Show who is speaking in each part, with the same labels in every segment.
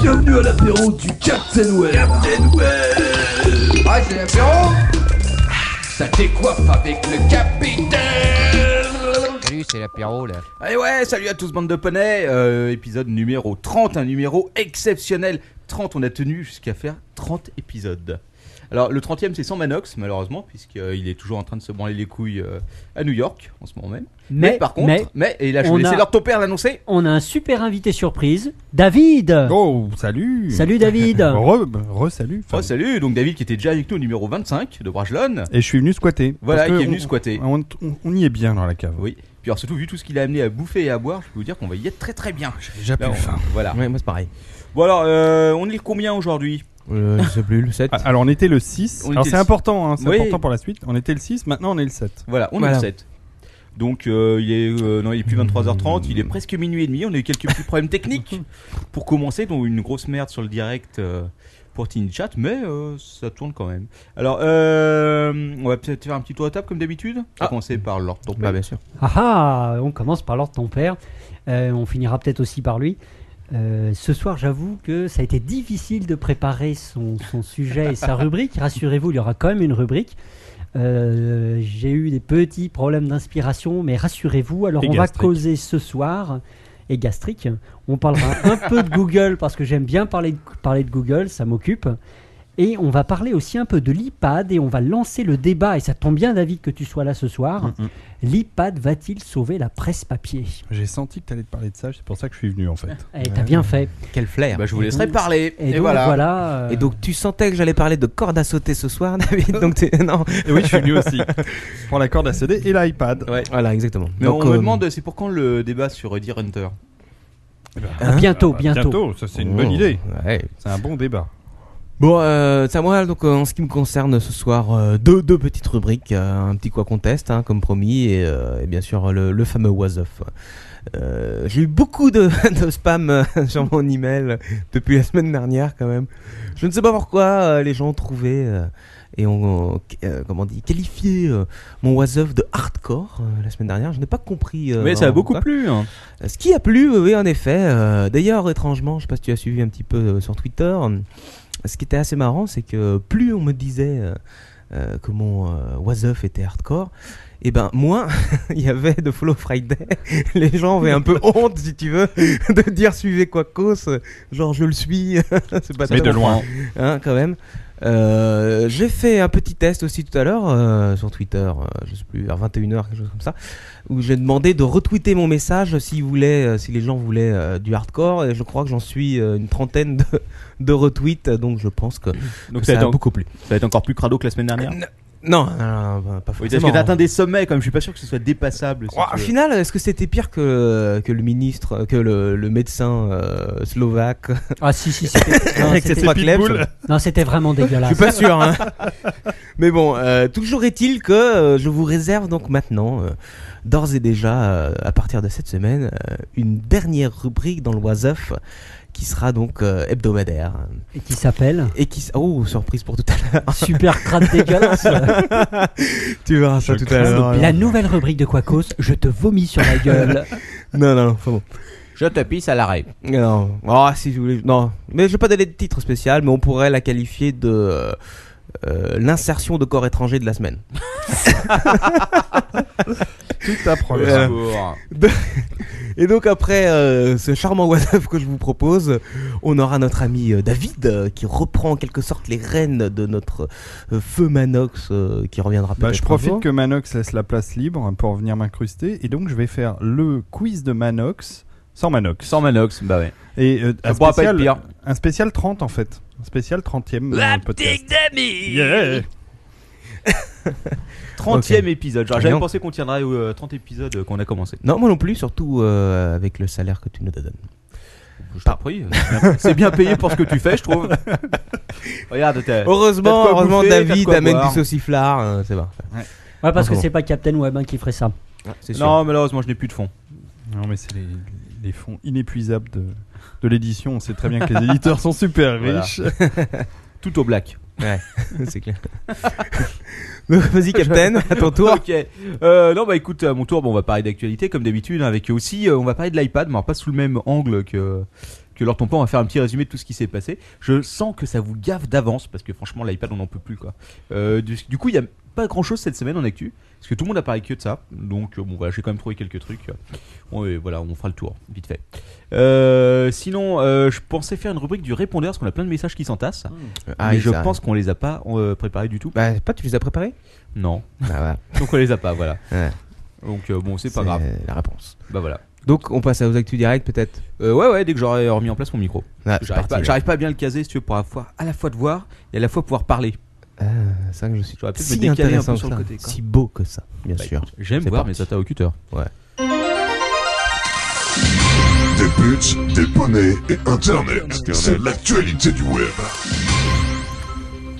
Speaker 1: bienvenue à l'apéro du Captain Well. Captain Well.
Speaker 2: Ah, c'est l'apéro
Speaker 1: Ça décoiffe avec le capitaine.
Speaker 3: Salut, c'est l'apéro là.
Speaker 2: Allez ouais, salut à tous bande de poney, euh, épisode numéro 30, un numéro exceptionnel. 30, on a tenu jusqu'à faire 30 épisodes. Alors le 30e c'est sans Manox malheureusement puisqu'il est toujours en train de se branler les couilles euh, à New York en ce moment même.
Speaker 4: Mais-
Speaker 2: par contre, mais,
Speaker 4: mais-
Speaker 2: et là je
Speaker 4: on
Speaker 2: vais laisser
Speaker 4: a-
Speaker 2: leur ton père l'annoncer.
Speaker 4: On a un super invité surprise, David.
Speaker 5: Oh, salut
Speaker 4: Salut David.
Speaker 5: Re, re- salut Enfin,
Speaker 2: Oh, salut, donc David qui était déjà avec nous au numéro 25 de Bragelonne.
Speaker 5: Et je suis venu squatter.
Speaker 2: Voilà,
Speaker 5: Parce que
Speaker 2: qui est venu
Speaker 5: on-
Speaker 2: squatter.
Speaker 5: On, on- on y est bien dans la cave.
Speaker 2: Oui. Puis alors surtout vu tout ce qu'il a amené à bouffer et à boire, je peux vous dire qu'on va y être très très bien.
Speaker 5: J'ai déjà
Speaker 2: Là,
Speaker 5: plus
Speaker 2: on-
Speaker 5: faim.
Speaker 2: Voilà.
Speaker 6: Ouais, moi c'est pareil.
Speaker 2: Bon alors, euh, on est combien aujourd'hui
Speaker 6: Euh, je sais plus, le 7.
Speaker 5: Ah, Alors, on était le 6.
Speaker 2: On
Speaker 5: Alors,
Speaker 2: était
Speaker 5: c'est
Speaker 2: le-
Speaker 5: important, hein, c'est
Speaker 2: Oui.
Speaker 5: important pour la suite. On était le 6, maintenant on est le 7.
Speaker 2: Voilà, on est
Speaker 6: Voilà.
Speaker 2: le 7. Donc euh, il est euh, non, il est plus 23h30, il est presque minuit et demi, on a eu quelques petits problèmes techniques pour commencer donc une grosse merde sur le direct euh, pour Teen Chat mais euh, ça tourne quand même. Alors euh, on va peut-être faire un petit tour de table comme d'habitude. On va
Speaker 6: Ah.
Speaker 2: commencer par l'ordre de ton
Speaker 6: Bah,
Speaker 2: père.
Speaker 6: bien sûr.
Speaker 4: Ah ah, on commence par l'ordre de ton père. Euh, on finira peut-être aussi par lui. Euh, ce soir, j'avoue que ça a été difficile de préparer son, son sujet et sa rubrique. Rassurez-vous, il y aura quand même une rubrique. Euh, J'ai eu des petits problèmes d'inspiration, mais rassurez-vous, alors
Speaker 5: Et
Speaker 4: on
Speaker 5: gastrique.
Speaker 4: va causer ce soir et gastrique. On parlera un peu de Google parce que j'aime bien parler de, parler de Google, ça m'occupe. Et on va parler aussi un peu de l'iPad et on va lancer le débat. Et ça tombe bien, David, que tu sois là ce soir.
Speaker 5: Mhm.
Speaker 4: L'iPad va-t-il sauver la presse papier
Speaker 5: J'ai senti que t'allais te parler de ça, c'est pour ça que je suis venu en fait.
Speaker 4: Eh, T'as bien fait.
Speaker 6: Quel flair.
Speaker 2: Bah, je vous laisserai parler.
Speaker 4: Et,
Speaker 2: Et,
Speaker 4: donc, voilà.
Speaker 2: voilà.
Speaker 4: euh,
Speaker 6: Et donc tu sentais que j'allais parler de corde à sauter ce soir, David Donc t'es- non.
Speaker 5: Et oui, je suis venu aussi. pour la corde à CD et l'iPad.
Speaker 2: Ouais.
Speaker 6: Voilà, exactement.
Speaker 2: Mais
Speaker 6: Donc,
Speaker 2: on me
Speaker 6: euh,
Speaker 2: demande c'est pour quand le débat sur Deer Hunter
Speaker 4: à bientôt,
Speaker 5: Ah,
Speaker 4: hein bientôt.
Speaker 5: ça c'est une
Speaker 6: oh,
Speaker 5: bonne idée.
Speaker 6: ouais.
Speaker 5: C'est un bon débat.
Speaker 6: Bon, euh, c'est à moi. Donc euh, en ce qui me concerne, ce soir euh, deux deux petites rubriques, euh, un petit quoi conteste, hein, comme promis, et, euh, et bien sûr le, le fameux was of. Euh, J'ai eu beaucoup de, de spam euh, sur mon email depuis la semaine dernière quand même. Je ne sais pas pourquoi euh, les gens ont trouvé euh, et ont euh, qu- euh, comment on dit qualifié euh, mon was of de hardcore euh, la semaine dernière. Je n'ai pas compris. euh,
Speaker 2: Mais ça a
Speaker 6: vraiment
Speaker 2: beaucoup
Speaker 6: pourquoi.
Speaker 2: plu. hein.
Speaker 6: Euh, Ce qui a plu, oui, oui, en effet. euh, D'ailleurs, étrangement, je sais pas si tu as suivi un petit peu euh, sur Twitter. euh, Ce qui était assez marrant, c'est que plus on me disait euh, euh, que mon euh, was up était hardcore, et ben moins il y avait de Follow Friday. Les gens avaient un peu honte, si tu veux, de dire suivez Quacos. euh, Genre je le suis. c'est pas
Speaker 5: Mais
Speaker 6: très
Speaker 5: de loin.
Speaker 6: hein, quand même. Euh, j'ai fait un petit test aussi tout à l'heure euh, sur Twitter, euh, je sais plus, vers 21h, quelque chose comme ça, où j'ai demandé de retweeter mon message si, voulaient, euh, si les gens voulaient euh, du hardcore, et je crois que j'en suis euh, une trentaine de, de retweets, donc je pense que
Speaker 2: Donc ça,
Speaker 6: ça a
Speaker 2: va être-
Speaker 6: beaucoup plu.
Speaker 2: ça va être encore plus crado que la semaine dernière.
Speaker 6: Non, non, non, non, pas
Speaker 2: Oui, parce
Speaker 6: forcément.
Speaker 2: que t'as atteint des sommets quand même, je suis pas sûr que ce soit dépassable. si
Speaker 6: Oh,
Speaker 2: tu
Speaker 6: au
Speaker 2: veux.
Speaker 6: final, est-ce que c'était pire que, que le ministre, euh, que le, le médecin euh, slovaque
Speaker 4: Ah si, si, c'était- non,
Speaker 6: avec ses
Speaker 4: c'était-
Speaker 6: trois clefs
Speaker 4: Non, c'était vraiment
Speaker 6: Je
Speaker 4: dégueulasse.
Speaker 6: suis pas sûr, hein. Mais bon, euh, toujours est-il que euh, je vous réserve donc maintenant, euh, d'ores et déjà, euh, à partir de cette semaine, euh, une dernière rubrique dans le l'Oiseuf qui sera donc euh, hebdomadaire.
Speaker 4: Et qui s'appelle
Speaker 6: Et qui. s- Oh, surprise pour tout à l'heure.
Speaker 4: Super crade dégueulasse.
Speaker 6: Tu verras ça
Speaker 5: Je
Speaker 6: tout à l'heure.
Speaker 4: La nouvelle rubrique de Quacos, je te vomis sur la gueule.
Speaker 6: Non, non, non, enfin bon.
Speaker 3: Je te pisse à l'arrêt.
Speaker 6: Non. Ah, si je voulais. Non. Mais je vais pas donner de titre spécial, mais on pourrait la qualifier de. euh, euh, l'insertion de corps étrangers de la semaine.
Speaker 5: Tout à
Speaker 2: Oh, le
Speaker 5: problème.
Speaker 2: secours.
Speaker 6: Et donc après euh, ce charmant WhatsApp que je vous propose, on aura notre ami euh, David euh, qui reprend en quelque sorte les rênes de notre euh, feu Manox euh, qui reviendra peut-être.
Speaker 5: Bah, je
Speaker 6: un
Speaker 5: profite
Speaker 6: jour.
Speaker 5: que Manox laisse la place libre pour venir m'incruster et donc je vais faire le quiz de Manox sans Manox.
Speaker 2: Sans Manox, bah ouais.
Speaker 5: Et euh,
Speaker 2: Ça
Speaker 5: un,
Speaker 2: pourra pas
Speaker 5: spécial,
Speaker 2: être pire.
Speaker 5: un spécial 30 en fait. Un spécial 30e euh, podcast. Yeah.
Speaker 2: 30 e épisode. Genre,
Speaker 6: Ah,
Speaker 2: j'avais
Speaker 6: non.
Speaker 2: pensé qu'on tiendrait aux euh, 30 épisodes euh, qu'on a commencé.
Speaker 6: Non, moi non plus, surtout euh, avec le salaire que tu nous donnes.
Speaker 3: Je t'en prie.
Speaker 2: euh, C'est bien payé pour ce que tu fais, je trouve. Regarde, Bah, t'as.
Speaker 6: Heureusement,
Speaker 2: quoi
Speaker 6: heureusement
Speaker 2: bouffer, t'as de
Speaker 6: David
Speaker 2: quoi
Speaker 6: amène
Speaker 2: boire.
Speaker 6: du sauciflard, euh, c'est bon.
Speaker 4: Ouais, parce que
Speaker 6: Encore.
Speaker 4: c'est pas Captain Web hein, qui ferait ça.
Speaker 6: C'est sûr.
Speaker 2: Non, malheureusement, je n'ai plus de fonds.
Speaker 5: Non mais c'est les, les fonds inépuisables de, de l'édition. On sait très bien que les éditeurs sont super
Speaker 2: Voilà.
Speaker 5: riches.
Speaker 2: Tout au black.
Speaker 6: Ouais, c'est clair. Donc, Vas-y, Captain, à ton tour.
Speaker 2: Ok. Euh, non, bah écoute, à mon tour, bon, on va parler d'actualité comme d'habitude, hein, avec aussi, euh, on va parler de l'iPad, mais alors pas sous le même angle que que lors ton plan, on va faire un petit résumé de tout ce qui s'est passé. Je sens que ça vous gave d'avance parce que franchement, l'iPad, on n'en peut plus quoi. Euh, du, du coup, il y a pas grand chose cette semaine en actu parce que tout le monde a parlé que de ça. Donc euh, bon, voilà, j'ai quand même trouvé quelques trucs. Bon, et voilà, on fera le tour vite fait. Euh, sinon, euh, je pensais faire une rubrique du répondeur parce qu'on a plein de messages qui s'entassent.
Speaker 6: Ah
Speaker 2: mais je pense qu'on les a pas euh, préparés du tout.
Speaker 6: Bah, pas, tu les as préparés
Speaker 2: Non.
Speaker 6: Bah, voilà.
Speaker 2: Donc on les a pas, voilà.
Speaker 6: Ouais.
Speaker 2: Donc euh, bon, c'est pas grave.
Speaker 6: la réponse.
Speaker 2: Bah voilà.
Speaker 6: Donc, on passe aux actus directs, peut-être
Speaker 2: Euh, ouais, ouais, dès que j'aurai remis en place mon micro.
Speaker 6: Ouais, Ah, c'est
Speaker 2: J'arrive
Speaker 6: parti, là.
Speaker 2: pas, j'arrive pas à bien le caser, si tu veux, pour à la fois, à la fois de voir et à la fois pouvoir parler.
Speaker 6: Ah, c'est vrai que je suis
Speaker 2: J'aurais peut-être
Speaker 6: si
Speaker 2: me décaler un
Speaker 6: intéressant
Speaker 2: peu
Speaker 6: que
Speaker 2: sur
Speaker 6: ça,
Speaker 2: le côté. quoi.
Speaker 6: si beau que ça, bien
Speaker 2: Bah,
Speaker 6: sûr.
Speaker 2: écoute, J'aime
Speaker 6: C'est
Speaker 2: voir
Speaker 6: parti.
Speaker 2: mes atas au cutter.
Speaker 1: Des buts, des poneys et Internet. C'est l'actualité du web.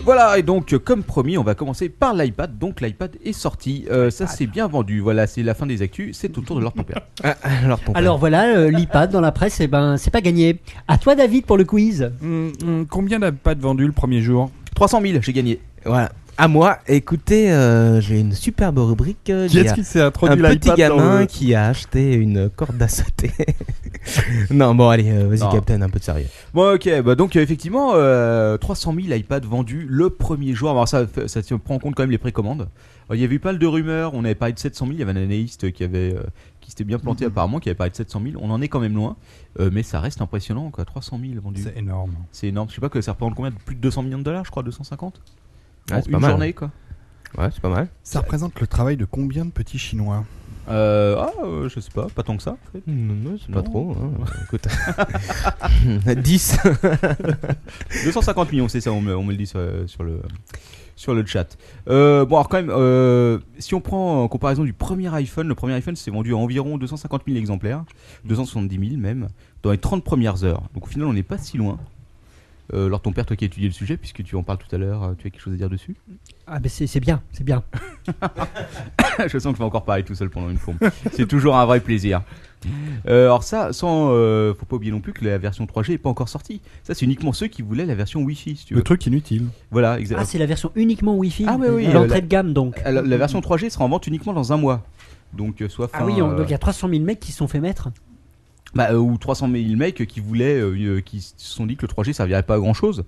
Speaker 2: Voilà, et donc, euh, comme promis, on va commencer par l'iPad. Donc, l'iPad est sorti. Euh, ça, c'est bien vendu. Voilà, c'est la fin des actus. C'est au tour de leur tempère.
Speaker 6: Ah, alors, ton
Speaker 4: Alors voilà, euh, l'iPad dans la presse, eh ben, c'est pas gagné. À toi, David, pour le quiz.
Speaker 5: Hum, hum, combien d'iPad vendus le premier jour
Speaker 2: 300 000, j'ai gagné.
Speaker 6: Voilà. À moi, écoutez, euh, j'ai une superbe rubrique. euh,
Speaker 5: Qui
Speaker 6: il y
Speaker 5: est-ce
Speaker 6: a
Speaker 5: qui s'est
Speaker 6: un
Speaker 5: introduit
Speaker 6: petit
Speaker 5: l'iPad dans
Speaker 6: gamin
Speaker 5: le-
Speaker 6: qui a acheté une corde à sauter. non, bon, allez, euh, vas-y,
Speaker 2: Non.
Speaker 6: Captain, un peu de sérieux.
Speaker 2: Bon, ok, bah donc euh, effectivement, euh, 300 000 iPads vendus le premier jour. Alors, ça, fait- ça tient- prend en compte quand même les précommandes. Alors, il y avait eu pas mal de rumeurs. On avait parlé de 700 000. Il y avait un analyste qui avait. euh, qui s'était bien
Speaker 6: Mhm.
Speaker 2: planté apparemment, qui avait parlé de 700 000. On en est quand même loin, Euh, mais ça reste impressionnant, quoi. 300 000 vendus.
Speaker 5: C'est énorme.
Speaker 2: C'est énorme. Je sais pas que ça représente combien Plus de 200 millions de dollars, je crois, 250
Speaker 6: Ouais,
Speaker 2: En
Speaker 6: c'est
Speaker 2: une
Speaker 6: pas mal.
Speaker 2: journée, quoi.
Speaker 6: Ouais, c'est pas mal.
Speaker 5: Ça représente le travail de combien de petits Chinois
Speaker 2: Euh, ah, euh, je sais pas, pas tant que ça. en fait.
Speaker 6: Non, non, c'est pas
Speaker 2: Non.
Speaker 6: trop. hein. Écoute. 10.
Speaker 2: 250 millions, c'est ça, on me, on me le dit sur, euh, sur le, sur le chat. Euh, bon, alors quand même, euh, si on prend en comparaison du premier iPhone, le premier iPhone s'est vendu à environ 250 000 exemplaires, 270 000 même, dans les 30 premières heures. Donc au final, on n'est pas si loin. Euh, alors ton père, toi qui as étudié le sujet, puisque tu en parles tout à l'heure, euh, tu as quelque chose à dire dessus
Speaker 4: Ah, ben c'est c'est bien, c'est bien.
Speaker 2: je sens que je vais encore parler tout seul pendant une fourme. C'est toujours un vrai plaisir. Euh, alors ça, sans, euh, faut pas oublier non plus que la version 3G est pas encore sortie. Ça, c'est uniquement ceux qui voulaient la version Wi-Fi, si tu veux.
Speaker 5: Le truc inutile.
Speaker 2: Voilà, exactement.
Speaker 4: Ah, c'est la version uniquement Wi-Fi.
Speaker 2: Ah, oui, oui,
Speaker 4: L'entrée
Speaker 2: euh,
Speaker 4: de gamme, donc.
Speaker 2: La, la version 3G sera en vente uniquement dans un mois. Donc, euh, soit fin.
Speaker 4: ah oui, on-
Speaker 2: euh,
Speaker 4: donc il y a 300 000 mecs qui se sont fait mettre.
Speaker 2: bah, euh, ou 300 000 mecs qui voulaient, euh, euh, qui se sont dit que le 3G servirait pas à grand chose.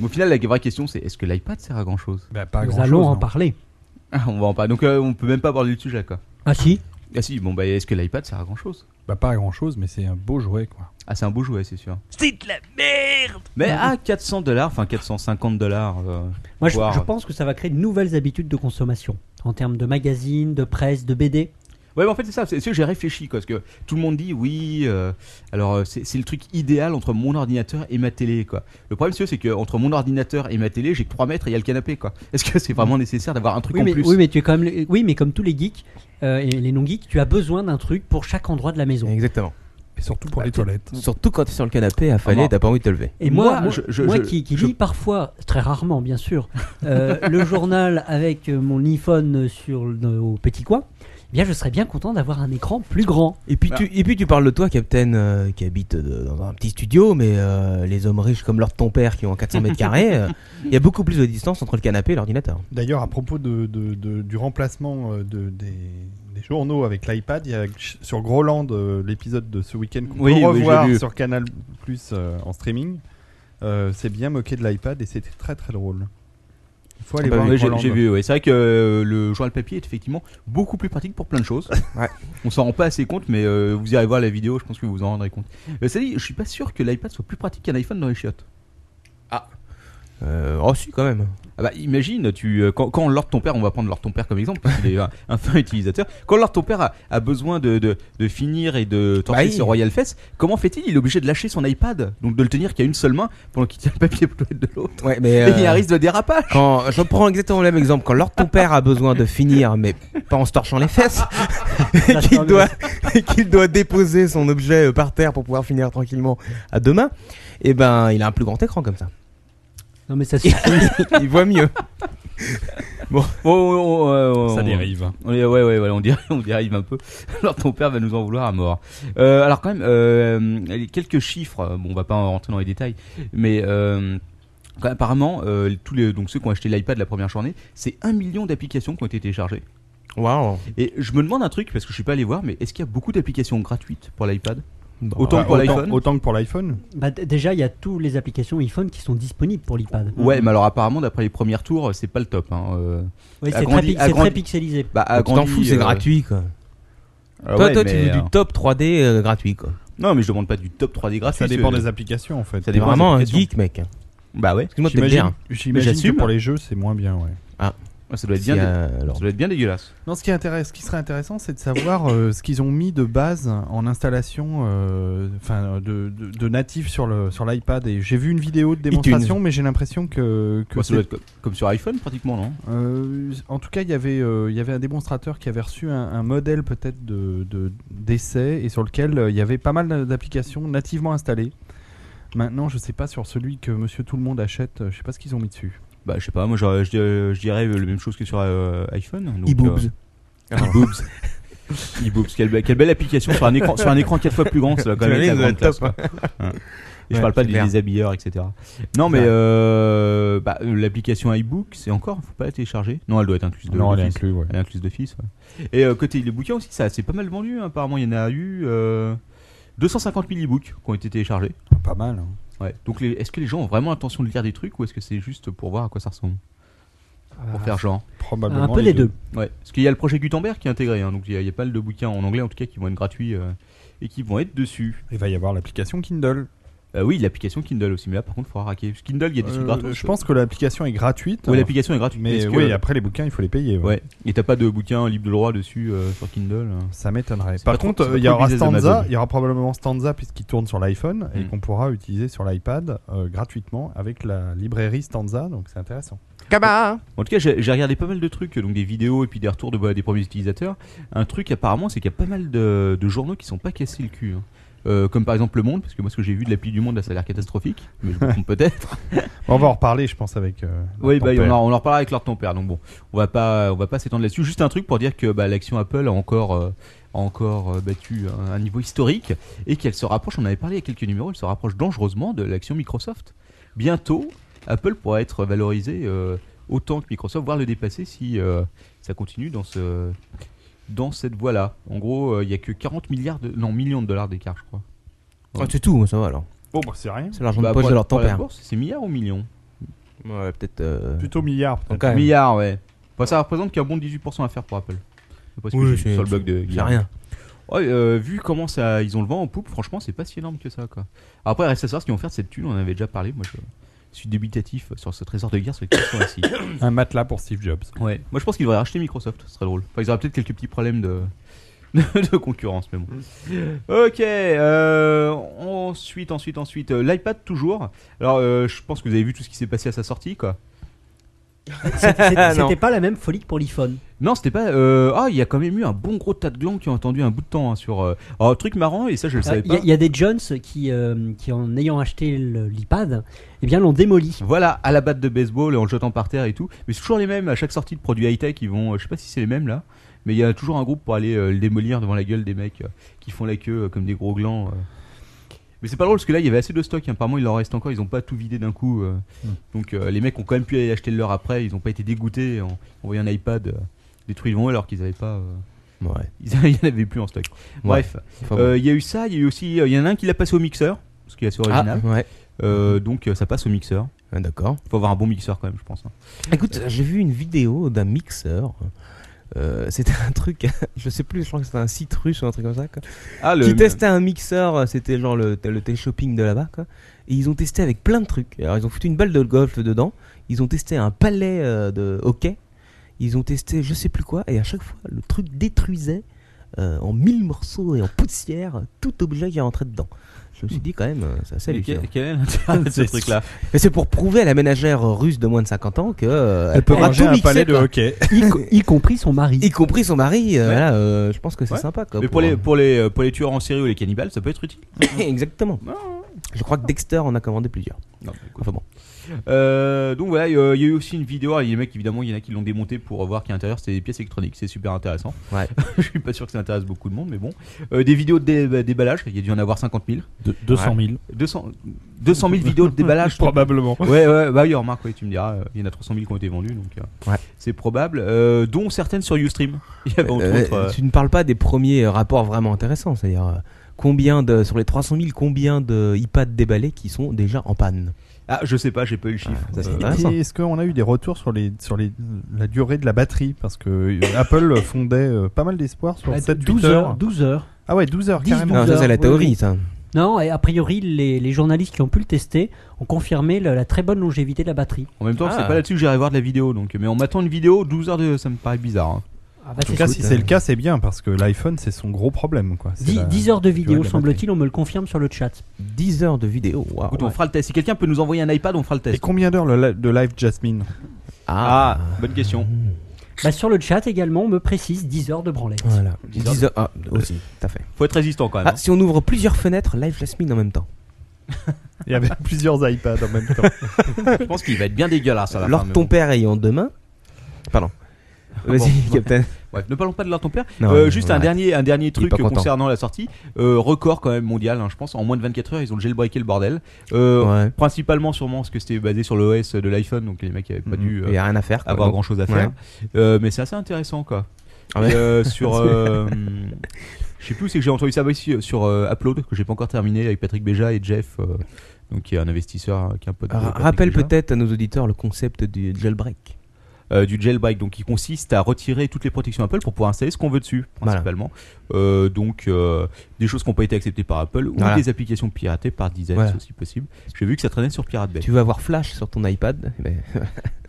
Speaker 2: Mais au final, la vraie question, c'est est-ce que l'iPad sert à grand chose
Speaker 5: Bah, pas
Speaker 4: Nous allons en parler.
Speaker 2: On va en parler. Donc, euh, on peut même pas aborder le sujet, quoi.
Speaker 4: Ah si
Speaker 2: Ah si, bon, bah, est-ce que l'iPad sert à grand chose
Speaker 5: Bah, pas grand chose, mais c'est un beau jouet quoi.
Speaker 2: Ah, c'est un beau jouet, c'est sûr. C'est de la merde Mais à 400 dollars, enfin 450 dollars. euh,
Speaker 4: Moi, je,
Speaker 2: Voir.
Speaker 4: je pense que ça va créer de nouvelles habitudes de consommation en termes de magazines, de presse, de BD.
Speaker 2: Ouais, mais en fait, c'est ça, c'est c'est que j'ai réfléchi, quoi, parce que tout le monde dit oui, euh, alors euh, c'est c'est le truc idéal entre mon ordinateur et ma télé, quoi. Le problème, c'est que- c'est que entre mon ordinateur et ma télé, j'ai que 3 mètres et il y a le canapé, quoi. Est-ce que c'est vraiment nécessaire d'avoir un truc
Speaker 4: Oui
Speaker 2: en
Speaker 4: mais,
Speaker 2: plus
Speaker 4: oui, mais tu es quand même, le- oui, mais comme tous les geeks euh, et les non-geeks, tu as besoin d'un truc pour chaque endroit de la maison.
Speaker 6: Exactement. Ah,
Speaker 5: Et surtout pour
Speaker 6: Bah,
Speaker 5: les
Speaker 6: t'es-
Speaker 5: toilettes.
Speaker 6: Surtout quand t'es sur le canapé, affalé,
Speaker 2: Vraiment.
Speaker 6: t'as pas envie de te lever.
Speaker 4: Et moi,
Speaker 2: Moi,
Speaker 4: moi,
Speaker 2: je- je-
Speaker 4: moi
Speaker 2: je-
Speaker 4: qui, qui
Speaker 2: je-
Speaker 4: lis parfois, très rarement bien sûr, euh, le journal avec euh, mon iPhone sur le- euh, au petit coin, eh bien je serais bien content d'avoir un écran plus grand.
Speaker 6: Et puis,
Speaker 2: Bah.
Speaker 6: tu, et puis tu parles de toi, Captain, euh, qui habite de- dans un petit studio, mais euh, les hommes riches comme leur ton père qui ont 400 mètres carrés, euh, il y a beaucoup plus de distance entre le canapé et l'ordinateur.
Speaker 7: D'ailleurs, à propos de, de- de- du remplacement euh, de, des, des journaux avec l'iPad, il y a ch- sur Groland euh, l'épisode de ce week-end qu'on
Speaker 2: Oui, oui,
Speaker 7: peut revoir
Speaker 2: j'ai vu.
Speaker 7: sur Canal Plus en streaming. Euh, c'est bien moqué de l'iPad et c'était très très drôle. Il faut aller
Speaker 2: Bah,
Speaker 7: voir
Speaker 2: ouais, j'ai
Speaker 7: Groland.
Speaker 2: j'ai vu, ouais. c'est vrai que euh, le journal papier est effectivement beaucoup plus pratique pour plein de choses.
Speaker 6: Ouais.
Speaker 2: On s'en rend pas assez compte, mais euh, vous irez voir la vidéo, je pense que vous vous en rendrez compte. Euh, ça dit, je suis pas sûr que l'iPad soit plus pratique qu'un iPhone dans les chiottes.
Speaker 6: Euh, oh, si, quand même.
Speaker 2: Ah bah, imagine, tu, euh, quand, quand Lord ton père, on va prendre Lord ton père comme exemple, parce qu'il est un, un fin utilisateur. Quand Lord ton père a, a besoin de, de, de finir et de torcher
Speaker 6: Bah, il-
Speaker 2: ce Royal Fest, comment fait-il Il est obligé de lâcher son iPad, donc de le tenir qu'à une seule main pendant qu'il tient le papier toilette de l'autre.
Speaker 6: Ouais,
Speaker 2: Et
Speaker 6: mais.
Speaker 2: il y a un
Speaker 6: euh,
Speaker 2: risque de dérapage.
Speaker 6: Quand je prends exactement le même exemple, quand lorsque ton père a besoin de finir, mais pas en se torchant les fesses, et qu'il doit, et qu'il doit déposer son objet euh, par terre pour pouvoir finir tranquillement à deux mains, et ben il a un plus grand écran comme ça.
Speaker 4: Non mais ça suffit.
Speaker 6: Il voit mieux.
Speaker 2: Oh, oh, oh, oh, oh,
Speaker 5: Ça
Speaker 2: oh.
Speaker 5: dérive.
Speaker 2: On est- ouais, ouais, ouais, on dérive, on dérive un peu. Alors ton père va nous en vouloir à mort. Euh, alors quand même, euh, quelques chiffres. Bon, on va pas en rentrer dans les détails, mais euh, Quand- apparemment, euh, tous les, donc ceux qui ont acheté l'iPad la première journée, c'est un million d'applications qui ont été téléchargées.
Speaker 6: Waouh.
Speaker 2: Et je me demande un truc, parce que je suis pas allé voir, mais est-ce qu'il y a beaucoup d'applications gratuites pour l'iPad
Speaker 6: Bah,
Speaker 2: Autant que pour
Speaker 7: Ah,
Speaker 2: l'iPhone
Speaker 5: Autant que pour l'iPhone.
Speaker 4: Bah, d- déjà, il y a toutes les applications iPhone qui sont disponibles pour l'iPad.
Speaker 2: Ouais, mais alors apparemment, d'après les premiers tours, c'est pas le top. Hein. euh.
Speaker 4: Ouais, c'est
Speaker 2: agrandi-
Speaker 4: très, pi- c'est
Speaker 2: agrandi-
Speaker 4: très pixelisé.
Speaker 2: Bah,
Speaker 6: Tu t'en
Speaker 2: agrandi,
Speaker 6: fous, c'est
Speaker 2: euh,
Speaker 6: gratuit quoi.
Speaker 2: euh,
Speaker 6: toi,
Speaker 2: ouais,
Speaker 6: toi,
Speaker 2: mais,
Speaker 6: tu veux
Speaker 2: euh,
Speaker 6: du top 3D euh, gratuit quoi.
Speaker 2: Non, mais je demande pas du top 3D gratuit.
Speaker 5: Ça dépend
Speaker 2: c'est-
Speaker 5: des applications en fait.
Speaker 2: Ça
Speaker 6: T'es
Speaker 2: dépend des
Speaker 6: vraiment un
Speaker 2: applications.
Speaker 6: geek, mec.
Speaker 2: euh, Bah ouais,
Speaker 6: Excuse-moi de te le
Speaker 5: J'imagine
Speaker 6: dire.
Speaker 5: j'imagine que
Speaker 2: J'assume.
Speaker 5: pour les jeux c'est moins bien. Ouais.
Speaker 2: ça doit être
Speaker 6: Si,
Speaker 2: bien, dé-
Speaker 6: euh, alors,
Speaker 2: ça doit être bien dégueulasse.
Speaker 5: Non, ce qui, intéresse, ce qui serait intéressant, c'est de savoir euh, ce qu'ils ont mis de base en installation, euh, enfin de, de, de natif sur le sur l'iPad. Et j'ai vu une vidéo de démonstration, mais j'ai l'impression que, que
Speaker 2: Bah, ça doit
Speaker 5: c'est-
Speaker 2: être co- comme sur iPhone pratiquement, non
Speaker 5: euh, en tout cas, il y avait euh, il y avait un démonstrateur qui avait reçu un, un modèle peut-être de de- d'essai et sur lequel euh, il y avait pas mal d'applications nativement installées. Maintenant, je sais pas sur celui que Monsieur Tout le Monde achète. euh, Je sais pas ce qu'ils ont mis dessus.
Speaker 2: Bah je sais pas, moi j'aurais- je, dirais- je dirais la même chose que sur euh, iPhone. donc,
Speaker 4: E-boobs.
Speaker 2: euh, E-boobs. E-boobs, quelle, be- quelle belle application sur un écran, sur un écran quatre fois plus grand, ça doit quand même être la grande classe, quoi. Hein. Et je
Speaker 6: Ouais,
Speaker 2: parle pas
Speaker 6: c'est
Speaker 2: des
Speaker 6: clair.
Speaker 2: déshabilleurs, etc. Non mais
Speaker 6: Ouais.
Speaker 2: euh, bah, euh, l'application iBook, c'est encore, faut pas la télécharger. Non, elle doit être incluse de d'office.
Speaker 5: inclus.
Speaker 2: Elle est incluse d'office. ouais. Et euh, côté les bouquins aussi, ça c'est pas mal vendu. hein. Apparemment, il y en a eu euh, 250 000 e-books qui ont été téléchargés.
Speaker 5: Pas mal. hein.
Speaker 2: Ouais. Donc, les- est-ce que les gens ont vraiment l'intention de lire des trucs ou est-ce que c'est juste pour voir à quoi ça ressemble Pour
Speaker 5: Ah.
Speaker 2: faire genre
Speaker 5: Probablement.
Speaker 4: Un peu les deux.
Speaker 2: Ouais. Parce qu'il y a le projet Gutenberg qui est intégré. hein. donc, il y, a- il y a pas mal de bouquins en anglais en tout cas qui vont être gratuits euh, et qui vont être dessus.
Speaker 5: Il va y avoir l'application Kindle.
Speaker 2: Euh, oui, l'application Kindle aussi. Mais là, par contre, il faudra hacker. Parce que Kindle, il y a des trucs
Speaker 5: Euh,
Speaker 2: gratuits.
Speaker 5: je pense que l'application est gratuite. hein.
Speaker 2: Ouais, l'application est gratuite.
Speaker 5: mais
Speaker 2: est-ce que-
Speaker 5: oui, après les bouquins, il faut les payer. ouais.
Speaker 2: Ouais. Et t'as pas de bouquin libre de droit dessus euh, sur Kindle euh.
Speaker 5: Ça m'étonnerait.
Speaker 2: C'est
Speaker 5: Par
Speaker 2: pas trop-
Speaker 5: contre,
Speaker 2: c'est
Speaker 5: euh,
Speaker 2: pas
Speaker 5: il y
Speaker 2: trop le
Speaker 5: aura
Speaker 2: business
Speaker 5: Stanza,
Speaker 2: d'Amazon.
Speaker 5: il y aura probablement Stanza puisqu'il tourne sur l'iPhone et
Speaker 2: Mm.
Speaker 5: qu'on pourra utiliser sur l'iPad euh, gratuitement avec la librairie Stanza, donc c'est intéressant.
Speaker 6: Kaba
Speaker 2: En tout cas, j'ai j'ai regardé pas mal de trucs, donc des vidéos et puis des retours de bah, des premiers utilisateurs. Un truc apparemment, c'est qu'il y a pas mal de, de journaux qui sont pas cassés le cul. hein. Euh, comme par exemple Le Monde, parce que moi ce que j'ai vu de l'appli du Monde, là, ça a l'air catastrophique, mais je me trompe peut-être.
Speaker 5: On va en reparler, je pense, avec. euh,
Speaker 2: oui,
Speaker 5: ton
Speaker 2: bah, on,
Speaker 5: père.
Speaker 2: en, on en reparlera avec leur ton père, donc bon, on va pas, on va pas s'étendre là-dessus. Juste un truc pour dire que bah, l'action Apple a encore, euh, a encore euh, battu un, un niveau historique et qu'elle se rapproche. On avait parlé il y a quelques numéros, elle se rapproche dangereusement de l'action Microsoft. Bientôt, Apple pourra être valorisé euh, autant que Microsoft, voire le dépasser si euh, ça continue dans ce dans cette voie-là. En gros, euh, il y a que 40 milliards de non millions de dollars d'écart, je crois.
Speaker 6: C'est tout, moi, ça va alors.
Speaker 5: Bon, bah, c'est rien.
Speaker 6: C'est l'argent
Speaker 2: Bah,
Speaker 6: de poche
Speaker 2: pour-
Speaker 6: de leur
Speaker 2: pour la
Speaker 6: tempère.
Speaker 2: bourse, C'est milliards ou millions
Speaker 6: Ouais, peut-être. euh,
Speaker 5: Plutôt milliard.
Speaker 6: donc,
Speaker 5: peut-être.
Speaker 6: quand même.
Speaker 2: Milliards, ouais. Enfin, ça représente qu'un bon 18% à faire pour Apple. Je sais pas ce que
Speaker 6: Oui,
Speaker 2: j'ai vu
Speaker 6: c'est-
Speaker 2: sur le blog de
Speaker 6: c'est
Speaker 2: Guillaume.
Speaker 6: rien.
Speaker 2: Ouais, euh, vu comment ça, ils ont le vent en poupe, franchement, c'est pas si énorme que ça. Quoi. Après, reste à savoir ce qu'ils vont faire de cette thune, on en avait déjà parlé. Moi, je suis débitatif sur ce trésor de guerre, sur les questions assis.
Speaker 5: Un matelas pour Steve Jobs.
Speaker 2: Ouais. Moi, je pense qu'ils devraient racheter Microsoft, ce serait drôle. Enfin, ils auraient peut-être quelques petits problèmes de, de concurrence, mais bon. Ok, euh, ensuite, ensuite, ensuite, euh, l'iPad toujours. Alors, euh, je pense que vous avez vu tout ce qui s'est passé à sa sortie, quoi.
Speaker 4: C'était c'était-
Speaker 6: Non.
Speaker 4: c'était pas la même folie que pour l'iPhone.
Speaker 2: Non, c'était pas. euh, Ah, il y a quand même eu un bon gros tas de glands qui ont attendu un bout de temps hein, sur. euh, Alors, un truc marrant, et ça, je le
Speaker 4: Ah, Il
Speaker 2: savais
Speaker 4: y, a-
Speaker 2: pas.
Speaker 4: y a des Jones qui, euh, qui en ayant acheté le- l'iPad, eh bien l'ont démoli.
Speaker 2: Voilà, à la batte de baseball, en le jetant par terre et tout. Mais c'est toujours les mêmes. À chaque sortie de produits high-tech, ils vont. euh, Je sais pas si c'est les mêmes là. Mais il y a toujours un groupe pour aller euh, le démolir devant la gueule des mecs euh, qui font la queue euh, comme des gros glands. euh. Mais c'est pas drôle parce que là, il y avait assez de stock. hein. Apparemment, il en reste encore. Ils ont pas tout vidé d'un coup. euh.
Speaker 4: Hmm.
Speaker 2: Donc, euh, les mecs ont quand même pu aller acheter le leur après. Ils ont pas été dégoûtés en, en voyant un iPad euh, détruit devant eux alors qu'ils avaient pas. euh,
Speaker 6: Ouais.
Speaker 2: Ils il y en avait plus en stock. Bref,
Speaker 6: Enfin,
Speaker 2: euh, il y a eu ça, il y a eu aussi, euh, il y en a un qui l'a passé au mixeur, parce qu'il est assez
Speaker 6: ah,
Speaker 2: original.
Speaker 6: ouais.
Speaker 2: Euh, donc euh, ça passe au mixeur.
Speaker 6: Ouais, D'accord.
Speaker 2: Faut avoir un bon mixeur quand même, je pense. hein.
Speaker 6: Écoute, euh, j'ai vu une vidéo d'un mixeur. Euh, c'était un truc, je sais plus, je crois que c'était un site russe ou un truc comme ça. quoi.
Speaker 2: Ah, le,
Speaker 6: qui testait un mixeur, euh, c'était genre le, le télé-shopping de là-bas, quoi. Et ils ont testé avec plein de trucs. Alors, ils ont foutu une balle de golf dedans, ils ont testé un palais euh, de hockey, ils ont testé je sais plus quoi, et à chaque fois, le truc détruisait euh, en mille morceaux et en poussière tout objet qui rentrait dedans. Je me suis dit quand même, euh, c'est assez
Speaker 2: Mais
Speaker 6: hallucinant.
Speaker 2: quel, quel est l'intérêt de ce
Speaker 6: C'est-
Speaker 2: truc-là
Speaker 6: Et c'est pour prouver à la ménagère euh, russe de moins de 50 ans que euh, elle,
Speaker 5: peut
Speaker 6: pourra
Speaker 5: ranger
Speaker 6: tout
Speaker 5: un
Speaker 6: mixer,
Speaker 5: palais de
Speaker 6: quoi.
Speaker 5: hockey.
Speaker 4: y, co- y compris son mari.
Speaker 6: y compris son mari. euh,
Speaker 2: Ouais.
Speaker 6: voilà, euh, je pense que c'est
Speaker 2: Ouais.
Speaker 6: sympa. Quoi,
Speaker 2: Mais pour les, pour, les, euh, pour les tueurs en série ou les cannibales, ça peut être utile.
Speaker 6: Exactement. Je crois que Dexter en a commandé plusieurs.
Speaker 2: Non, bah, écoute.
Speaker 6: Enfin bon.
Speaker 2: Euh, donc voilà, il y a il y a eu aussi une vidéo. Alors, les mecs, évidemment, il y en a qui l'ont démonté pour voir qu'à l'intérieur c'était des pièces électroniques. C'est super intéressant.
Speaker 6: Ouais.
Speaker 2: Je suis pas sûr que ça intéresse beaucoup de monde, mais bon. Euh, des vidéos de dé- déballage, il y a dû en avoir 50 000.
Speaker 8: De- 200 000.
Speaker 2: 200, 200 000 vidéos de déballage.
Speaker 7: Probablement.
Speaker 2: Ouais, ouais, bah oui, remarque, ouais, tu me diras, euh, il y en a 300 000 qui ont été vendus, donc euh,
Speaker 6: Ouais.
Speaker 2: c'est probable, euh, dont certaines sur Ustream. Il y avait entre
Speaker 6: Euh,
Speaker 2: autres, euh,
Speaker 6: Tu ne parles pas des premiers euh, rapports vraiment intéressants, c'est-à-dire euh, combien de sur les 300 000 combien de iPads déballés qui sont déjà en panne.
Speaker 2: Ah, je sais pas, j'ai pas eu le chiffre.
Speaker 6: ça, c'est
Speaker 2: Euh,
Speaker 6: dingue.
Speaker 5: Et
Speaker 6: Intéressant.
Speaker 5: Est-ce qu'on a eu des retours sur, les, sur les, la durée de la batterie Parce que euh, Apple fondait euh, pas mal d'espoir sur
Speaker 4: Bah,
Speaker 5: 7
Speaker 4: 12 heures. 12 heures.
Speaker 5: Ah ouais, 12 heures,
Speaker 4: 10,
Speaker 5: carrément.
Speaker 6: Ah, ça c'est la
Speaker 4: oui,
Speaker 6: théorie,
Speaker 4: oui.
Speaker 6: ça.
Speaker 4: Non, et a priori, les, les journalistes qui ont pu le tester ont confirmé la, la très bonne longévité de la batterie.
Speaker 2: En même temps,
Speaker 6: Ah.
Speaker 2: c'est pas là-dessus que j'irai voir de la vidéo, donc, mais en m'attend une vidéo, 12 heures de. ça me paraît bizarre. hein.
Speaker 4: Ah bah,
Speaker 5: En tout
Speaker 4: c'est
Speaker 5: cas,
Speaker 4: cool.
Speaker 5: si c'est le cas, c'est bien parce que l'iPhone, c'est son gros problème. Quoi. C'est
Speaker 4: Dix-
Speaker 5: la-
Speaker 4: 10 heures de
Speaker 5: durée de
Speaker 4: vidéo,
Speaker 5: la
Speaker 4: semble-t-il, on me le confirme sur le chat.
Speaker 6: 10 heures de vidéo. waouh.
Speaker 2: Écoute, on fera le test. Si quelqu'un peut nous envoyer un iPad, on fera le
Speaker 5: Et
Speaker 2: test.
Speaker 5: combien d'heures le li- de live Jasmine
Speaker 2: Ah, bonne question.
Speaker 4: Bah, sur le chat également, on me précise 10 heures de branlette.
Speaker 6: Voilà.
Speaker 2: 10 heures.
Speaker 6: 10 heures. Ah, aussi, tout à fait.
Speaker 2: Faut être résistant quand même. hein.
Speaker 6: Ah, si on ouvre plusieurs fenêtres, live Jasmine en même temps.
Speaker 5: Il y avait plusieurs iPads en même temps.
Speaker 2: hein. Je pense qu'il va être bien dégueulasse à la
Speaker 6: Lors
Speaker 2: fin, mais
Speaker 6: ton
Speaker 2: bon. Ah
Speaker 6: père ayant demain. Pardon.
Speaker 2: bon,
Speaker 6: Vas-y, Captain.
Speaker 2: Bref, ne parlons pas de l'heure de ton père.
Speaker 6: Non,
Speaker 2: Euh,
Speaker 6: non,
Speaker 2: juste
Speaker 6: non,
Speaker 2: un
Speaker 6: arrête.
Speaker 2: dernier, un dernier truc
Speaker 6: pas content.
Speaker 2: concernant la sortie. Euh, record quand même mondial, hein, je pense. En moins de 24 heures, ils ont jailbreaké le bordel. Euh,
Speaker 6: Ouais.
Speaker 2: Principalement, sûrement, parce que c'était basé sur l'OS de l'iPhone, donc les mecs n'avaient pas dû
Speaker 6: Il
Speaker 2: euh,
Speaker 6: n'y a rien à faire. quoi.
Speaker 2: avoir
Speaker 6: Donc,
Speaker 2: grand chose à faire. Euh, mais c'est assez intéressant, quoi.
Speaker 6: Ah ouais.
Speaker 2: Et, euh, sur. euh, Je sais plus où c'est que j'ai entendu ça bah, ici, euh, sur euh, Upload, que j'ai pas encore terminé avec Patrick Béja et Jeff, euh, donc qui est un investisseur, euh, qui est un pote. de
Speaker 6: ra-
Speaker 2: Patrick
Speaker 6: rappelle
Speaker 2: Béja.
Speaker 6: peut-être à nos auditeurs le concept du jailbreak.
Speaker 2: Euh, du jailbreak, donc qui consiste à retirer toutes les protections Apple pour pouvoir installer ce qu'on veut dessus, principalement. Euh, donc euh, des choses qui n'ont pas été acceptées par Apple ou
Speaker 6: Voilà.
Speaker 2: des applications piratées par Design,
Speaker 6: Voilà.
Speaker 2: c'est aussi possible. J'ai vu que ça traînait sur Pirate Bay.
Speaker 6: Tu veux avoir Flash sur ton iPad eh ben, mais-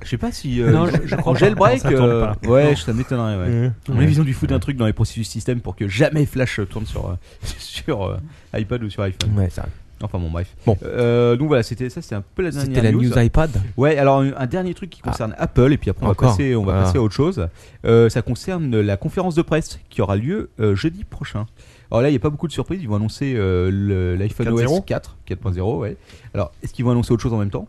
Speaker 2: Je sais pas si. euh,
Speaker 4: Non,
Speaker 2: ils-
Speaker 4: je- je crois
Speaker 2: en
Speaker 4: pas.
Speaker 2: jailbreak,
Speaker 5: Ça tourne
Speaker 2: euh,
Speaker 5: pas.
Speaker 2: ouais, ça m'étonnerait.
Speaker 6: Mm.
Speaker 2: Ouais. On a
Speaker 6: Ouais.
Speaker 2: vision du foot un truc dans les processus système pour que jamais Flash euh, tourne sur, euh, sur euh, iPad ou sur iPhone.
Speaker 6: Ouais, ça.
Speaker 2: Enfin bon, bref.
Speaker 6: Bon.
Speaker 2: Euh, donc voilà, c'était ça, c'était un peu la
Speaker 6: C'était
Speaker 2: dernière
Speaker 6: la
Speaker 2: news.
Speaker 6: news iPad.
Speaker 2: Ouais, alors un un dernier truc qui
Speaker 6: Ah.
Speaker 2: concerne Apple et puis après on va
Speaker 6: Encore.
Speaker 2: passer, on va
Speaker 6: Ah.
Speaker 2: passer à autre chose. Euh, ça concerne la conférence de presse qui aura lieu euh, jeudi prochain. Alors là, il n'y a pas beaucoup de surprises. Ils vont annoncer euh, le- l'iPhone OS 4, 4.0. Ouais. Alors, est-ce qu'ils vont annoncer autre chose en même temps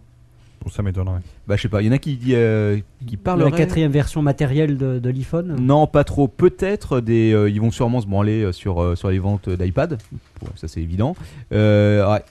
Speaker 5: Ça m'étonnerait.
Speaker 2: Bah, je sais pas. Il y en a qui, dit, euh, qui parleraient.
Speaker 4: La quatrième version matérielle de, de l'iPhone.
Speaker 2: Non, pas trop. Peut-être des. euh, ils vont sûrement se branler euh, sur, euh, sur les ventes d'iPad. Bon, ça, c'est évident. Euh, ouais.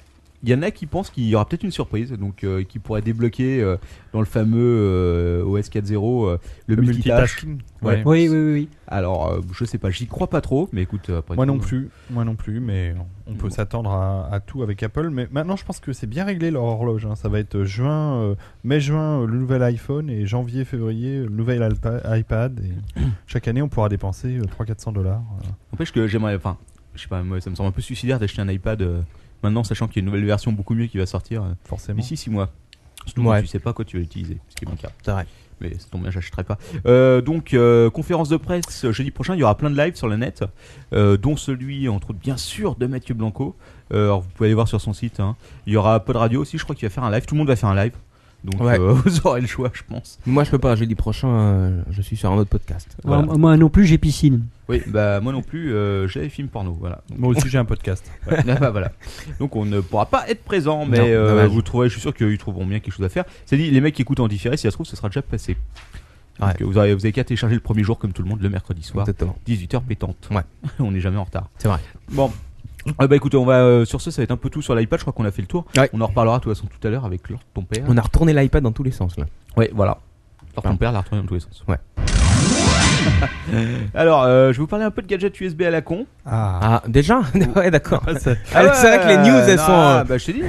Speaker 2: Il y en a qui pensent qu'il y aura peut-être une surprise, donc euh, qui pourrait débloquer euh, dans le fameux euh, OS 4.0 euh, le, multitâche. Ouais.
Speaker 4: Oui, oui, oui. oui.
Speaker 2: Alors, euh, je sais pas, j'y crois pas trop, mais écoute, euh, après
Speaker 5: Moi
Speaker 2: tout,
Speaker 5: non
Speaker 2: euh,
Speaker 5: plus, moi non plus, mais on peut s'attendre à, à tout avec Apple. Mais maintenant, je pense que c'est bien réglé leur horloge. hein. Ça va être juin, euh, mai-juin euh, le nouvel iPhone et janvier-février le nouvel alpa- iPad. Et chaque année, on pourra dépenser euh, 300-400 dollars. euh.
Speaker 2: N'empêche que j'aimerais. Enfin, je sais pas, moi, ça me semble un peu suicidaire d'acheter un iPad euh, maintenant, sachant qu'il y a une nouvelle version beaucoup mieux qui va sortir euh,
Speaker 5: forcément.
Speaker 2: d'ici 6 mois. Surtout
Speaker 6: Ouais.
Speaker 2: quand tu sais pas quoi tu vas l'utiliser, ce qui est mon cas.
Speaker 6: C'est vrai.
Speaker 2: Mais c'est tombé, j'achèterai pas. Euh, donc, euh, conférence de presse euh, jeudi prochain, il y aura plein de lives sur le net, euh, dont celui, entre autres, bien sûr, de Mathieu Blanco. Euh, alors, vous pouvez aller voir sur son site. hein. Il y aura Pod Radio aussi, je crois qu'il va faire un live. Tout le monde va faire un live. Donc,
Speaker 6: Ouais.
Speaker 2: euh, vous aurez le choix, je pense.
Speaker 6: Moi, je peux pas. Jeudi prochain, euh, je suis sur un autre podcast.
Speaker 2: Voilà.
Speaker 4: Moi- Moi non plus, j'ai piscine.
Speaker 2: Oui, bah, moi non plus, euh, j'ai les films porno. Voilà. Donc,
Speaker 5: Moi aussi, j'ai un podcast.
Speaker 2: Ah bah voilà. Donc on ne pourra pas être présent, mais
Speaker 6: Non,
Speaker 2: euh,
Speaker 6: dommage.
Speaker 2: vous trouverez, je suis sûr qu'ils trouveront bien quelque chose à faire. C'est dit, les mecs qui écoutent en différé, si ça se trouve, ce sera déjà passé. Donc,
Speaker 6: Ouais.
Speaker 2: euh, vous avez, vous avez qu'à télécharger le premier jour comme tout le monde le mercredi soir,
Speaker 6: Exactement.
Speaker 2: 18h pétante.
Speaker 6: Ouais.
Speaker 2: on n'est jamais en retard.
Speaker 6: C'est vrai.
Speaker 2: Bon. Euh, bah écoutez, on va euh, sur ce, ça va être un peu tout sur l'iPad. Je crois qu'on a fait le tour.
Speaker 6: Ouais.
Speaker 2: On en reparlera de toute façon tout à l'heure avec Laure, ton père.
Speaker 6: On a retourné l'iPad dans tous les sens là.
Speaker 2: Ouais, voilà. Laure, ton père l'a retourné dans tous les sens. Ouais. Alors, euh, je vais vous parler un peu de gadgets USB à la con.
Speaker 5: Ah,
Speaker 6: Ah, déjà Ouais, d'accord.
Speaker 5: c'est-
Speaker 6: Ah ouais, c'est vrai que les news elles
Speaker 2: Non,
Speaker 6: sont. euh,
Speaker 2: Bah je t'ai dit.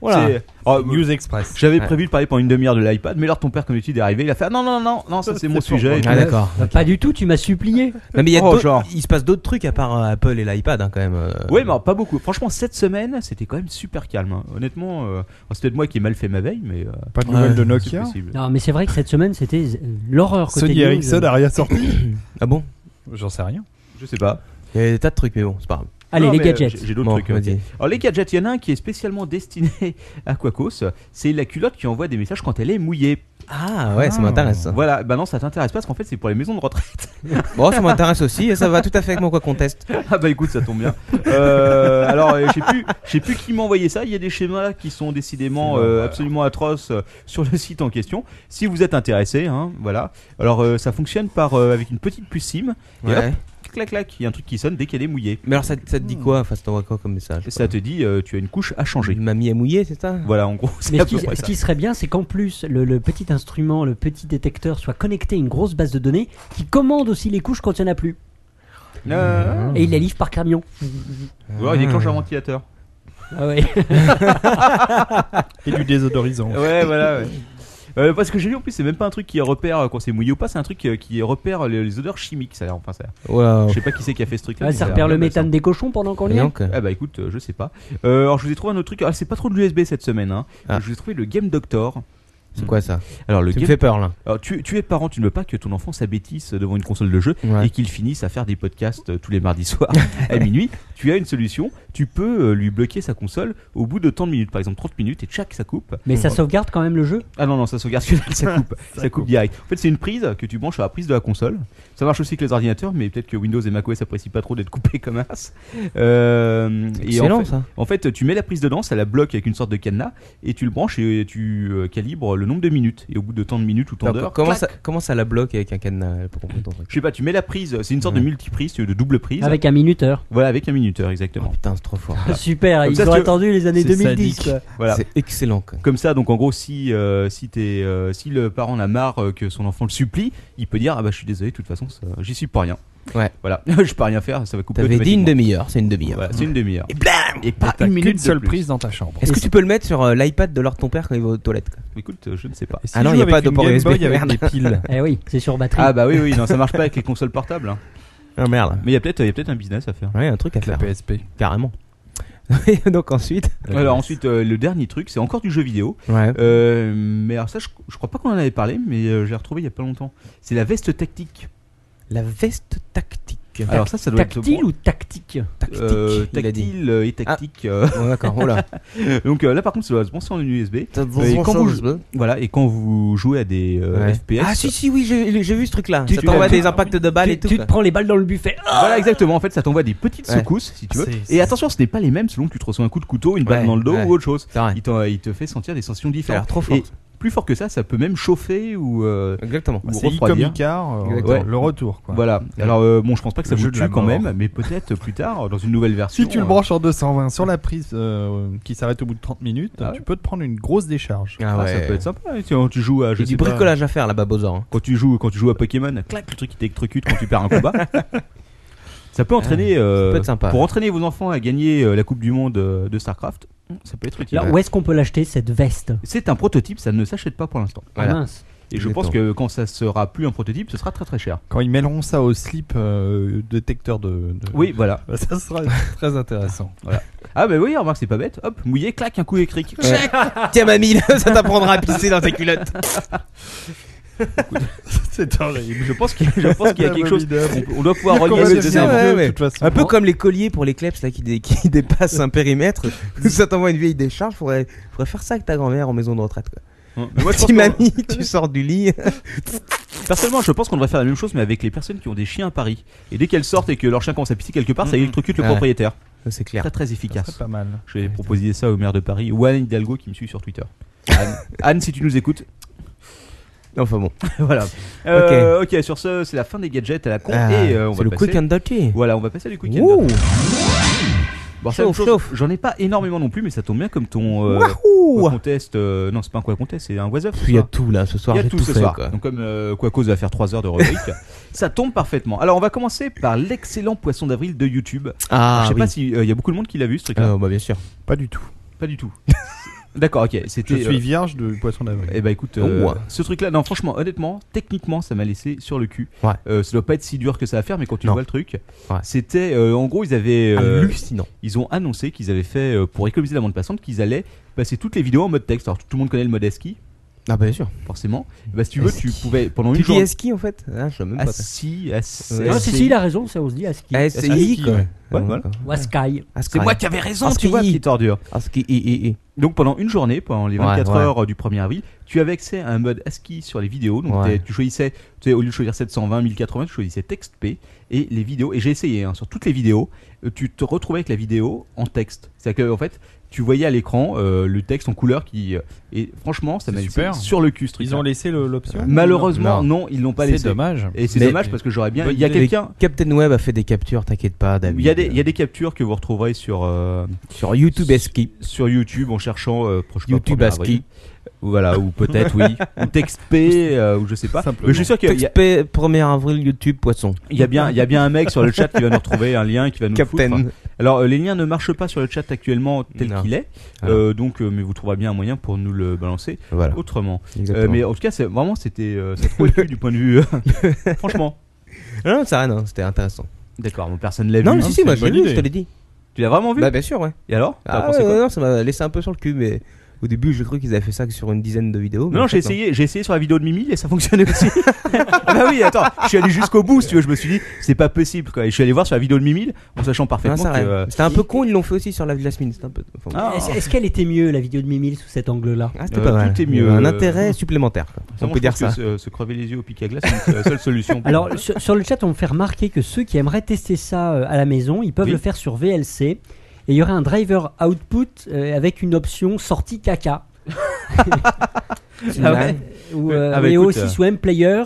Speaker 6: voilà.
Speaker 2: C'est- Oh,
Speaker 5: News Express.
Speaker 2: J'avais
Speaker 6: Ouais.
Speaker 2: prévu de parler pendant une demi-heure de l'iPad, mais alors ton père, comme d'habitude, est arrivé, il a fait ah, non, non, non, non, ça c'est mon sujet.
Speaker 6: Ah, d'accord.
Speaker 4: Bah, Pas du tout, tu m'as supplié.
Speaker 6: Non, mais il y a
Speaker 2: Oh,
Speaker 6: d'autres-
Speaker 2: genre.
Speaker 6: Il se passe d'autres trucs à part euh, Apple et l'iPad hein, quand même. euh.
Speaker 2: Oui, mais alors, pas beaucoup. Franchement, cette semaine, c'était quand même super calme. hein. Honnêtement, euh, alors, c'est peut-être moi qui ai mal fait ma veille, mais. euh,
Speaker 5: Ah, Pas de
Speaker 6: Ouais,
Speaker 5: nouvelles de
Speaker 2: c'est
Speaker 5: Nokia.
Speaker 2: possible.
Speaker 4: Non, mais c'est vrai que cette semaine, c'était euh, l'horreur côté
Speaker 5: Sony
Speaker 4: news.
Speaker 5: Ericsson a rien sorti.
Speaker 6: Ah bon
Speaker 5: J'en sais rien.
Speaker 2: Je sais pas.
Speaker 6: Il y a des tas de trucs, mais bon, c'est pas grave.
Speaker 4: Allez,
Speaker 2: Non,
Speaker 4: les
Speaker 2: Ah, mais,
Speaker 4: gadgets.
Speaker 2: j'ai- J'ai d'autres
Speaker 6: Bon,
Speaker 2: trucs. hein.
Speaker 6: vas-y.
Speaker 2: Alors les gadgets, il y en a un qui est spécialement destiné à Quacos, c'est la culotte qui envoie des messages quand elle est mouillée.
Speaker 6: Ah ouais, ça m'intéresse. ça.
Speaker 2: Voilà, bah non, ça t'intéresse pas parce qu'en fait c'est pour les maisons de retraite.
Speaker 6: Bon, ça m'intéresse aussi et ça va tout à fait avec mon quoi conteste.
Speaker 2: ah bah écoute, ça tombe bien. Euh, alors euh, je sais plus, je sais plus qui m'a envoyé ça, il y a des schémas qui sont décidément euh, absolument atroces euh, sur le site en question. Si vous êtes intéressé, hein, voilà. Alors euh, ça fonctionne par euh, avec une petite puce SIM et
Speaker 6: Ouais.
Speaker 2: hop, clac clac, il y a un truc qui sonne dès qu'elle est mouillée.
Speaker 6: Mais alors ça, ça te dit quoi Enfin, ça t'envoie quoi comme message
Speaker 2: Et ça te dit euh, tu as une couche à changer.
Speaker 6: Une mamie est mouillée, c'est ça
Speaker 2: Voilà, en gros, c'est
Speaker 4: Mais
Speaker 2: à
Speaker 4: ce qui,
Speaker 2: peu près
Speaker 4: ce
Speaker 2: ça.
Speaker 4: qui serait bien, c'est qu'en plus, le, le petit instrument, le petit détecteur soit connecté à une grosse base de données qui commande aussi les couches quand il n'y en a plus.
Speaker 2: Euh,
Speaker 4: Et il les livre par camion.
Speaker 2: Ou alors il déclenche un ventilateur.
Speaker 4: Ah ouais.
Speaker 5: Et du désodorisant.
Speaker 2: Ouais, voilà, ouais. Euh, parce que j'ai lu en plus, c'est même pas un truc qui repère euh, quand c'est mouillé ou pas, c'est un truc euh, qui repère les, les odeurs chimiques. Ça, a l'air- enfin, ça, a l'air-
Speaker 6: Waouh.
Speaker 2: je sais pas qui c'est qui a fait ce truc-là.
Speaker 4: Ah,
Speaker 2: mais
Speaker 4: ça
Speaker 2: a l'air
Speaker 4: repère le
Speaker 2: bien intéressant.
Speaker 4: méthane des cochons pendant qu'on y
Speaker 6: Dis
Speaker 4: est.
Speaker 6: donc.
Speaker 2: Ah bah écoute, euh, je sais pas. Euh, alors je vous ai trouvé un autre truc. Ah, c'est pas trop de l'USB cette semaine. Hein.
Speaker 6: Ah.
Speaker 2: Je vous ai trouvé le Game Doctor.
Speaker 6: C'est quoi ça
Speaker 2: Alors le
Speaker 6: Tu
Speaker 2: Game.
Speaker 6: me fais peur là.
Speaker 2: Alors, tu, tu es parent, tu ne veux pas que ton enfant s'abêtisse devant une console de jeu
Speaker 6: Ouais.
Speaker 2: et qu'il finisse à faire des podcasts euh, tous les mardis soirs à minuit. Tu as une solution. Tu peux euh, lui bloquer sa console au bout de tant de minutes, par exemple 30 minutes, et tchac, ça coupe.
Speaker 4: Mais ça sauvegarde quand même le jeu.
Speaker 2: Ah non, non, ça sauvegarde que dalle, ça coupe. ça, coupe direct. En fait, c'est une prise que tu branches à la prise de la console. Ça marche aussi avec les ordinateurs, mais peut-être que Windows et macOS apprécient pas trop d'être coupés comme as. Euh, et en
Speaker 6: Excellent
Speaker 2: fait,
Speaker 6: ça.
Speaker 2: en fait, tu mets la prise dedans, ça la bloque avec une sorte de cadenas, et tu le branches et tu euh, calibres le nombre de minutes. Et au bout de tant de minutes ou tant
Speaker 6: Alors,
Speaker 2: d'heures.
Speaker 6: comment,
Speaker 2: clac,
Speaker 6: ça comment ça la bloque avec un cadenas pour comprendre ton truc
Speaker 2: Je sais pas, tu mets la prise, c'est une sorte de multiprise, de double prise.
Speaker 4: Avec un minuteur.
Speaker 2: Voilà, avec un minuteur,
Speaker 6: Oh
Speaker 2: exactement.
Speaker 6: putain, c'est trop fort.
Speaker 4: Super,
Speaker 2: Ah. Comme
Speaker 4: ils
Speaker 2: ça,
Speaker 4: ont
Speaker 2: tu-
Speaker 4: attendu les années
Speaker 5: c'est
Speaker 4: 2010.
Speaker 5: sadique.
Speaker 4: quoi.
Speaker 2: Voilà.
Speaker 6: C'est excellent. quoi.
Speaker 2: Comme ça, donc en gros, si euh, si t'es euh, si le parent en a marre euh, que son enfant le supplie, il peut dire ah bah je suis désolé, de toute façon ça- j'y suis pour rien.
Speaker 6: Ouais.
Speaker 2: Voilà, je peux rien faire, ça va couper.
Speaker 6: T'avais dit une
Speaker 2: automatiquement.
Speaker 6: demi-heure, c'est une demi-heure.
Speaker 2: Voilà, c'est une demi-heure.
Speaker 6: Et blam Ah,
Speaker 2: Et pas
Speaker 7: T'as
Speaker 2: une
Speaker 7: qu'une
Speaker 2: minute
Speaker 7: seule
Speaker 2: de plus.
Speaker 7: prise dans ta chambre.
Speaker 6: Est-ce que tu peux le mettre sur euh, l'iPad de l'ordre de ton père quand il va aux toilettes quoi
Speaker 2: Écoute, euh, je ne sais pas.
Speaker 5: Et si
Speaker 6: Ah non,
Speaker 5: je
Speaker 6: y a
Speaker 5: joue
Speaker 6: pas
Speaker 5: avec
Speaker 6: de
Speaker 5: une
Speaker 6: port
Speaker 5: Game
Speaker 6: USB,
Speaker 5: Boy avec
Speaker 6: merde.
Speaker 5: des piles.
Speaker 4: Eh oui, c'est sur batterie.
Speaker 2: Ah bah oui, oui, non, ça marche pas avec les consoles portables. hein.
Speaker 6: Ah merde.
Speaker 2: Mais il y a peut-être, il y a peut-être un business à faire.
Speaker 6: Ouais, un truc à
Speaker 7: La
Speaker 6: faire.
Speaker 7: PSP.
Speaker 6: Carrément. Donc ensuite.
Speaker 2: Alors ensuite, euh, le dernier truc, c'est encore du jeu vidéo.
Speaker 6: Ouais.
Speaker 2: Euh, mais alors ça, je, je crois pas qu'on en avait parlé, mais euh, je l'ai retrouvé il y a pas longtemps. C'est la veste tactique.
Speaker 6: La veste tactique.
Speaker 2: Alors ça, ça doit
Speaker 4: Tactile
Speaker 2: être
Speaker 4: ou tactique
Speaker 6: tactique
Speaker 2: euh,
Speaker 6: il a dit.
Speaker 2: tactile euh, et tactique. euh,
Speaker 6: Bon, D'accord, oh là.
Speaker 2: donc euh, là, par contre, ça doit se brancher en USB. Et quand vous- Voilà, et quand vous jouez à des euh,
Speaker 6: Ouais.
Speaker 2: FPS.
Speaker 6: Ah si si oui j'ai j'ai vu ce truc là.
Speaker 2: Tu-
Speaker 6: Ça
Speaker 2: tu
Speaker 6: t'envoie
Speaker 2: l'as vu
Speaker 6: des impacts de balles
Speaker 4: tu,
Speaker 6: et tout.
Speaker 4: tu te
Speaker 6: quoi.
Speaker 4: prends les balles dans le buffet.
Speaker 2: Voilà, exactement. En fait, ça t'envoie des petites
Speaker 6: Ouais. Ah,
Speaker 2: secousses, si tu veux.
Speaker 7: C'est-
Speaker 2: Et attention, ce n'est pas les mêmes selon que tu te reçois un coup de couteau, une balle
Speaker 6: Ouais,
Speaker 2: dans le dos
Speaker 6: ouais.
Speaker 2: ou autre chose.
Speaker 6: C'est vrai.
Speaker 2: Il, t'en- il te fait sentir des sensations
Speaker 6: Ça a l'air
Speaker 2: différentes.
Speaker 6: trop fort.
Speaker 2: Et plus fort que ça, ça peut même chauffer ou, euh,
Speaker 6: Exactement.
Speaker 2: ou
Speaker 5: C'est comme
Speaker 2: refroidir.
Speaker 5: Icar, euh,
Speaker 2: Exactement.
Speaker 5: le retour. Quoi.
Speaker 2: Voilà. Alors euh, bon, je pense pas que ça
Speaker 5: Le
Speaker 2: vous
Speaker 5: jeu de la
Speaker 2: tue quand
Speaker 5: mort.
Speaker 2: même, mais peut-être plus tard dans une nouvelle version.
Speaker 5: Si tu le
Speaker 2: euh,
Speaker 5: branches en 220 sur la prise euh, qui s'arrête au bout de 30 minutes,
Speaker 2: Ah ouais.
Speaker 5: tu peux te prendre une grosse décharge.
Speaker 6: Ah
Speaker 2: ah,
Speaker 6: ouais.
Speaker 2: ça peut être sympa.
Speaker 5: hein,
Speaker 2: Et Quand tu joues à, je
Speaker 6: J'ai du
Speaker 2: sais pas,
Speaker 6: bricolage à faire là-bas, Bozor. hein.
Speaker 2: quand tu joues, quand tu joues à Pokémon, clac, le truc il t'électrocute quand tu perds un combat. Ça peut
Speaker 5: Ah,
Speaker 2: entraîner, euh,
Speaker 6: peut être sympa.
Speaker 2: pour entraîner vos enfants à gagner euh, la Coupe du Monde euh, de Starcraft, ça peut être utile.
Speaker 4: Alors, où est-ce qu'on peut l'acheter cette veste
Speaker 2: C'est un prototype, ça ne s'achète pas pour l'instant.
Speaker 4: Ah,
Speaker 6: Voilà.
Speaker 4: mince.
Speaker 2: Et je pense que quand ça sera plus un prototype, ce sera très très cher.
Speaker 5: Quand ils mêleront ça au slip euh, détecteur de, de-
Speaker 2: Oui, voilà.
Speaker 5: Bah, ça sera très intéressant.
Speaker 2: Ah bah oui, remarque, c'est pas bête. Hop, mouillé, clac, un coup électrique.
Speaker 6: Tiens mamie, là, ça t'apprendra à pisser dans tes culottes.
Speaker 5: C'est horrible.
Speaker 2: Je pense qu'il je pense qu'il y a quelque chose. On, on doit pouvoir
Speaker 5: Qu'on
Speaker 2: relier
Speaker 5: va
Speaker 2: ces
Speaker 5: devenir Ah,
Speaker 2: deux éléments.
Speaker 5: vieux,
Speaker 6: ouais,
Speaker 5: de
Speaker 6: ouais.
Speaker 5: toute façon.
Speaker 6: Un peu comme les colliers pour les kleps là qui, dé- qui dépassent un périmètre. ça t'envoie une vieille décharge. Faudrait, faudrait faire ça avec ta grand-mère en maison de retraite. Quoi.
Speaker 2: Hein. Mais moi, je pense
Speaker 6: Si
Speaker 2: qu'on-
Speaker 6: mamie, tu sors du lit.
Speaker 2: Personnellement, je pense qu'on devrait faire la même chose, mais avec les personnes qui ont des chiens à Paris. Et dès qu'elles sortent et que leur chien commence à pisser quelque part, ça électrocute le
Speaker 6: Mhm. Ouais.
Speaker 2: propriétaire.
Speaker 6: C'est clair.
Speaker 2: Très très
Speaker 5: Ça serait
Speaker 2: efficace.
Speaker 5: pas mal.
Speaker 2: Je vais proposer ça au maire de Paris ou à Anne Hidalgo qui me suit sur Twitter. Anne, Anne, si tu nous écoutes,
Speaker 6: Enfin bon.
Speaker 2: voilà. Euh, ok, sur ce, c'est la fin des gadgets à la con.
Speaker 6: Ah,
Speaker 2: et euh, on
Speaker 6: c'est
Speaker 2: va
Speaker 6: le
Speaker 2: passer.
Speaker 6: quick and dirty.
Speaker 2: Voilà, on va passer à du quick and
Speaker 6: Ouh.
Speaker 2: Bon,
Speaker 6: Chauffe,
Speaker 2: c'est la même chose.
Speaker 6: chauffe.
Speaker 2: J'en ai pas énormément non plus, mais ça tombe bien comme ton euh,
Speaker 6: Wahou.
Speaker 2: quoi contest. euh, non, c'est pas un quoi contest, c'est un was up.
Speaker 6: Puis il y a tout là ce soir.
Speaker 2: Il y a
Speaker 6: j'ai
Speaker 2: tout ce
Speaker 6: fait,
Speaker 2: soir.
Speaker 6: quoi.
Speaker 2: Donc comme euh, Quacos va faire 3 heures de rubrique, ça tombe parfaitement. Alors on va commencer par l'excellent poisson d'avril de YouTube.
Speaker 6: Ah,
Speaker 2: Je sais
Speaker 6: oui.
Speaker 2: pas si euh, il y a beaucoup de monde qui l'a vu ce truc-là.
Speaker 6: Euh, bah, bien sûr.
Speaker 5: Pas du tout.
Speaker 2: Pas du tout. D'accord, ok.
Speaker 5: Je
Speaker 2: C'était.
Speaker 5: suis
Speaker 2: euh,
Speaker 5: vierge de poisson d'avril.
Speaker 2: eh ben écoute, euh,
Speaker 6: Oh, ouais.
Speaker 2: ce truc-là, non, franchement, honnêtement, techniquement, ça m'a laissé sur le cul.
Speaker 6: Ouais.
Speaker 2: Euh, ça doit pas être si dur que ça à faire, mais quand tu
Speaker 6: Non.
Speaker 2: vois le truc,
Speaker 6: Ouais.
Speaker 2: c'était, euh, en gros, ils avaient, euh,
Speaker 6: Hallucinant.
Speaker 2: ils ont annoncé qu'ils avaient fait euh, pour économiser la bande passante qu'ils allaient passer toutes les vidéos en mode texte. Alors tout tout le monde connaît le mode ASCII.
Speaker 6: Ah, bah, bien sûr.
Speaker 2: forcément. Bah, si tu veux, tu
Speaker 6: Aski.
Speaker 2: pouvais pendant une
Speaker 6: Tu dis
Speaker 2: journée.
Speaker 6: Eski en fait Ah, je sais même pas.
Speaker 2: Assis, assis.
Speaker 6: Ouais.
Speaker 4: Non, Ah, si, si, il a raison, ça, on se dit à
Speaker 6: Eh,
Speaker 4: ski.
Speaker 6: Aski,
Speaker 2: Aski,
Speaker 6: quoi.
Speaker 2: ouais.
Speaker 6: Ah,
Speaker 2: Ouais, voilà.
Speaker 6: d'accord.
Speaker 4: Ou à Sky.
Speaker 6: Aski.
Speaker 2: Eh, C'est moi qui avais raison,
Speaker 6: Aski.
Speaker 2: tu vois, petite ordure.
Speaker 6: Aski, i, i, i.
Speaker 2: Ah, Donc pendant une journée, pendant les
Speaker 6: Ouais,
Speaker 2: 24
Speaker 6: ouais.
Speaker 2: heures euh, du 1er avril, tu avais accès à un mode ASCII sur les vidéos. Donc
Speaker 6: Ouais.
Speaker 2: t'es- tu choisissais, tu sais, au lieu de choisir 720, 1080, tu choisissais texte P et les vidéos. Et j'ai essayé hein, sur toutes les vidéos, euh, tu te retrouvais avec la vidéo en texte. C'est-à-dire qu'en fait, tu voyais à l'écran euh, le texte en couleur qui. euh, et franchement, ça
Speaker 7: C'est
Speaker 2: m'a laissé
Speaker 7: super.
Speaker 2: sur le cul ce truc.
Speaker 7: Ils ont laissé le-
Speaker 5: Ah,
Speaker 7: l'option
Speaker 2: Malheureusement, non, ils l'ont pas
Speaker 7: C'est
Speaker 2: laissé.
Speaker 7: dommage.
Speaker 2: Et c'est
Speaker 6: Mais-
Speaker 2: dommage parce que j'aurais bien. Il y a
Speaker 6: Les-
Speaker 2: quelqu'un.
Speaker 6: Captain Web a fait des captures, t'inquiète pas, David.
Speaker 2: Il y, a des, il y a des captures que vous retrouverez sur, euh,
Speaker 6: Sur YouTube Eski.
Speaker 2: sur YouTube en cherchant euh, je sais pas,
Speaker 6: YouTube
Speaker 2: 1er
Speaker 6: ASCII.
Speaker 2: avril. Voilà, ou peut-être, oui. Ou texte P, euh, ou je sais pas. Mais je suis sûr qu'il y, a-
Speaker 6: Texte 1er avril, YouTube Poisson.
Speaker 2: il y, a bien- il y a bien un mec sur le chat qui va nous retrouver un lien qui va nous le foutre.
Speaker 6: Captain.
Speaker 2: Alors, euh, les liens ne marchent pas sur le chat actuellement tel
Speaker 6: Non.
Speaker 2: qu'il est.
Speaker 6: Voilà.
Speaker 2: Euh, donc, euh, mais vous trouverez bien un moyen pour nous le balancer
Speaker 6: Voilà.
Speaker 2: autrement. Euh,
Speaker 6: exactement.
Speaker 2: mais en tout cas, c'est- vraiment, c'était euh, ça trouvait le cul du point de vue. euh, Franchement.
Speaker 6: Non, non, c'est rien, non, c'était intéressant.
Speaker 2: D'accord, bon, personne ne l'a vu. hein,
Speaker 6: Non, mais si, si, moi
Speaker 5: une
Speaker 6: je l'ai
Speaker 5: bonne
Speaker 6: vu, je
Speaker 5: idée.
Speaker 6: te l'ai dit.
Speaker 2: Tu l'as vraiment vu
Speaker 6: Bah, bien sûr, ouais.
Speaker 2: Et alors Ah T'as
Speaker 6: Ah,
Speaker 2: pensé
Speaker 6: ouais,
Speaker 2: quoi
Speaker 6: non, non, ça m'a laissé un peu sur le cul, mais au début, je cru qu'ils avaient fait ça que sur une dizaine de vidéos. mais
Speaker 2: Non,
Speaker 6: en
Speaker 2: non,
Speaker 6: fait,
Speaker 2: j'ai essayé, j'ai essayé sur la vidéo de Mimi et ça fonctionnait aussi. ah bah oui, attends, je suis allé jusqu'au bout, si tu veux, je me suis dit, c'est pas possible quoi. Et je suis allé voir sur la vidéo de Mimi en sachant
Speaker 6: Non,
Speaker 2: parfaitement
Speaker 6: c'est
Speaker 2: que.
Speaker 6: vrai.
Speaker 2: euh,
Speaker 6: C'était un peu con, ils l'ont fait aussi sur la Villa Smith. C'était un peu. enfin,
Speaker 2: Ah,
Speaker 4: Est-ce est-ce qu'elle était mieux, la vidéo de Mimile, sous cet angle-là
Speaker 6: Ah, c'était
Speaker 2: Euh,
Speaker 6: pas mal.
Speaker 2: tout est
Speaker 6: Il y avait
Speaker 2: mieux,
Speaker 6: Un
Speaker 2: euh,
Speaker 6: intérêt supplémentaire. quoi. On
Speaker 2: vraiment,
Speaker 6: peut
Speaker 2: je
Speaker 6: dire
Speaker 2: pense
Speaker 6: ça.
Speaker 2: que se, se crever les yeux au pic à glace, c'est la seule solution. pour-
Speaker 4: Alors, sur, sur le chat, on me fait remarquer que ceux qui aimeraient tester ça euh, à la maison, ils peuvent
Speaker 2: Oui.
Speaker 4: le faire sur VLC. Et il y aurait un driver output euh, avec une option sortie caca.
Speaker 6: Ah ouais.
Speaker 4: Ou,
Speaker 2: Ouais.
Speaker 4: euh,
Speaker 2: Ah bah
Speaker 4: et
Speaker 2: écoute,
Speaker 4: aussi
Speaker 2: euh.
Speaker 4: sous M player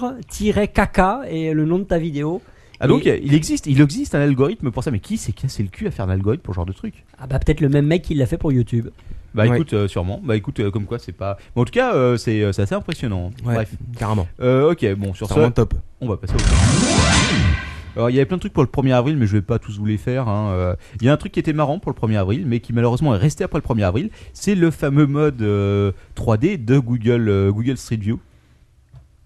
Speaker 4: caca et le nom de ta vidéo.
Speaker 2: ah donc, il existe, il existe un algorithme pour ça, mais qui s'est cassé le cul à faire un algorithme pour ce genre de truc
Speaker 4: Ah bah peut-être le même mec qui l'a fait pour YouTube.
Speaker 2: Bah
Speaker 6: Ouais.
Speaker 2: écoute, euh, sûrement. Bah écoute, euh, comme quoi c'est pas. Mais en tout cas, euh, c'est euh, c'est assez impressionnant.
Speaker 6: Ouais,
Speaker 2: Bref.
Speaker 6: carrément.
Speaker 2: Euh, ok, bon, sur
Speaker 6: C'est
Speaker 2: ce,
Speaker 6: vraiment top.
Speaker 2: on va passer au. Alors, il y avait plein de trucs pour le 1er avril, mais je vais pas tous vous les faire. hein. Euh, Il y a un truc qui était marrant pour le 1er avril, mais qui malheureusement est resté après le 1er avril. C'est le fameux mode euh, 3D de Google, euh, Google Street View.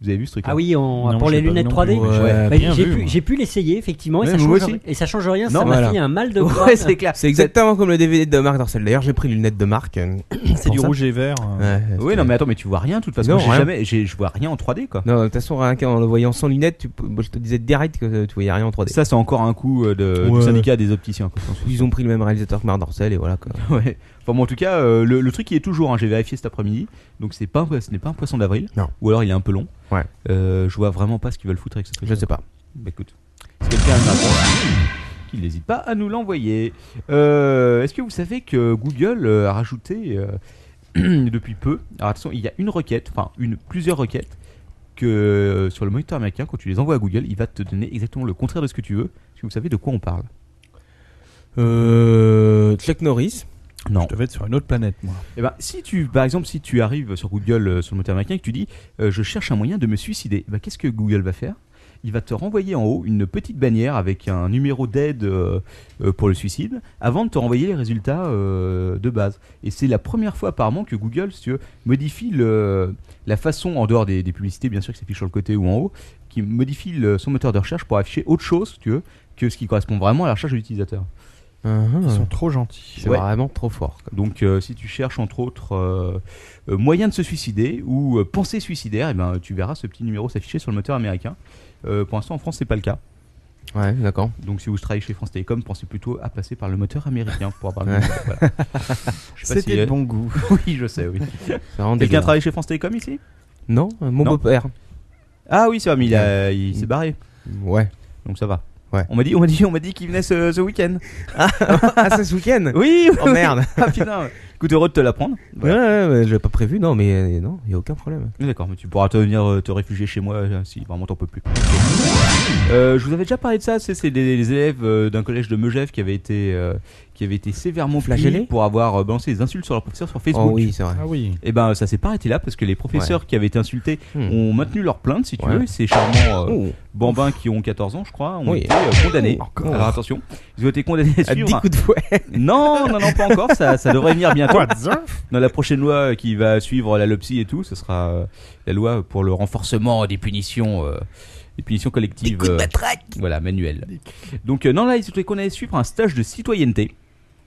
Speaker 2: Vous avez vu ce truc-là
Speaker 4: Ah oui, en-
Speaker 5: Non,
Speaker 4: pour
Speaker 5: je
Speaker 4: les
Speaker 5: sais pas
Speaker 4: lunettes
Speaker 5: non
Speaker 4: 3D.
Speaker 5: plus,
Speaker 6: ouais,
Speaker 4: Bah,
Speaker 5: bien
Speaker 4: j'ai
Speaker 5: vu,
Speaker 4: pu,
Speaker 5: moi.
Speaker 4: j'ai pu l'essayer effectivement et,
Speaker 2: Ouais,
Speaker 4: ça
Speaker 2: moi
Speaker 4: change,
Speaker 2: aussi.
Speaker 4: et ça change rien.
Speaker 2: Non,
Speaker 4: ça m'a
Speaker 6: voilà.
Speaker 4: fait un mal de crâne.
Speaker 2: Ouais, c'est clair.
Speaker 6: C'est exactement comme le DVD de Marc Dorcel. D'ailleurs, j'ai pris les lunettes de Marc. euh,
Speaker 5: C'est
Speaker 6: pour
Speaker 5: du
Speaker 6: ça.
Speaker 5: rouge et vert. euh.
Speaker 6: Ouais,
Speaker 2: Oui,
Speaker 6: c'était-
Speaker 2: non, mais attends, mais tu vois rien de toute façon.
Speaker 6: Non,
Speaker 2: J'ai
Speaker 6: rien.
Speaker 2: jamais, j'ai- je vois rien en 3D quoi.
Speaker 6: Non, de toute façon, rien qu'en le voyant sans lunettes, tu peux- moi, je te disais direct que euh, tu voyais rien en 3D.
Speaker 2: Ça, c'est encore un coup euh, de,
Speaker 5: Ouais.
Speaker 2: du syndicat des opticiens. quoi.
Speaker 6: Ils ont pris le même réalisateur que Marc Dorcel et voilà quoi.
Speaker 2: Ouais. Enfin, bon, en tout cas, euh, le, le truc il est toujours. hein, J'ai vérifié cet après-midi. Donc, c'est pas, un- ce n'est pas un poisson d'avril.
Speaker 6: Non.
Speaker 2: Ou alors, il est un peu long.
Speaker 6: Ouais.
Speaker 2: Euh, je vois vraiment pas ce qu'ils veulent foutre avec ce truc.
Speaker 6: Je sais pas.
Speaker 2: Bah écoute, si quelqu'un a une réponse, qu'il n'hésite pas à nous l'envoyer. Euh, Est-ce que vous savez que Google euh, a rajouté euh, depuis peu Alors attention, il y a une requête, enfin une, plusieurs requêtes que euh, sur le moniteur américain, quand tu les envoies à Google, il va te donner exactement le contraire de ce que tu veux. Est-ce que vous savez de quoi on parle
Speaker 6: Euh, Chuck Norris.
Speaker 2: Non.
Speaker 5: Je devais être sur une autre planète, moi.
Speaker 2: Eh ben, si tu, par exemple, si tu arrives sur Google, euh, sur le moteur américain, et que tu dis euh, je cherche un moyen de me suicider, eh ben, qu'est-ce que Google va faire Il va te renvoyer en haut une petite bannière avec un numéro d'aide euh, euh, pour le suicide avant de te renvoyer les résultats euh, de base. Et c'est la première fois apparemment que Google si tu veux, modifie le, la façon, en dehors des, des publicités bien sûr qui s'affichent sur le côté ou en haut, qui modifie le- son moteur de recherche pour afficher autre chose si tu veux, que ce qui correspond vraiment à la recherche de l'utilisateur.
Speaker 5: Ils sont
Speaker 6: Uhum.
Speaker 5: trop gentils.
Speaker 6: Ah. C'est
Speaker 2: Ouais.
Speaker 6: vraiment trop fort. quoi.
Speaker 2: Donc euh, si tu cherches entre autres euh, euh, moyen de se suicider ou euh, pensée suicidaire, eh ben, tu verras ce petit numéro s'afficher sur le moteur américain. Euh, pour l'instant en France c'est pas le cas.
Speaker 6: Ouais, d'accord.
Speaker 2: Donc si vous travaillez chez France Télécom, pensez plutôt à passer par le moteur américain pour avoir le
Speaker 6: Ouais.
Speaker 2: numéro, voilà. Je sais pas
Speaker 7: C'était
Speaker 2: si- euh,
Speaker 7: de bon goût.
Speaker 2: Oui je sais oui.
Speaker 6: euh, C'est vraiment
Speaker 2: Quelqu'un
Speaker 6: dégueulasse.
Speaker 2: travaille chez France Télécom ici
Speaker 6: Non, euh, mon
Speaker 2: Non.
Speaker 6: beau-père.
Speaker 2: Ah oui c'est vrai mais il, a- il s'est barré.
Speaker 6: Ouais.
Speaker 2: Donc ça va.
Speaker 6: Ouais.
Speaker 2: On m'a dit on m'a dit on m'a dit qu'il venait ce, ce week-end.
Speaker 6: ah, c'est ce week-end
Speaker 2: Oui. oui,
Speaker 6: Oh
Speaker 2: oui.
Speaker 6: merde
Speaker 2: Ah putain. Écoute heureux de te l'apprendre.
Speaker 6: Ouais, ouais, ouais, j'avais pas prévu, non, mais euh, non, il a aucun problème.
Speaker 2: Oui, D'accord, mais tu pourras te venir euh, te réfugier chez moi euh, si vraiment t'en peux plus. Euh, je vous avais déjà parlé de ça, c'est c'est des, des élèves euh, d'un collège de Megève qui avaient été euh, qui avaient été sévèrement flagellés
Speaker 6: Flagellés
Speaker 2: pour avoir euh, balancé des insultes sur leurs professeurs sur Facebook.
Speaker 6: Oh oui, c'est vrai.
Speaker 5: Ah oui.
Speaker 2: Et ben ça s'est pas arrêté là parce que les professeurs qui avaient été insultés
Speaker 6: Hmm.
Speaker 2: ont maintenu leur plainte si tu
Speaker 6: Ouais.
Speaker 2: veux, ces charmants euh,
Speaker 6: Oh,
Speaker 2: bambins qui ont 14 ans je crois ont
Speaker 6: Oui.
Speaker 2: été
Speaker 6: Oh,
Speaker 2: euh, condamnés.
Speaker 6: Encore.
Speaker 2: Alors attention, ils ont été condamnés à
Speaker 6: à 10
Speaker 2: suivre. un-
Speaker 6: coups de fouet.
Speaker 2: Non, non non pas encore, ça, ça devrait venir bientôt dans la prochaine loi euh, qui va suivre la LOPSI et tout, ce sera euh, la loi pour le renforcement des punitions, euh, des punitions collectives. euh, voilà, manuelles. Donc, euh, non, là, il se qu'on allait suivre un stage de citoyenneté.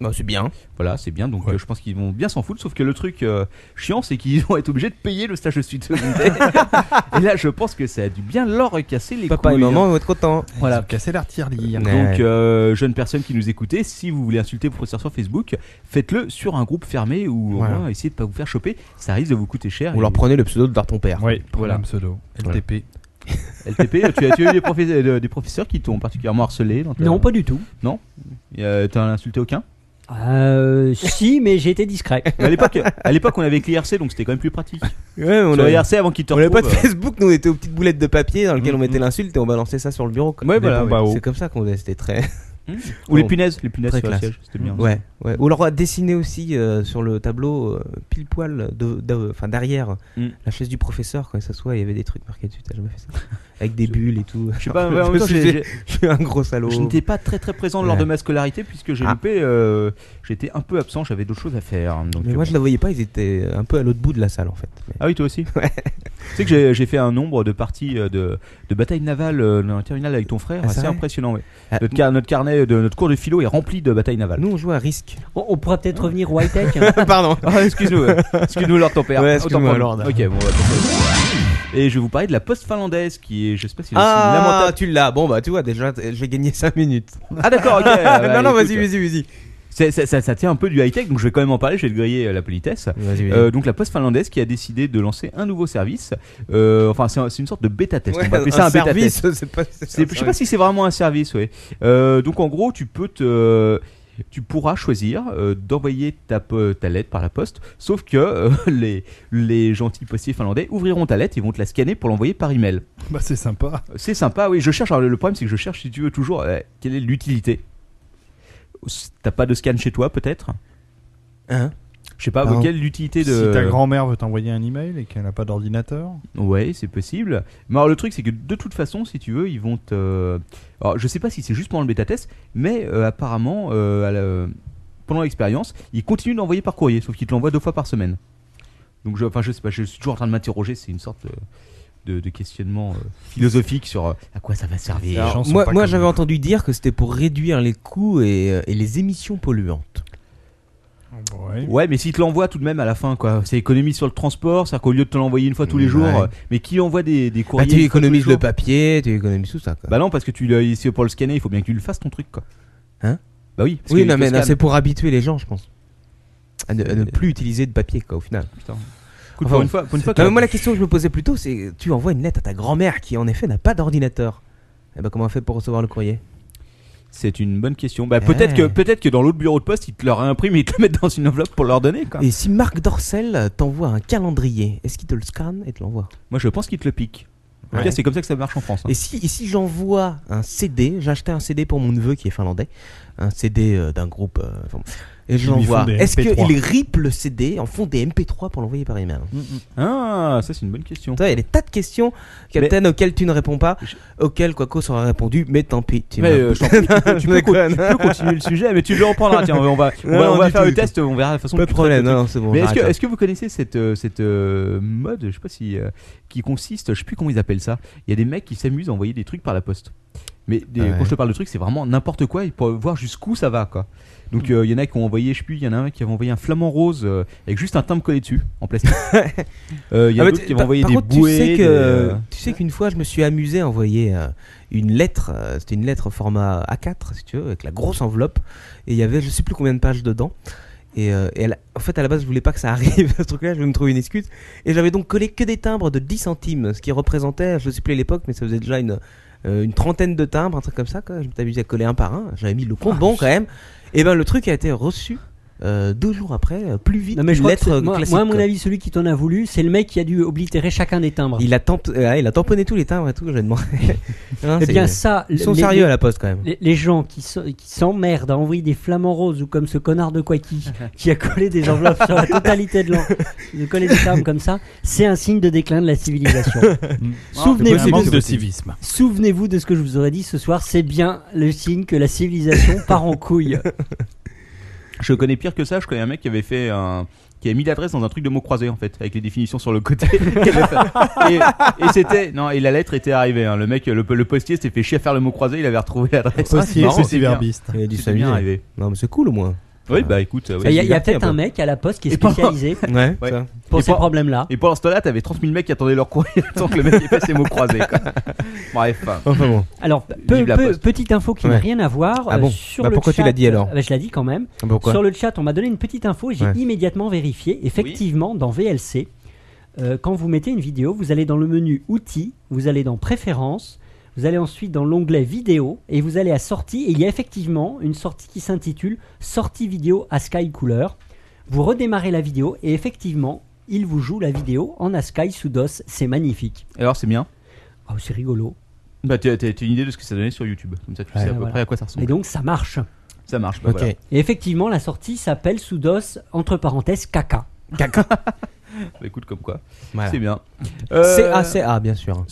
Speaker 6: Bah, c'est bien.
Speaker 2: Voilà, c'est bien, donc euh, je pense qu'ils vont bien s'en foutre, sauf que le truc euh, chiant, c'est qu'ils vont être obligés de payer le stage de suite Et là, je pense que ça a dû bien leur casser les
Speaker 6: Papa et
Speaker 2: couilles. hein.
Speaker 6: maman vont être contents.
Speaker 2: Voilà.
Speaker 5: Casser l'artillerie.
Speaker 2: Donc, euh, jeunes personnes qui nous écoutez, si vous voulez insulter le professeur sur Facebook, faites-le sur un groupe fermé ou au
Speaker 6: Voilà.
Speaker 2: moins essayez de pas vous faire choper. Ça risque de vous coûter cher.
Speaker 6: Vous
Speaker 2: Et-
Speaker 6: leur prenez le pseudo de leur ton père.
Speaker 5: Oui,
Speaker 2: Voilà.
Speaker 5: voilà. pseudo. LTP.
Speaker 2: LTP, tu as, tu as eu des, professe- euh, des professeurs qui t'ont particulièrement harcelé dans ta-
Speaker 4: Non, pas du tout.
Speaker 2: Euh, T'as insulté aucun
Speaker 4: Euh, si, mais j'ai été discret.
Speaker 2: Mais À l'époque, à l'époque, on avait que l'IRC, donc c'était quand même plus pratique.
Speaker 6: Ouais, on
Speaker 2: On
Speaker 6: a-
Speaker 2: avait l'IRC avant qu'ils te
Speaker 6: On n'avait pas de
Speaker 2: retrouvent, euh,
Speaker 6: Facebook, nous on était aux petites boulettes de papier dans lesquelles on
Speaker 2: Mhm.
Speaker 6: mettait l'insulte et on balançait ça sur le bureau. quoi.
Speaker 2: Ouais,
Speaker 6: Des
Speaker 2: voilà,
Speaker 6: bombes.
Speaker 2: bah, oh.
Speaker 6: C'est comme ça qu'on était très.
Speaker 2: Ou les
Speaker 6: Bon.
Speaker 2: punaises, les punaises
Speaker 6: Très
Speaker 2: sur le
Speaker 6: classe.
Speaker 2: siège, c'était bien.
Speaker 6: Ouais, ouais. Ou alors dessiner aussi euh, sur le tableau euh, pile poil, de, de- enfin derrière
Speaker 2: Mm.
Speaker 6: la chaise du professeur, quand il s'assoit, il y avait des trucs marqués dessus. T'as jamais fait ça Avec des bulles et tout.
Speaker 2: Je sais pas, ouais, en
Speaker 6: Je
Speaker 2: même temps,
Speaker 6: suis-
Speaker 2: j'ai- j'ai-
Speaker 6: je suis un gros salaud.
Speaker 2: je n'étais pas très très présent lors
Speaker 6: Ouais.
Speaker 2: de ma scolarité puisque j'ai
Speaker 6: Ah.
Speaker 2: loupé, euh, j'étais un peu absent, j'avais d'autres choses à faire. donc,
Speaker 6: Mais
Speaker 2: euh,
Speaker 6: moi je la voyais pas, ils étaient un peu à l'autre bout de la salle en fait. Mais-
Speaker 2: Ah oui, toi aussi Tu sais que j'ai- j'ai fait un nombre de parties euh, de, de batailles navales euh, dans le terminal avec ton frère,
Speaker 6: Ah, c'est
Speaker 2: assez
Speaker 6: vrai
Speaker 2: impressionnant. ouais.
Speaker 6: Ah,
Speaker 2: Notre, car- notre carnet, de, notre cours de philo est rempli de batailles navales.
Speaker 6: Nous on jouait à risque.
Speaker 4: On, on pourrait peut-être revenir au high-tech. hein.
Speaker 6: Pardon.
Speaker 2: Ah, excuse-nous, ouais. excuse-nous, Lord ton père.
Speaker 6: Ouais,
Speaker 2: Autant
Speaker 6: excuse-moi,
Speaker 2: pour nous.
Speaker 6: Lord.
Speaker 2: Ok, bon, on va passer. Et je vais vous parler de la poste finlandaise qui est, je sais pas si c'est
Speaker 6: Ah,
Speaker 2: lamentable.
Speaker 6: tu l'as. Bon bah tu vois, déjà t- j'ai gagné 5 minutes.
Speaker 2: Ah, d'accord, ok. Ah, bah,
Speaker 6: non, non,
Speaker 2: écoute,
Speaker 6: vas-y, vas-y, vas-y.
Speaker 2: c'est- Ça, ça- ça tient un peu du high-tech, donc je vais quand même en parler, je vais te griller euh, la politesse.
Speaker 6: Vas-y, vas-y.
Speaker 2: Euh, donc la poste finlandaise qui a décidé de lancer un nouveau service. Euh, enfin, c'est un- c'est une sorte de bêta test.
Speaker 6: Ouais,
Speaker 2: on va appeler ça un, bêta test.
Speaker 6: service, c'est pas.
Speaker 2: C'est- Je sais pas si c'est vraiment un service, ouais. Euh, donc en gros, tu peux te, tu pourras choisir euh, d'envoyer ta, po- ta lettre par la poste, sauf que euh, les, les gentils postiers finlandais ouvriront ta lettre et vont te la scanner pour l'envoyer par email.
Speaker 5: Bah, c'est sympa.
Speaker 2: C'est sympa, oui. Je cherche. alors, le problème, c'est que je cherche, si tu veux, toujours euh, quelle est l'utilité. T'as pas de scan chez toi, peut-être
Speaker 6: Hein
Speaker 2: Je sais pas,
Speaker 6: Pardon.
Speaker 2: quelle est l'utilité
Speaker 5: Si
Speaker 2: de.
Speaker 5: ta grand-mère veut t'envoyer un email et qu'elle n'a pas d'ordinateur.
Speaker 2: Ouais, c'est possible. Mais alors le truc, c'est que de toute façon, si tu veux, ils vont te. Alors, je sais pas si c'est juste pendant le bêta test, mais euh, apparemment, euh, à la- pendant l'expérience, ils continuent d'envoyer par courrier, sauf qu'ils te l'envoient deux fois par semaine. Donc, je, enfin, je sais pas, je suis toujours en train de m'interroger. C'est une sorte euh, de, de- de questionnement euh, philosophique sur euh, à quoi ça va servir.
Speaker 5: Alors, gens sont
Speaker 6: moi,
Speaker 5: pas
Speaker 6: moi
Speaker 5: comme
Speaker 6: j'avais
Speaker 5: nous.
Speaker 6: entendu dire que c'était pour réduire les coûts et, euh, et les émissions polluantes.
Speaker 5: Ouais.
Speaker 2: Ouais, mais s'ils te l'envoient tout de même à la fin, quoi. C'est économie sur le transport, c'est-à-dire qu'au lieu de te l'envoyer une fois tous les
Speaker 6: Ouais.
Speaker 2: jours, euh, mais qui envoie des, des
Speaker 6: Bah,
Speaker 2: courriers
Speaker 6: tu
Speaker 2: une fois tous les
Speaker 6: économises le
Speaker 2: jours
Speaker 6: papier, tu économises tout ça. Quoi.
Speaker 2: Bah non, parce que tu le- ici, pour le scanner, il faut bien que tu le fasses ton truc, quoi.
Speaker 6: Hein
Speaker 2: Bah oui. parce
Speaker 6: oui,
Speaker 2: qu'il
Speaker 6: non,
Speaker 2: te
Speaker 6: mais non,
Speaker 2: scanne.
Speaker 6: c'est pour habituer les gens, je pense. À ne, à ne plus utiliser de papier, quoi, au final.
Speaker 2: Écoute,
Speaker 6: Enfin,
Speaker 2: pour une fois, pour une fois
Speaker 6: Non, mais
Speaker 2: que-
Speaker 6: moi, la question que je me posais plus tôt, c'est tu envoies une lettre à ta grand-mère qui, en effet, n'a pas d'ordinateur. Et bah, comment elle fait pour recevoir le courrier
Speaker 2: c'est une bonne question. Bah peut-être
Speaker 6: Ouais.
Speaker 2: que peut-être que dans l'autre bureau de poste, ils te le réimpriment et ils te le mettent dans une enveloppe pour leur donner. Quoi.
Speaker 6: Et si Marc Dorcel euh, t'envoie un calendrier, est-ce qu'il te le scanne et te l'envoie
Speaker 2: Moi, je pense qu'ils te le piquent. En tout
Speaker 6: Ouais.
Speaker 2: cas, c'est comme ça que ça marche en France. hein.
Speaker 6: Et si, et si j'envoie un CD, j'ai acheté un CD pour mon neveu qui est finlandais, un CD euh, d'un groupe. euh, enfin, et je
Speaker 5: Ils lui font
Speaker 6: l'envoie.
Speaker 5: des
Speaker 6: Est-ce
Speaker 5: MP3?
Speaker 6: qu'il rip le CD en fond des MP3 pour l'envoyer par email
Speaker 2: Mm. Ah, ça c'est une bonne question.
Speaker 6: Toi, Il y a des tas de questions, Captain, auxquelles tu ne réponds pas,
Speaker 2: Je-
Speaker 6: auxquelles Quaco sera répondu, mais tant pis. Tu
Speaker 2: Mais,
Speaker 6: m'as-
Speaker 2: euh, je t'en prie, tu peux- tu
Speaker 6: Je
Speaker 2: peux co-
Speaker 6: déconne.
Speaker 2: tu peux continuer le sujet, mais tu le reprendras. Tiens, on va, on va, on
Speaker 6: Non,
Speaker 2: va- on
Speaker 6: non,
Speaker 2: va
Speaker 6: du
Speaker 2: faire
Speaker 6: tout,
Speaker 2: le
Speaker 6: du
Speaker 2: test, on verra la façon.
Speaker 6: Pas
Speaker 2: dont
Speaker 6: de
Speaker 2: tu
Speaker 6: problème,
Speaker 2: traites le
Speaker 6: non, non, c'est bon.
Speaker 2: Mais est-ce
Speaker 6: j'arrête
Speaker 2: que,
Speaker 6: ça.
Speaker 2: est-ce que vous connaissez cette, euh, cette euh, mode, je sais pas si, euh, qui consiste, je sais plus comment ils appellent ça. Il y a des mecs qui s'amusent à envoyer des trucs par la poste. Mais des-
Speaker 6: Ouais.
Speaker 2: quand je te parle de trucs, c'est vraiment n'importe quoi. Et pour voir jusqu'où ça va, quoi. Donc euh, il y en a qui ont envoyé, je sais plus, il y en a un qui avait envoyé un flamant rose euh, avec juste un timbre collé dessus en plastique. Euh, Il y
Speaker 6: Ah,
Speaker 2: a
Speaker 6: mais
Speaker 2: d'autres
Speaker 6: tu-
Speaker 2: qui ont
Speaker 6: par-
Speaker 2: envoyé
Speaker 6: par
Speaker 2: des
Speaker 6: contre,
Speaker 2: bouées.
Speaker 6: Tu sais, que,
Speaker 2: des, euh,
Speaker 6: tu sais qu'une fois, je me suis amusé à envoyer euh, une lettre. euh, C'était une lettre format A4, si tu veux, avec la grosse enveloppe. Et il y avait je sais plus combien de pages dedans. Et, euh, et à la- en fait, à la base, je voulais pas que ça arrive, ce truc-là, je vais me trouver une excuse. Et j'avais donc collé que des timbres de 10 centimes, ce qui représentait, je sais plus à l'époque, mais ça faisait déjà une, euh, une trentaine de timbres, un truc comme ça. Quoi. Je m'étais amusé à coller un par un. J'avais mis le
Speaker 2: Ah,
Speaker 6: compte bon quand même. Et ben le truc a été reçu euh, deux jours après, euh, plus vite
Speaker 4: Non, mais je
Speaker 6: qu'une
Speaker 4: crois que
Speaker 6: lettre
Speaker 4: c'est- moi,
Speaker 6: classique.
Speaker 4: moi, à mon
Speaker 6: quoi.
Speaker 4: avis, celui qui t'en a voulu, c'est le mec qui a dû oblitérer chacun des timbres.
Speaker 6: Il a, tamp- euh, il a tamponné tous les timbres et tout, j'ai demandé. Hein,
Speaker 4: Eh
Speaker 6: c'est-
Speaker 4: bien, ça,
Speaker 6: ils sont
Speaker 4: les-
Speaker 6: sérieux à la poste quand même.
Speaker 4: Les, les gens qui se- qui s'emmerdent à envoyer des flamants roses ou comme ce connard de Quacky qui a collé des enveloppes sur la totalité de l'an, de coller des timbres comme ça, c'est un signe de déclin de la civilisation.
Speaker 2: Ah,
Speaker 5: C'est un
Speaker 4: Souvenez-vous
Speaker 5: manque
Speaker 4: de-
Speaker 5: de civisme.
Speaker 4: Souvenez-vous de ce que je vous aurais dit ce soir, c'est bien le signe que la civilisation part en couille.
Speaker 2: Je connais pire que ça, je connais un mec qui avait fait un qui a mis l'adresse dans un truc de mots croisés en fait, avec les définitions sur le côté. qu'il avait fait. et et c'était non, et la lettre était arrivée. hein. Le mec, le, le postier s'était fait chier à faire le mot croisé, il avait retrouvé l'adresse.
Speaker 5: Postier,
Speaker 2: Non, c'est
Speaker 5: c'est verbiste.
Speaker 6: Il a
Speaker 2: bien, c'est bien arrivé.
Speaker 6: Non, mais c'est cool au moins.
Speaker 2: Oui, bah écoute. euh, ouais,
Speaker 4: Il y a,
Speaker 2: c'est
Speaker 4: il y a
Speaker 2: diverti
Speaker 4: peut-être
Speaker 2: peu.
Speaker 4: un mec à la poste qui est spécialisé
Speaker 6: Ouais,
Speaker 2: Ouais.
Speaker 6: ça.
Speaker 4: pour
Speaker 2: Et
Speaker 4: ces
Speaker 2: pas-
Speaker 4: problèmes-là.
Speaker 2: Et pendant ce temps-là, t'avais 30 000 mecs qui attendaient leur courrier tant que le mec ait fait ses mots croisés. quoi. Bref.
Speaker 6: Enfin bon.
Speaker 4: Alors, peu-
Speaker 6: Vive la
Speaker 4: peu-
Speaker 6: Poste.
Speaker 4: petite info qui n'a
Speaker 6: Ouais.
Speaker 4: rien à voir.
Speaker 6: Ah
Speaker 4: euh,
Speaker 6: bon
Speaker 4: sur
Speaker 6: Bah
Speaker 4: le
Speaker 6: pourquoi tu
Speaker 4: chat,
Speaker 6: l'as dit alors
Speaker 4: euh, bah, Je l'ai dit quand même.
Speaker 6: Ah, Pourquoi
Speaker 4: Sur le chat, on m'a donné une petite info. J'ai
Speaker 6: Ouais.
Speaker 4: immédiatement vérifié. Effectivement, dans VLC, euh, quand vous mettez une vidéo, vous allez dans le menu Outils, vous allez dans Préférences, vous allez ensuite dans l'onglet Vidéo et vous allez à Sortie. Et il y a effectivement une sortie qui s'intitule Sortie vidéo à Sky Couleur. Vous redémarrez la vidéo et effectivement, il vous joue la vidéo en ASCII sous DOS. C'est magnifique.
Speaker 2: Alors, c'est bien.
Speaker 4: Oh, c'est rigolo.
Speaker 2: Bah, t'as t'as- t'as une idée de ce que ça donnait sur YouTube. Comme ça, tu
Speaker 6: Ouais.
Speaker 2: sais à peu
Speaker 4: Voilà.
Speaker 2: près à quoi ça
Speaker 4: Et
Speaker 2: ressemble.
Speaker 4: donc, ça marche.
Speaker 2: Ça marche. bah,
Speaker 6: Ok.
Speaker 2: voilà.
Speaker 4: Et effectivement, la sortie s'appelle sous DOS, entre parenthèses, caca.
Speaker 2: Bah, écoute, comme quoi.
Speaker 6: Voilà.
Speaker 2: C'est bien. Euh,
Speaker 6: CA, CA, bien sûr.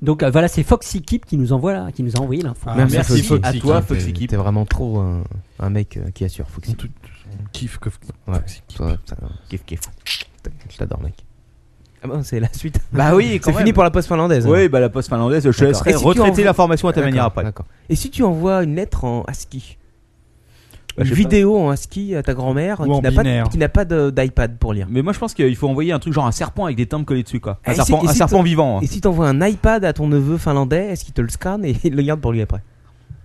Speaker 4: Donc euh, voilà, c'est Foxy Keep qui nous envoie là, qui nous a envoyé l'info.
Speaker 5: Ah,
Speaker 6: Merci,
Speaker 2: merci
Speaker 6: Foxy
Speaker 2: à
Speaker 6: Keep.
Speaker 2: toi,
Speaker 6: T'es-
Speaker 2: Foxy Keep.
Speaker 6: T'es vraiment trop un, un mec euh, qui assure Foxy.
Speaker 5: Tout- Kiff, que-
Speaker 6: Ouais, toi, putain,
Speaker 2: Kiff, kiff.
Speaker 6: je t'adore, mec. Ah bon, c'est la suite.
Speaker 2: Bah oui,
Speaker 6: C'est fini pour la poste finlandaise.
Speaker 2: Oui, bah la poste finlandaise, je te
Speaker 6: D'accord.
Speaker 2: laisserai
Speaker 6: Et si tu
Speaker 2: retraiter
Speaker 6: envoies-
Speaker 2: l'information à ta manière
Speaker 6: D'accord,
Speaker 2: après.
Speaker 6: d'accord. Et si tu envoies une lettre en ASCII
Speaker 2: Bah, je
Speaker 6: Une
Speaker 2: sais
Speaker 6: vidéo en ASCII à ta grand-mère
Speaker 5: Ou en
Speaker 6: qui n'a pas de-
Speaker 5: binaire.
Speaker 6: qui n'a pas de- d'iPad pour lire.
Speaker 2: Mais moi je pense qu'il faut envoyer un truc genre un serpent avec des timbres collés dessus quoi. Un
Speaker 6: Ah, Et si-
Speaker 2: serpent,
Speaker 6: et
Speaker 2: un
Speaker 6: si
Speaker 2: serpent vivant. hein.
Speaker 6: Et si t'envoies un iPad à ton neveu finlandais, est-ce qu'il te le scanne et il le garde pour lui après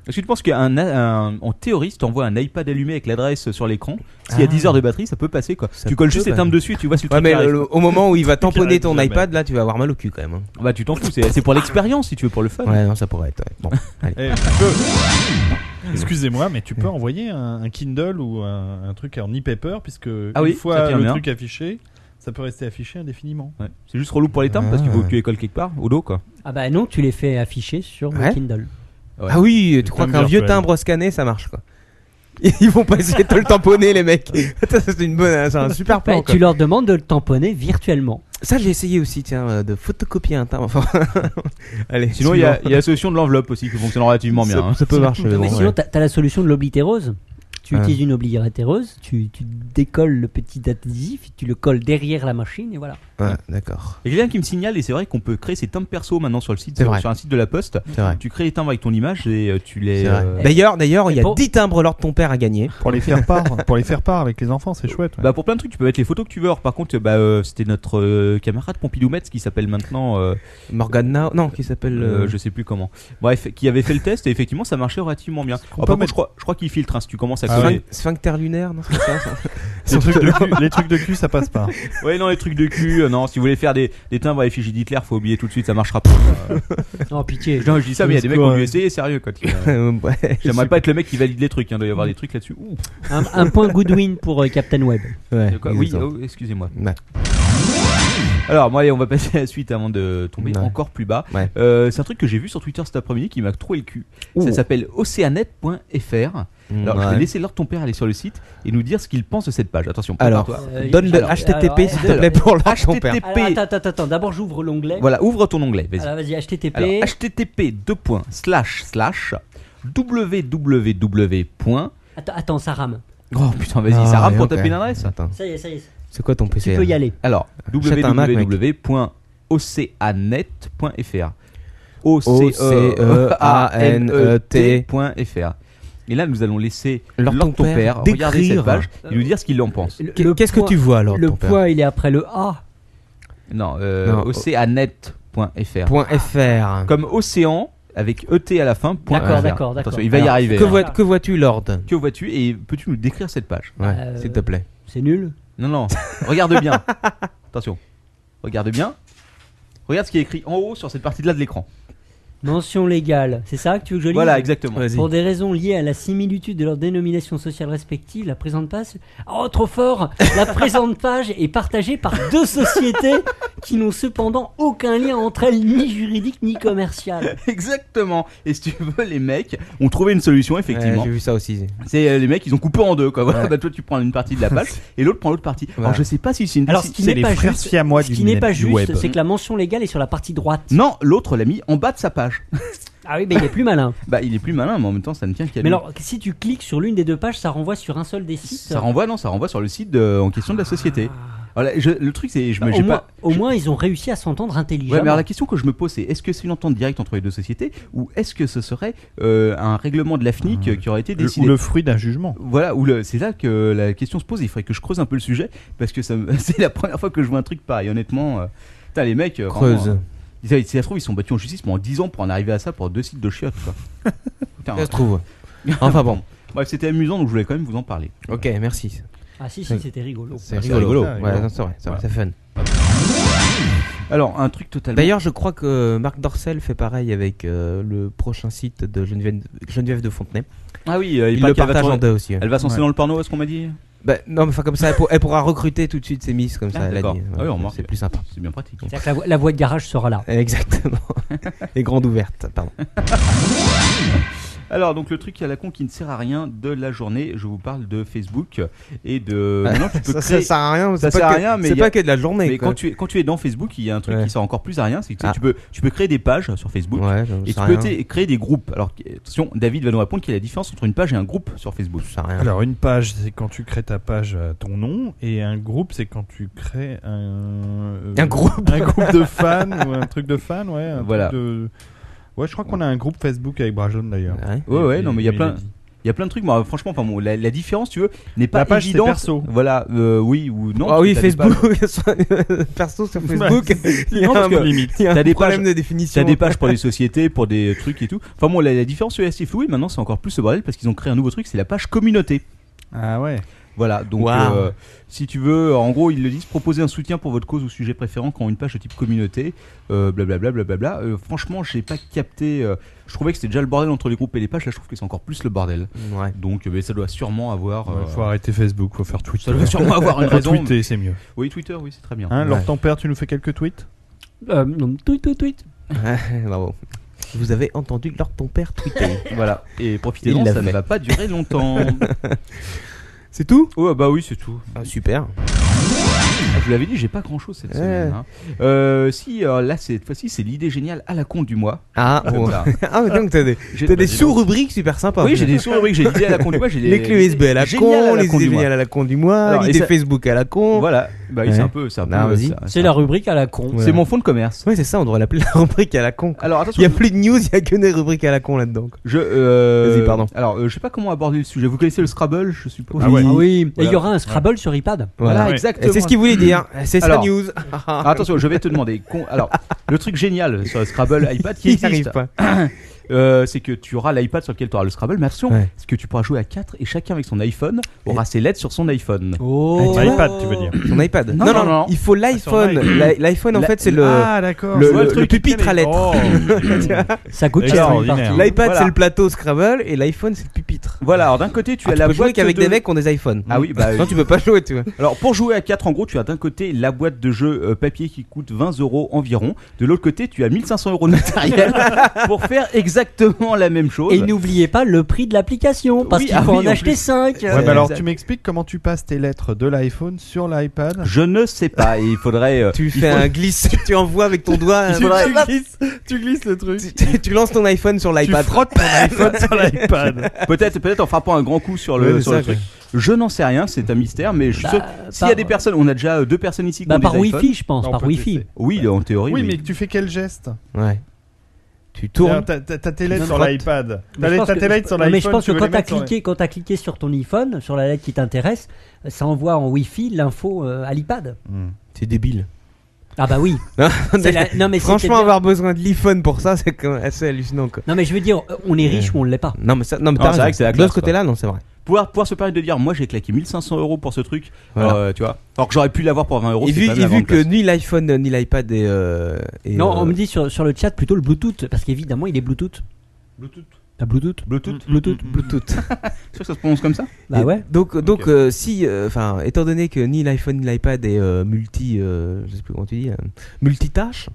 Speaker 2: Est-ce que tu penses qu'un un- en théorie, si t'envoies un iPad allumé avec l'adresse sur l'écran, s'il y a
Speaker 6: Ah.
Speaker 2: 10 heures de batterie, ça peut passer quoi.
Speaker 6: Ça
Speaker 2: tu colles
Speaker 6: peut,
Speaker 2: juste les
Speaker 6: bah.
Speaker 2: timbres dessus, et tu vois si le
Speaker 6: Ouais,
Speaker 2: truc
Speaker 6: mais
Speaker 2: arrive.
Speaker 6: le- au moment où il va tamponner
Speaker 2: arrive
Speaker 6: ton
Speaker 2: jamais.
Speaker 6: iPad, là, tu vas avoir mal au cul quand même. hein.
Speaker 2: Bah tu t'en fous, c'est c'est pour l'expérience si tu veux pour le fun.
Speaker 6: Ouais, non, ça pourrait être. ouais. Bon,
Speaker 2: Ah
Speaker 6: allez.
Speaker 5: Eh, tu peux- Excusez-moi, mais tu peux envoyer un, un Kindle ou un, un truc en e-paper, puisque
Speaker 2: Ah
Speaker 5: une
Speaker 2: oui, ça
Speaker 5: fois
Speaker 2: tient
Speaker 5: le
Speaker 2: bien.
Speaker 5: truc affiché, ça peut rester affiché indéfiniment.
Speaker 2: Ouais. C'est juste relou pour les timbres parce qu'il faut
Speaker 6: Ah.
Speaker 2: que tu les colles quelque part au dos quoi.
Speaker 4: Ah bah non, tu les fais afficher sur le
Speaker 6: Ouais.
Speaker 4: Kindle.
Speaker 2: Ouais.
Speaker 6: Ah oui, tu crois
Speaker 5: timbre
Speaker 6: qu'un vieux
Speaker 5: virtuel.
Speaker 6: timbre scanné, ça marche quoi Ils vont pas essayer de te le tamponner, les mecs. Ça, c'est une bonne, hein, c'est un
Speaker 2: Bah,
Speaker 6: super plan.
Speaker 4: Ouais,
Speaker 6: quoi.
Speaker 4: Bah, tu leur demandes de le tamponner virtuellement.
Speaker 6: Ça, j'ai essayé aussi, tiens, euh, de photocopier un timbre. Enfin, allez.
Speaker 2: Sinon il y a, il y a la solution de l'enveloppe aussi qui fonctionne relativement bien.
Speaker 6: Ça,
Speaker 2: hein.
Speaker 6: ça peut marcher. mais
Speaker 4: Mais
Speaker 6: bon,
Speaker 4: sinon,
Speaker 6: ouais.
Speaker 4: t'as as la solution de l'oblitérose. Tu
Speaker 6: Ouais.
Speaker 4: utilises une oblitérose, tu, tu décolles le petit adhésif, tu le colles derrière la machine et voilà.
Speaker 6: Ouais, d'accord.
Speaker 2: Il y a quelqu'un qui me signale et c'est vrai qu'on peut créer ses timbres perso maintenant sur le site,
Speaker 6: C'est
Speaker 2: sur,
Speaker 6: vrai.
Speaker 2: sur un site de la Poste.
Speaker 6: C'est vrai.
Speaker 2: Tu crées les timbres avec ton image et euh, tu les.
Speaker 6: C'est vrai.
Speaker 2: euh,
Speaker 6: D'ailleurs, d'ailleurs, il y a
Speaker 4: pour-
Speaker 6: 10 timbres lors de ton père à gagner.
Speaker 5: Pour les faire part, pour les faire part avec les enfants, c'est chouette. ouais.
Speaker 2: Bah pour plein de trucs, tu peux mettre les photos que tu veux. Or, par contre, bah, euh, c'était notre euh, camarade Pompidou Metz qui s'appelle maintenant, euh,
Speaker 6: Morgan Now, non, qui s'appelle.
Speaker 2: euh,
Speaker 6: euh,
Speaker 2: je sais plus comment. Bref, qui avait fait le test et effectivement ça marchait relativement bien. Ah, par
Speaker 5: peut
Speaker 2: contre, je crois, je crois qu'il filtre. hein, si tu commences à
Speaker 5: Ah
Speaker 2: coller.
Speaker 6: Sphinx- Sphincter lunaire, non, c'est ça, ça
Speaker 5: les, trucs de cul, les trucs de cul, ça passe pas.
Speaker 2: ouais. non les trucs de cul. euh, non, si vous voulez faire des, des timbres à effigie d'Hitler, faut oublier tout de suite, ça marchera pas.
Speaker 4: Oh pitié.
Speaker 2: non, je dis ça, mais il y a des mecs qui ont dû essayer. Sérieux, quoi. Tu- euh,
Speaker 6: Ouais.
Speaker 2: J'aimerais pas être le mec qui valide les trucs. Hein, doit y avoir des trucs là-dessus. Ouh,
Speaker 4: Un, un point Goodwin pour euh, Captain Web.
Speaker 2: de quoi Oui,
Speaker 6: exactement.
Speaker 2: oh, excusez-moi.
Speaker 6: Ouais.
Speaker 2: Alors, bon, allez, on va passer à la suite avant de tomber
Speaker 6: Ouais.
Speaker 2: encore plus bas.
Speaker 6: Ouais.
Speaker 2: Euh, c'est un truc que j'ai vu sur Twitter cet après-midi qui m'a troué le cul. Ça
Speaker 6: Ouh.
Speaker 2: s'appelle oceanet.fr. Alors, je
Speaker 6: Mm. Ouais.
Speaker 2: vais laisser l'heure de ton père aller sur le site et nous dire ce qu'il pense de cette page. Attention,
Speaker 6: Alors,
Speaker 2: prépare-toi.
Speaker 4: Euh,
Speaker 6: donne le
Speaker 4: alors,
Speaker 6: HTTP
Speaker 4: alors,
Speaker 6: s'il te plaît pour la ton père.
Speaker 2: HTTP.
Speaker 4: Alors, attends, attends, attends. D'abord, j'ouvre l'onglet.
Speaker 2: Voilà, ouvre ton onglet, vas-y.
Speaker 4: Alors, vas-y, HTTP.
Speaker 2: Alors, http deux points, slash, slash, www. point-
Speaker 4: Attends, attends, ça rame.
Speaker 2: Oh putain, vas-y,
Speaker 6: Ah,
Speaker 2: ça rame
Speaker 6: ouais,
Speaker 2: pour
Speaker 6: ok.
Speaker 2: taper une adresse.
Speaker 6: Attends,
Speaker 4: Ça y est, ça y est.
Speaker 6: c'est quoi ton
Speaker 4: Tu
Speaker 6: PC
Speaker 4: peux
Speaker 6: hein
Speaker 4: y aller.
Speaker 2: Alors,
Speaker 6: Achète un Mac, mec.
Speaker 2: www.oceanet.fr.
Speaker 6: E O-C-E-A-N-E-T.fr.
Speaker 2: Et là, nous allons laisser
Speaker 6: Lord
Speaker 2: Lord
Speaker 6: ton
Speaker 2: ton père
Speaker 6: père
Speaker 2: regarder cette
Speaker 6: décrire.
Speaker 2: page et nous dire ce qu'il en pense.
Speaker 4: Le-
Speaker 6: Qu'est-
Speaker 4: le
Speaker 6: Qu'est-ce que
Speaker 4: point-
Speaker 6: tu vois alors
Speaker 4: Le
Speaker 6: ton père
Speaker 4: point, il est après le A.
Speaker 2: Non, euh,
Speaker 6: Non,
Speaker 2: oceanet.fr.
Speaker 6: Point
Speaker 4: Ah.
Speaker 6: .fr.
Speaker 2: Comme océan avec ET à la fin. point
Speaker 4: D'accord,
Speaker 2: fr.
Speaker 4: d'accord, d'accord.
Speaker 2: Attention, il va y
Speaker 4: Alors,
Speaker 2: arriver.
Speaker 6: Que,
Speaker 2: hein.
Speaker 6: vois, que vois-tu, Lord
Speaker 2: Que vois-tu et peux-tu nous décrire cette page
Speaker 6: Ouais,
Speaker 4: Euh,
Speaker 6: s'il te plaît.
Speaker 4: C'est nul.
Speaker 2: Non, non, regarde bien. Attention, regarde bien. Regarde ce qui est écrit en haut sur cette partie-là de l'écran.
Speaker 4: Mention légale. C'est ça que tu veux que je lise
Speaker 2: Voilà, exactement.
Speaker 6: Vas-y.
Speaker 4: Pour des raisons liées à la similitude de leurs dénominations sociales respectives, la présente page. Oh, trop fort La présente page est partagée par deux sociétés qui n'ont cependant aucun lien entre elles, ni juridique ni commercial.
Speaker 2: Exactement. Et si tu veux, les mecs ont trouvé une solution, effectivement.
Speaker 6: Ouais, J'ai vu ça aussi.
Speaker 2: C'est euh, les mecs, ils ont coupé en deux, quoi. Voilà,
Speaker 6: Ouais.
Speaker 2: bah, toi, tu prends une partie de la page et l'autre prend l'autre partie. Alors,
Speaker 6: Voilà.
Speaker 2: je sais pas si c'est une.
Speaker 4: Alors,
Speaker 2: si-
Speaker 4: ce qui
Speaker 5: c'est
Speaker 4: n'est
Speaker 5: les
Speaker 4: pas
Speaker 5: frères
Speaker 4: juste,
Speaker 5: siamois
Speaker 4: ce
Speaker 5: du
Speaker 4: qui n'est pas
Speaker 5: net- du web.
Speaker 4: juste, c'est que la mention légale est sur la partie droite.
Speaker 2: Non, l'autre l'a mis en bas de sa page.
Speaker 4: Ah oui, mais il est plus malin.
Speaker 2: Bah, il est plus malin, mais en même temps, ça ne tient qu'à lui.
Speaker 4: Mais alors, si tu cliques sur l'une des deux pages, ça renvoie sur un seul des sites.
Speaker 2: ça renvoie, non, ça renvoie sur le site de- en question de la société. Voilà, je- le truc, c'est. Je
Speaker 4: Ah. Bah,
Speaker 2: me-
Speaker 4: au,
Speaker 2: j'ai
Speaker 4: moins,
Speaker 2: pas.
Speaker 4: au moins, ils ont réussi à s'entendre
Speaker 2: Ouais, mais
Speaker 4: intelligemment.
Speaker 2: alors la question que je me pose, c'est est-ce que c'est une entente directe entre les deux sociétés ou est-ce que ce serait euh, un règlement de la FNIC
Speaker 4: Ah.
Speaker 2: euh, qui aurait été
Speaker 5: Le-
Speaker 2: décidé
Speaker 5: ou le fruit d'un jugement.
Speaker 2: Voilà, où le- c'est là que la question se pose. Il faudrait que je creuse un peu le sujet parce que ça me- c'est la première fois que je vois un truc pareil. Honnêtement, euh, putain, les mecs. euh,
Speaker 6: Creuse.
Speaker 2: vraiment, euh, ils- si ça se trouve, ils sont battus en justice mais en 10 ans pour en arriver à ça pour deux sites de chiottes. Quoi. Putain,
Speaker 6: Ça se trouve.
Speaker 2: euh,
Speaker 6: Enfin bon.
Speaker 2: Bref, c'était amusant donc je voulais quand même vous en parler.
Speaker 6: Ok, merci.
Speaker 4: Ah si, si, c'était rigolo.
Speaker 6: C'est rigolo.
Speaker 5: c'est rigolo.
Speaker 6: Ouais, non, c'est vrai, c'est vrai, c'est fun.
Speaker 2: Alors, un truc totalement.
Speaker 6: D'ailleurs, je crois que Marc Dorcel fait pareil avec euh, le prochain site de Geneviève, Geneviève de Fontenay.
Speaker 2: ah oui, euh,
Speaker 6: Il,
Speaker 2: paraît
Speaker 6: le
Speaker 2: qu'elle va
Speaker 6: partage en
Speaker 2: tourner-
Speaker 6: deux aussi. hein.
Speaker 2: Elle va s'en
Speaker 5: Ouais.
Speaker 2: dans le porno, est-ce qu'on m'a dit
Speaker 6: Bah, non, mais enfin, comme ça, elle, pour- elle pourra recruter tout de suite ses miss, comme ça,
Speaker 2: Ah,
Speaker 6: elle a
Speaker 2: d'accord.
Speaker 6: dit.
Speaker 2: Ah oui, on remarque.
Speaker 6: c'est plus sympa.
Speaker 2: C'est bien pratique.
Speaker 4: C'est-à-dire que la, voie- la voie de garage sera là.
Speaker 6: Exactement. Et grande ouverte, pardon.
Speaker 2: Alors, donc le truc à la con qui ne sert à rien de la journée, je vous parle de Facebook et de. Maintenant, tu peux
Speaker 6: ça,
Speaker 2: créer-
Speaker 6: ça sert à rien.
Speaker 2: Ça
Speaker 6: c'est
Speaker 2: sert
Speaker 6: pas
Speaker 2: à
Speaker 6: que-
Speaker 2: rien, mais
Speaker 6: C'est
Speaker 2: il y a-
Speaker 6: pas que de la journée.
Speaker 2: Mais
Speaker 6: quoi.
Speaker 2: quand tu, es, quand tu es dans Facebook, il y a un truc
Speaker 6: Ouais.
Speaker 2: qui sert encore plus à rien, c'est que tu sais,
Speaker 6: Ah.
Speaker 2: tu peux, tu peux créer des pages sur Facebook.
Speaker 6: Ouais, ça
Speaker 2: Et tu
Speaker 6: sert à
Speaker 2: peux
Speaker 6: rien.
Speaker 2: t'es- créer des groupes. Alors attention, David va nous répondre quelle est la différence entre une page et un groupe sur Facebook.
Speaker 6: Ça sert à rien.
Speaker 5: Alors, une page, c'est quand tu crées ta page à ton nom, et un groupe, c'est quand tu crées un. euh,
Speaker 6: Un groupe.
Speaker 5: un groupe de fans, ou un truc de fans, ouais. un truc
Speaker 2: Voilà.
Speaker 5: de- Ouais, je crois qu'on a un groupe Facebook avec Brajlon d'ailleurs.
Speaker 6: Ouais.
Speaker 2: Ouais, ouais, non, mais il y a plein,
Speaker 5: Mélodie.
Speaker 2: il y a plein de trucs. Moi, franchement, enfin, bon, la, la différence, tu veux, n'est pas
Speaker 5: La page, c'est
Speaker 2: évidente.
Speaker 5: perso.
Speaker 2: Voilà, euh, oui ou non.
Speaker 6: Ah
Speaker 2: parce que
Speaker 6: oui,
Speaker 2: t'as des pages-
Speaker 6: Facebook. Perso sur Facebook. Il y a
Speaker 2: Non, parce
Speaker 6: un,
Speaker 2: que
Speaker 6: il y a
Speaker 2: t'as
Speaker 6: un
Speaker 2: des
Speaker 6: problème
Speaker 2: pages-
Speaker 6: de définition.
Speaker 2: T'as des pages pour des sociétés, pour des trucs et tout. Enfin bon, la, la différence est assez floue et maintenant c'est encore plus ce bordel parce qu'ils ont créé un nouveau truc, c'est la page communauté.
Speaker 5: Ah ouais.
Speaker 2: Voilà, donc
Speaker 6: Waouh.
Speaker 2: euh, si tu veux, en gros, ils le disent, proposer un soutien pour votre cause ou sujet préférent quand une page de type communauté, euh, blablabla, blablabla. Euh, franchement, j'ai pas capté. euh, je trouvais que c'était déjà le bordel entre les groupes et les pages, là je trouve que c'est encore plus le bordel.
Speaker 6: Ouais.
Speaker 2: Donc, euh, mais ça doit sûrement avoir. euh,
Speaker 5: Il faut arrêter Facebook, faut faire Twitter.
Speaker 2: ça doit sûrement avoir une
Speaker 5: Faut
Speaker 2: raison.
Speaker 5: tweeter, c'est mieux.
Speaker 2: Oui, Twitter, oui, c'est très bien.
Speaker 5: Hein,
Speaker 6: Ouais.
Speaker 5: Laure Tempère, tu nous fais quelques tweets
Speaker 4: Euh, non, tweet, tweet, tweet.
Speaker 6: Bravo. Vous avez entendu leur ton père tweeter.
Speaker 2: Voilà, et profitez
Speaker 6: Il
Speaker 2: en
Speaker 6: l'a
Speaker 2: ça ne
Speaker 6: fait.
Speaker 2: va pas durer longtemps.
Speaker 6: C'est tout
Speaker 2: oh, bah oui, c'est tout.
Speaker 6: Ah, Super.
Speaker 2: Ah, Je vous l'avais dit, j'ai pas grand chose cette
Speaker 6: Ouais.
Speaker 2: semaine. hein. Euh, si, euh, là, cette fois-ci, c'est l'idée géniale à la con du mois.
Speaker 6: Ah, bon.
Speaker 2: Voilà.
Speaker 6: ah mais donc t'as des,
Speaker 2: bah. J'ai-
Speaker 6: t'as
Speaker 2: bah,
Speaker 6: des
Speaker 2: dis donc.
Speaker 6: sous-rubriques super sympas.
Speaker 2: Oui, j'ai des sous-rubriques, j'ai l'idée à la con du mois, j'ai
Speaker 6: les clés USB à la
Speaker 2: géniales à
Speaker 6: con,
Speaker 2: la
Speaker 6: les
Speaker 2: con du
Speaker 6: idées
Speaker 2: mois.
Speaker 6: géniales à la con du mois,
Speaker 2: Alors, et
Speaker 6: l'idée
Speaker 2: ça-
Speaker 6: Facebook à la con.
Speaker 2: Voilà, bah, oui,
Speaker 6: Ouais.
Speaker 2: c'est un peu, c'est un peu,
Speaker 6: Non,
Speaker 2: euh,
Speaker 6: vas-y.
Speaker 2: ça-
Speaker 4: C'est la rubrique à la con.
Speaker 2: c'est mon fond de commerce.
Speaker 6: Ouais, c'est ça, on devrait l'appeler la rubrique à la con. quoi.
Speaker 2: Alors
Speaker 6: Il y
Speaker 2: attention,
Speaker 6: a plus de news, il y a que des rubriques à la con là-dedans. quoi.
Speaker 2: je euh,
Speaker 6: Vas-y, pardon.
Speaker 2: Alors, euh, je sais pas comment aborder le sujet. Vous connaissez le Scrabble, je suppose.
Speaker 5: Ah ouais.
Speaker 4: Ah oui, et il y
Speaker 2: Voilà.
Speaker 4: aura un Scrabble sur iPad.
Speaker 2: Voilà,
Speaker 5: Ouais.
Speaker 2: exactement.
Speaker 6: Et C'est ce qu'il voulait dire. C'est ça
Speaker 2: Mm. Alors,
Speaker 6: news.
Speaker 2: Ah, attention, je vais te demander. con- Alors, le truc génial sur le Scrabble iPad qui
Speaker 6: Il n'y arrive
Speaker 2: existe,
Speaker 6: pas.
Speaker 2: euh, c'est que tu auras l'iPad sur lequel tu auras le Scrabble. Mais attention,
Speaker 6: Ouais.
Speaker 2: parce que tu pourras jouer à 4 et chacun avec son iPhone aura ses lettres sur son iPhone.
Speaker 4: Oh,
Speaker 5: Sur iPad, tu veux dire.
Speaker 6: Son iPad.
Speaker 2: Non, non, non. Ah,
Speaker 6: Il faut l'iPhone. La- L'iPhone, en fait, c'est le,
Speaker 5: Ah d'accord.
Speaker 6: le,
Speaker 2: vois le
Speaker 6: le
Speaker 2: truc. oh,
Speaker 6: pupitre à lettres.
Speaker 5: Oh.
Speaker 4: ça coûte cher. une
Speaker 5: Extraordinaire.
Speaker 4: partie.
Speaker 6: L'iPad,
Speaker 2: Voilà.
Speaker 6: c'est le plateau Scrabble et l'iPhone, c'est le pupitre.
Speaker 2: Voilà, alors d'un côté, tu
Speaker 6: Ah,
Speaker 2: as la
Speaker 6: peux jouer
Speaker 2: boîte
Speaker 6: qu'avec
Speaker 2: de-
Speaker 6: des mecs qui ont des iPhones.
Speaker 2: Ah oui, bah,
Speaker 6: Sinon, tu peux pas jouer, tu vois.
Speaker 2: Alors pour jouer à 4 en gros tu as d'un côté la boîte de jeu euh, papier qui coûte 20 euros environ, de l'autre côté tu as 1500 euros de matériel pour faire exactement la même chose.
Speaker 4: Et n'oubliez pas le prix de l'application, parce
Speaker 2: Oui,
Speaker 4: qu'il
Speaker 2: ah
Speaker 4: faut
Speaker 2: oui,
Speaker 4: en
Speaker 2: en
Speaker 4: acheter
Speaker 2: plus.
Speaker 4: 5.
Speaker 5: Ouais, mais alors
Speaker 2: Exact.
Speaker 5: tu m'expliques comment tu passes tes lettres de l'iPhone sur l'iPad
Speaker 2: Je ne sais pas, et il faudrait... euh,
Speaker 6: Tu
Speaker 2: il
Speaker 6: fais
Speaker 2: faut-
Speaker 6: un glisse, tu envoies avec ton doigt. un-
Speaker 5: glisses, tu glisses le truc.
Speaker 6: Tu- tu, tu lances ton iPhone sur
Speaker 5: Tu
Speaker 6: l'iPad.
Speaker 5: frottes ton iPhone sur l'iPad.
Speaker 2: Peut-être peut en frappant un grand coup sur le,
Speaker 6: Ouais, c'est
Speaker 2: sur le
Speaker 6: ça,
Speaker 2: truc. Je n'en sais rien, c'est un mystère, mais je suis
Speaker 4: Bah,
Speaker 2: sûr... S'il y a
Speaker 4: par-
Speaker 2: des personnes, on a déjà euh, deux personnes ici qui
Speaker 4: Bah,
Speaker 2: ont
Speaker 4: par
Speaker 2: des iPhones.
Speaker 4: Wi-Fi, je pense,
Speaker 5: Non, on
Speaker 4: par
Speaker 5: peut
Speaker 4: Wi-fi.
Speaker 5: tester.
Speaker 2: Oui, en théorie.
Speaker 5: Oui,
Speaker 2: oui.
Speaker 5: mais tu fais quel geste
Speaker 6: Ouais. Tu
Speaker 5: T'as
Speaker 6: tournes.
Speaker 5: t'as- t'as tes lettres sur
Speaker 6: Frotte.
Speaker 5: l'iPad.
Speaker 4: Mais
Speaker 5: T'as
Speaker 4: je
Speaker 5: les-
Speaker 4: pense
Speaker 5: t'as
Speaker 4: que-
Speaker 5: tes lettres sur
Speaker 4: non,
Speaker 5: l'iPhone.
Speaker 4: mais je pense que
Speaker 5: tu veux
Speaker 4: quand
Speaker 5: les
Speaker 4: t'as
Speaker 5: mettre sur
Speaker 4: cliqué, quand t'as cliqué sur ton iPhone, sur la lettre qui t'intéresse, ça envoie en Wi-Fi l'info euh, à l'iPad.
Speaker 5: les- Hmm.
Speaker 6: C'est débile.
Speaker 4: Ah bah oui. C'est la- Non mais c'était
Speaker 6: Franchement,
Speaker 4: bien.
Speaker 6: avoir besoin de l'iPhone pour ça, c'est quand même assez hallucinant, quoi.
Speaker 4: Non mais je veux dire, euh, on est riche ou on l'est pas.
Speaker 6: Non, mais ça, non,
Speaker 2: Non,
Speaker 6: mais t'as
Speaker 2: c'est
Speaker 6: raison.
Speaker 2: vrai que c'est la
Speaker 6: De
Speaker 2: classe,
Speaker 6: l'autre côté-là, non, c'est vrai.
Speaker 2: pouvoir, pouvoir se permettre de dire, moi j'ai claqué 1500 euros pour ce truc,
Speaker 6: Voilà.
Speaker 2: alors, euh, tu vois. Alors que j'aurais pu l'avoir pour 20 euros.
Speaker 6: et
Speaker 2: c'est
Speaker 6: vu,
Speaker 2: quand même
Speaker 6: et
Speaker 2: la
Speaker 6: vu
Speaker 2: grande
Speaker 6: que ni l'iPhone euh, ni l'iPad est, euh, est,
Speaker 4: Non,
Speaker 6: euh,
Speaker 4: on me dit sur, sur le chat plutôt le Bluetooth, parce qu'évidemment il est Bluetooth.
Speaker 2: Bluetooth.
Speaker 4: T'as Bluetooth
Speaker 6: Mm.
Speaker 2: Bluetooth.
Speaker 4: Bluetooth
Speaker 6: Bluetooth.
Speaker 2: C'est sûr que ça se prononce comme ça
Speaker 4: Bah
Speaker 6: Et
Speaker 4: ouais.
Speaker 6: Donc, donc euh, si, euh, enfin, étant donné que ni l'iPhone ni l'iPad est euh, multi, euh, je sais plus comment tu dis, euh, multitâche,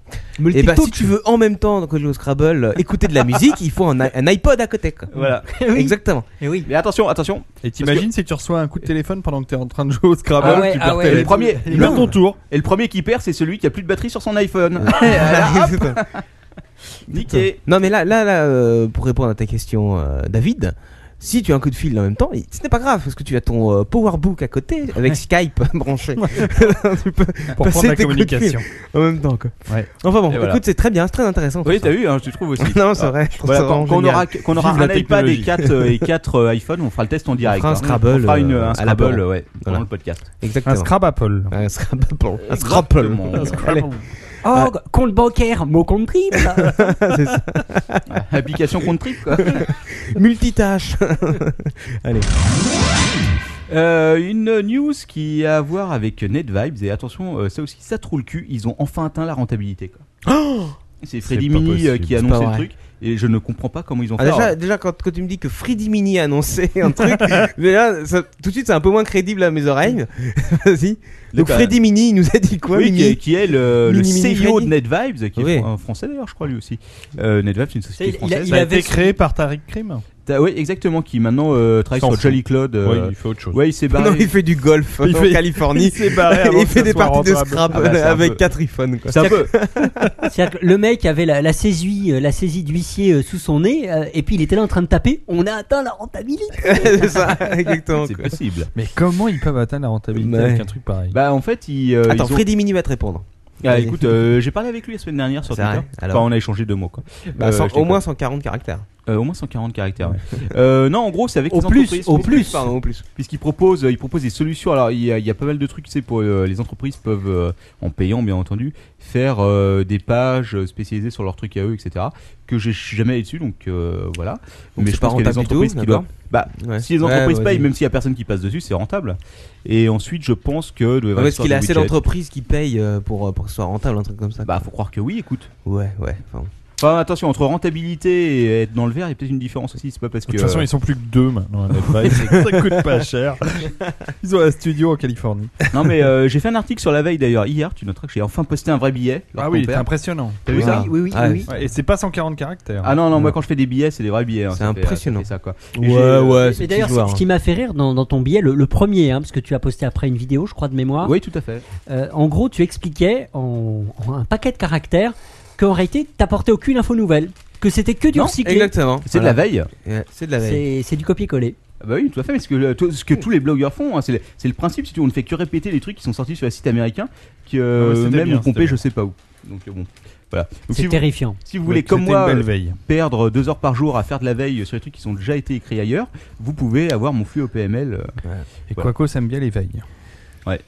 Speaker 6: et bah si tu veux en même temps que le Scrabble euh, écouter de la musique, il faut un, i- un iPod à côté. Quoi.
Speaker 2: Voilà.
Speaker 6: Exactement.
Speaker 4: Eh oui.
Speaker 2: Mais attention, attention,
Speaker 5: Et t'imagines si tu reçois un coup de téléphone pendant que t'es en train de jouer au Scrabble
Speaker 4: Ah ouais,
Speaker 5: tu
Speaker 4: ah
Speaker 5: perds
Speaker 4: ouais.
Speaker 5: tes
Speaker 2: Et le
Speaker 5: lettres.
Speaker 2: premier,
Speaker 5: Il meurt ton tour.
Speaker 2: et le premier qui perd, c'est celui qui a plus de batterie sur son iPhone.
Speaker 4: Ah,
Speaker 2: Niqué.
Speaker 6: non mais là, là, là, euh, pour répondre à ta question, euh, David, Si tu as un coup de fil en même temps, et ce n'est pas grave parce que tu as ton euh, PowerBook à côté avec Skype branché. tu peux
Speaker 5: pour
Speaker 6: passer
Speaker 5: prendre la
Speaker 6: tes coups de fil
Speaker 5: communication.
Speaker 6: en même temps. Quoi.
Speaker 5: Ouais.
Speaker 6: Enfin bon,
Speaker 5: Et
Speaker 6: écoute,
Speaker 5: voilà.
Speaker 6: c'est très bien, c'est très intéressant.
Speaker 2: Oui,
Speaker 6: tout
Speaker 2: t'as
Speaker 6: ça.
Speaker 2: vu, hein, je te trouve aussi.
Speaker 6: non, c'est vrai. je trouve
Speaker 2: Voilà,
Speaker 6: ça
Speaker 2: quand,
Speaker 6: vraiment
Speaker 2: quand on
Speaker 6: génial.
Speaker 2: aura, qu'on aura
Speaker 6: Vive
Speaker 2: un
Speaker 6: la
Speaker 2: iPad et
Speaker 6: technologie.
Speaker 2: 4, euh, et quatre, euh, iPhone, on fera le test en direct.
Speaker 6: fera un
Speaker 2: hein.
Speaker 6: Scrabble,
Speaker 2: On fera une,
Speaker 6: euh,
Speaker 2: un
Speaker 6: à la
Speaker 2: Scrabble,
Speaker 6: borne.
Speaker 2: ouais,
Speaker 6: Voilà.
Speaker 2: pendant le podcast.
Speaker 5: Un
Speaker 6: Exactement.
Speaker 5: scrap Apple.
Speaker 6: Un Scrabble. Un Scrabble.
Speaker 2: Un
Speaker 4: Oh, compte bancaire, mot compte trip.
Speaker 6: C'est ça.
Speaker 2: Application compte trip, quoi.
Speaker 6: Multitâche.
Speaker 2: Euh, une news qui a à voir avec NetVibes, et attention, euh, ça aussi, ça trouve le cul, ils ont enfin atteint la rentabilité, quoi. C'est Freddy
Speaker 5: pas
Speaker 2: Mini euh,
Speaker 5: possible,
Speaker 2: qui a
Speaker 6: c'est
Speaker 2: annoncé
Speaker 6: pas
Speaker 2: le
Speaker 6: vrai.
Speaker 2: truc, et je ne comprends pas comment ils ont
Speaker 6: Ah,
Speaker 2: fait.
Speaker 6: déjà,
Speaker 2: Alors,
Speaker 6: déjà quand, quand tu me dis que Freddy Mini a annoncé un truc, déjà, ça- tout de suite, c'est un peu moins crédible à mes oreilles. Vas-y. Donc,
Speaker 2: D'accord.
Speaker 6: Freddy Mini, il nous a dit quoi,
Speaker 2: oui,
Speaker 6: Mini
Speaker 2: qui est, qui est le, le
Speaker 6: Mini, mini
Speaker 2: CEO
Speaker 6: Freddy.
Speaker 2: de NetVibes, qui est
Speaker 6: Oui.
Speaker 2: fr- un français d'ailleurs, je crois lui aussi. Euh, NetVibes, c'est une
Speaker 4: Il,
Speaker 2: société
Speaker 4: il, il
Speaker 2: française.
Speaker 5: Ça a
Speaker 4: avait
Speaker 5: été créé par Tariq Krim.
Speaker 2: T'as- Oui, exactement, qui maintenant euh, travaille
Speaker 5: S'en
Speaker 2: sur
Speaker 5: fout.
Speaker 2: Jolly Cloud. euh,
Speaker 5: fait autre chose.
Speaker 2: ouais, il s'est barré.
Speaker 6: Non, il fait du golf
Speaker 5: Il
Speaker 6: en
Speaker 5: fait-
Speaker 6: Californie.
Speaker 5: Il s'est barré avant
Speaker 6: il
Speaker 5: que
Speaker 6: fait
Speaker 5: ça
Speaker 6: des
Speaker 5: soit
Speaker 6: parties de
Speaker 5: rentable.
Speaker 6: Scrabble
Speaker 2: Ah bah, c'est un
Speaker 6: avec
Speaker 2: peu-
Speaker 6: quatre iPhones. Quoi.
Speaker 2: C'est un peu.
Speaker 4: C'est-à-dire que le mec avait la, la saisie, euh, la saisie d'huissier euh, sous son nez, euh, et puis il était là en train de taper. On a atteint la rentabilité.
Speaker 6: C'est ça, exactement.
Speaker 2: C'est
Speaker 6: quoi.
Speaker 2: possible.
Speaker 7: Mais comment ils peuvent atteindre la rentabilité
Speaker 6: Ouais.
Speaker 7: avec un truc pareil
Speaker 2: Bah, en fait, ils. euh,
Speaker 6: Attends,
Speaker 2: ils ont-
Speaker 6: Freddy Mini va te répondre.
Speaker 2: Ah, écoute, euh, j'ai parlé avec lui la semaine dernière sur
Speaker 6: C'est
Speaker 2: Twitter.
Speaker 6: vrai, alors.
Speaker 2: Enfin, on a échangé deux mots, quoi.
Speaker 6: Bah,
Speaker 2: Euh, je
Speaker 6: cent- au
Speaker 2: déconne.
Speaker 6: moins 140 caractères.
Speaker 2: Euh, au moins 140 caractères. ouais. Euh, non, en gros, c'est avec
Speaker 4: Au
Speaker 2: les
Speaker 4: plus,
Speaker 2: entreprises.
Speaker 4: au plus.
Speaker 6: Pardon, au plus.
Speaker 2: Puisqu'ils proposent, ils proposent euh, des solutions. Alors, il y, a- il y a pas mal de trucs, tu sais, pour euh, les entreprises peuvent, euh, en payant bien entendu, faire euh, des pages spécialisées sur leurs trucs à eux, etc. Que j'ai- je suis jamais allé dessus, donc euh, voilà. Mais
Speaker 6: Donc, c'est
Speaker 2: je
Speaker 6: pas
Speaker 2: pense qu'il y a des
Speaker 6: rentable du
Speaker 2: entreprises
Speaker 6: tout,
Speaker 2: qui
Speaker 6: d'accord.
Speaker 2: doivent. Bah,
Speaker 6: Ouais.
Speaker 2: si les
Speaker 6: Ouais,
Speaker 2: entreprises
Speaker 6: ouais,
Speaker 2: payent,
Speaker 6: ouais.
Speaker 2: même s'il y a personne qui passe dessus, c'est rentable. Et ensuite, je pense que de
Speaker 6: Ah Ouais, parce qu'il est assez
Speaker 2: d'entreprise
Speaker 6: d'entreprises qui payent euh, pour, euh, pour que ce soit rentable, un truc comme ça.
Speaker 2: Bah, faut croire que oui. Écoute,
Speaker 6: Ouais, ouais. enfin,
Speaker 2: enfin, attention entre rentabilité et être dans le vert, il y a peut-être une différence aussi. C'est pas parce
Speaker 5: De
Speaker 2: que. euh,
Speaker 5: toute façon, ils sont plus que deux maintenant. à Netflix. ça coûte pas cher. Ils ont un studio en Californie.
Speaker 2: Non mais euh, j'ai fait un article sur la veille d'ailleurs hier, tu noteras que j'ai enfin posté un vrai billet. leur
Speaker 5: c'est
Speaker 2: compère.
Speaker 5: impressionnant.
Speaker 2: T'as vu ça
Speaker 4: oui, oui,
Speaker 6: Ah,
Speaker 4: oui.
Speaker 5: Ouais, et c'est pas 140 caractères.
Speaker 2: Ah non non, moi quand je fais des billets, c'est des vrais billets. hein,
Speaker 6: C'est
Speaker 2: ça fait-
Speaker 6: impressionnant.
Speaker 2: ça fait ça, quoi. Et j'ai,
Speaker 6: Ouais,
Speaker 2: euh,
Speaker 6: ouais,
Speaker 4: Mais
Speaker 6: c'est
Speaker 4: d'ailleurs,
Speaker 6: petit
Speaker 4: ce
Speaker 6: joueur.
Speaker 4: ce qui m'a fait rire dans, dans ton billet, le, le premier, hein, parce que tu as posté après une vidéo, je crois, de
Speaker 5: Ah.
Speaker 4: mémoire.
Speaker 2: Oui, tout à fait.
Speaker 4: Euh, en gros, tu expliquais en, en un paquet de caractères qu'en réalité, t'apportais aucune info nouvelle, que c'était que du
Speaker 2: Non,
Speaker 4: recyclé.
Speaker 6: Exactement.
Speaker 2: C'est
Speaker 6: Voilà.
Speaker 2: de la veille.
Speaker 6: Ouais, C'est de la veille.
Speaker 4: C'est c'est du copier-coller.
Speaker 2: Ah Bah oui, tout à fait. Parce que euh, tout- ce que tous les blogueurs font, hein, c'est le, c'est le principe. Si tu veux, on ne fait que répéter les trucs qui sont sortis sur les sites américains, qui euh,
Speaker 5: Non, mais Ah c'était
Speaker 2: même
Speaker 5: bien,
Speaker 2: ont pompé,
Speaker 5: c'était
Speaker 2: je sais pas où. Donc euh, bon, voilà. Donc, si,
Speaker 4: C'est
Speaker 2: vous,
Speaker 4: terrifiant.
Speaker 2: si vous voulez,
Speaker 5: Ouais,
Speaker 2: comme
Speaker 5: c'était
Speaker 2: moi,
Speaker 5: une belle
Speaker 2: euh,
Speaker 5: veille.
Speaker 2: perdre deux heures par jour à faire de la veille sur les trucs qui ont déjà été écrits ailleurs, vous pouvez avoir mon flux OPML. euh,
Speaker 5: Et
Speaker 2: Voilà.
Speaker 5: Quaco, ça aime bien les veilles.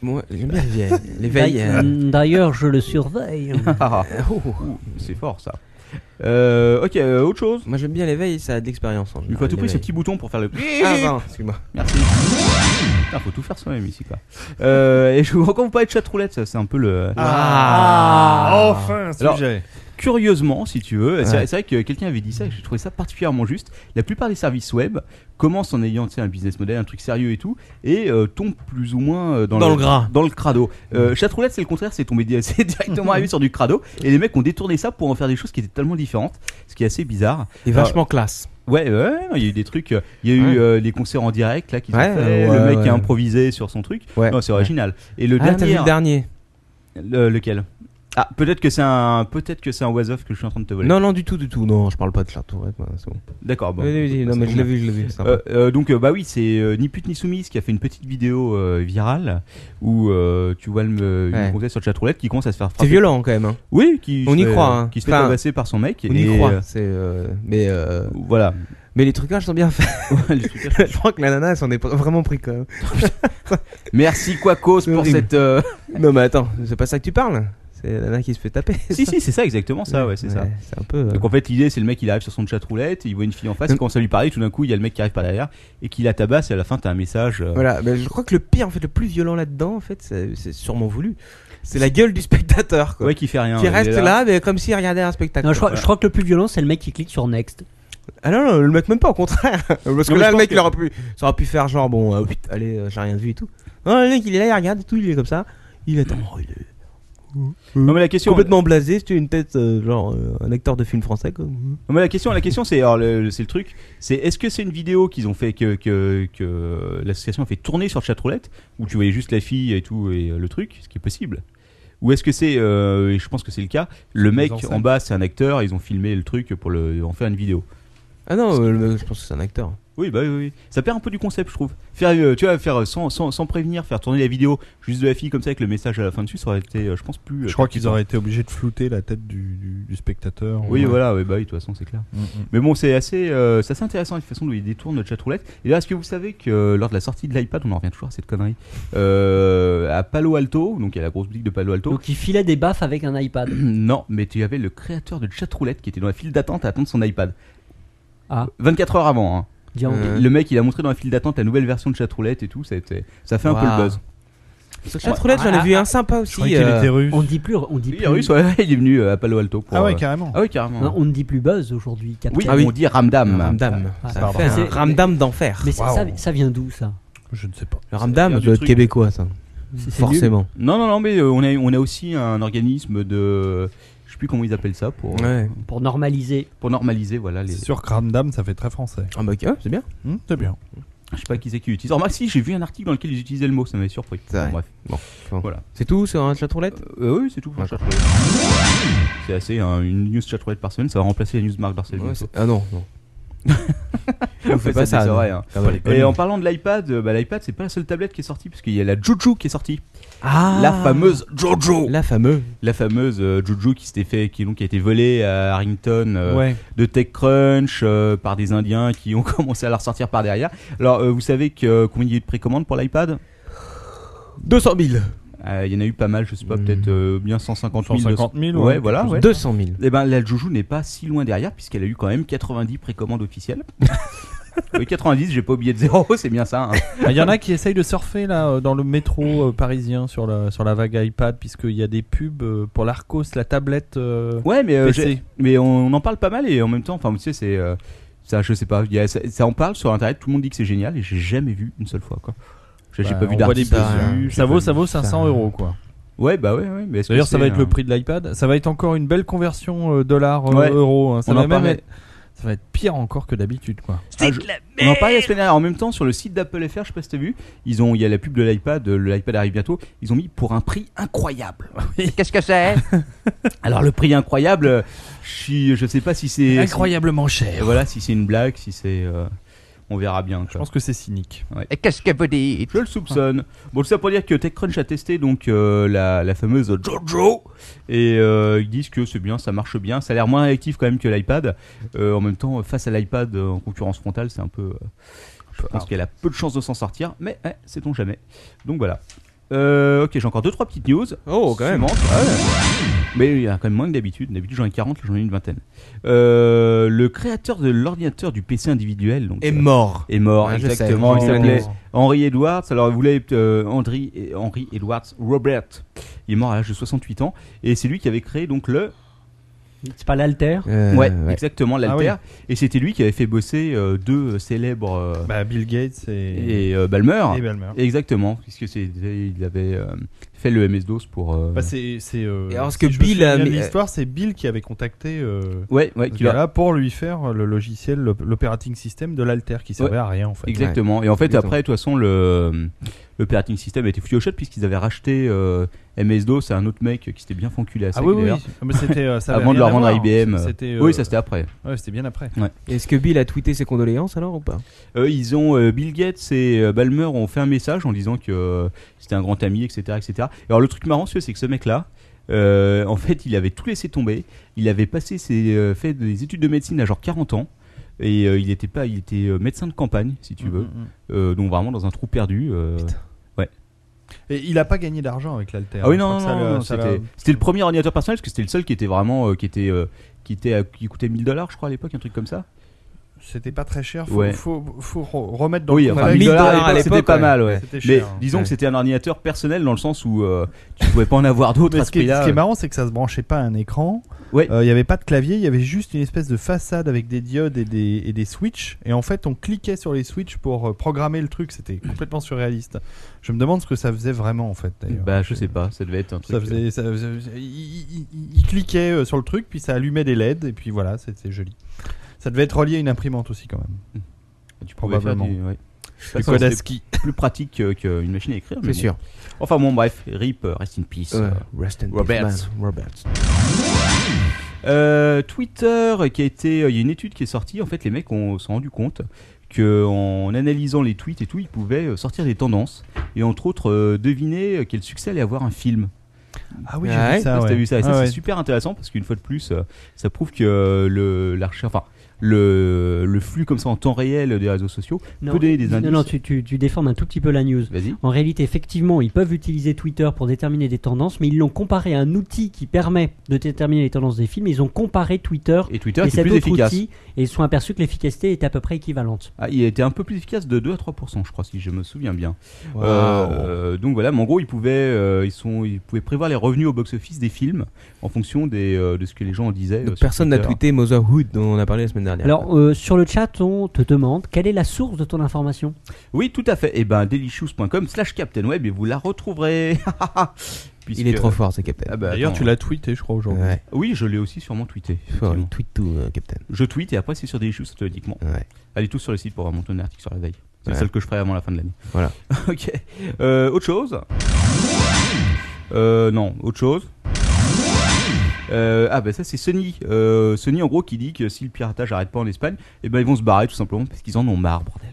Speaker 6: Moi, j'aime bien les vieilles. Les
Speaker 4: Bah,
Speaker 6: veilles. euh,
Speaker 4: D'ailleurs, je le surveille.
Speaker 2: Ah, ah. Ouh, c'est fort ça. Euh, ok, euh, autre chose.
Speaker 6: Moi, j'aime bien les veilles, ça a de l'expérience. en
Speaker 2: Ah, Il faut à
Speaker 6: général,
Speaker 2: tout prix
Speaker 6: les
Speaker 2: ce petit bouton pour faire le.
Speaker 6: veilles. Ah, pardon, excuse-moi.
Speaker 2: Merci. Putain, faut tout faire soi-même ici quoi. Euh, et je vous recommande pas de chat roulette, ça c'est un peu le.
Speaker 6: Ah.
Speaker 5: Ah, Enfin, un
Speaker 2: Alors-
Speaker 5: sujet.
Speaker 2: Curieusement, si tu veux, c'est
Speaker 6: Ouais.
Speaker 2: c'est vrai que quelqu'un avait dit ça et j'ai trouvé ça particulièrement juste. La plupart des services web commencent en ayant tu sais, un business model, un truc sérieux et tout, et euh, tombent plus ou moins euh, dans,
Speaker 6: Dans le gras. Mm.
Speaker 2: Dans le crado. Euh, Chatroulette, c'est le contraire, c'est tombé di- c'est directement arrivé sur du crado, et les mecs ont détourné ça pour en faire des choses qui étaient tellement différentes, ce qui est assez bizarre.
Speaker 6: Et vachement classe.
Speaker 2: Ouais, ouais, ouais, non, il y a eu des trucs. euh, Il y a
Speaker 6: Ouais.
Speaker 2: eu euh, des concerts en direct là qui sont
Speaker 6: Ouais,
Speaker 2: faits,
Speaker 6: ouais,
Speaker 2: le mec
Speaker 6: ouais.
Speaker 2: qui a improvisé sur son truc.
Speaker 6: Ouais.
Speaker 2: Non, c'est original. Et le
Speaker 6: Ah, t'as vu
Speaker 2: dernier,
Speaker 6: le dernier
Speaker 2: le- lequel Ah, peut-être que c'est un, peut-être que c'est un was off que je suis en train de te voler.
Speaker 6: Non, non, du tout, du tout. Non, je parle pas de Charles Tourette, moi, c'est bon.
Speaker 2: D'accord. Bon.
Speaker 6: Oui, oui, oui, non,
Speaker 2: C'est
Speaker 6: mais
Speaker 2: bon.
Speaker 6: je l'ai vu, je l'ai vu. c'est sympa.
Speaker 2: Euh, euh, donc euh, bah oui c'est euh, ni pute ni soumise qui a fait une petite vidéo euh, virale où euh, tu vois le me- une
Speaker 6: Ouais.
Speaker 2: grossesse sur chatroulette qui commence à se faire frapper
Speaker 6: C'est violent quand même. hein.
Speaker 2: oui qui
Speaker 6: On
Speaker 2: se
Speaker 6: y
Speaker 2: fait-
Speaker 6: croit, hein.
Speaker 2: qui se fait
Speaker 6: Enfin,
Speaker 2: tabasser par son mec
Speaker 6: On y
Speaker 2: et,
Speaker 6: croit.
Speaker 2: euh,
Speaker 6: c'est, euh, Mais euh,
Speaker 2: voilà
Speaker 6: mais les trucages sont bien faits. Je crois que la nana elle s'en est pr- vraiment pris quand même.
Speaker 2: merci Quacos
Speaker 6: C'est
Speaker 2: pour
Speaker 6: horrible.
Speaker 2: cette euh,
Speaker 6: Non, mais attends, c'est pas ça que tu parles. C'est la nana qui se fait taper.
Speaker 2: si si c'est ça exactement ça ouais c'est ça
Speaker 6: C'est un peu. euh,
Speaker 2: donc en fait l'idée c'est le mec il arrive sur son chatroulette il voit une fille en face
Speaker 6: Mm.
Speaker 2: il commence à lui parler tout d'un coup il y a le mec qui arrive par derrière et qui la tabasse et à la fin t'as un message euh,
Speaker 6: Voilà, mais je crois que le pire, en fait, le plus violent là-dedans, en fait, c'est c'est sûrement voulu. C'est la gueule du spectateur, quoi.
Speaker 2: ouais qui fait rien
Speaker 6: qui
Speaker 2: Il est
Speaker 6: reste là, mais comme s'il regardait un spectacle.
Speaker 4: Non, je, crois, je crois que le plus violent, c'est le mec qui clique sur Next.
Speaker 6: Ah non, non, le mec même pas, au contraire. Parce que
Speaker 2: mais je
Speaker 6: là, le
Speaker 2: pense
Speaker 6: mec,
Speaker 2: que-
Speaker 6: il aurait pu, ça aurait pu faire genre, bon, euh, putain, allez, euh, j'ai rien vu et tout. Non, le mec, il est là, il regarde et tout, il est comme ça. Il attend, oh, il est
Speaker 2: non mais la question
Speaker 6: complètement blasé, c'est une tête, euh, genre, euh, un acteur de film français, quoi.
Speaker 2: Non, mais la question, la question, c'est alors le, le- c'est le truc, c'est est-ce que c'est une vidéo qu'ils ont fait que que, que l'association a fait tourner sur chatroulette où tu voyais juste la fille et tout et euh, le truc, ce qui est possible, ou est-ce que c'est, euh, et je pense que c'est le cas, le mec
Speaker 5: en scène.
Speaker 2: en bas c'est un acteur, ils ont filmé le truc pour le en faire une vidéo.
Speaker 6: Ah non, euh, le mec, je pense que c'est un acteur.
Speaker 2: Oui, bah oui, oui. Ça perd un peu du concept, je trouve. Faire, euh, tu vois, faire euh, sans, sans, sans prévenir, faire tourner la vidéo juste de la fille comme ça avec le message à la fin dessus, ça aurait été, euh, je pense, plus. euh,
Speaker 5: Je crois qu'ils
Speaker 2: percutant.
Speaker 5: auraient été obligés de flouter la tête du, du- du spectateur.
Speaker 2: Oui,
Speaker 5: Ouais.
Speaker 2: voilà, oui, bah oui, de toute façon, c'est clair.
Speaker 7: Mm,
Speaker 2: Mais bon, c'est assez, euh, c'est assez intéressant la façon dont il détourne le chat roulette. Et là, est-ce que vous savez que euh, lors de la sortie de l'iPad, on en revient toujours à cette connerie, euh, à Palo Alto, donc il y a la grosse boutique de Palo Alto,
Speaker 4: Donc il filait des baffes avec un iPad.
Speaker 2: non, mais tu avais le créateur de chat roulette qui était dans la file d'attente à attendre son iPad.
Speaker 4: Ah.
Speaker 2: 24 heures avant, hein.
Speaker 4: Dis donc.
Speaker 6: Euh,
Speaker 2: Le mec, il a montré dans la file d'attente la nouvelle version de chat roulette et tout, ça, a été- ça fait un peu
Speaker 6: Waouh.
Speaker 2: le buzz.
Speaker 6: Sur Chatroulette, j'en ai vu un sympa
Speaker 5: Je
Speaker 6: aussi.
Speaker 5: croyais qu'il
Speaker 6: euh,
Speaker 5: était russe.
Speaker 4: On dit plus, on dit
Speaker 2: Oui,
Speaker 4: plus,
Speaker 2: Russe, ouais, il est venu euh, à Palo Alto pour.
Speaker 5: Ah ouais,
Speaker 2: euh,
Speaker 5: carrément.
Speaker 2: ah ouais, carrément.
Speaker 4: Non, on ne dit plus buzz aujourd'hui. Captain.
Speaker 2: Oui,
Speaker 6: Ah oui.
Speaker 2: on dit Ramdam.
Speaker 6: Ramdam.
Speaker 4: Ah,
Speaker 6: Ça
Speaker 5: pardon.
Speaker 6: fait un
Speaker 4: C'est-
Speaker 6: Ramdam d'enfer.
Speaker 4: Mais ça,
Speaker 5: Waouh.
Speaker 4: ça- ça vient d'où ça
Speaker 5: Je ne sais pas.
Speaker 6: Le Ramdam,
Speaker 2: vient
Speaker 6: ça
Speaker 2: du
Speaker 6: doit être
Speaker 2: truc.
Speaker 6: québécois, ça. Forcément.
Speaker 2: Non, non, non, mais euh, on, a, on a aussi un organisme de. Je sais plus comment ils appellent ça pour, euh,
Speaker 6: Ouais.
Speaker 4: Pour normaliser.
Speaker 2: pour normaliser, voilà. Les...
Speaker 5: C'est sûr que Ramdam, ça fait très français.
Speaker 6: Ah bah, ok, ouais, c'est bien.
Speaker 5: Hmm, c'est bien.
Speaker 2: Je sais pas qui c'est qui utilise. Remarque, si, j'ai vu un article dans lequel ils utilisaient le mot, ça m'avait surpris.
Speaker 6: C'est vrai.
Speaker 2: bref.
Speaker 6: C'est tout sur un Chatroulette
Speaker 2: Euh, oui, c'est tout.
Speaker 6: D'accord.
Speaker 2: C'est assez, hein, une news chatroulette par semaine, ça va remplacer la news Marc Darcel.
Speaker 6: Ouais,
Speaker 2: bientôt.
Speaker 6: c'est- Ah non, non.
Speaker 2: On
Speaker 6: fait pas ça,
Speaker 2: C'est
Speaker 6: non.
Speaker 2: vrai. hein.
Speaker 6: Ah, voilà.
Speaker 2: Et en parlant de l'iPad, euh, bah, l'iPad, c'est pas la seule tablette qui est sortie, parce qu'il y a la Jojo qui est sortie.
Speaker 6: Ah
Speaker 2: La fameuse Jojo
Speaker 6: La fameuse.
Speaker 2: La fameuse euh, Jojo qui s'était fait, qui, donc, qui a été volée à Harrington euh,
Speaker 5: ouais.
Speaker 2: de TechCrunch euh, par des Indiens qui ont commencé à la ressortir par derrière. Alors, euh, vous savez que, euh, combien il y a eu de précommandes pour l'iPad
Speaker 6: 200 000
Speaker 2: Euh, Il y en a eu pas mal, je sais pas,
Speaker 6: Hmm.
Speaker 2: peut-être euh, bien 150 000.
Speaker 5: 150 000,
Speaker 2: ouais,
Speaker 5: ouais,
Speaker 2: voilà. Ouais.
Speaker 6: 200 000
Speaker 2: Et ben, la Joujou n'est pas si loin derrière, puisqu'elle a eu quand même 90 précommandes officielles. Oui, 90, j'ai pas oublié de zéro, c'est bien ça. hein.
Speaker 7: Il Ah, y en a qui essayent de surfer là euh, dans le métro euh, parisien sur la, sur la vague iPad puisqu'il y a des pubs euh, pour l'Arcos, la tablette euh,
Speaker 2: Ouais, mais, euh, j'ai-
Speaker 7: PC.
Speaker 2: mais on en parle pas mal et en même temps, enfin, tu sais, c'est. euh, ça, je sais pas, il y a- ça, ça en parle sur internet, tout le monde dit que c'est génial et j'ai jamais vu une seule fois, quoi. J'ai j'ai
Speaker 7: Bah,
Speaker 2: pas vu
Speaker 7: on voit
Speaker 2: d'article
Speaker 7: des
Speaker 6: pubs,
Speaker 2: dessus, Ah, j'ai
Speaker 7: Ça
Speaker 2: pas
Speaker 7: vaut,
Speaker 2: vu-
Speaker 7: ça vaut 500 euros quoi.
Speaker 2: Ouais, bah ouais, ouais. mais est-ce que
Speaker 7: D'ailleurs, ça va
Speaker 2: c'est
Speaker 7: être
Speaker 2: un-
Speaker 7: le prix de l'iPad. Ça va être encore une belle conversion euh, dollar euh,
Speaker 2: Ouais.
Speaker 7: euro. hein. Ça
Speaker 2: On en
Speaker 7: va même
Speaker 2: parlait.
Speaker 7: être- ça va être pire encore que d'habitude quoi.
Speaker 2: Ah, je- On en parlait la semaine dernière. En même temps, sur le site d'Apple FR, je sais pas si t'as vu, ils ont, il y a la pub de l'iPad, euh, le l'iPad arrive bientôt. Ils ont mis pour un prix incroyable.
Speaker 3: Qu'est-ce que c'est
Speaker 2: Alors le prix incroyable, euh, je, suis- je sais pas si c'est
Speaker 7: Incroyablement
Speaker 2: si-
Speaker 7: cher.
Speaker 2: voilà, si c'est une blague, si c'est, euh, on verra bien.
Speaker 7: Je
Speaker 2: quoi.
Speaker 7: pense que c'est cynique.
Speaker 3: Et qu'est-ce que vous dites
Speaker 2: Je le soupçonne. Bon, tout ça pour dire que TechCrunch a testé donc euh, la, la fameuse Jojo et euh, ils disent que c'est bien, ça marche bien, ça a l'air moins réactif quand même que l'iPad. Euh, en même temps, face à l'iPad euh, en concurrence frontale, c'est un peu. euh, je pense qu'elle a peu de chances de s'en sortir, mais eh, sait-on jamais. Donc voilà. Euh, ok, j'ai encore deux trois petites news.
Speaker 6: Oh, quand même
Speaker 2: Suivantes. Ah ouais. Mais il y en a quand même moins que d'habitude. D'habitude j'en ai 40, là j'en ai une vingtaine. Euh, le créateur de l'ordinateur du PC individuel, donc
Speaker 6: Est
Speaker 2: euh,
Speaker 6: mort
Speaker 2: est mort,
Speaker 6: Ouais, je sais.
Speaker 2: exactement. Il
Speaker 6: Oh.
Speaker 2: s'appelait Henry Edwards. Alors, vous l'avez, euh, Henry, eh, Henry Edwards Robert. Il est mort à l'âge de 68 ans. Et c'est lui qui avait créé donc le.
Speaker 4: C'est pas l'alter
Speaker 6: Euh,
Speaker 2: ouais, exactement, l'Alter.
Speaker 5: Ah
Speaker 2: Et c'était lui qui avait fait bosser euh, deux euh, célèbres. euh,
Speaker 5: Bah, Bill Gates et,
Speaker 2: et euh, Balmer.
Speaker 5: et Balmer.
Speaker 2: Exactement, puisque c'est, il avait euh, fait le MS-DOS pour. euh,
Speaker 5: Bah, c'est. c'est, euh,
Speaker 6: Et alors, ce
Speaker 5: si
Speaker 6: que
Speaker 5: je me
Speaker 6: Bill
Speaker 5: souviens
Speaker 6: a
Speaker 5: de
Speaker 6: mis-
Speaker 5: L'histoire, c'est Bill qui avait contacté. Euh,
Speaker 2: ouais, ouais,
Speaker 5: ce
Speaker 2: qu'il a-
Speaker 5: gars-là pour lui faire euh, le logiciel, l'op- l'operating system de l'Alter qui servait à rien en fait.
Speaker 2: Exactement. Et en fait,
Speaker 6: Exactement.
Speaker 2: après, de toute façon, le, le operating system a été foutu au chat puisqu'ils avaient racheté euh, MS-DOS à un autre mec qui s'était bien fonculé à ça.
Speaker 5: Ah oui, oui, Ah, mais c'était, euh, ça avait
Speaker 2: Avant de
Speaker 5: rien
Speaker 2: le revendre à
Speaker 5: voir.
Speaker 2: IBM.
Speaker 5: C'était, euh,
Speaker 2: Oui, ça c'était après.
Speaker 5: ouais, c'était bien après.
Speaker 6: Est-ce que Bill a tweeté ses condoléances alors ou pas
Speaker 2: Euh, ils ont euh, Bill Gates et euh, Balmer ont fait un message en disant que euh, c'était un grand ami, etc., etc. Alors le truc marrant, c'est que ce mec-là, euh, en fait, il avait tout laissé tomber. Il avait passé ses euh, fait des études de médecine à genre 40 ans. Et euh, il était pas, il était euh, médecin de campagne, si tu veux,
Speaker 5: Mm, mm, mm.
Speaker 2: Euh, donc vraiment dans un trou perdu. euh.
Speaker 5: Et il a pas gagné d'argent avec l'Alter.
Speaker 2: Ah oui
Speaker 5: Je
Speaker 2: non,
Speaker 5: crois que
Speaker 2: non,
Speaker 5: ça
Speaker 2: non,
Speaker 5: l'a-
Speaker 2: non,
Speaker 5: ça
Speaker 2: c'était,
Speaker 5: l'a-
Speaker 2: c'était le premier ordinateur personnel parce que c'était le seul qui était vraiment, euh, qui était, euh, qui était, à- qui coûtait 1000 dollars, je crois à l'époque, un truc comme ça.
Speaker 5: C'était pas très cher. Faut,
Speaker 2: Ouais.
Speaker 5: faut, faut re- remettre dans
Speaker 2: oui,
Speaker 5: le
Speaker 2: enfin,
Speaker 5: contexte.
Speaker 2: 1000 dollars
Speaker 6: à
Speaker 2: à l'époque, c'était
Speaker 6: l'époque,
Speaker 2: pas
Speaker 6: ouais.
Speaker 2: mal, ouais.
Speaker 5: C'était
Speaker 2: Mais
Speaker 5: cher. hein.
Speaker 2: disons
Speaker 6: Ouais.
Speaker 2: que c'était un ordinateur personnel dans le sens où euh, tu pouvais pas en avoir d'autres
Speaker 5: Mais
Speaker 2: à
Speaker 5: ce
Speaker 2: ce
Speaker 5: qui, est, ce
Speaker 2: prix-là. euh.
Speaker 5: qui est marrant, c'est que ça se branchait pas à un écran. Euh,
Speaker 2: Ouais.
Speaker 5: Il y avait pas de clavier, il y avait juste une espèce de façade avec des diodes et des, et des switches. Et en fait, on cliquait sur les switches pour euh, programmer le truc. C'était complètement surréaliste. Je me demande ce que ça faisait vraiment en fait. d'ailleurs.
Speaker 2: Bah je sais pas, ça devait être un truc. euh.
Speaker 5: Ça faisait, ça faisait- il, il- il- il cliquait euh, sur le truc, puis ça allumait des LED, et puis voilà, c'était joli. Ça devait être relié à une imprimante aussi quand même.
Speaker 2: euh, tu pouvais faire
Speaker 5: probablement.
Speaker 2: du- ouais.
Speaker 5: Du
Speaker 2: Ça, c'était
Speaker 5: Kodaski.
Speaker 2: plus pratique euh, qu'une machine à écrire. mais
Speaker 6: C'est
Speaker 2: bon.
Speaker 6: sûr.
Speaker 2: Enfin bon, bref, rip, euh, rest in peace.
Speaker 6: Euh, Rest in peace,
Speaker 2: Roberts.
Speaker 6: man. Roberts.
Speaker 2: Euh, Twitter, qui a été, il y a une étude qui est sortie. En fait, les mecs ont- se sont rendu compte qu'en analysant les tweets et tout, ils pouvaient euh, sortir des tendances et entre autres euh, deviner quel succès allait avoir un film.
Speaker 5: Ah oui,
Speaker 6: j'ai Ah vu ouais
Speaker 2: Je sais pas si t'as vu ça, et ça
Speaker 5: Ah ouais.
Speaker 2: c'est super intéressant parce qu'une fois de plus, euh, ça prouve que euh, le, la recherche- enfin, le, le flux comme ça en temps réel des réseaux sociaux
Speaker 4: Non,
Speaker 2: peut donner des
Speaker 4: non,
Speaker 2: indices.
Speaker 4: non, tu, tu, tu déformes un tout petit peu la news.
Speaker 2: Vas-y.
Speaker 4: En réalité, effectivement, ils peuvent utiliser Twitter pour déterminer des tendances, mais ils l'ont comparé à un outil qui permet de déterminer les tendances des films. Ils ont comparé Twitter
Speaker 2: Et Twitter
Speaker 4: et
Speaker 2: était
Speaker 4: cet
Speaker 2: plus
Speaker 4: autre
Speaker 2: efficace.
Speaker 4: outil, et ils se sont aperçus que l'efficacité est à peu près équivalente.
Speaker 2: Ah, il était un peu plus efficace de 2 à 3%, je crois, si je me souviens bien.
Speaker 6: Waouh.
Speaker 2: Euh, donc voilà, mais en gros, ils pouvaient, euh, ils, sont, ils pouvaient prévoir les revenus au box-office des films en fonction des, euh, de ce que les gens en disaient.
Speaker 6: Donc,
Speaker 2: euh, sur
Speaker 6: personne n'a
Speaker 2: Twitter.
Speaker 6: tweeté Motherhood dont on a parlé la semaine dernière.
Speaker 4: Alors, euh, sur le chat, on te demande quelle est la source de ton information
Speaker 2: Oui, tout à fait. Et ben, delicious.com slash captainweb et vous la retrouverez.
Speaker 6: il est trop fort, ce Captain.
Speaker 2: Ah bah,
Speaker 5: D'ailleurs,
Speaker 2: attends.
Speaker 5: tu l'as tweeté, je crois, aujourd'hui.
Speaker 6: ouais,
Speaker 2: Oui, je l'ai aussi sûrement tweeté.
Speaker 6: fort,
Speaker 2: effectivement.
Speaker 6: il tweet tout, euh, Captain.
Speaker 2: Je tweete et après c'est sur Delicious automatiquement.
Speaker 6: Ouais.
Speaker 2: Allez tous sur le site pour avoir mon ton article sur la veille. C'est
Speaker 6: Ouais.
Speaker 2: celle que je ferai avant la fin de l'année.
Speaker 6: Voilà.
Speaker 2: ok. Euh, autre chose euh, Non, autre chose. Euh, ah bah ça c'est Sony. Euh, Sony en gros qui dit que si le piratage arrête pas en Espagne, eh ben ils vont se barrer tout simplement parce qu'ils en ont marre, bordel.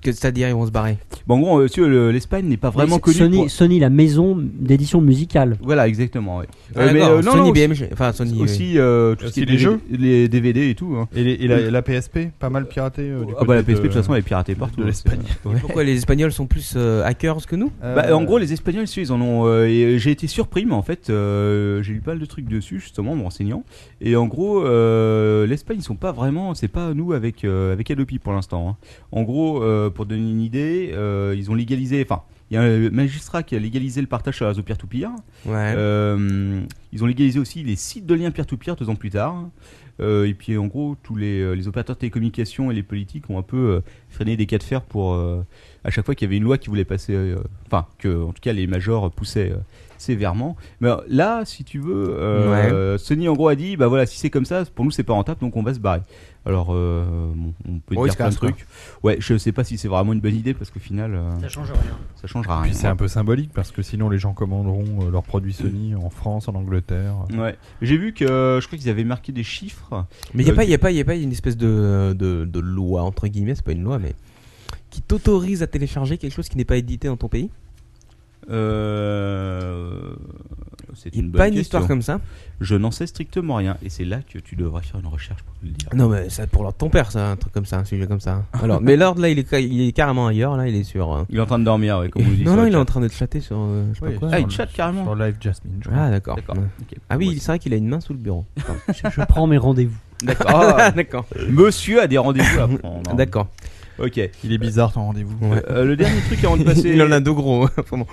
Speaker 6: Que c'est-à-dire, ils vont se barrer.
Speaker 2: Bon, en gros, euh, si, euh, le- l'Espagne n'est pas vraiment
Speaker 4: Mais
Speaker 2: connue.
Speaker 4: Sony,
Speaker 2: pour-
Speaker 4: Sony, la maison d'édition musicale.
Speaker 2: Voilà, exactement. ouais.
Speaker 6: Ah,
Speaker 2: Euh, mais,
Speaker 6: d'accord,
Speaker 2: euh, non,
Speaker 6: Sony
Speaker 2: non, aussi-
Speaker 6: BMG. Enfin, Sony. oui.
Speaker 2: aussi euh, tout ce qui est
Speaker 5: Aussi les
Speaker 2: DVD,
Speaker 5: jeux
Speaker 2: les DVD et tout. hein.
Speaker 5: Et, les- et la, la PSP, pas mal piratée euh, du
Speaker 2: Ah bah la
Speaker 5: côté
Speaker 2: PSP de toute façon elle est piratée partout. hein,
Speaker 5: de l'Espagne.
Speaker 2: C'est- euh, ouais.
Speaker 6: Pourquoi les Espagnols sont plus euh, hackers que nous
Speaker 5: Euh,
Speaker 2: Bah, en gros, les Espagnols, si, ils en ont. euh, et, euh, j'ai été surpris, mais en fait, euh, j'ai lu pas mal de trucs dessus, justement, en me renseignant. Et en gros, euh, l'Espagne, ils sont pas vraiment. C'est pas nous avec, euh, avec Adopi pour l'instant. hein. En gros, euh, pour donner une idée, euh, ils ont légalisé. Enfin, il y a un magistrat qui a légalisé le partage sur les réseaux peer-to-peer.
Speaker 6: Ouais.
Speaker 2: Euh, ils ont légalisé aussi les sites de liens peer-to-peer deux ans plus tard. Euh, et puis en gros, tous les, euh, les opérateurs de télécommunications et les politiques ont un peu euh, freiné des cas de fer pour euh, à chaque fois qu'il y avait une loi qui voulait passer, euh, enfin que en tout cas les majors poussaient euh, sévèrement. Mais alors, là, si tu veux, euh, Sony en gros a dit bah voilà si c'est comme ça, pour nous c'est pas rentable donc on va se barrer. Alors euh, bon, on peut
Speaker 6: Oh, ils
Speaker 2: dire
Speaker 6: se
Speaker 2: plein de
Speaker 6: cassent, quoi.
Speaker 2: trucs. Ouais, je sais pas si c'est vraiment une bonne idée parce qu'au final euh,
Speaker 4: Ça change rien.
Speaker 2: ça changera rien.
Speaker 5: Puis c'est un peu symbolique parce que sinon les gens commanderont euh, leurs produits Sony en France, en Angleterre.
Speaker 2: Ouais, j'ai vu que euh, je crois qu'ils avaient marqué des chiffres.
Speaker 6: Mais il n'y a,
Speaker 2: Euh,
Speaker 6: pas- y a, pas- y a pas une espèce de, de, de loi, entre guillemets, c'est pas une loi, mais qui t'autorise à télécharger quelque chose qui n'est pas édité dans ton pays.
Speaker 2: Euh, C'est
Speaker 6: Il n'y
Speaker 2: une
Speaker 6: a
Speaker 2: bonne
Speaker 6: pas une
Speaker 2: question.
Speaker 6: histoire comme ça.
Speaker 2: Je n'en sais strictement rien, et c'est là que tu devras faire une recherche pour te le dire.
Speaker 6: Non, mais ça pour l'ordre de ton père, ça, un truc comme ça, un sujet comme ça. Alors, mais l'ordre là, il est, ca- il est carrément ailleurs, là, il est sur. euh,
Speaker 2: Il est en train de dormir, ouais, comme on dit. sur
Speaker 6: non, non,
Speaker 2: le
Speaker 6: il est
Speaker 2: chat.
Speaker 6: en train de chatter sur. euh, je sais
Speaker 5: Oui,
Speaker 6: pas quoi.
Speaker 2: Ah,
Speaker 5: sur
Speaker 2: il
Speaker 5: le-
Speaker 2: chatte carrément.
Speaker 5: hein. Sur Live Jasmine, je crois.
Speaker 6: Ah, d'accord.
Speaker 2: D'accord.
Speaker 6: Ouais.
Speaker 2: Ok.
Speaker 6: Ah oui,
Speaker 2: Ouais.
Speaker 6: c'est vrai qu'il a une main sous le bureau.
Speaker 4: Je prends mes rendez-vous.
Speaker 2: D'accord. Ah,
Speaker 6: d'accord.
Speaker 2: monsieur a des rendez-vous à prendre. hein.
Speaker 6: D'accord.
Speaker 2: Ok.
Speaker 5: Il est bizarre ton rendez-vous.
Speaker 6: Ouais.
Speaker 2: Euh, le dernier truc avant de passer.
Speaker 6: Il en a deux gros. vraiment.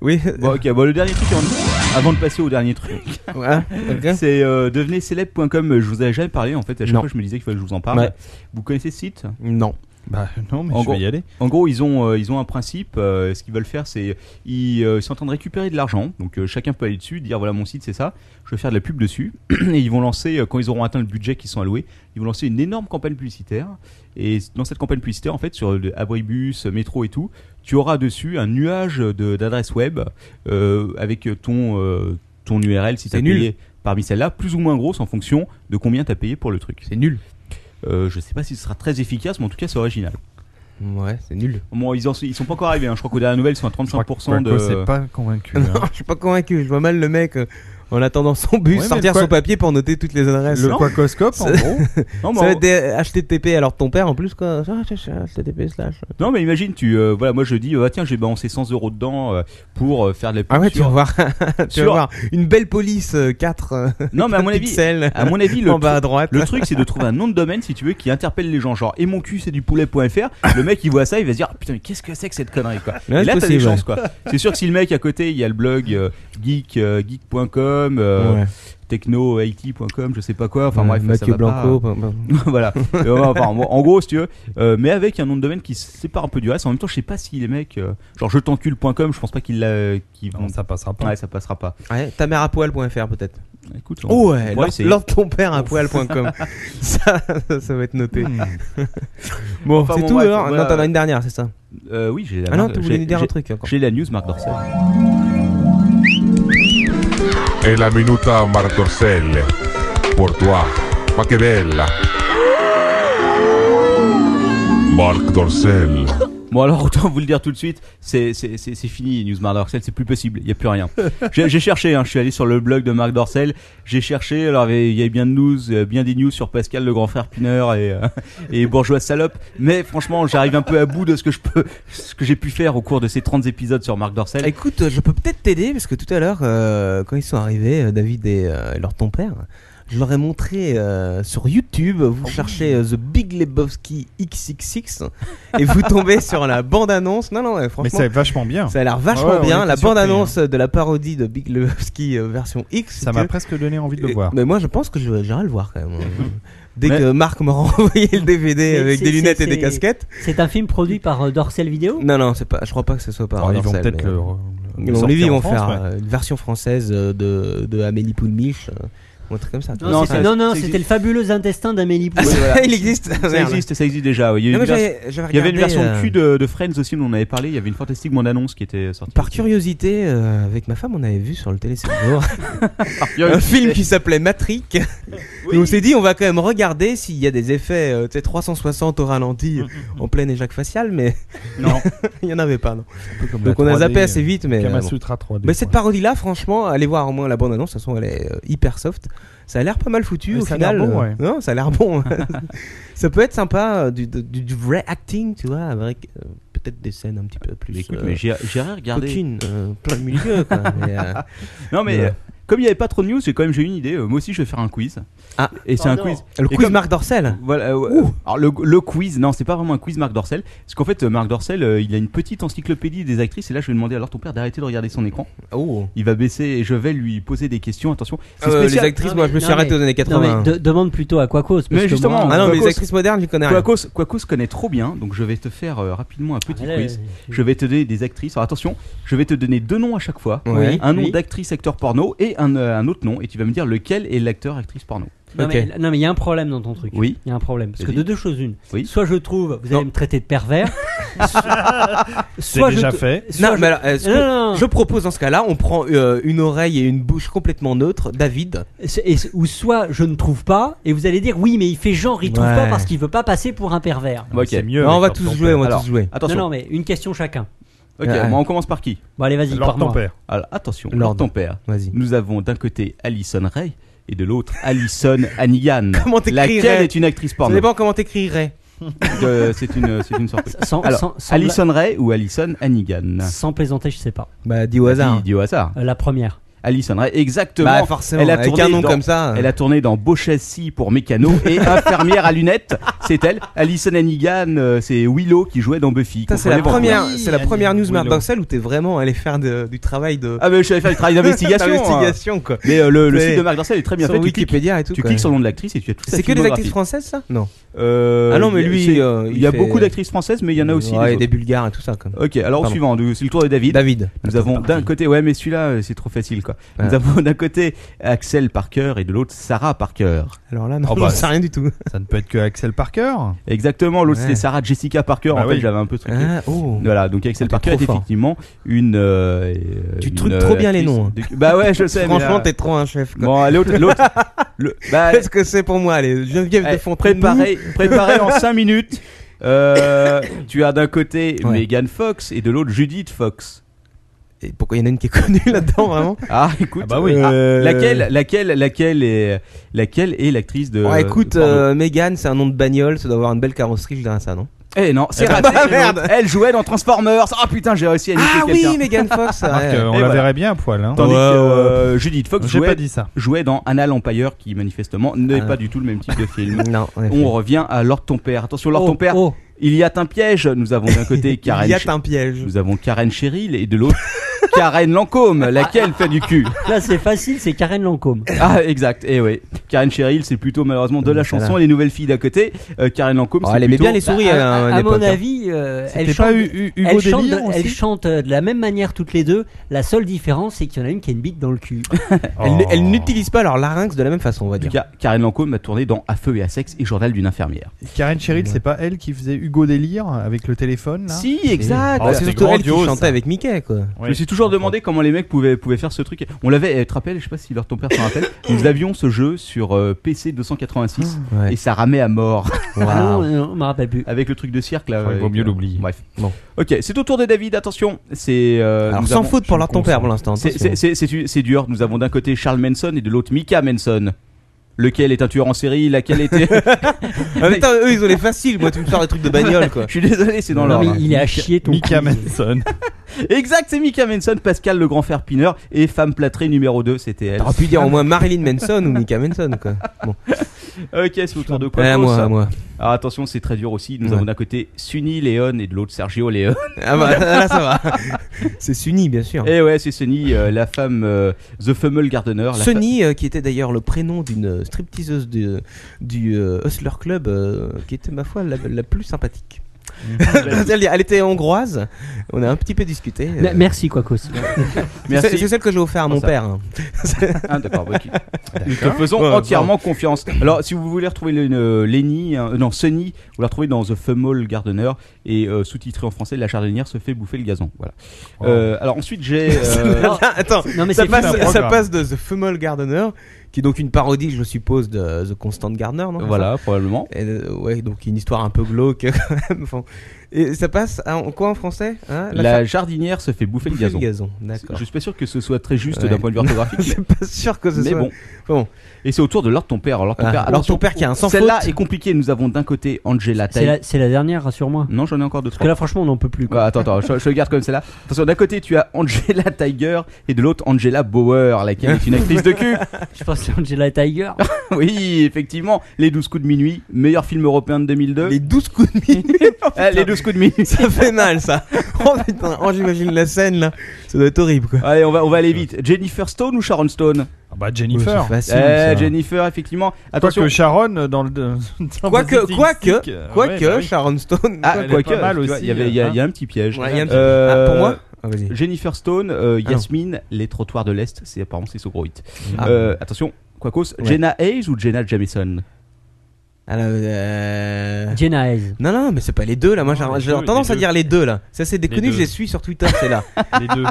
Speaker 6: oui.
Speaker 2: Bon, ok, bon, le dernier truc avant de, avant de passer au dernier truc,
Speaker 6: Ouais. Ok.
Speaker 2: c'est euh, devenezcélèbre.com. Je vous avais jamais parlé en fait, à chaque
Speaker 6: Non.
Speaker 2: fois je me disais qu'il fallait que je vous en parle.
Speaker 6: Ouais.
Speaker 2: Vous connaissez ce site
Speaker 6: Non.
Speaker 5: Bah non, mais
Speaker 2: En
Speaker 5: je
Speaker 2: gros-
Speaker 5: vais y aller.
Speaker 2: En gros, ils ont, euh, ils ont un principe. euh, ce qu'ils veulent faire, c'est ils, euh, ils sont en train de récupérer de l'argent. Donc euh, chacun peut aller dessus, dire voilà mon site c'est ça, je vais faire de la pub dessus. et ils vont lancer euh, quand ils auront atteint le budget qu'ils sont alloués, ils vont lancer une énorme campagne publicitaire. Et dans cette campagne publicitaire, en fait, sur le abribus, métro et tout, tu auras dessus un nuage de- d'adresses web euh, avec ton euh, ton URL si
Speaker 6: C'est
Speaker 2: t'as
Speaker 6: nul.
Speaker 2: payé parmi celles-là, plus ou moins grosses en fonction de combien t'as payé pour le truc.
Speaker 6: C'est nul.
Speaker 2: Euh, je sais pas si ce sera très efficace, mais en tout cas c'est original.
Speaker 6: Ouais, c'est nul.
Speaker 2: Bon, ils, en- ils sont pas encore arrivés. hein. Je crois qu'aux dernières nouvelles, ils sont à 35%
Speaker 5: Quaco,
Speaker 2: de.
Speaker 5: c'est pas convaincu. hein.
Speaker 6: Ah Non, je suis pas convaincu. Je vois mal le mec euh, en attendant son bus
Speaker 5: Ouais, mais
Speaker 6: sortir
Speaker 5: quoi-
Speaker 6: son papier pour noter toutes les adresses.
Speaker 5: Le
Speaker 2: Non.
Speaker 5: Quacoscope, en
Speaker 6: C'est-
Speaker 5: gros.
Speaker 2: Non, mais,
Speaker 6: Ça va être des HTTP alors ton père en plus quoi. Ah, c'est ça, HTTP slash.
Speaker 2: non, mais imagine, tu, euh, voilà, moi je dis, ah, tiens, j'ai balancé 100 euros dedans euh, pour euh, faire de la pub.
Speaker 6: Ah ouais, tu vas
Speaker 2: sur-
Speaker 6: voir. tu vas
Speaker 2: Sur-
Speaker 6: voir une belle police 4
Speaker 2: Non, mais à mon avis,
Speaker 6: pixels
Speaker 2: à mon avis, le,
Speaker 6: en bas
Speaker 2: tru-
Speaker 6: à droite.
Speaker 2: le truc, c'est de trouver un nom de domaine, si tu veux, qui interpelle les gens. Genre, et mon cul, c'est du poulet.fr. Le mec, il voit ça, il va se dire, Ah, putain, mais qu'est-ce que c'est que cette connerie, quoi.
Speaker 6: Ouais,
Speaker 2: et là,
Speaker 6: c'est
Speaker 2: t'as des
Speaker 6: possible,
Speaker 2: chances, quoi. C'est sûr que si le mec à côté, il y a le blog euh, geek, euh, geek.com, euh,
Speaker 6: Ouais.
Speaker 2: techno-it.com, je sais pas quoi. Enfin, bref, ça
Speaker 6: Mathieu
Speaker 2: va pas.
Speaker 6: Blanco. bah, bah.
Speaker 2: voilà. Et on va- enfin, en- en gros, si tu veux, euh, mais avec un nom de domaine qui se sépare un peu du reste. En même temps, je sais pas si les mecs, euh, genre je t'encule.com, je pense pas qu'ils l'a- qu'ils vont.
Speaker 5: Non, ça passera pas.
Speaker 2: Ouais, ça passera pas.
Speaker 6: Ouais, ta mère à poil.fr peut-être.
Speaker 2: Écoute,
Speaker 6: Oh ouais,
Speaker 2: pourrait
Speaker 6: lors-
Speaker 2: essayer.
Speaker 6: lors de ton père à poil.com. ça, ça, ça va être noté. Hmm. Bon,
Speaker 2: Enfin,
Speaker 6: c'est
Speaker 2: bon,
Speaker 6: tout
Speaker 2: bref,
Speaker 6: alors
Speaker 2: voilà.
Speaker 6: Non, t'en as une dernière, c'est ça
Speaker 2: Euh, oui, j'ai la
Speaker 6: Ah non,
Speaker 2: marque-
Speaker 6: tu voulais
Speaker 2: j'ai-
Speaker 6: nous dire un
Speaker 2: j'ai-
Speaker 6: truc encore.
Speaker 2: J'ai la news, Marc Dorcel.
Speaker 1: È la minuta Martorcelle. Pour toi. Ma che bella. Marc Dorcel.
Speaker 2: Bon alors autant vous le dire tout de suite, c'est c'est- c'est- c'est fini Newsmar Dorcel, c'est plus possible, il y a plus rien. J'ai j'ai cherché, hein, je suis allé sur le blog de Marc Dorcel, j'ai cherché, alors il y avait- il y avait bien de news, euh, bien des news sur Pascal le grand frère Pineur et, euh, et Bourgeois Salope, mais franchement j'arrive un peu à bout de ce que je peux, ce que j'ai pu faire au cours de ces 30 épisodes sur Marc Dorcel.
Speaker 6: Écoute, je peux peut-être t'aider parce que tout à l'heure, euh, quand ils sont arrivés, euh, David et euh, leur ton père, je leur ai montré euh, sur YouTube. Vous cherchez euh, The Big Lebowski XXX et vous tombez sur la bande-annonce. Non, non, euh,
Speaker 5: Mais
Speaker 6: franchement,
Speaker 5: c'est vachement bien.
Speaker 6: ça a l'air vachement
Speaker 5: Ouais, on
Speaker 6: bien.
Speaker 5: était
Speaker 6: La
Speaker 5: surpris,
Speaker 6: bande-annonce de la parodie de Big Lebowski euh, version X.
Speaker 5: Ça
Speaker 6: si
Speaker 5: m'a
Speaker 6: tu veux.
Speaker 5: presque donné envie de le
Speaker 6: Et-
Speaker 5: voir.
Speaker 6: Mais moi, je pense que je- j'irai le voir quand même. Dès
Speaker 5: Mais-
Speaker 6: que Marc m'aura envoyé le DVD
Speaker 4: Mais
Speaker 6: avec
Speaker 4: c'est-
Speaker 6: des
Speaker 4: c'est-
Speaker 6: lunettes et des
Speaker 4: c'est-
Speaker 6: casquettes.
Speaker 4: C'est un film produit par euh, Dorcel Vidéo
Speaker 6: Non, non, c'est pas. Je crois pas que ce soit par.
Speaker 5: Alors, ils vont
Speaker 6: Dorsal,
Speaker 5: peut-être
Speaker 6: mais- euh,
Speaker 5: le.
Speaker 6: Ils vont, ils vont faire euh, une version française euh, de, de Amélie Poulmiche, euh, ou un truc comme ça.
Speaker 4: Non,
Speaker 2: Non,
Speaker 4: c'était-
Speaker 2: ça-
Speaker 4: non, non,
Speaker 2: ça
Speaker 4: c'était
Speaker 2: existe.
Speaker 4: le fabuleux intestin d'Amélie
Speaker 6: Ah,
Speaker 4: Poulain.
Speaker 6: ça, il existe
Speaker 2: Ça existe, ça existe déjà. ouais. Il y, a une vers- il y avait une version de cul
Speaker 6: euh,
Speaker 2: de, de Friends aussi, dont on avait parlé, il y avait une fantastique bande-annonce qui était sortie.
Speaker 6: Par curiosité, euh, avec ma femme, on avait vu sur le télé ce jour un
Speaker 2: curiosité.
Speaker 6: film qui s'appelait Matrix. Et on s'est dit, on va quand même regarder s'il y a des effets euh, tu sais, 360 au ralenti
Speaker 2: Mm-hmm.
Speaker 6: en plein éjac facial, mais
Speaker 2: Non.
Speaker 6: il n'y en avait pas. Non. Donc on a zappé assez vite, mais. euh, bon.
Speaker 5: Kamasutra 3D.
Speaker 6: Mais cette parodie-là, franchement, allez voir au moins la bande-annonce. De toute façon, elle est euh, hyper soft. Ça a l'air pas mal foutu
Speaker 5: Ouais,
Speaker 6: au
Speaker 5: ça a l'air
Speaker 6: final.
Speaker 5: bon,
Speaker 6: euh,
Speaker 5: ouais.
Speaker 6: Non, ça a l'air bon. ça peut être sympa, euh, du, du- du vrai acting, tu vois, avec euh, peut-être des scènes un petit peu plus.
Speaker 2: Mais écoute,
Speaker 6: euh,
Speaker 2: mais j'ai- j'irai regarder.
Speaker 6: coquines, euh, plein de milieu. Quoi, mais, euh,
Speaker 2: Non mais
Speaker 6: Ouais.
Speaker 2: euh, comme il n'y avait pas trop de news, j'ai quand même j'ai une idée. Euh, moi aussi, je vais faire un quiz.
Speaker 6: Ah.
Speaker 2: et c'est
Speaker 4: Oh
Speaker 2: un
Speaker 4: non.
Speaker 2: quiz.
Speaker 6: le
Speaker 2: Et
Speaker 6: quiz
Speaker 2: comme-
Speaker 6: Marc Dorcel.
Speaker 2: Voilà. ouais, euh, alors le, le quiz, non, c'est pas vraiment un quiz Marc Dorcel, parce qu'en fait euh, Marc Dorcel, euh, il a une petite encyclopédie des actrices. Et là, je vais demander alors ton père d'arrêter de regarder son écran.
Speaker 6: Oh.
Speaker 2: Il va baisser et je vais lui poser des questions. Attention, c'est
Speaker 6: Euh, les
Speaker 2: spécial.
Speaker 6: actrices,
Speaker 4: Non,
Speaker 6: moi,
Speaker 4: mais-
Speaker 6: je me suis
Speaker 4: non,
Speaker 6: arrêté
Speaker 4: mais-
Speaker 6: aux années
Speaker 4: Non,
Speaker 6: 80.
Speaker 4: mais de- demande plutôt à Quacos. parce
Speaker 2: Mais
Speaker 4: que
Speaker 2: justement,
Speaker 4: moi,
Speaker 6: Ah non, mais les
Speaker 2: Quacos-
Speaker 6: actrices modernes, je connais rien.
Speaker 2: Quacos, Quacos connaît trop bien, donc je vais te faire euh, rapidement un petit
Speaker 4: Ah, là,
Speaker 2: quiz.
Speaker 4: euh,
Speaker 2: Je vais te donner des actrices. Alors attention, je vais te donner deux noms à chaque fois.
Speaker 6: Ouais.
Speaker 2: Un nom
Speaker 4: Oui.
Speaker 2: d'actrice acteur porno et un, euh, un autre nom, et tu vas me dire lequel est l'acteur actrice porno.
Speaker 4: Non, mais-
Speaker 6: Ok.
Speaker 4: non, mais il y a un problème dans ton truc.
Speaker 2: Oui.
Speaker 4: Il y a un problème. Parce que
Speaker 2: Vas-y.
Speaker 4: de deux choses, une.
Speaker 2: Oui.
Speaker 4: Soit je trouve, vous
Speaker 6: Non.
Speaker 4: allez me traiter de pervers.
Speaker 5: C'est
Speaker 4: soit
Speaker 5: déjà
Speaker 4: je.
Speaker 5: fait.
Speaker 4: soit
Speaker 6: Non,
Speaker 4: je-
Speaker 6: mais alors, est-ce que-
Speaker 4: Non, non, non.
Speaker 6: je propose dans ce cas-là, on prend euh, une oreille et une bouche complètement neutre, David.
Speaker 4: C'est- et c'est- ou soit je ne trouve pas, et vous allez dire oui, mais il fait genre, il trouve
Speaker 6: Ouais.
Speaker 4: pas parce qu'il veut pas passer pour un pervers.
Speaker 2: Ok.
Speaker 5: C'est mieux.
Speaker 6: Non, on va
Speaker 5: avec
Speaker 6: tous
Speaker 5: leur
Speaker 6: jouer, on va
Speaker 2: Alors,
Speaker 6: tous jouer.
Speaker 2: Attention.
Speaker 4: Non, non, mais une question chacun.
Speaker 2: Ok,
Speaker 6: Ouais.
Speaker 2: bon, on commence par qui
Speaker 4: Bon, allez, vas-y,
Speaker 5: tempère. Leur
Speaker 4: par moi.
Speaker 5: tempère.
Speaker 2: Alors attention,
Speaker 6: Lord.
Speaker 2: Lord Tempère.
Speaker 6: Vas-y.
Speaker 2: Nous avons d'un côté Alison Ray et de l'autre Alison Anigan.
Speaker 6: Comment t'écris Ray
Speaker 2: Laquelle est une actrice
Speaker 6: Ça
Speaker 2: porno
Speaker 6: dépend comment t'écrirais.
Speaker 2: Euh, C'est une, c'est une surprise.
Speaker 4: Sans,
Speaker 2: Alors,
Speaker 4: sans- sans-
Speaker 2: Alison Ray ou Alison Anigan
Speaker 4: sans plaisanter, je sais pas.
Speaker 6: Bah, dis au hasard.
Speaker 2: Qui dit au hasard.
Speaker 4: Euh, la première.
Speaker 2: Alison Ray, exactement.
Speaker 6: Bah, forcément.
Speaker 2: Elle a
Speaker 6: avec
Speaker 2: tourné
Speaker 6: un nom
Speaker 2: dans-
Speaker 6: comme ça.
Speaker 2: Elle a tourné dans Beau Châssis pour Mécano et Infirmière à lunettes, c'est elle. Alison Anigan, euh, c'est Willow qui jouait dans Buffy.
Speaker 6: Putain, c'est
Speaker 2: Contre
Speaker 6: la
Speaker 2: les vampires.
Speaker 6: première,
Speaker 5: Oui,
Speaker 6: c'est la
Speaker 5: Annie
Speaker 6: première news Marc
Speaker 5: Willow.
Speaker 6: Dorcel où t'es vraiment allé faire de- du travail de
Speaker 2: Ah, mais je savais faire le travail d'investigation. hein.
Speaker 6: d'investigation, quoi.
Speaker 2: Mais euh, le, le
Speaker 6: C'est-
Speaker 2: site de Marc Dorcel est très bien
Speaker 6: Sur
Speaker 2: fait. Tu cliques,
Speaker 6: Wikipédia et tout.
Speaker 2: tu
Speaker 6: quoi.
Speaker 2: cliques sur le nom de l'actrice et tu as tout
Speaker 6: C'est que des actrices françaises, ça Non. ah non, mais lui,
Speaker 2: il
Speaker 6: euh,
Speaker 2: y a
Speaker 6: fait-
Speaker 2: beaucoup d'actrices françaises, mais il y en a aussi.
Speaker 6: Ouais,
Speaker 2: des
Speaker 6: et des
Speaker 2: autres.
Speaker 6: Bulgares et tout ça. Comme.
Speaker 2: Ok, alors au
Speaker 6: Pardon.
Speaker 2: suivant, du- c'est le tour de Euh, David.
Speaker 6: David.
Speaker 2: Nous avons d'un côté, ouais, mais celui-là, euh, c'est trop facile quoi. Nous
Speaker 6: Ouais.
Speaker 2: avons d'un côté Axel Parker et de l'autre Sarah Parker.
Speaker 6: Alors là, non,
Speaker 5: Oh, bah,
Speaker 6: j'en sais rien du tout.
Speaker 5: Ça ne peut être que Axel Parker.
Speaker 2: Exactement, l'autre
Speaker 6: Ouais.
Speaker 2: c'était Sarah Jessica Parker.
Speaker 5: Bah
Speaker 2: en fait,
Speaker 5: oui.
Speaker 2: j'avais un peu truqué.
Speaker 6: Ah, oh.
Speaker 2: Voilà, donc Axel
Speaker 6: t'es
Speaker 2: Parker
Speaker 6: trop
Speaker 2: est
Speaker 6: fort.
Speaker 2: effectivement une. euh,
Speaker 6: Tu
Speaker 2: une,
Speaker 6: truques trop bien les
Speaker 2: actrice
Speaker 6: noms, hein.
Speaker 2: de- Bah ouais, je sais. mais
Speaker 6: Franchement,
Speaker 2: là-
Speaker 6: t'es trop un chef. quoi.
Speaker 2: Bon, l'autre, l'autre, le- bah,
Speaker 6: Qu'est-ce que c'est pour moi, allez, Geneviève de
Speaker 2: Eh,
Speaker 6: Fontaine
Speaker 2: préparé, préparé en 5 minutes. Euh, tu as d'un côté
Speaker 6: Ouais.
Speaker 2: Megan Fox et de l'autre Judith Fox.
Speaker 6: Et pourquoi il y en a une qui est connue là-dedans, vraiment
Speaker 2: Ah, écoute.
Speaker 5: Ah bah oui.
Speaker 6: Euh,
Speaker 2: ah, laquelle, laquelle, laquelle est, laquelle est l'actrice de.
Speaker 6: Ouais, écoute,
Speaker 2: de porno
Speaker 6: euh, Megan, c'est un nom de bagnole, ça doit avoir une belle carrosserie, je dirais ça, non
Speaker 2: Eh non, c'est raté.
Speaker 6: bah, merde.
Speaker 2: Elle jouait dans Transformers. Ah putain, j'ai réussi à niquer
Speaker 6: Ah
Speaker 2: quelqu'un.
Speaker 6: oui, Megan Fox ouais.
Speaker 5: Marc, euh, on
Speaker 2: Et
Speaker 5: la
Speaker 2: voilà.
Speaker 5: verrait bien à poil. hein.
Speaker 2: Tandis
Speaker 6: Ouais,
Speaker 2: que euh, Judith Fox
Speaker 5: J'ai
Speaker 2: jouait,
Speaker 5: pas dit ça.
Speaker 2: jouait dans Anal Empire, qui manifestement n'est
Speaker 6: Ah.
Speaker 2: pas du tout le même type de film.
Speaker 6: Non, en effet.
Speaker 2: On revient à Lord ton père. Attention, Lord
Speaker 4: Oh,
Speaker 2: ton père.
Speaker 4: oh.
Speaker 2: Il y a un piège. Nous avons d'un côté Karen.
Speaker 6: Il y a
Speaker 2: Ch-
Speaker 6: un piège.
Speaker 2: Nous avons Karen Cheryl et de l'autre Karen Lancôme, laquelle fait du cul.
Speaker 4: Là, c'est facile, c'est Karen Lancôme.
Speaker 2: Ah exact, et oui. Karen Cheryl, c'est plutôt malheureusement de la
Speaker 6: Ça
Speaker 2: chanson
Speaker 6: là.
Speaker 2: les nouvelles filles d'à côté. Euh, Karen Lancôme,
Speaker 6: Oh,
Speaker 2: c'est
Speaker 6: elle aimait
Speaker 2: plutôt...
Speaker 6: bien les souris
Speaker 4: Bah,
Speaker 6: à,
Speaker 4: à,
Speaker 6: une
Speaker 4: à mon
Speaker 6: époque, hein.
Speaker 4: avis, euh, elle
Speaker 5: C'était
Speaker 4: chante.
Speaker 5: pas Hu- Hu- Hugo
Speaker 4: Elle chante,
Speaker 5: Délire
Speaker 4: elle
Speaker 5: aussi
Speaker 4: chante euh, de la même manière toutes les deux. La seule différence, c'est qu'il y en a une qui a une bite dans le cul.
Speaker 6: Elle n-
Speaker 5: Oh.
Speaker 6: Elle n'utilise pas leur larynx de la même façon, on va
Speaker 2: En tout
Speaker 6: dire.
Speaker 2: cas, Karen Lancôme a tourné dans À feu et à sexe et Journal d'une infirmière.
Speaker 5: Karen Cheryl, c'est pas elle qui faisait Hugo Délire avec le téléphone là
Speaker 2: Si, exact.
Speaker 5: Oh,
Speaker 6: c'est
Speaker 5: c'est
Speaker 6: surtout elle qui
Speaker 5: grandiose,
Speaker 6: chantait
Speaker 5: ça.
Speaker 6: avec Mickey, quoi.
Speaker 2: Je me suis suis toujours demandé comment les mecs pouvaient, pouvaient faire ce truc. On l'avait, eh, tu te rappelles, je sais pas si leur ton père s'en rappelle, nous avions ce jeu sur euh, PC 286
Speaker 6: Ah, Ouais.
Speaker 2: et ça ramait à mort
Speaker 4: Ah
Speaker 6: Waouh.
Speaker 4: non, non, on me rappelle plus.
Speaker 2: avec le truc de cirque là.
Speaker 7: Il vaut
Speaker 2: avec,
Speaker 7: mieux
Speaker 2: euh,
Speaker 7: l'oublier.
Speaker 2: Bref.
Speaker 6: Bon.
Speaker 2: Ok, c'est au tour de David, attention. C'est. euh,
Speaker 6: Alors
Speaker 2: nous
Speaker 6: sans
Speaker 2: avons-
Speaker 6: faute pour leur ton père pour l'instant.
Speaker 2: C'est-
Speaker 6: attention.
Speaker 2: C'est c'est- c'est- c'est dur. Nous avons d'un côté Charles Manson et de l'autre Mika Manson. Lequel est un tueur en série Laquelle était.
Speaker 6: En même temps, Ah, eux ils ont les faciles. Moi tu me sors des trucs de bagnole quoi.
Speaker 2: Je suis désolé, c'est dans
Speaker 4: Non,
Speaker 2: l'ordre.
Speaker 4: mais il est à chier ton
Speaker 5: Mika
Speaker 4: quiz.
Speaker 5: Manson.
Speaker 2: Exact, c'est Mika Manson, Pascal le grand fer pineur et femme plâtrée numéro 2, c'était elle.
Speaker 6: T'aurais pu dire au moins Marilyn Manson ou Mika Manson quoi. Bon.
Speaker 2: Ok, c'est autour de quoi
Speaker 6: Ouais, à
Speaker 2: Claude,
Speaker 6: Eh, moi,
Speaker 2: ça
Speaker 6: à moi.
Speaker 2: Alors attention, c'est très dur aussi. Nous
Speaker 6: Ouais.
Speaker 2: avons d'un côté Sunny Léon et de l'autre Sergio Léon.
Speaker 6: Ah bah là ça va. C'est Sunny bien sûr.
Speaker 2: Et ouais, c'est Sunny, euh, la femme, euh, The Famous Gardener. la fa-
Speaker 6: Sunny, euh, qui était d'ailleurs le prénom d'une euh, stripteaseuse du, du euh, Hustler Club, euh, qui était ma foi la, la plus sympathique. elle, elle était hongroise, on a un petit peu discuté. euh,
Speaker 4: Me- Merci, Quacos.
Speaker 6: c'est-
Speaker 2: Merci.
Speaker 6: C'est celle que j'ai offert à mon
Speaker 2: ça.
Speaker 6: père. hein.
Speaker 2: Ah, d'accord, ok. Nous te faisons
Speaker 6: Ouais,
Speaker 2: entièrement confiance. Alors, si vous voulez retrouver le- le- Lenny, hein, euh, non, Sunny, vous la retrouvez dans The Famous Gardener et euh, sous-titré en français La jardinière se fait bouffer le gazon. Voilà. Euh, alors, ensuite, j'ai. euh,
Speaker 4: Non,
Speaker 6: Attends,
Speaker 4: non, mais
Speaker 6: ça
Speaker 4: c'est
Speaker 6: passe,
Speaker 4: fou.
Speaker 6: ça
Speaker 5: programme.
Speaker 6: passe de The Female Gardener, qui est donc une parodie, je suppose, de euh, The Constant Gardener. Non c'est
Speaker 2: voilà, probablement.
Speaker 6: ça Et, euh, ouais, donc une histoire un peu glauque quand même. Enfin, et ça passe à- en quoi en français hein
Speaker 2: La,
Speaker 6: femme
Speaker 2: jardinière se fait bouffer
Speaker 6: bouffe
Speaker 2: le gazon.
Speaker 6: D'accord.
Speaker 2: Je suis pas sûr que ce soit très juste
Speaker 6: Ouais.
Speaker 2: d'un point de vue orthographique.
Speaker 6: Je suis pas sûr que ce
Speaker 2: Mais
Speaker 6: soit.
Speaker 2: bon.
Speaker 6: Bon.
Speaker 2: Et c'est au tour de Lord ton père. Alors ton
Speaker 6: Ah,
Speaker 2: père,
Speaker 6: Lord
Speaker 2: alors
Speaker 6: Ton Père qui a un sans
Speaker 2: Celle-là
Speaker 6: faute.
Speaker 2: est compliquée. Nous avons d'un côté Angela
Speaker 4: C'est
Speaker 2: Taylor.
Speaker 4: la, c'est la dernière, rassure-moi.
Speaker 2: Non, j'en ai encore deux
Speaker 4: Parce que
Speaker 2: trois.
Speaker 4: là, franchement, on n'en peut plus. Quoi.
Speaker 2: Ouais, attends, attends, je, je garde comme celle-là. Attention, d'un côté tu as Angela Tiger et de l'autre Angela Bauer, laquelle est une actrice de cul.
Speaker 4: Je pense que c'est Angela Tiger.
Speaker 2: Oui, effectivement, Les 12 coups de minuit, meilleur film européen de 2002.
Speaker 6: Les 12 coups de minuit.
Speaker 2: Ah, les 12 coups de minuit.
Speaker 6: Ça fait mal ça. Oh putain, oh, j'imagine la scène là. Ça doit être horrible quoi.
Speaker 2: Allez, on va, on va aller vite. Jennifer Stone ou Sharon Stone
Speaker 5: Ah bah
Speaker 6: Ouais,
Speaker 5: Jennifer.
Speaker 6: c'est facile, ça.
Speaker 2: Eh, Jennifer, effectivement. Attention.
Speaker 5: Quoique Sharon euh, dans le. dans
Speaker 6: Quoique,
Speaker 5: le
Speaker 6: quoique,
Speaker 5: statistique, euh,
Speaker 6: quoique,
Speaker 5: ouais, bah oui.
Speaker 6: Sharon Stone.
Speaker 2: Ah,
Speaker 5: elle est
Speaker 2: quoique,
Speaker 5: pas mal
Speaker 2: tu vois,
Speaker 5: aussi,
Speaker 2: il y avait- il y, a-
Speaker 5: hein.
Speaker 2: il y a un petit piège.
Speaker 6: Ouais, il y a un petit-
Speaker 2: Euh,
Speaker 6: Ah, pour moi Ah, vas-y.
Speaker 2: Jennifer Stone, euh,
Speaker 6: Ah non.
Speaker 2: Yasmine, Les trottoirs de l'Est, c'est apparemment c'est son gros hit.
Speaker 6: Ah.
Speaker 2: Euh, attention, Quacos,
Speaker 6: Ouais.
Speaker 2: Jenna Hayes ou Jenna Jameson
Speaker 6: Alors, euh,
Speaker 4: Jenna Hayes.
Speaker 6: Non, non, mais c'est pas les deux là. Moi, j'ai-
Speaker 5: les
Speaker 6: j'ai
Speaker 5: deux,
Speaker 6: tendance
Speaker 5: les
Speaker 6: à
Speaker 5: deux.
Speaker 6: dire les deux là. Ça, c'est déconnu,
Speaker 5: deux.
Speaker 6: je les suis sur Twitter, c'est là.
Speaker 5: Les deux.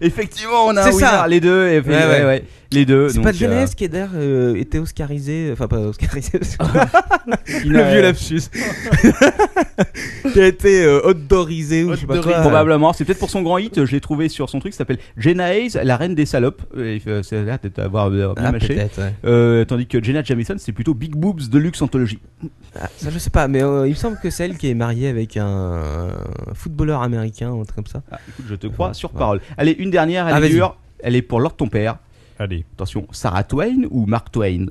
Speaker 2: Effectivement, on
Speaker 6: a un
Speaker 2: C'est
Speaker 6: winner,
Speaker 2: ça, les deux. et-
Speaker 6: Ouais, ouais.
Speaker 2: ouais, ouais, les deux.
Speaker 6: C'est
Speaker 2: donc,
Speaker 6: pas Jenna
Speaker 2: euh,
Speaker 6: Hayes qui est d'ailleurs euh, était oscarisé. Enfin, pas oscarisé.
Speaker 2: qui
Speaker 6: le
Speaker 2: n'a-
Speaker 6: vieux lapsus. qui a été euh, outdoorisé ou je sais pas quoi.
Speaker 2: Probablement, c'est peut-être pour son grand hit, je l'ai trouvé sur son truc, ça s'appelle Jenna Hayes, la reine des salopes, et euh, ça a l'air d'être avoir bien
Speaker 6: Ah,
Speaker 2: mâché.
Speaker 6: peut-être, ouais.
Speaker 2: Euh, tandis que Jenna Jameson, c'est plutôt Big Boobs de luxe anthologie.
Speaker 6: Ah, ça, je sais pas, mais euh, il me semble que c'est elle qui est mariée avec un un footballeur américain ou un truc comme ça.
Speaker 2: Ah, écoute, je te crois
Speaker 6: Ouais,
Speaker 2: sur
Speaker 6: ouais.
Speaker 2: parole. Allez, une dernière, elle
Speaker 6: Ah,
Speaker 2: est
Speaker 6: vas-y.
Speaker 2: dure, elle est pour Lord ton père.
Speaker 5: Allez.
Speaker 2: Attention, Sarah Twain ou Mark Twain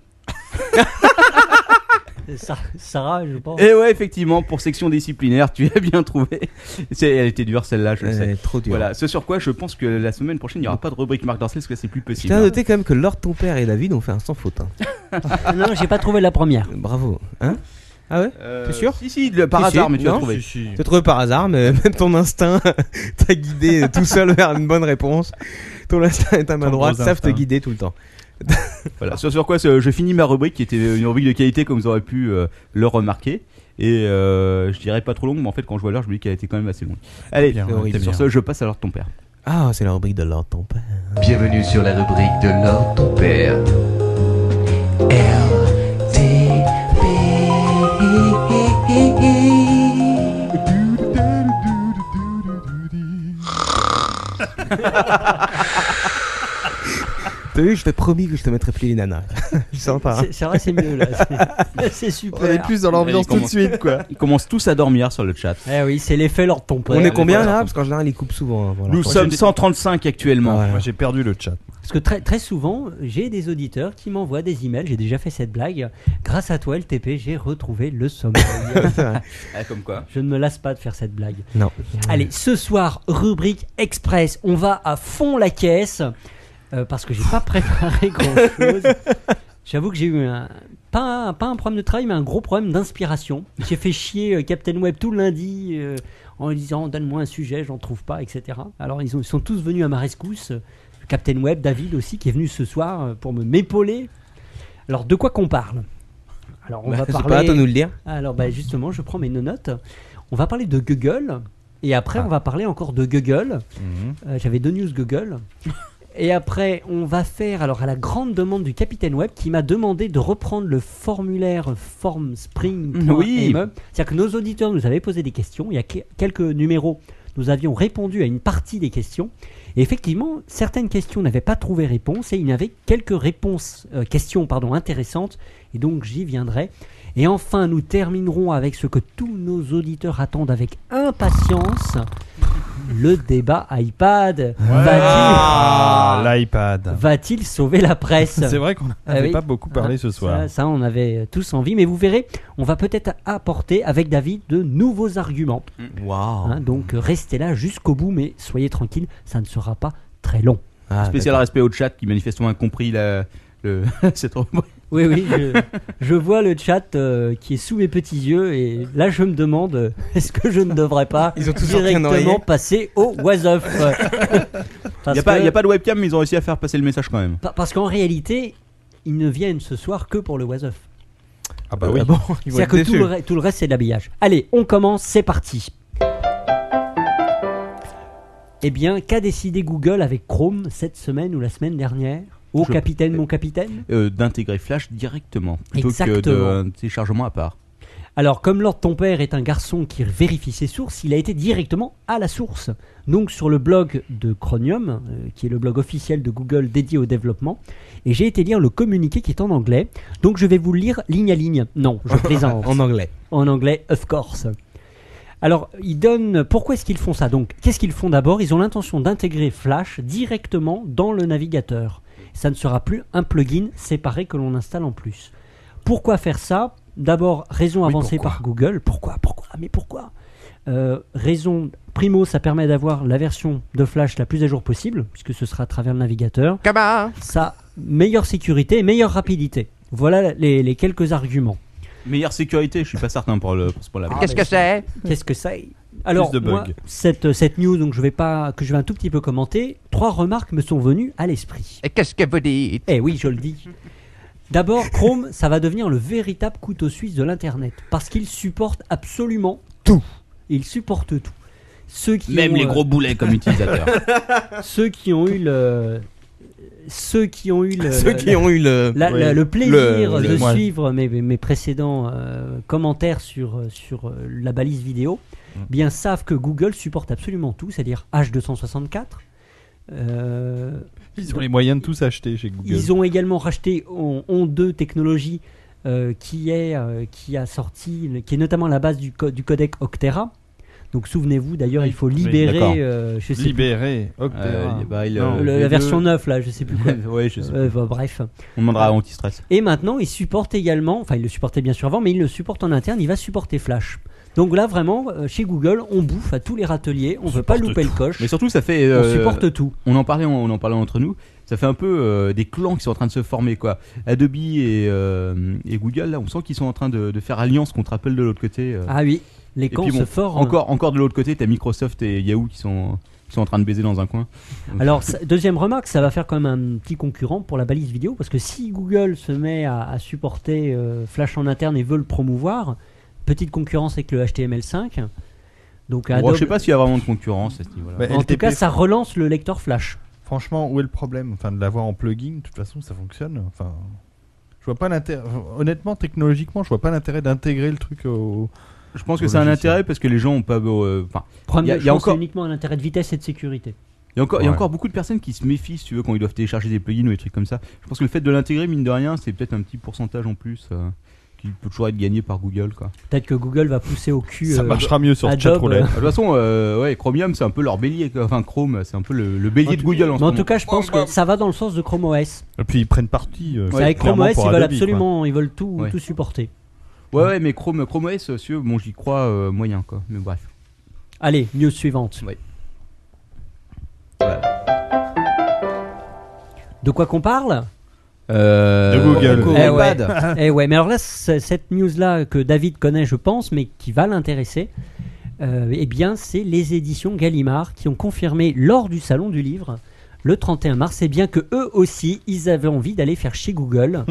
Speaker 4: Sa- Sarah, je
Speaker 6: Oh.
Speaker 4: pense.
Speaker 2: Et Eh ouais, effectivement, pour section disciplinaire, tu as bien trouvé. C'est, elle était dure celle-là, je le
Speaker 6: Elle
Speaker 2: sais.
Speaker 6: est trop dur.
Speaker 2: Voilà, ce sur quoi je pense que la semaine prochaine, il n'y aura pas de rubrique Marc Dorcel, parce que là, c'est plus
Speaker 6: Je
Speaker 2: possible.
Speaker 6: tiens à noter quand même que Lord ton père et David ont fait un sans faute. hein.
Speaker 4: Non, j'ai pas trouvé la première.
Speaker 6: Bravo. Hein Ah ouais
Speaker 2: Euh,
Speaker 6: T'es sûr
Speaker 2: Si, si, le- par
Speaker 6: Si,
Speaker 2: hasard,
Speaker 6: si,
Speaker 2: mais tu as
Speaker 6: non.
Speaker 2: trouvé.
Speaker 6: T'as trouvé par hasard, mais même ton instinct t'a guidé tout seul vers une bonne réponse. Ton instinct et ta main
Speaker 5: Ton
Speaker 6: droite
Speaker 5: gros
Speaker 6: savent
Speaker 5: instinct.
Speaker 6: te guider tout le temps.
Speaker 2: Voilà, ce sur quoi ce- je finis ma rubrique, qui était une rubrique de qualité, comme vous aurez pu euh, le remarquer. Et euh, je dirais pas trop longue, mais en fait, quand je vois l'heure, je me dis qu'elle était quand même assez longue. Allez, euh,
Speaker 5: Bien,
Speaker 6: c'est horrible.
Speaker 2: sur
Speaker 5: bien.
Speaker 2: ce, je passe à l'heure de ton père.
Speaker 6: Ah, c'est la rubrique de Lord ton père.
Speaker 9: Bienvenue sur la rubrique de Lord ton père.
Speaker 6: T'as vu, je t'ai promis que je te mettrais plus les nanas. je sens pas. hein.
Speaker 4: C'est- Sarah, c'est mieux là. C'est- C'est
Speaker 5: On est
Speaker 4: super.
Speaker 5: plus dans l'ambiance
Speaker 2: Allez,
Speaker 5: tout de suite quoi.
Speaker 2: Ils commencent tous à dormir sur le chat.
Speaker 4: Eh oui, c'est l'effet lors de ton père.
Speaker 6: On est combien là Parce qu'en général, ils coupent souvent. hein, voilà.
Speaker 2: Nous
Speaker 6: Moi,
Speaker 2: sommes 135 actuellement.
Speaker 6: Voilà.
Speaker 5: Moi j'ai perdu le chat.
Speaker 4: Parce que très, très souvent, j'ai des auditeurs qui m'envoient des emails. J'ai déjà fait cette blague. Grâce à toi, LTP, j'ai retrouvé le sommeil.
Speaker 2: Ah, comme quoi
Speaker 4: Je ne me lasse pas de faire cette blague.
Speaker 6: Non.
Speaker 4: Allez, ce soir, rubrique express. On va à fond la caisse. euh, parce que j'ai pas préparé grand chose. J'avoue que j'ai eu un. Pas un, pas un problème de travail, mais un gros problème d'inspiration. J'ai fait chier euh, Captain Web tout le lundi euh, en lui disant Donne-moi un sujet, j'en trouve pas, etc. Alors, ils, ont- ils sont tous venus à ma rescousse. Captain Web, David aussi, qui est venu ce soir euh, pour me m'épauler. Alors, de quoi qu'on parle Alors, on
Speaker 6: Bah,
Speaker 4: va
Speaker 6: c'est
Speaker 4: parler.
Speaker 6: pas à toi de nous le dire.
Speaker 4: Alors bah justement, je prends mes notes. On va parler de Google Et après, on va parler encore de Google.
Speaker 5: Mhm.
Speaker 4: Euh, J'avais deux news Google. Et après, on va faire, alors à la grande demande du capitaine Web, qui m'a demandé de reprendre le formulaire formspring.me.
Speaker 2: Oui.
Speaker 4: E. C'est-à-dire que nos auditeurs nous avaient posé des questions. Il y a que- quelques numéros, nous avions répondu à une partie des questions. Et effectivement, certaines questions n'avaient pas trouvé réponse et il y avait quelques réponses, euh, questions pardon, intéressantes. Et donc, j'y viendrai. Et enfin, nous terminerons avec ce que tous nos auditeurs attendent avec impatience. Le débat iPad
Speaker 5: Ah,
Speaker 4: va-t-il
Speaker 5: L'iPad.
Speaker 4: va-t-il sauver la presse
Speaker 5: C'est vrai qu'on
Speaker 4: Ah
Speaker 5: n'avait
Speaker 4: oui. Ah,
Speaker 5: pas beaucoup parlé ce soir.
Speaker 4: ça, ça, on avait tous envie, mais vous verrez, on va peut-être apporter avec David de nouveaux arguments.
Speaker 5: Oh.
Speaker 6: Waouh.
Speaker 4: hein. donc euh, restez là jusqu'au bout, mais soyez tranquille, ça ne sera pas très long.
Speaker 6: Ah,
Speaker 2: Spécial respect au chat qui manifestement a compris la, le, cette remarque.
Speaker 4: Oui, oui, je, je vois le chat euh, qui est sous mes petits yeux et là je me demande euh, est-ce que je ne devrais pas
Speaker 6: Ils ont tous sorti un
Speaker 4: directement
Speaker 6: oreiller.
Speaker 4: passer au was-of
Speaker 2: Il n'y a, pas- y a pas de webcam, mais ils ont réussi à faire passer le message quand même.
Speaker 4: Parce qu'en réalité, ils ne viennent ce soir que pour le was-of.
Speaker 5: Ah
Speaker 6: d'accord.
Speaker 5: bah oui.
Speaker 6: Ah bon, ils vont
Speaker 4: C'est-à-dire
Speaker 6: être
Speaker 4: que tout
Speaker 6: déçus.
Speaker 4: le, re- tout le reste, c'est de l'habillage. Allez, on commence, c'est parti. Eh bien, qu'a décidé Google avec Chrome cette semaine ou la semaine dernière Ô
Speaker 2: Je-
Speaker 4: capitaine, mon capitaine
Speaker 2: Euh, D'intégrer Flash directement plutôt que
Speaker 4: Exactement.
Speaker 2: d'un téléchargement à part.
Speaker 4: Alors, comme Lord ton père est un garçon qui vérifie ses sources, il a été directement à la source. Donc, sur le blog de Chromium, euh, qui est le blog officiel de Google dédié au développement, et j'ai été lire le communiqué qui est en anglais. Donc, je vais vous le lire ligne à ligne. Non, je plaisante.
Speaker 6: En anglais.
Speaker 4: en anglais, of course. Alors, ils donnent. Pourquoi est-ce qu'ils font ça Donc, qu'est-ce qu'ils font d'abord Ils ont l'intention d'intégrer Flash directement dans le navigateur. Ça ne sera plus un plugin séparé que l'on installe en plus. Pourquoi faire ça D'abord, raison avancée par Google. Pourquoi Pourquoi Mais pourquoi Euh, Raison primo, ça permet d'avoir la version de Flash la plus à jour possible, puisque ce sera à travers le navigateur
Speaker 3: Comment
Speaker 4: ça meilleure sécurité et meilleure rapidité. Voilà les, les quelques arguments.
Speaker 2: Meilleure sécurité, je suis pas certain pour, le, pour ce point-là.
Speaker 4: Ah,
Speaker 3: Qu'est-ce que c'est
Speaker 4: Qu'est-ce que c'est Alors,
Speaker 5: Plus de
Speaker 4: moi,
Speaker 5: bugs.
Speaker 4: cette, euh, cette news donc, je vais pas, que je vais un tout petit peu commenter, trois remarques me sont venues à l'esprit.
Speaker 3: Et qu'est-ce que vous dites
Speaker 4: Eh oui, je le dis. D'abord, Chrome, ça va devenir le véritable couteau suisse de l'Internet, parce qu'il supporte absolument tout. Il supporte tout. Ceux qui
Speaker 2: Même
Speaker 4: ont,
Speaker 2: les
Speaker 4: euh,
Speaker 2: gros boulets comme utilisateurs.
Speaker 4: ceux qui ont eu le... Ceux qui ont eu le...
Speaker 6: Ceux qui ont eu le.
Speaker 4: La-
Speaker 5: Oui.
Speaker 4: la- le plaisir
Speaker 6: Le- le-
Speaker 4: de
Speaker 6: moi.
Speaker 4: suivre mes, mes précédents euh, commentaires sur, euh, sur euh, la balise vidéo eh bien savent que Google supporte absolument tout, c'est-à-dire H264. Euh,
Speaker 5: Ils ont les moyens de tous acheter chez Google.
Speaker 4: ils ont également racheté On- On2 Technologies euh, qui, est, euh, qui a sorti, qui est notamment la base du, co- du codec Octera. Donc souvenez-vous d'ailleurs, il faut
Speaker 2: d'accord.
Speaker 4: libérer, euh, je sais plus,
Speaker 5: libéré. Octera.
Speaker 2: Euh, bah, il,
Speaker 5: Non,
Speaker 2: euh,
Speaker 4: Ah. le-
Speaker 2: les
Speaker 4: la version
Speaker 2: deux.
Speaker 4: 9 là, je sais plus quoi.
Speaker 2: ouais, je sais.
Speaker 4: Euh, bah, bref.
Speaker 2: On demandera à Antistress.
Speaker 4: Et maintenant, il supporte également, enfin, il le supportait bien sûr avant, mais il le supporte en interne, il va supporter Flash. Donc là, vraiment, euh, chez Google, on bouffe à tous les râteliers, on ne veut pas louper le coche,
Speaker 2: Mais surtout, ça fait.
Speaker 4: on
Speaker 2: euh,
Speaker 4: supporte tout.
Speaker 2: On en parlait, on en parlait entre nous. Ça fait un peu euh, des clans qui sont en train de se former, quoi. Adobe et, euh, et Google, là, on sent qu'ils sont en train de, de faire alliance contre Apple de l'autre côté. euh.
Speaker 4: Ah oui, les
Speaker 2: Et
Speaker 4: camps
Speaker 2: puis bon,
Speaker 4: se hein. forment.
Speaker 2: Encore, encore de l'autre côté, t'as Microsoft et Yahoo qui sont, qui sont en train de baiser dans un coin.
Speaker 4: Alors, ça- deuxième remarque, ça va faire quand même un petit concurrent pour la balise vidéo, parce que si Google se met à, à supporter euh, Flash en interne et veut le promouvoir, petite concurrence avec le HTML5. Donc,
Speaker 2: Bon,
Speaker 4: Adobe-
Speaker 2: je sais pas s'il y a vraiment de concurrence à ce niveau-là.
Speaker 5: Bah,
Speaker 4: en tout
Speaker 5: LTP,
Speaker 4: cas, ça relance le lecteur Flash.
Speaker 5: Franchement, où est le problème Enfin, de l'avoir en plugin, de toute façon, ça fonctionne. Enfin, je vois pas l'intérêt. Honnêtement, technologiquement, je vois pas l'intérêt d'intégrer le truc au.
Speaker 2: je pense que
Speaker 5: Au
Speaker 2: c'est un
Speaker 5: logiciel.
Speaker 2: intérêt parce que les gens ont pas. euh, Enfin,
Speaker 4: Problème,
Speaker 2: Il y a-
Speaker 4: je
Speaker 2: il y a
Speaker 4: pense, c'est
Speaker 2: encore-
Speaker 4: uniquement un intérêt de vitesse et de sécurité.
Speaker 2: il y a encore, il y a
Speaker 5: Ouais.
Speaker 2: encore beaucoup de personnes qui se méfient, si tu veux, quand ils doivent télécharger des plugins ou des trucs comme ça. Je pense que le fait de l'intégrer, mine de rien, c'est peut-être un petit pourcentage en plus euh, qui peut toujours être gagné par Google, quoi. Ah,
Speaker 4: Peut-être que Google va pousser au cul.
Speaker 5: Ça
Speaker 4: euh,
Speaker 5: marchera mieux sur
Speaker 4: Adobe,
Speaker 5: Chatroulette.
Speaker 2: De toute façon, euh, ouais, Chromium, c'est un peu leur bélier. quoi. Enfin, Chrome, c'est un peu le, le bélier de Google en
Speaker 4: Mais
Speaker 2: ce
Speaker 4: en
Speaker 2: moment.
Speaker 4: tout cas, je pense que ça va dans le sens de Chrome OS.
Speaker 5: Et puis ils prennent parti. euh,
Speaker 4: C'est Avec Chrome
Speaker 5: clairement
Speaker 4: OS, ils
Speaker 5: pour
Speaker 4: veulent
Speaker 5: Adobe, quoi.
Speaker 4: absolument, ils veulent tout,
Speaker 2: Ouais.
Speaker 4: tout supporter.
Speaker 2: Ouais, ouais, mais Chrome, Chrome OS, euh, si tu veux, bon, j'y crois euh, moyen, quoi. Mais bref.
Speaker 4: Allez, news suivante.
Speaker 2: Ouais.
Speaker 4: De quoi qu'on parle
Speaker 5: De
Speaker 2: Euh,
Speaker 5: Google.
Speaker 4: Eh ouais.
Speaker 6: iPad.
Speaker 4: Eh ouais, mais alors là, c- cette news-là que David connaît, je pense, mais qui va l'intéresser, euh, eh bien, c'est les éditions Gallimard qui ont confirmé lors du Salon du Livre, le 31 mars, et bien que eux aussi, ils avaient envie d'aller faire chez Google.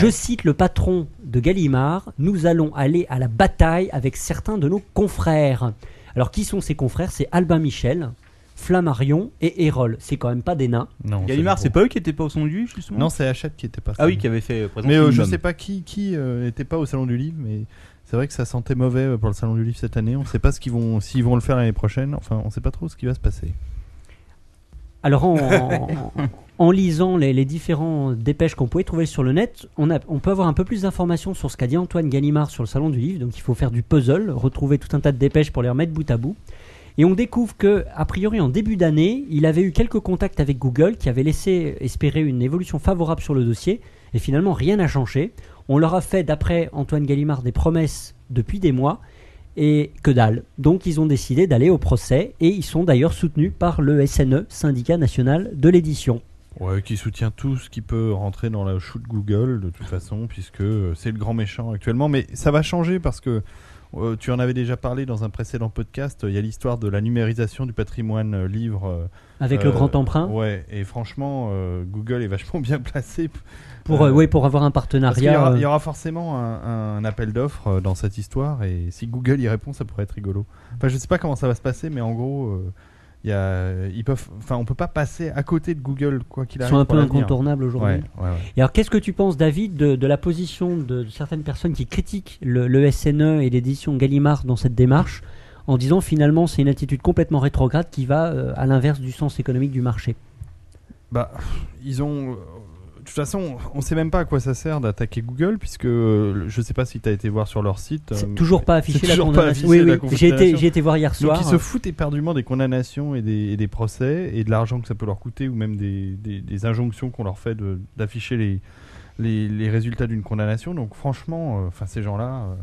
Speaker 4: Je cite le patron de Gallimard, nous allons aller à la bataille avec certains de nos confrères. Alors, qui sont ses confrères C'est Albin Michel, Flammarion et Hérole. C'est quand même pas des nains.
Speaker 5: Non,
Speaker 2: Gallimard, c'est pas eux qui étaient pas au son du justement
Speaker 5: Non, c'est Hachette qui était pas.
Speaker 2: Ah oui, qui avait fait euh, présenter
Speaker 5: Mais euh,
Speaker 2: une
Speaker 5: je
Speaker 2: dame.
Speaker 5: sais pas qui qui euh, n'était pas au salon du livre, mais c'est vrai que ça sentait mauvais euh, pour le salon du livre cette année. On sait pas ce qu'ils vont, s'ils vont le faire l'année prochaine. Enfin, on sait pas trop ce qui va se passer.
Speaker 4: Alors, en, en- en lisant les, les différents dépêches qu'on pouvait trouver sur le net, on, a- on peut avoir un peu plus d'informations sur ce qu'a dit Antoine Gallimard sur le salon du livre. Donc, il faut faire du puzzle, retrouver tout un tas de dépêches pour les remettre bout à bout. Et on découvre que, a priori, en début d'année, il avait eu quelques contacts avec Google qui avaient laissé espérer une évolution favorable sur le dossier. Et finalement, rien n'a changé. On leur a fait, d'après Antoine Gallimard, des promesses depuis des mois et que dalle. Donc ils ont décidé d'aller au procès et ils sont d'ailleurs soutenus par le SNE, Syndicat National de l'édition.
Speaker 5: Ouais, qui soutient tout ce qui peut rentrer dans la chou de Google de toute façon, puisque euh, c'est le grand méchant actuellement. Mais ça va changer parce que euh, tu en avais déjà parlé dans un précédent podcast. Il y a l'histoire de la numérisation du patrimoine euh, livre. euh,
Speaker 4: Avec
Speaker 5: euh,
Speaker 4: le grand emprunt
Speaker 5: Ouais, et franchement, euh, Google est vachement bien placé p-
Speaker 4: pour,
Speaker 5: euh,
Speaker 4: euh, ouais, pour avoir un
Speaker 5: Parce qu'il y,
Speaker 4: partenariat.
Speaker 5: aura- il
Speaker 4: euh,
Speaker 5: y aura forcément un, un appel d'offres euh, dans cette histoire et si Google y répond, ça pourrait être rigolo. Enfin, je sais pas comment ça va se passer, mais en gros, euh, il y a, ils peuvent, enfin, on peut pas passer à côté de Google quoi qu'il
Speaker 4: Ils
Speaker 5: arrive.
Speaker 4: sont un
Speaker 5: pour
Speaker 4: peu
Speaker 5: l'avenir.
Speaker 4: incontournables aujourd'hui.
Speaker 5: Ouais, ouais, ouais.
Speaker 4: Et alors, qu'est-ce que tu penses, David, de, de la position de, de certaines personnes qui critiquent le, le SNE et l'édition Gallimard dans cette démarche, en disant finalement c'est une attitude complètement rétrograde qui va euh, à l'inverse du sens économique du marché
Speaker 5: Bah, ils ont. euh, De toute façon, on sait même pas à quoi ça sert d'attaquer Google, puisque euh, le- je sais pas si tu as été voir sur leur site. euh,
Speaker 4: C'est toujours pas affiché
Speaker 5: c'est
Speaker 4: la
Speaker 5: toujours pas
Speaker 4: condamnation.
Speaker 5: affiché,
Speaker 4: oui,
Speaker 5: la
Speaker 4: oui, j'ai été,
Speaker 5: condamnation.
Speaker 4: j'ai été voir hier
Speaker 5: Donc
Speaker 4: soir. euh,
Speaker 5: ils se foutent éperdument des condamnations et des, et des procès et de l'argent que ça peut leur coûter ou même des, des- des injonctions qu'on leur fait de- d'afficher les, les, les résultats d'une condamnation. Donc franchement, euh, enfin ces gens-là, euh,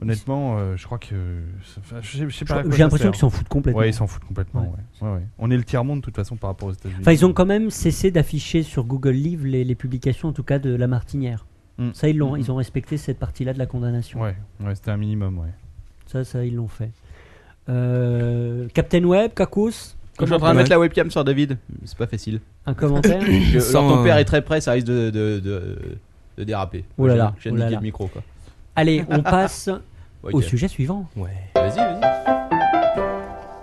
Speaker 5: honnêtement, euh, je crois que c'est- enfin, je sais, je sais pas. à quoi
Speaker 4: J'ai
Speaker 5: ça
Speaker 4: l'impression
Speaker 5: sert. hein.
Speaker 4: qu'ils s'en foutent complètement.
Speaker 5: Ouais, ils s'en foutent complètement. ouais. Ouais, ouais. On est le tiers monde de toute façon par rapport aux États-Unis.
Speaker 4: Enfin, ils ont quand même cessé d'afficher sur Google Live les, les publications, en tout cas de la Martinière.
Speaker 5: Mm.
Speaker 4: Ça, ils l'ont,
Speaker 5: Mm.
Speaker 4: ils ont respecté cette partie-là de la condamnation.
Speaker 5: Ouais, ouais, c'était un minimum. Ouais.
Speaker 4: Ça, ça, ils l'ont fait. Euh, Captain Web, Kakus,
Speaker 2: Quand je suis en train de
Speaker 6: Ouais.
Speaker 2: mettre la webcam sur David, c'est pas facile.
Speaker 4: un commentaire.
Speaker 2: Je-
Speaker 6: Sans-
Speaker 2: alors, ton père est très près, ça risque de, de, de, de déraper.
Speaker 4: Oh là là,
Speaker 2: J'ai
Speaker 4: oh
Speaker 2: j'ai
Speaker 4: là
Speaker 2: niqué
Speaker 4: là.
Speaker 2: le micro quoi.
Speaker 4: Allez, on passe
Speaker 2: Ok.
Speaker 4: au sujet suivant.
Speaker 6: Ouais.
Speaker 2: Vas-y, vas-y.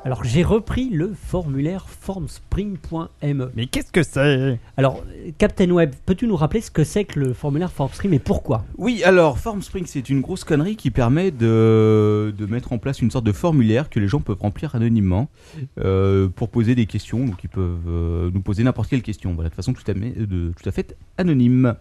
Speaker 4: Alors, j'ai repris le formulaire formspring.me.
Speaker 5: Mais qu'est-ce que c'est
Speaker 4: E. Alors, Captain Web, peux-tu nous rappeler ce que c'est que le formulaire formspring et pourquoi
Speaker 2: Oui, alors FormSpring, c'est une grosse connerie qui permet de, de mettre en place une sorte de formulaire que les gens peuvent remplir anonymement euh, pour poser des questions. Donc, ils peuvent euh, nous poser n'importe quelle question. Voilà, de façon tout à, mais- de- tout à fait anonyme.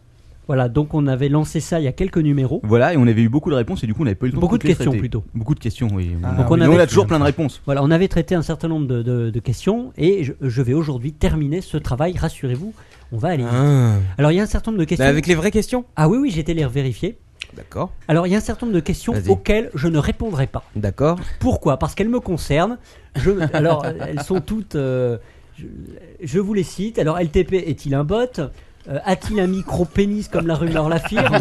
Speaker 4: Voilà, donc on avait lancé ça il y a quelques numéros.
Speaker 2: Voilà, et on avait eu beaucoup de réponses et du coup, on n'avait pas eu le temps
Speaker 4: Beaucoup
Speaker 2: toutes
Speaker 4: de
Speaker 2: les
Speaker 4: questions
Speaker 2: traiter.
Speaker 4: plutôt. Ah.
Speaker 2: Beaucoup de questions, oui.
Speaker 5: Donc
Speaker 2: on,
Speaker 4: on
Speaker 2: a,
Speaker 4: avait-
Speaker 2: on a toujours plein de réponses.
Speaker 4: Voilà, on avait traité un certain nombre de, de- de questions et je, je vais aujourd'hui terminer ce travail, rassurez-vous, on va aller. vite.
Speaker 6: Ah.
Speaker 4: Alors il y a un certain nombre de questions.
Speaker 6: Mais avec les vraies questions
Speaker 4: Ah oui, oui, j'ai été les vérifier.
Speaker 6: D'accord.
Speaker 4: Alors il y a un certain nombre de questions
Speaker 6: Vas-y.
Speaker 4: auxquelles je ne répondrai pas.
Speaker 6: D'accord.
Speaker 4: Pourquoi Parce qu'elles me concernent. Je, alors elles sont toutes. euh, je, je vous les cite. Alors LTP est-il un bot Euh, A-t-il un micro pénis comme la rumeur l'affirme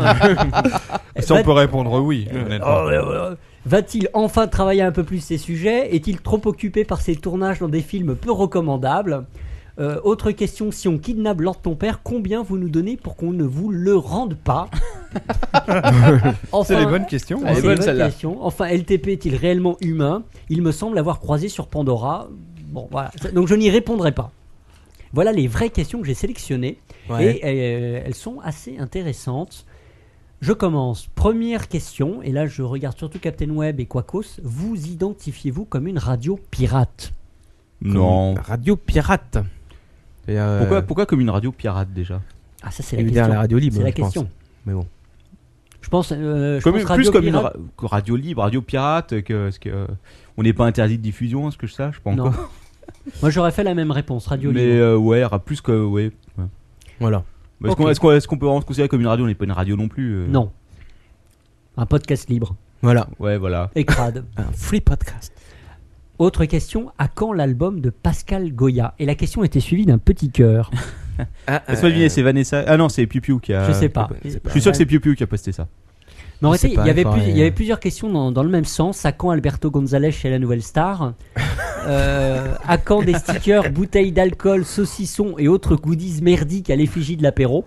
Speaker 4: Eh
Speaker 5: Si
Speaker 4: ben,
Speaker 5: on peut répondre oui, honnêtement.
Speaker 4: Oh, ouais, ouais. Va-t-il enfin travailler un peu plus ces sujets Est-il trop occupé par ses tournages dans des films peu recommandables Euh, Autre question, si on kidnappe Lord ton père, combien vous nous donnez pour qu'on ne vous le rende pas
Speaker 5: C'est
Speaker 4: Enfin,
Speaker 5: les bonnes questions. hein.
Speaker 4: c'est
Speaker 2: Elle est
Speaker 4: les
Speaker 2: bonne,
Speaker 4: bonnes
Speaker 2: celle-là.
Speaker 4: questions. Enfin, LTP est-il réellement humain Il me semble l'avoir croisé sur Pandora. Bon, voilà. Donc je n'y répondrai pas. Voilà les vraies questions que j'ai sélectionnées.
Speaker 6: Ouais.
Speaker 4: Et euh, elles sont assez intéressantes. Je commence. Première question, et là je regarde surtout Captain Web et Quacos. Vous identifiez-vous comme une radio pirate
Speaker 2: Non.
Speaker 6: Radio pirate. C'est-à-dire, euh,
Speaker 2: Pourquoi, pourquoi comme une radio pirate déjà
Speaker 4: Ah, ça c'est
Speaker 6: Il
Speaker 4: la
Speaker 6: veut dire
Speaker 4: question.
Speaker 6: la radio libre.
Speaker 4: c'est la
Speaker 6: je pense.
Speaker 4: question.
Speaker 6: Mais bon.
Speaker 4: Je pense, euh, je
Speaker 2: Comme
Speaker 4: pense
Speaker 2: une-
Speaker 4: radio
Speaker 2: plus comme une
Speaker 4: pirate.
Speaker 2: ra- que radio libre, radio pirate, que, ce que euh, on n'est pas interdit de diffusion, à ce que je sache, pas
Speaker 4: Non.
Speaker 2: encore.
Speaker 4: Moi j'aurais fait la même réponse, radio
Speaker 2: Mais
Speaker 4: libre.
Speaker 2: euh, ouais, ra- plus que ouais. ouais.
Speaker 6: Voilà.
Speaker 2: Bah, Est-ce
Speaker 4: Ok.
Speaker 2: qu'on est-ce qu'on- est-ce qu'on peut vraiment se considérer comme une radio On n'est pas une radio non plus. euh.
Speaker 4: Non. Un podcast libre.
Speaker 6: Voilà.
Speaker 2: Ouais, voilà.
Speaker 4: Et crade.
Speaker 6: Un free podcast.
Speaker 4: Autre question, à quand l'album de Pascal Goya Et la question était suivie d'un petit cœur.
Speaker 6: Ah,
Speaker 8: Euh.
Speaker 2: Laisse-moi deviner, c'est Vanessa. Ah non, c'est Piu Piu qui a.
Speaker 4: je sais pas.
Speaker 2: Je suis sûr que eh ben, c'est Piu Piu qui a posté ça.
Speaker 4: Mais en
Speaker 6: Je sais
Speaker 4: réalité,
Speaker 6: pas,
Speaker 4: il y avait
Speaker 6: il faudrait-
Speaker 4: plus- il y avait plusieurs questions dans, dans le même sens. À quand Alberto González chez la Nouvelle Star euh, à quand des stickers, bouteilles d'alcool, saucissons et autres goodies merdiques à l'effigie de l'apéro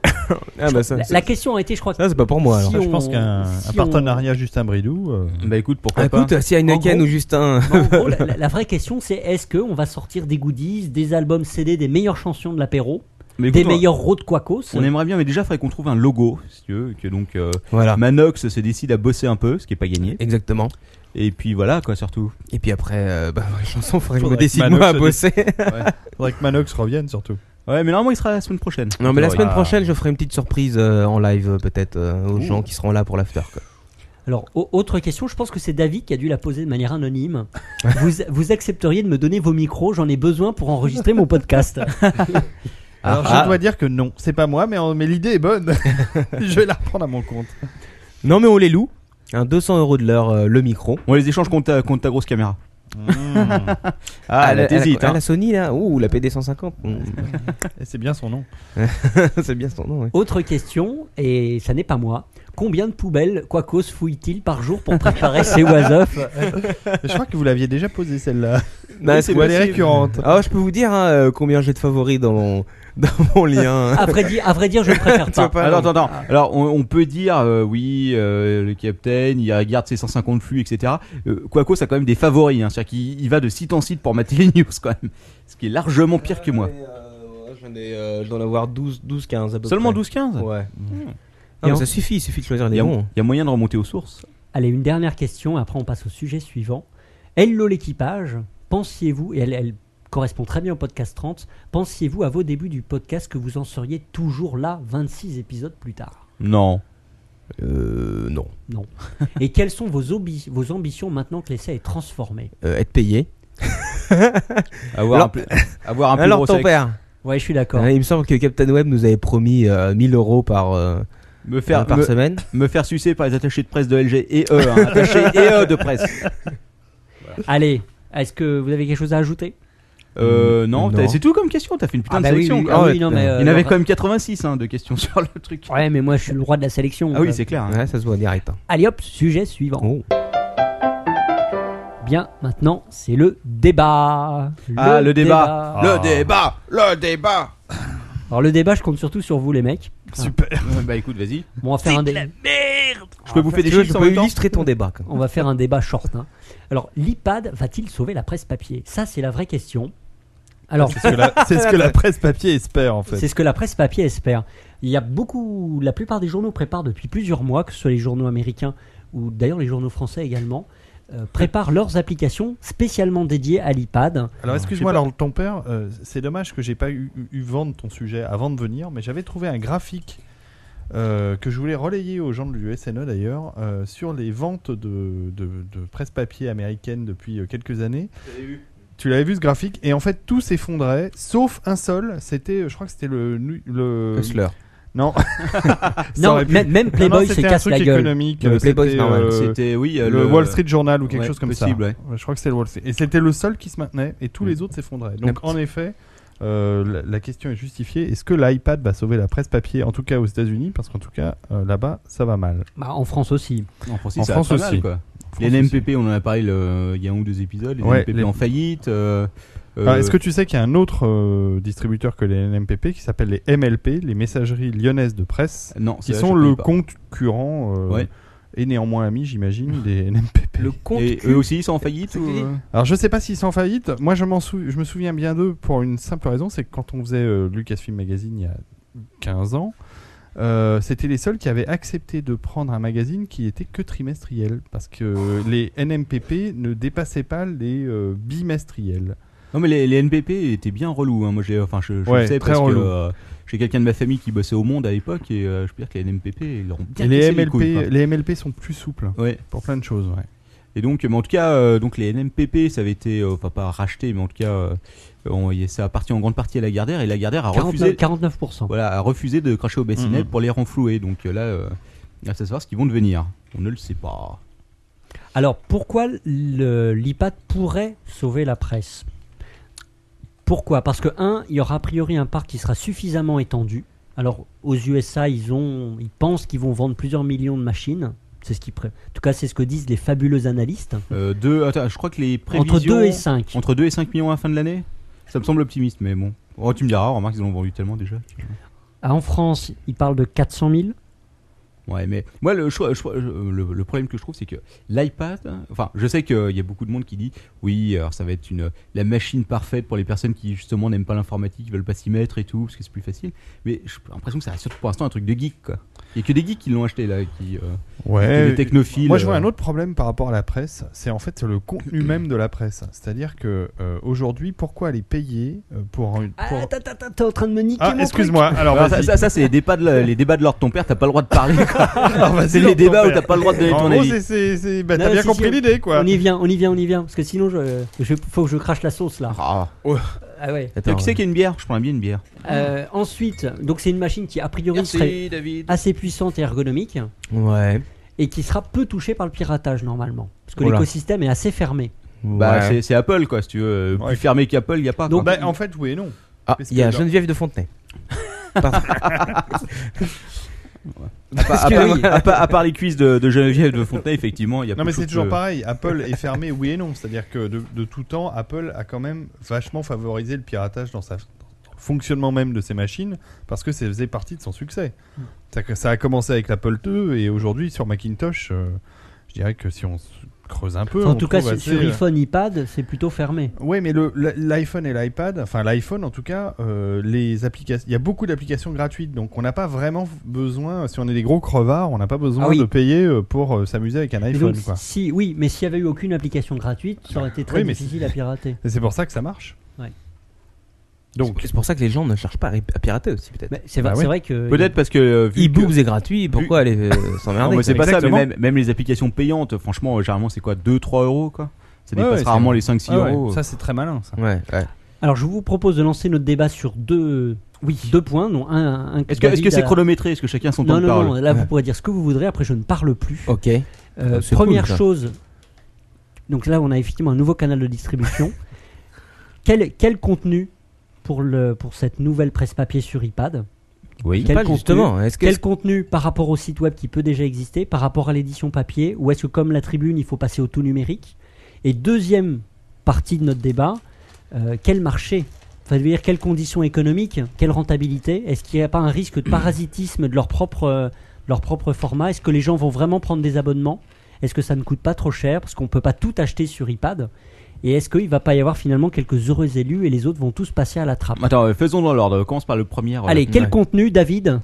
Speaker 6: Ah bah ça,
Speaker 4: la,
Speaker 6: ça,
Speaker 4: la question a été, Bah, je crois, que
Speaker 6: ça, c'est pas pour moi alors.
Speaker 4: Si
Speaker 5: je pense
Speaker 4: on-
Speaker 5: qu'un
Speaker 4: si
Speaker 5: un
Speaker 4: on-
Speaker 5: partenariat Justin Bridou. euh,
Speaker 2: Bah écoute, pourquoi
Speaker 6: Ah,
Speaker 2: pas
Speaker 6: écoute, si Heineken
Speaker 4: gros-
Speaker 6: ou Justin.
Speaker 4: Mais en gros, la, la- la vraie question, c'est est-ce qu'on va sortir des goodies, des albums CD, des meilleures chansons de l'apéro,
Speaker 2: Mais écoute,
Speaker 4: des
Speaker 2: on-
Speaker 4: meilleurs road quacos
Speaker 2: On aimerait bien, mais déjà, il faudrait qu'on trouve un logo, si tu veux, que donc euh,
Speaker 4: Ah.
Speaker 6: Voilà.
Speaker 2: Manox se décide à bosser un peu, ce qui est pas gagné.
Speaker 6: Exactement.
Speaker 2: Et puis voilà, quoi, surtout.
Speaker 6: Et puis après, euh, bah, les chansons, faudrait que
Speaker 5: Faudrait
Speaker 6: je me
Speaker 5: que
Speaker 6: décide
Speaker 5: Manox
Speaker 6: moi à
Speaker 5: se
Speaker 6: bosser.
Speaker 5: Faudrait que Manox revienne surtout.
Speaker 2: Ouais, mais normalement, il sera la semaine prochaine.
Speaker 6: non, mais la
Speaker 2: Ouais.
Speaker 6: semaine
Speaker 5: Ah.
Speaker 6: prochaine, je ferai une petite surprise euh, en live, euh, peut-être, euh, aux gens qui seront là pour l'after. quoi.
Speaker 4: Alors, au- autre question, je pense que c'est David qui a dû la poser de manière anonyme. vous, vous accepteriez de me donner vos micros J'en ai besoin pour enregistrer mon podcast.
Speaker 5: Alors
Speaker 6: Ah,
Speaker 5: je dois dire que non, c'est pas moi, mais, euh, mais l'idée est bonne. je vais la reprendre à mon compte.
Speaker 6: Non, mais on les loue. Hein, 200 euros de l'heure euh, le micro.
Speaker 2: On les échange contre ta, contre ta grosse caméra. Ah,
Speaker 6: Ah,
Speaker 2: là, t'hésites,
Speaker 6: la,
Speaker 2: hein.
Speaker 6: la Sony là, ouh, la PD150. Mm.
Speaker 5: Et c'est bien son nom.
Speaker 6: c'est bien son nom. ouais.
Speaker 4: autre question, et ça n'est pas moi. Combien de poubelles quacos fouille-t-il par jour pour préparer ses oiseaux
Speaker 5: Je crois que vous l'aviez déjà posée celle-là.
Speaker 6: Bah,
Speaker 5: Oui,
Speaker 6: c'est
Speaker 5: ou elle est
Speaker 6: possible.
Speaker 5: récurrente.
Speaker 6: Ah, je peux vous dire hein, euh, combien j'ai de favoris dans mon, dans mon lien. hein.
Speaker 4: à vrai, dire, à vrai dire, je ne préfère pas.
Speaker 2: Attends, attends, attends. Ah, Alors, on, on peut dire, euh, oui, euh, le capitaine, il regarde ses 150 flux, etc. Euh, Quaco, ça a quand même des favoris, hein. C'est-à-dire qu'il il va de site en site pour mater les news, quand même. Ce qui est largement pire que moi.
Speaker 6: J'en ai, euh, je dois en avoir 12, 12 15 à peu
Speaker 2: Seulement Mmh.
Speaker 6: près.
Speaker 2: 12-15
Speaker 6: Ouais.
Speaker 4: Et
Speaker 6: Non, mais
Speaker 4: en-
Speaker 6: ça suffit, il suffit de choisir
Speaker 2: Il
Speaker 6: des
Speaker 2: y, a,
Speaker 6: bons.
Speaker 2: il y a moyen de remonter aux sources.
Speaker 4: Allez, une dernière question, et après on passe au sujet suivant. Hello l'équipage, pensiez-vous, et elle, elle correspond très bien au podcast 30, pensiez-vous à vos débuts du podcast que vous en seriez toujours là 26 épisodes plus tard
Speaker 2: Non.
Speaker 6: Euh, non.
Speaker 4: Et quelles sont vos, obi- vos ambitions maintenant que l'essai est transformé
Speaker 6: Euh, être payé.
Speaker 2: Avoir
Speaker 6: Alors-
Speaker 2: un, peu- avoir un plus
Speaker 6: Alors
Speaker 2: gros
Speaker 6: ton
Speaker 2: sexe.
Speaker 6: père
Speaker 4: Ouais, je suis d'accord.
Speaker 6: Hein, Il me semble que Captain Web nous avait promis euh, 1000 euros par, euh,
Speaker 2: Me faire,
Speaker 6: par
Speaker 2: me-
Speaker 6: semaine.
Speaker 2: me faire sucer par les attachés de presse de LG et E, hein, attachés et E de presse.
Speaker 4: Allez, est-ce que vous avez quelque chose à ajouter
Speaker 2: Euh, non,
Speaker 6: Mm, Non.
Speaker 2: t'as- c'est tout comme question, t'as fait une putain
Speaker 4: Ah
Speaker 2: de
Speaker 4: bah oui,
Speaker 2: sélection.
Speaker 4: oui,
Speaker 2: quoi.
Speaker 4: ah
Speaker 2: Ah
Speaker 4: oui,
Speaker 2: ouais,
Speaker 4: non, mais, euh,
Speaker 2: Il y en avait
Speaker 4: non,
Speaker 2: quand même 86 hein, de questions sur le truc.
Speaker 4: Ouais, mais moi je suis le roi de la sélection.
Speaker 2: Ah oui, c'est clair. hein.
Speaker 6: Ouais, ça se voit direct. hein.
Speaker 4: Allez hop, sujet suivant.
Speaker 6: Oh.
Speaker 4: Bien, maintenant c'est le débat.
Speaker 2: Ah, le débat.
Speaker 5: Ah.
Speaker 2: Le débat Le débat
Speaker 4: Alors le débat, je compte surtout sur vous les mecs.
Speaker 5: Super.
Speaker 2: Bah écoute, vas-y.
Speaker 4: Bon, on va faire un débat.
Speaker 2: Je
Speaker 5: Ah,
Speaker 2: peux bouffer des
Speaker 6: Tu veux,
Speaker 2: chips
Speaker 6: je
Speaker 2: en
Speaker 6: peux
Speaker 2: même temps
Speaker 6: illustrer ton débat. quoi.
Speaker 4: On va faire un débat short. hein. Alors, l'iPad va-t-il sauver la presse papier Ça, c'est la vraie question. Alors,
Speaker 5: C'est ce que la- c'est ce que la presse papier espère en fait.
Speaker 4: c'est ce que la presse papier espère. Il y a beaucoup, la plupart des journaux préparent depuis plusieurs mois, que ce soit les journaux américains ou d'ailleurs les journaux français également, euh, préparent leurs applications spécialement dédiées à l'iPad.
Speaker 5: Alors excuse-moi, alors ton père, euh, c'est dommage que j'ai pas eu, eu- eu vent de ton sujet avant de venir, mais j'avais trouvé un graphique euh, que je voulais relayer aux gens de l'USNE d'ailleurs euh, sur les ventes de, de- de presse-papier américaine depuis euh, quelques années. Tu l'avais vu ce graphique et en fait tout s'effondrait sauf un seul. C'était, je crois que c'était le, nu- le
Speaker 6: Hustler.
Speaker 5: non. Ça
Speaker 4: Non,
Speaker 5: aurait pu-
Speaker 4: même, même
Speaker 5: Non, non,
Speaker 4: Playboy se
Speaker 5: c'était un
Speaker 4: casse la
Speaker 5: truc
Speaker 4: gueule.
Speaker 5: économique.
Speaker 6: Le
Speaker 5: euh,
Speaker 6: Playboy, c'est
Speaker 5: c'était,
Speaker 6: normal.
Speaker 5: euh,
Speaker 2: C'était, oui, euh,
Speaker 5: le Wall Street Journal ou quelque
Speaker 2: Ouais,
Speaker 5: chose comme
Speaker 2: possible,
Speaker 5: ça.
Speaker 2: ouais.
Speaker 5: Je crois que c'est le Wall Street. Et c'était le seul qui se maintenait et tous les autres s'effondraient. Donc en effet, euh, la, la question est justifiée. Est-ce que l'iPad va sauver la presse papier, en tout cas aux États-Unis Parce qu'en tout cas, euh, là-bas, ça va mal.
Speaker 4: Bah, en France aussi.
Speaker 2: En France,
Speaker 5: En
Speaker 2: ça
Speaker 5: France
Speaker 2: va pas mal,
Speaker 5: aussi.
Speaker 2: quoi.
Speaker 5: France
Speaker 2: Les
Speaker 5: aussi.
Speaker 2: NMPP, on en a parlé le- il y a un ou deux épisodes. Les
Speaker 5: Ouais,
Speaker 2: NMPP
Speaker 5: les-
Speaker 2: en faillite. euh,
Speaker 5: Alors,
Speaker 2: euh,
Speaker 5: Est-ce que tu sais qu'il y a un autre euh, distributeur que les NMPP qui s'appelle les MLP, les Messageries Lyonnaises de Presse,
Speaker 2: Non,
Speaker 5: qui
Speaker 2: Ah, ça,
Speaker 5: sont
Speaker 2: je connais
Speaker 5: le
Speaker 2: pas.
Speaker 5: concurrent euh,
Speaker 2: Ouais.
Speaker 5: et néanmoins ami, j'imagine, des NMPP.
Speaker 6: Le compte.
Speaker 2: Et eux aussi, ils sont en faillite ou, euh,
Speaker 5: Alors je sais pas s'ils sont en faillite. Moi je m'en sou- je me souviens bien d'eux pour une simple raison, c'est que quand on faisait euh, Lucasfilm Magazine il y a 15 ans, euh, c'était les seuls qui avaient accepté de prendre un magazine qui était que trimestriel parce
Speaker 2: Oh.
Speaker 5: que les NMPP ne dépassaient pas les euh, bimestriels.
Speaker 2: Non mais les, les NPP étaient bien relous. hein. Moi j'ai, enfin je, je
Speaker 5: Ouais,
Speaker 2: le sais
Speaker 5: très
Speaker 2: parce
Speaker 5: relous.
Speaker 2: que euh, j'ai quelqu'un de ma famille qui bossait au Monde à l'époque et euh, je peux dire que les NPP ils leur ont bien
Speaker 5: Et les
Speaker 2: cassé
Speaker 5: MLP,
Speaker 2: couilles, quoi.
Speaker 5: les MLP sont plus souples
Speaker 2: Ouais.
Speaker 5: pour plein de choses. ouais.
Speaker 2: Et donc, mais en tout cas, euh, donc les NMPP, ça avait été, euh, enfin pas racheté, mais en tout cas, euh, on- y- ça appartient en grande partie à la Gardère et la Gardère a
Speaker 4: 49,
Speaker 2: refusé,
Speaker 4: 49%.
Speaker 2: voilà, a refusé de cracher au bassinet
Speaker 5: Mhm.
Speaker 4: Mm-hmm.
Speaker 2: pour les renflouer. Donc euh, là, euh, il reste à savoir ce qu'ils vont devenir. On ne le sait pas.
Speaker 4: Alors, pourquoi le- l'IPAD pourrait sauver la presse Pourquoi Parce que, un, il y aura a priori un parc qui sera suffisamment étendu. Alors, aux USA, ils, ont, ils pensent qu'ils vont vendre plusieurs millions de machines C'est ce qui pré- En tout cas, c'est ce que disent les fabuleux analystes.
Speaker 2: Euh, deux- attends, je crois que les prévisions.
Speaker 4: Entre 2 et 5.
Speaker 2: entre 2 et 5 millions à la fin de l'année Ça me semble optimiste, mais bon. Oh, tu me diras, remarque, ils en ont vendu tellement déjà.
Speaker 4: Ah, en France, ils parlent de 400 000.
Speaker 2: Ouais, mais moi, le, choix- choix- euh, le, le problème que je trouve, c'est que l'iPad. hein, Enfin, je sais qu'il y a beaucoup de monde qui dit oui, alors ça va être une, la machine parfaite pour les personnes qui, justement, n'aiment pas l'informatique, qui veulent pas s'y mettre et tout, parce que c'est plus facile. Mais j'ai l'impression que ça reste surtout pour l'instant un truc de geek, quoi. Il y a que des geeks qui l'ont acheté, là, qui. euh,
Speaker 5: Ouais.
Speaker 2: des technophiles.
Speaker 5: Moi, je vois
Speaker 2: euh,
Speaker 5: un autre problème par rapport à la presse, c'est en fait le contenu même de la presse. C'est-à-dire que euh, aujourd'hui, pourquoi aller payer euh, pour une- pour-
Speaker 4: Ah, t'as- t'as- t'as- t'es en train de me niquer
Speaker 5: Ah,
Speaker 4: mon
Speaker 5: excuse-moi. Alors,
Speaker 2: Alors, ça,
Speaker 5: vas-y.
Speaker 2: ça, ça, c'est les débats de la- les débats de l'ordre de ton père, t'as pas le droit de parler. quoi.
Speaker 5: Alors, Ah, vas-y,
Speaker 2: C'est
Speaker 5: lance
Speaker 2: les
Speaker 5: ton
Speaker 2: débats où
Speaker 5: père.
Speaker 2: t'as pas le droit de donner
Speaker 5: En
Speaker 2: ton
Speaker 5: gros,
Speaker 2: avis.
Speaker 5: c'est- c'est- c'est- bah,
Speaker 4: Non,
Speaker 5: t'as bien
Speaker 4: si,
Speaker 5: compris
Speaker 4: si,
Speaker 5: l'idée,
Speaker 4: truc.
Speaker 5: quoi.
Speaker 4: On y vient, on y vient, on y vient. Parce que sinon, je, je- faut que je crache la sauce là.
Speaker 2: Ah.
Speaker 4: Ah ouais.
Speaker 6: Attends,
Speaker 2: qui c'est qui a une bière Je prends un bien une bière.
Speaker 4: Euh, ensuite, donc c'est une machine qui a priori serait
Speaker 2: David.
Speaker 4: assez puissante et ergonomique
Speaker 6: Ouais.
Speaker 4: et qui sera peu touchée par le piratage normalement. Parce que
Speaker 6: Oula.
Speaker 4: l'écosystème est assez fermé.
Speaker 2: Bah,
Speaker 6: Ouais.
Speaker 2: c'est- c'est Apple, quoi, si tu veux. Euh, Plus
Speaker 5: Ouais.
Speaker 2: fermé qu'Apple, il n'y a pas.
Speaker 4: Donc,
Speaker 2: quoi.
Speaker 5: Bah, en fait, oui et non.
Speaker 6: Ah,
Speaker 5: Parce
Speaker 6: il y
Speaker 5: que
Speaker 6: a
Speaker 5: dans-
Speaker 6: Geneviève de Fontenay. Pardon.
Speaker 2: à, part- Bah, à
Speaker 6: que
Speaker 2: part-
Speaker 6: oui.
Speaker 2: à part- à part les cuisses de, de Geneviève de Fontenay, effectivement, il y a
Speaker 5: Non, mais
Speaker 2: peu de
Speaker 5: c'est
Speaker 2: choses
Speaker 5: toujours
Speaker 2: que-
Speaker 5: pareil. Apple est fermé, oui et non. C'est-à-dire que de, de tout temps, Apple a quand même vachement favorisé le piratage dans sa dans le fonctionnement même de ses machines parce que ça faisait partie de son succès. C'est-à-dire que Ça a commencé avec l'Apple 2 et aujourd'hui sur Macintosh, euh, je dirais que si on se creuse un peu,
Speaker 4: en
Speaker 5: on
Speaker 4: tout cas,
Speaker 5: trouve
Speaker 4: sur,
Speaker 5: assez,
Speaker 4: sur
Speaker 5: euh,
Speaker 4: iPhone, iPad, c'est plutôt fermé.
Speaker 5: Oui, mais le- le- l'iPhone et l'iPad, enfin l'iPhone en tout cas, euh, les applications, il y a beaucoup d'applications gratuites, donc on n'a pas vraiment besoin, si on est des gros crevards, on n'a pas besoin
Speaker 4: Ah oui.
Speaker 5: de payer euh, pour euh, s'amuser avec un
Speaker 4: Mais
Speaker 5: iPhone.
Speaker 4: donc,
Speaker 5: quoi.
Speaker 4: si, oui, mais s'il y avait eu aucune application gratuite, ça aurait été très
Speaker 5: oui, mais
Speaker 4: difficile à pirater.
Speaker 5: Et c'est pour ça que ça marche.
Speaker 6: Donc, c'est pour ça que les gens ne cherchent pas à, ri- à pirater aussi, peut-être.
Speaker 4: Mais c'est
Speaker 5: Bah
Speaker 4: vrai-
Speaker 5: ouais.
Speaker 4: c'est vrai que.
Speaker 2: Peut-être parce que. euh, vu que-
Speaker 6: E-boobs est gratuit, pourquoi aller euh,
Speaker 2: Non,
Speaker 6: s'emmerder
Speaker 2: mais c'est
Speaker 6: quoi.
Speaker 2: pas ça, mais
Speaker 5: Exactement.
Speaker 2: même, même les applications payantes, franchement, euh, généralement, c'est quoi 2-3 euros, quoi Ça
Speaker 5: Ouais,
Speaker 2: dépasse
Speaker 5: ouais,
Speaker 2: rarement
Speaker 5: c'est-
Speaker 2: les 5-6
Speaker 10: Ah ouais,
Speaker 2: euros.
Speaker 10: Ça, c'est très malin,
Speaker 5: euh.
Speaker 10: ça.
Speaker 6: Ouais, ouais.
Speaker 4: Alors, je vous propose de lancer notre débat sur deux, oui. deux points. dont un, un
Speaker 2: Est-ce que est-ce que
Speaker 4: David
Speaker 2: c'est
Speaker 4: a-
Speaker 2: chronométré Est-ce que chacun son temps
Speaker 4: Non,
Speaker 2: de
Speaker 4: non,
Speaker 2: parole
Speaker 4: non, là vous pourrez dire ce que vous voudrez, après je ne parle plus.
Speaker 6: Ok.
Speaker 4: Euh,
Speaker 6: Ah, c'est
Speaker 4: première
Speaker 6: cool, ça.
Speaker 4: chose, donc là on a effectivement un nouveau canal de distribution. quel, quel contenu pour, le, pour cette nouvelle presse papier sur iPad
Speaker 6: Oui,
Speaker 4: Quel
Speaker 6: pas
Speaker 4: contenu-
Speaker 6: justement. Est-ce que
Speaker 4: Quel contenu par rapport au site web qui peut déjà exister, par rapport à l'édition papier Ou est-ce que comme la tribune, il faut passer au tout numérique Et deuxième partie de notre débat, euh, quel marché Enfin, je veux dire, quelles conditions économiques, quelle rentabilité Est-ce qu'il n'y a pas un risque de parasitisme de leur propre, euh, leur propre format Est-ce que les gens vont vraiment prendre des abonnements Est-ce que ça ne coûte pas trop cher Parce qu'on ne peut pas tout acheter sur iPad. Et est-ce qu'il ne va pas y avoir finalement quelques heureux élus et les autres vont tous passer à la trappe
Speaker 2: Attends, euh, faisons dans l'ordre. Commence par le premier. euh,
Speaker 4: Allez, quel
Speaker 6: Ouais.
Speaker 4: contenu, David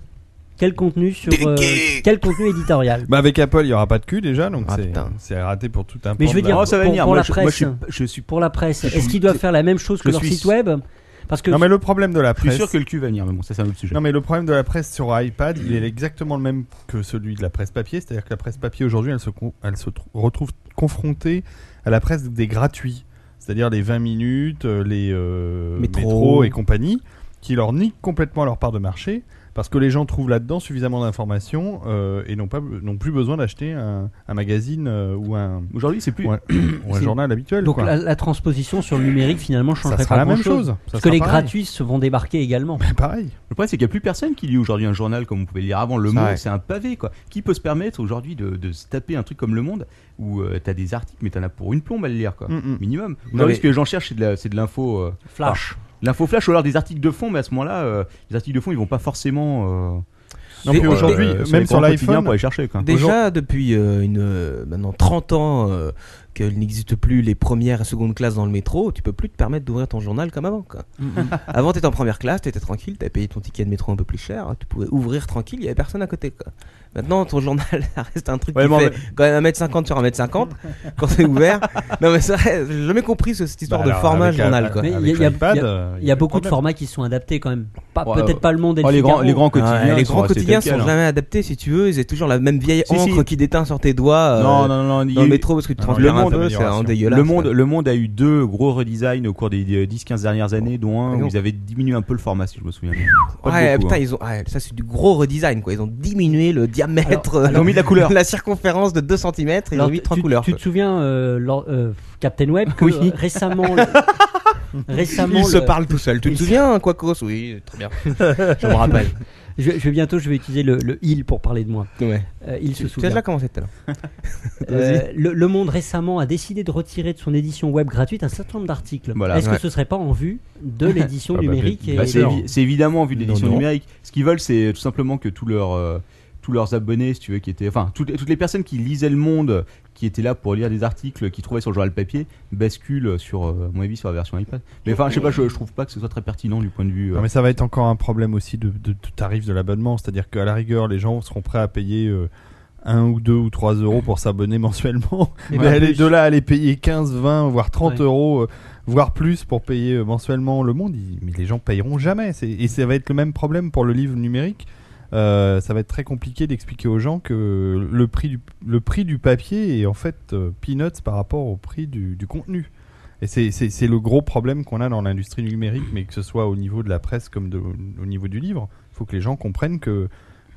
Speaker 4: Quel contenu sur euh, quel contenu éditorial
Speaker 5: Bah avec Apple, il y aura pas de cul déjà, donc
Speaker 6: Ah,
Speaker 5: c'est-
Speaker 6: putain.
Speaker 5: c'est raté pour tout un.
Speaker 4: Mais je veux
Speaker 5: pan de
Speaker 4: dire,
Speaker 5: la-
Speaker 2: Oh, ça va
Speaker 4: pour-
Speaker 2: venir.
Speaker 4: pour
Speaker 2: Moi,
Speaker 4: la
Speaker 2: je- moi, je suis-
Speaker 4: presse.
Speaker 2: je suis
Speaker 4: pour la presse Est-ce qu'ils doivent faire la même chose que
Speaker 2: Je
Speaker 4: leur
Speaker 2: suis-
Speaker 4: site web Parce que
Speaker 5: Non mais le problème de la
Speaker 2: je suis
Speaker 5: presse.
Speaker 2: sûr que le cul va venir, mais bon, ça, c'est un autre sujet.
Speaker 5: Non mais le problème de la presse sur iPad, il est exactement le même que celui de la presse papier, c'est-à-dire que la presse papier aujourd'hui, elle se, con- elle se tr- retrouve confrontée à la presse des gratuits, c'est-à-dire les 20 minutes, euh, les euh,
Speaker 6: Métro.
Speaker 5: métros et compagnie, qui leur niquent complètement leur part de marché, parce que les gens trouvent là-dedans suffisamment d'informations euh, et n'ont pas n'ont plus besoin d'acheter un, un magazine euh, ou un,
Speaker 2: Aujourd'hui, c'est plus.
Speaker 5: ou un- ou un
Speaker 4: C'est-
Speaker 5: journal habituel.
Speaker 4: donc
Speaker 5: quoi.
Speaker 4: la, la transposition sur le numérique finalement
Speaker 5: ça
Speaker 4: changerait
Speaker 5: sera
Speaker 4: pas
Speaker 5: la même
Speaker 4: grand-chose.
Speaker 5: chose. Ça
Speaker 4: Parce que
Speaker 5: sera
Speaker 4: les
Speaker 5: pareil. Bah,
Speaker 4: gratuits se vont débarquer également.
Speaker 5: Mais pareil.
Speaker 2: Le problème, c'est qu'il n'y a plus personne qui lit aujourd'hui un journal comme vous pouvez le lire avant. Le
Speaker 6: C'est
Speaker 2: Monde,
Speaker 6: vrai.
Speaker 2: c'est un pavé, quoi. Qui peut se permettre aujourd'hui de, de se taper un truc comme Le Monde où euh, t'as des articles, mais t'en as pour une plombe à le lire, quoi.
Speaker 5: Mm, mm.
Speaker 2: Minimum. Aujourd'hui,
Speaker 6: mais-
Speaker 2: ce que les gens cherchent, c'est de la- c'est de l'info. euh,
Speaker 4: Flash.
Speaker 2: L'info flash ou alors des articles de fond, mais à ce moment-là, euh, les articles de fond, ils vont pas forcément. euh,
Speaker 5: Non,
Speaker 6: Mais
Speaker 5: puis
Speaker 6: euh,
Speaker 5: aujourd'hui,
Speaker 2: euh,
Speaker 5: même
Speaker 2: les
Speaker 5: sur
Speaker 2: grands quotidiens
Speaker 5: l'iPhone,
Speaker 2: pour aller chercher, quoi.
Speaker 6: Déjà depuis euh, une, euh, maintenant 30 ans euh, qu'il n'existe plus les premières et secondes classes dans le métro, tu peux plus te permettre d'ouvrir ton journal comme avant. Quoi.
Speaker 4: Mm,
Speaker 6: Avant, t'étais en première classe, t'étais tranquille, t'avais payé ton ticket de métro un peu plus cher, hein, tu pouvais ouvrir tranquille, il y avait personne à côté. Quoi. Maintenant, ton journal, ça reste un truc
Speaker 2: Ouais,
Speaker 6: qui
Speaker 2: bon,
Speaker 6: fait quand même 1m50 sur 1m50 quand c'est ouvert. non mais c'est vrai, j'ai jamais compris ce- cette histoire
Speaker 5: Bah
Speaker 6: de
Speaker 5: alors,
Speaker 6: format
Speaker 5: avec,
Speaker 6: journal.
Speaker 5: euh,
Speaker 6: Quoi.
Speaker 4: Mais
Speaker 5: avec
Speaker 4: il y a- il y a-
Speaker 5: l'iPad,
Speaker 4: il y a-
Speaker 5: euh,
Speaker 4: Il y a beaucoup de
Speaker 5: problème.
Speaker 4: formats qui sont adaptés quand même. Pas-
Speaker 2: Ouais,
Speaker 4: Peut-être
Speaker 2: euh,
Speaker 4: pas le monde et
Speaker 2: Oh,
Speaker 4: le
Speaker 2: les, grands,
Speaker 4: Figaro.
Speaker 2: les grands
Speaker 6: Ouais,
Speaker 2: quotidiens,
Speaker 6: les
Speaker 2: ils
Speaker 6: grands
Speaker 2: restés
Speaker 6: quotidiens
Speaker 2: tels
Speaker 6: sont
Speaker 2: quels, hein.
Speaker 6: jamais adaptés si tu veux, ils ont toujours la même vieille
Speaker 2: Si, si.
Speaker 6: encre qui déteint sur tes doigts. euh,
Speaker 2: Non, non, non, non,
Speaker 6: dans
Speaker 2: il-
Speaker 6: le métro parce que tu
Speaker 2: Ah,
Speaker 5: Non, non,
Speaker 6: transpires
Speaker 5: le
Speaker 6: un
Speaker 5: monde-
Speaker 6: peu, c'est un
Speaker 5: amélioration.
Speaker 6: dégueulasse.
Speaker 2: Le monde, le monde a eu deux gros redesigns au cours des euh, 10-15 dernières années, dont un
Speaker 6: Ah non.
Speaker 2: où ils avaient diminué un peu le format, si je me souviens. bien. Pas
Speaker 6: Ouais,
Speaker 2: beaucoup,
Speaker 6: putain,
Speaker 2: hein.
Speaker 6: ils ont, ouais, ça c'est du gros redesign quoi. Ils ont diminué le diamètre, euh,
Speaker 2: Ils ont mis de la couleur.
Speaker 6: la circonférence de 2 cm, ils
Speaker 4: Alors,
Speaker 6: ont mis
Speaker 4: tu-
Speaker 6: trois
Speaker 4: tu,
Speaker 6: couleurs.
Speaker 4: Tu
Speaker 6: quoi.
Speaker 4: te souviens, euh, lors- euh, Captain Web, que
Speaker 6: Oui.
Speaker 4: euh, récemment. le- récemment
Speaker 6: Ils se
Speaker 4: le-
Speaker 6: parlent tout seuls. Tu te
Speaker 4: ils-
Speaker 6: souviens, hein, Quacos Oui, très bien. Je me rappelle.
Speaker 4: Je, je vais bientôt, je vais utiliser le, le il pour parler de moi.
Speaker 6: Ouais.
Speaker 4: Euh, il se
Speaker 6: Tu as
Speaker 4: souvient.
Speaker 6: déjà commencé tout à l'heure.
Speaker 4: Euh, le, Le Monde récemment a décidé de retirer de son édition web gratuite un certain nombre d'articles.
Speaker 2: Voilà.
Speaker 4: Est-ce
Speaker 6: Ouais.
Speaker 4: que ce serait pas en vue de l'édition
Speaker 5: Ah bah,
Speaker 4: numérique et-
Speaker 2: Bah, c'est évi- c'est évidemment en vue de
Speaker 5: Non,
Speaker 2: l'édition
Speaker 5: non.
Speaker 2: numérique. Ce qu'ils veulent, c'est tout simplement que tous leurs euh, tous leurs abonnés, si tu veux, qui étaient, enfin toutes, les- toutes les personnes qui lisaient le Monde, qui étaient là pour lire des articles, qui trouvaient sur le journal papier, basculent sur, euh, à mon avis, sur la version iPad. Mais enfin, je sais pas, je, je trouve pas que ce soit très pertinent du point de vue. euh,
Speaker 5: Non, mais ça va être encore un problème aussi de, de- de tarif de l'abonnement. C'est-à-dire qu'à la rigueur, les gens seront prêts à payer euh, 1 ou 2 ou 3 euros pour s'abonner mensuellement.
Speaker 4: Et
Speaker 5: Mais
Speaker 4: pas
Speaker 5: aller
Speaker 4: plus.
Speaker 5: de là à aller payer 15, 20, voire 30
Speaker 4: Ouais.
Speaker 5: euros, euh, voire plus pour payer euh, mensuellement le monde, ils- mais les gens payeront jamais. C'est- Et ça va être le même problème pour le livre numérique. Euh, ça va être très compliqué d'expliquer aux gens que le prix du, le prix du papier est en fait euh, peanuts par rapport au prix du, du contenu. Et c'est- c'est c'est le gros problème qu'on a dans l'industrie numérique, mais que ce soit au niveau de la presse comme de- au niveau du livre. Il faut que les gens comprennent que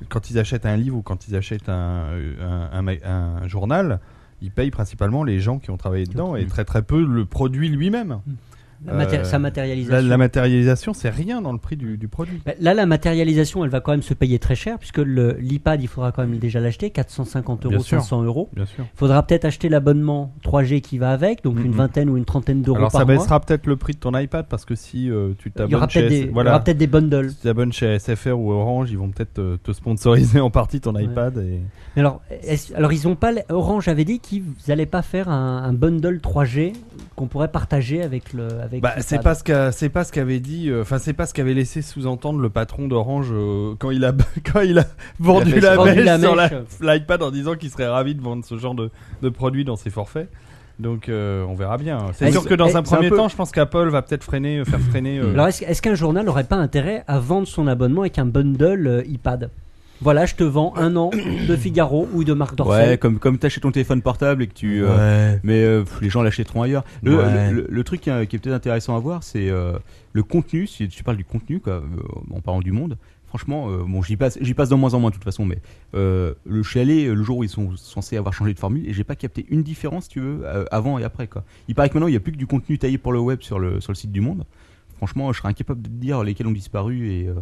Speaker 5: quand ils achètent un livre ou quand ils achètent un, euh, un- un ma- un journal, ils payent principalement les gens qui ont travaillé dedans et très très peu le produit lui-même.
Speaker 4: la maté-
Speaker 5: Euh,
Speaker 4: sa
Speaker 5: La,
Speaker 4: matérialisation
Speaker 5: la matérialisation, c'est rien dans le prix du, du produit.
Speaker 4: Bah, Là, la matérialisation, elle va quand même se payer très cher, puisque le- l'iPad, il faudra quand même déjà l'acheter, 450 euros,
Speaker 5: Bien sûr.
Speaker 4: 500 euros.
Speaker 5: Bien sûr.
Speaker 4: Il faudra peut-être acheter l'abonnement 3G qui va avec, donc une
Speaker 5: Mhm.
Speaker 4: vingtaine ou une trentaine d'euros
Speaker 5: Alors
Speaker 4: par
Speaker 5: ça
Speaker 4: mois.
Speaker 5: baissera peut-être le prix de ton iPad parce que si euh, tu
Speaker 4: Il y aura
Speaker 5: t'abonnes chez,
Speaker 4: peut-être des,
Speaker 5: S-
Speaker 4: il y
Speaker 5: voilà,
Speaker 4: aura peut-être des bundles.
Speaker 5: si tu t'abonnes chez SFR ou Orange, ils vont peut-être euh, te sponsoriser en partie ton iPad. Et...
Speaker 4: Mais alors, est-ce- alors ils ont pas l- Orange avait dit qu'ils n'allaient pas faire un, un bundle 3G qu'on pourrait partager avec le avec
Speaker 5: Bah,
Speaker 4: l'iPad.
Speaker 5: c'est pas ce qu'a- c'est pas ce qu'avait dit, euh, enfin c'est pas ce qu'avait laissé sous-entendre le patron d'Orange euh, quand il a quand il a vendu
Speaker 9: fait
Speaker 5: la,
Speaker 4: vendu
Speaker 5: mèche
Speaker 4: la
Speaker 5: sur la-
Speaker 4: mèche.
Speaker 5: l'iPad en disant qu'il serait ravi de vendre ce genre de, de produit dans ses forfaits. Donc euh, on verra bien. C'est
Speaker 4: Est-ce-
Speaker 5: sûr que dans
Speaker 4: est-
Speaker 5: un
Speaker 4: c'est un
Speaker 5: premier
Speaker 4: peu-
Speaker 5: temps, je pense qu'Apple va peut-être freiner, euh, faire freiner.
Speaker 2: Mm.
Speaker 5: euh,
Speaker 4: Alors est-ce est-ce qu'un journal n'aurait pas intérêt à vendre son abonnement avec un bundle euh, iPad Voilà, je te vends un an de Figaro ou de Marc Dorcel.
Speaker 2: Ouais, comme, comme t'as chez ton téléphone portable et que tu. euh,
Speaker 6: Ouais.
Speaker 2: Mais euh, pff, les gens l'achèteront ailleurs. Le,
Speaker 6: Ouais.
Speaker 2: le- le- le truc qui, est- qui est peut-être intéressant à voir, c'est euh, le contenu. Si tu parles du contenu, quoi, euh, en parlant du monde, franchement, euh, bon, j'y passe, j'y passe de moins en moins de toute façon. Mais euh, le, je suis allé euh, le jour où ils sont censés avoir changé de formule et j'ai pas capté une différence, si tu veux, euh, avant et après. Quoi. Il paraît que maintenant, il y a plus que du contenu taillé pour le web sur le, sur le site du monde. Franchement, je serais incapable de te dire lesquels ont disparu et. euh,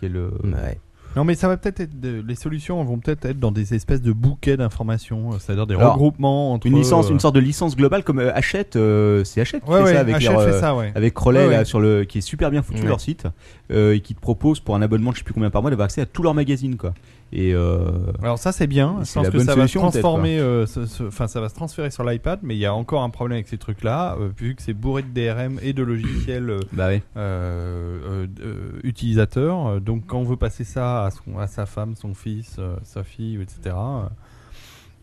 Speaker 2: quels, euh,
Speaker 6: Ouais.
Speaker 5: Non, mais ça va peut-être être de- les solutions vont peut-être être dans des espèces de bouquets d'informations, euh, c'est-à-dire des
Speaker 2: Alors,
Speaker 5: regroupements entre
Speaker 2: Une licence,
Speaker 5: euh,
Speaker 2: une sorte de licence globale comme euh, Hachette, euh, c'est Hachette qui
Speaker 5: Ouais,
Speaker 2: fait
Speaker 5: ouais,
Speaker 2: ça avec
Speaker 5: Hachette
Speaker 2: leur,
Speaker 5: fait
Speaker 2: euh,
Speaker 5: ça, ouais.
Speaker 2: avec Relais
Speaker 5: Ouais, ouais.
Speaker 2: là sur le qui est super bien foutu
Speaker 6: Ouais.
Speaker 2: leur site euh, et qui te propose pour un abonnement je sais plus combien par mois d'avoir accès à tous leurs magazines quoi. Et euh,
Speaker 5: Alors ça c'est bien,
Speaker 2: Et
Speaker 5: je
Speaker 2: c'est
Speaker 5: pense
Speaker 2: la
Speaker 5: que
Speaker 2: bonne
Speaker 5: ça
Speaker 2: solution,
Speaker 5: va se
Speaker 2: peut-être, hein.
Speaker 5: transformer, euh, ce- ce- enfin ça va se transférer sur l'iPad, mais il y a encore un problème avec ces trucs-là, euh, vu que c'est bourré de DRM et de logiciels euh,
Speaker 2: bah ouais.
Speaker 5: euh, euh, euh, utilisateurs. Euh, Donc quand on veut passer ça à, son- à sa femme, son fils, euh, sa fille, etc., euh,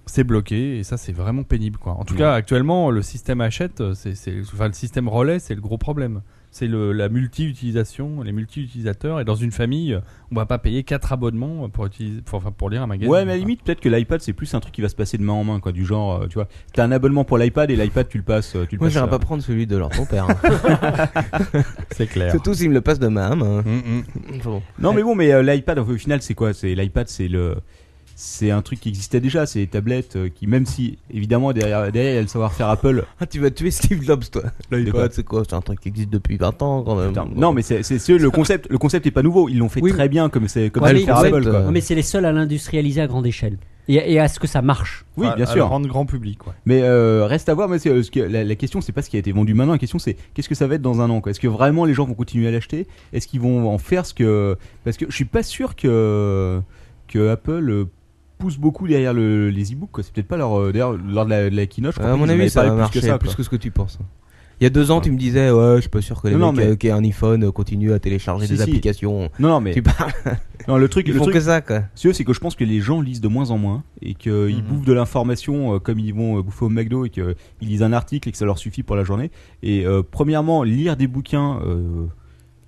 Speaker 5: c'est bloqué et ça c'est vraiment pénible. Quoi. En tout cas actuellement le système achète, euh, c'est, c'est- enfin, le système relais c'est le gros problème. C'est le, la multi-utilisation, les multi-utilisateurs et dans une famille on va pas payer quatre abonnements pour, utiliser, pour, enfin, pour lire un magazine.
Speaker 2: Ouais, mais à la
Speaker 5: quoi.
Speaker 2: limite peut-être que l'iPad c'est plus un truc qui va se passer de main en main quoi du genre euh, tu vois, t'as un abonnement pour l'iPad et l'iPad tu le passes euh, tu le
Speaker 6: Moi,
Speaker 2: passes.
Speaker 6: j'irai
Speaker 2: à-
Speaker 6: pas prendre celui de leur ton père. hein.
Speaker 5: c'est clair.
Speaker 6: Surtout s'il me le passe de ma main. hein.
Speaker 5: Mm, mm.
Speaker 2: Non mais bon mais euh, l'iPad au final c'est quoi C'est l'iPad c'est le c'est un truc qui existait déjà, c'est les tablettes euh, qui même si évidemment derrière derrière il y a le savoir-faire Apple.
Speaker 6: Ah, tu vas tuer Steve Jobs, toi.
Speaker 2: De quoi
Speaker 6: L'iPad, c'est quoi C'est un truc qui existe depuis 20 ans quand même.
Speaker 2: Putain, non mais c'est c'est- c'est le concept le concept est pas nouveau, ils l'ont fait
Speaker 4: Oui.
Speaker 2: très bien comme c'est comme
Speaker 4: Ouais,
Speaker 2: c'est
Speaker 4: mais
Speaker 2: le faire
Speaker 4: ils-
Speaker 2: Apple quoi.
Speaker 6: euh,
Speaker 4: Non, mais c'est les seuls à l'industrialiser à grande échelle et, et à ce que ça marche.
Speaker 2: Oui,
Speaker 5: À-
Speaker 2: bien
Speaker 5: À le
Speaker 2: sûr.
Speaker 5: rendre grand public. ouais.
Speaker 2: Mais euh, reste à voir. Mais c'est, euh, ce que- la, la question, c'est pas ce qui a été vendu maintenant. La question, c'est qu'est-ce que ça va être dans un an quoi. Est-ce que vraiment les gens vont continuer à l'acheter Est-ce qu'ils vont en faire ce que Parce que je suis pas sûr que que Apple euh, pousse beaucoup derrière le- les e-books. quoi. C'est peut-être pas leur. euh, D'ailleurs, lors de la, de la keynote, je crois
Speaker 6: À
Speaker 2: pas
Speaker 6: mon
Speaker 2: qu'ils en
Speaker 6: avis,
Speaker 2: avaient
Speaker 6: ça
Speaker 2: parlé
Speaker 6: va marcher
Speaker 2: plus que ça.
Speaker 6: plus
Speaker 2: quoi.
Speaker 6: que ce que tu penses. Il y a deux ans, tu me disais, ouais, je suis pas sûr que les
Speaker 2: Non, non,
Speaker 6: mecs
Speaker 2: mais-
Speaker 6: euh, qui ont un iPhone euh, continuent à télécharger
Speaker 2: Si,
Speaker 6: des
Speaker 2: si.
Speaker 6: applications.
Speaker 2: Non, non, mais
Speaker 6: Tu parles,
Speaker 2: non, le truc,
Speaker 6: ils
Speaker 2: le
Speaker 6: font
Speaker 2: truc,
Speaker 6: que ça, quoi.
Speaker 2: c'est c'est que je pense que les gens lisent de moins en moins et qu'ils
Speaker 5: Mhm.
Speaker 2: bouffent de l'information euh, comme ils vont euh, bouffer au McDo et qu'ils lisent un article et que ça leur suffit pour la journée. Et euh, premièrement, lire des bouquins. euh,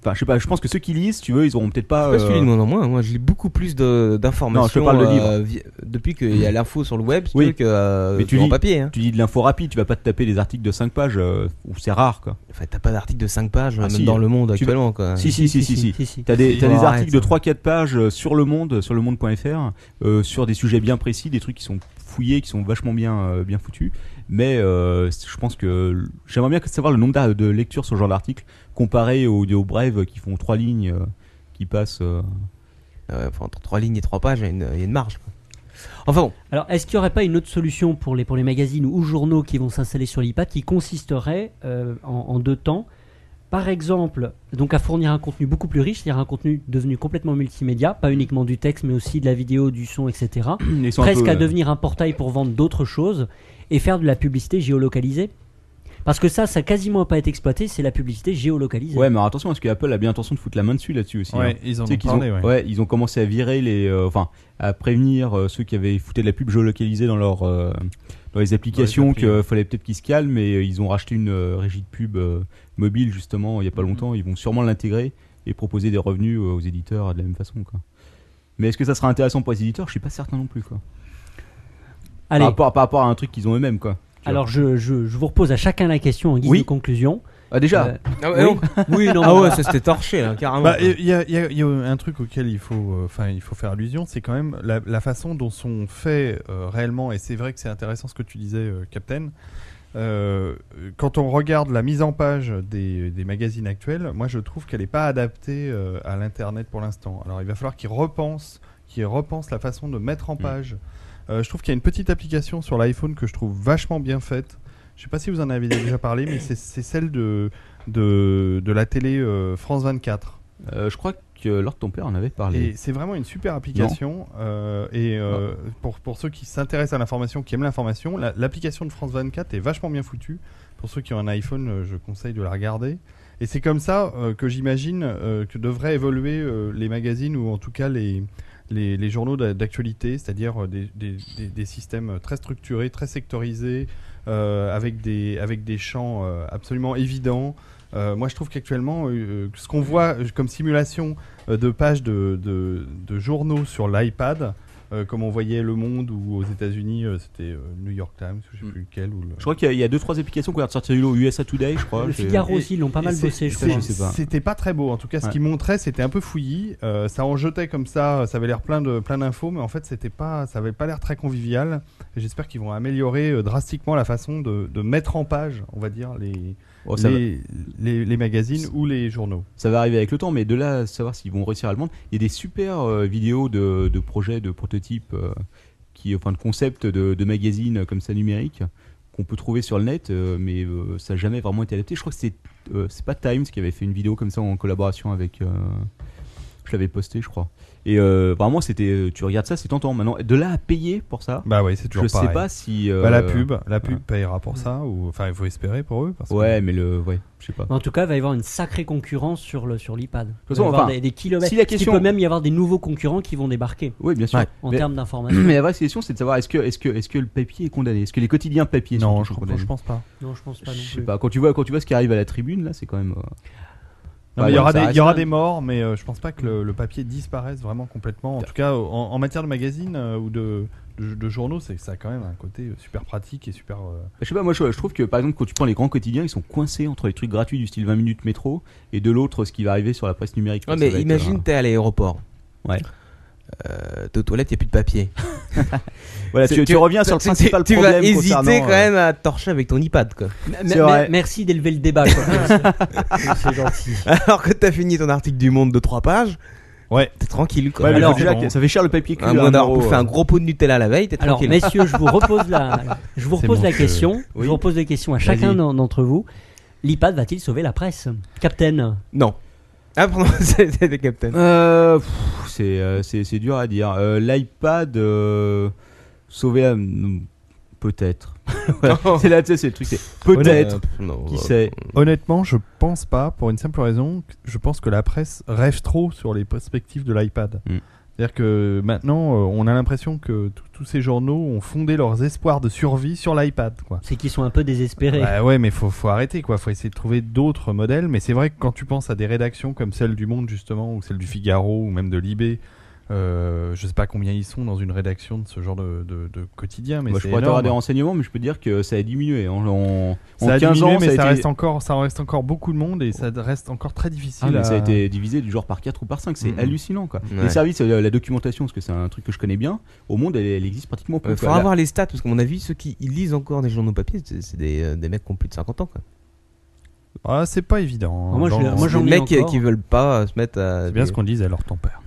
Speaker 2: Enfin, je sais pas, je pense que ceux qui lisent, tu veux, ils auront peut-être pas.
Speaker 6: Moi, je suis
Speaker 2: euh,
Speaker 6: de moins en moins. Moi, j'ai beaucoup plus de- d'informations.
Speaker 2: Non, je te parle de
Speaker 6: vi- depuis qu'il y a l'info sur le web, si
Speaker 2: Oui.
Speaker 6: tu veux, que euh,
Speaker 2: Mais tu
Speaker 6: en
Speaker 2: lis.
Speaker 6: papier. Hein.
Speaker 2: tu lis de l'info rapide, tu vas pas te taper des articles de 5 pages, euh, ou c'est rare quoi.
Speaker 6: Enfin, t'as pas d'article de 5 pages,
Speaker 2: Ah,
Speaker 6: même
Speaker 2: si.
Speaker 6: dans le monde
Speaker 2: Tu-
Speaker 6: actuellement, quoi.
Speaker 2: Si, si, si, si, si.
Speaker 4: si.
Speaker 2: T'as des,
Speaker 6: Si.
Speaker 2: t'as des
Speaker 6: Bon, arrête,
Speaker 2: articles de
Speaker 6: ça.
Speaker 2: 3-4 pages euh, sur le monde, sur le monde.fr, euh, sur des sujets bien précis, des trucs qui sont fouillés, qui sont vachement bien, euh, bien foutus. Mais euh, c- je pense que l- j'aimerais bien savoir le nombre d'a- de lectures sur ce genre d'article comparé aux, aux brèves qui font 3 lignes, euh, qui passent. euh,
Speaker 6: euh, enfin, entre trois lignes et trois pages, il y a une, il y a une marge. quoi. Enfin bon,
Speaker 4: Alors, est-ce qu'il n'y aurait pas une autre solution pour les, pour les magazines ou journaux qui vont s'installer sur l'IPAD qui consisterait euh, en, en deux temps Par exemple, donc à fournir un contenu beaucoup plus riche, c'est-à-dire un contenu devenu complètement multimédia, pas uniquement du texte, mais aussi de la vidéo, du son, etc.
Speaker 2: Ils sont un
Speaker 4: Presque
Speaker 2: peu,
Speaker 4: à
Speaker 2: euh,
Speaker 4: devenir un portail pour vendre d'autres choses et faire de la publicité géolocalisée Parce que ça, ça a quasiment pas été exploité, c'est la publicité géolocalisée.
Speaker 2: Ouais, mais alors attention, parce que Apple a bien intention de foutre la main dessus là-dessus aussi. hein.
Speaker 5: Ouais, ils en
Speaker 2: Tu sais
Speaker 5: ont
Speaker 2: qu'ils
Speaker 5: parlé,
Speaker 2: ont,
Speaker 5: ouais.
Speaker 2: ouais, ils ont commencé à virer les, euh, enfin, à prévenir euh, ceux qui avaient foutu de la pub géolocalisée dans leur, euh, dans les applications
Speaker 5: applis,
Speaker 2: qu'il fallait peut-être qu'ils se calment. Et euh, ils ont racheté une euh, régie de pub euh, mobile justement il y a pas longtemps. Ils vont sûrement l'intégrer et proposer des revenus euh, aux éditeurs euh, de la même façon, quoi. Mais est-ce que ça sera intéressant pour les éditeurs Je suis pas certain non plus, quoi.
Speaker 4: Allez,
Speaker 2: Par rapport, par rapport à un truc qu'ils ont eux-mêmes, quoi. tu vois.
Speaker 4: alors je, je, je vous repose à chacun la question en guise
Speaker 2: Oui.
Speaker 4: de conclusion.
Speaker 2: Ah, déjà.
Speaker 4: Euh,
Speaker 6: Ah
Speaker 4: oui,
Speaker 6: ouais,
Speaker 4: oui, non,
Speaker 6: ah ouais, ça c'était torché, hein, carrément.
Speaker 5: Bah, il y, a- il y a- il y a un truc auquel il faut, euh, enfin, il faut faire allusion, c'est quand même la, la façon dont sont faits euh, réellement, et c'est vrai que c'est intéressant ce que tu disais, euh, Captain. Euh, quand on regarde la mise en page des, des magazines actuels, moi je trouve qu'elle n'est pas adaptée euh, à l'internet pour l'instant. Alors il va falloir qu'ils repensent, qu'ils repensent la façon de mettre en page. Euh, je trouve qu'il y a une petite application sur l'iPhone que je trouve vachement bien faite. Je sais pas si vous en avez déjà parlé, mais c'est c'est celle de, de, de la télé euh, France 24.
Speaker 2: Euh, je crois que Lord ton père en avait parlé.
Speaker 5: Et c'est vraiment une super application. euh, et euh, pour, pour ceux qui s'intéressent à l'information, qui aiment l'information, la- l'application de France 24 est vachement bien foutue. Pour ceux qui ont un iPhone, euh, je conseille de la regarder. Et c'est comme ça euh, que j'imagine euh, que devraient évoluer euh, les magazines ou en tout cas les, les, les journaux d'a- d'actualité, c'est-à-dire euh, des, des- des- des systèmes très structurés, très sectorisés, euh, avec, des, avec des champs euh, absolument évidents. Euh, moi, je trouve qu'actuellement, euh, ce qu'on voit euh, comme simulation euh, de pages de, de- de journaux sur l'iPad, euh, comme on voyait Le Monde ou aux États-Unis, euh, c'était euh, New York Times, je ne sais
Speaker 2: Mm.
Speaker 5: plus lequel. Ou le...
Speaker 2: Je crois qu'il y a- il y a deux trois applications qui ont l'air de sortir du lot. USA Today, je crois.
Speaker 4: Le
Speaker 2: j'ai-
Speaker 4: Figaro
Speaker 5: Et-
Speaker 4: aussi, ils l'ont pas mal
Speaker 5: Et c'est-
Speaker 4: bossé, je
Speaker 5: c'est-
Speaker 4: crois.
Speaker 2: je sais pas.
Speaker 5: C'était pas très beau. En tout cas, ce
Speaker 2: Ouais.
Speaker 5: qu'ils montraient, c'était un peu fouillis. Euh, ça en jetait comme ça. Ça avait l'air plein de plein d'infos, mais en fait, c'était pas. Ça avait pas l'air très convivial. Et J'espère qu'ils vont améliorer euh, drastiquement la façon de, de mettre en page, on va dire, les
Speaker 2: Oh, ça va-
Speaker 5: les, les- les magazines ou les journaux.
Speaker 2: ça va arriver avec le temps, mais de là à savoir s'ils vont réussir à le vendre, il y a des super euh, vidéos de, de projets, de prototypes, euh, qui, enfin de concepts de, de magazines euh, comme ça numériques qu'on peut trouver sur le net, euh, mais euh, ça n'a jamais vraiment été adapté. Je crois que c'est euh, c'est pas Times qui avait fait une vidéo comme ça en collaboration avec. euh, je l'avais posté, je crois. Et euh, vraiment, c'était. Tu regardes ça, c'est tentant. Maintenant, de là à payer pour ça,
Speaker 5: Bah ouais, c'est
Speaker 2: je
Speaker 5: toujours
Speaker 2: sais
Speaker 5: pareil.
Speaker 2: pas si. euh,
Speaker 5: Bah, la pub, la pub
Speaker 2: ouais.
Speaker 5: payera pour ça. Ou enfin, il faut espérer pour eux. Parce que-
Speaker 2: Ouais, mais le. Ouais, je sais pas.
Speaker 4: Mais En tout cas, il va y avoir une sacrée concurrence sur le sur l'iPad. Il va y
Speaker 2: façon,
Speaker 4: avoir
Speaker 2: enfin,
Speaker 4: des, des kilomètres.
Speaker 2: si la question-
Speaker 4: Il peut même y avoir des nouveaux concurrents qui vont débarquer
Speaker 2: Oui, bien sûr.
Speaker 6: Ouais.
Speaker 4: en
Speaker 2: Mais-
Speaker 4: termes
Speaker 6: Mmh.
Speaker 4: d'information.
Speaker 2: Mais la vraie question, c'est de savoir est-ce que, est-ce que, est-ce que le papier est condamné Est-ce que les quotidiens papier
Speaker 5: Non,
Speaker 2: sont
Speaker 5: je,
Speaker 2: tous
Speaker 5: crois-
Speaker 2: condamnés
Speaker 5: je pense pas.
Speaker 4: non, je pense pas non
Speaker 2: Je sais
Speaker 4: plus.
Speaker 2: pas. Quand tu vois, quand tu vois ce qui arrive à la tribune, là, c'est quand même. euh, bah,
Speaker 5: Non, mais il y
Speaker 2: ouais,
Speaker 5: aura,
Speaker 2: ça
Speaker 5: des, il
Speaker 2: reste
Speaker 5: y aura
Speaker 2: quand
Speaker 5: des morts, mais euh, je pense pas que le, le papier disparaisse vraiment complètement. En tout cas, en, en matière de magazine euh, ou de, de, de journaux, c'est ça a quand même un côté euh, super pratique et super. euh,
Speaker 2: Je sais pas, moi je, je trouve que par exemple quand tu prends les grands quotidiens, ils sont coincés entre les trucs gratuits du style 20 minutes métro et de l'autre ce qui va arriver sur la presse numérique. Ça
Speaker 6: Ouais,
Speaker 2: va
Speaker 6: mais
Speaker 2: être, euh,
Speaker 6: imagine, t'es à l'aéroport.
Speaker 2: Ouais.
Speaker 6: Euh, T'es aux toilettes, il a plus de papier.
Speaker 2: euh, voilà, tu,
Speaker 6: C'est-
Speaker 2: tu reviens sur le
Speaker 6: Bah, tu-
Speaker 2: principal
Speaker 6: tu, tu
Speaker 2: problème.
Speaker 6: vas hésiter
Speaker 2: concernant,
Speaker 6: quand
Speaker 2: euh,
Speaker 6: même à torcher avec ton iPad, quoi.
Speaker 4: Mais-
Speaker 2: C'est
Speaker 4: mais-
Speaker 2: vrai.
Speaker 4: merci d'élever le débat. quoi. C'est- c'est gentil.
Speaker 6: Alors que t'as fini ton article du Monde de 3 pages.
Speaker 5: Ouais.
Speaker 6: T'es tranquille, quoi.
Speaker 2: ouais, mais
Speaker 4: Alors,
Speaker 2: faut déjà que- ça fait cher le papier cul.
Speaker 6: un
Speaker 2: à
Speaker 6: mois d'avoir
Speaker 2: euro,
Speaker 6: bouffé
Speaker 2: euh.
Speaker 6: un gros pot de Nutella la veille, t'es
Speaker 4: Alors,
Speaker 6: tranquille.
Speaker 4: messieurs, je vous repose la, je vous repose
Speaker 5: mon
Speaker 4: la
Speaker 5: jeu.
Speaker 4: question.
Speaker 2: Oui.
Speaker 4: Je vous repose des questions à chacun
Speaker 2: Vas-y.
Speaker 4: d'en- d'entre vous. L'iPad va-t-il sauver la presse, Captain
Speaker 6: Non. Ah, pardon, c'était le Captain.
Speaker 2: Euh, pff, c'est, euh, c'est, c'est dur à dire. Euh, L'iPad, euh, sauver la- non, peut-être. Voilà. c'est là, tu sais, c'est le truc, c'est peut-être.
Speaker 6: non,
Speaker 2: Qui
Speaker 6: euh,
Speaker 2: sait
Speaker 5: Honnêtement, je pense pas, pour une simple raison, que je pense que la presse rêve trop sur les perspectives de l'iPad.
Speaker 2: Mm.
Speaker 5: C'est-à-dire que maintenant, euh, on a l'impression que tout- tous ces journaux ont fondé leurs espoirs de survie sur l'iPad, quoi.
Speaker 4: C'est qu'ils sont un peu désespérés.
Speaker 5: Bah ouais, mais faut, faut arrêter quoi. Faut essayer de trouver d'autres modèles. Mais c'est vrai que quand tu penses à des rédactions comme celle du Monde justement, ou celle du Figaro, ou même de Libé, euh, je sais pas combien ils sont dans une rédaction de ce genre de, de- de quotidien, mais
Speaker 2: Moi,
Speaker 5: c'est
Speaker 2: Bah, je pourrais avoir
Speaker 5: énorme.
Speaker 2: des renseignements, mais je peux dire que ça a diminué. En, en, en
Speaker 5: Ça a
Speaker 2: 15
Speaker 5: diminué,
Speaker 2: ans,
Speaker 5: mais
Speaker 2: ça,
Speaker 5: ça,
Speaker 2: a été...
Speaker 5: reste encore, ça en reste encore beaucoup de monde et ça reste encore très difficile.
Speaker 2: Ah, mais
Speaker 5: à-
Speaker 2: ça a été divisé du genre par 4 ou par 5. C'est
Speaker 5: Mhm.
Speaker 2: hallucinant. Quoi.
Speaker 6: Ouais.
Speaker 2: Les services, euh, la documentation, parce que c'est un truc que je connais bien, au monde, elle, elle existe pratiquement pas.
Speaker 5: Euh,
Speaker 6: Il faudra voir les euh, stats, parce qu'à mon avis, ceux qui ils lisent encore des journaux papier, c'est c'est des, euh, des mecs qui ont plus de 50 ans. Quoi.
Speaker 5: Ah, c'est pas évident. hein.
Speaker 4: Moi, je
Speaker 5: Dans-
Speaker 4: l'ai- moi,
Speaker 5: c'est
Speaker 4: j'en
Speaker 6: Les
Speaker 4: ai
Speaker 6: mecs
Speaker 4: encore.
Speaker 6: qui veulent pas euh, se mettre à.
Speaker 5: bien
Speaker 6: des-
Speaker 5: ce qu'on disait alors ton père.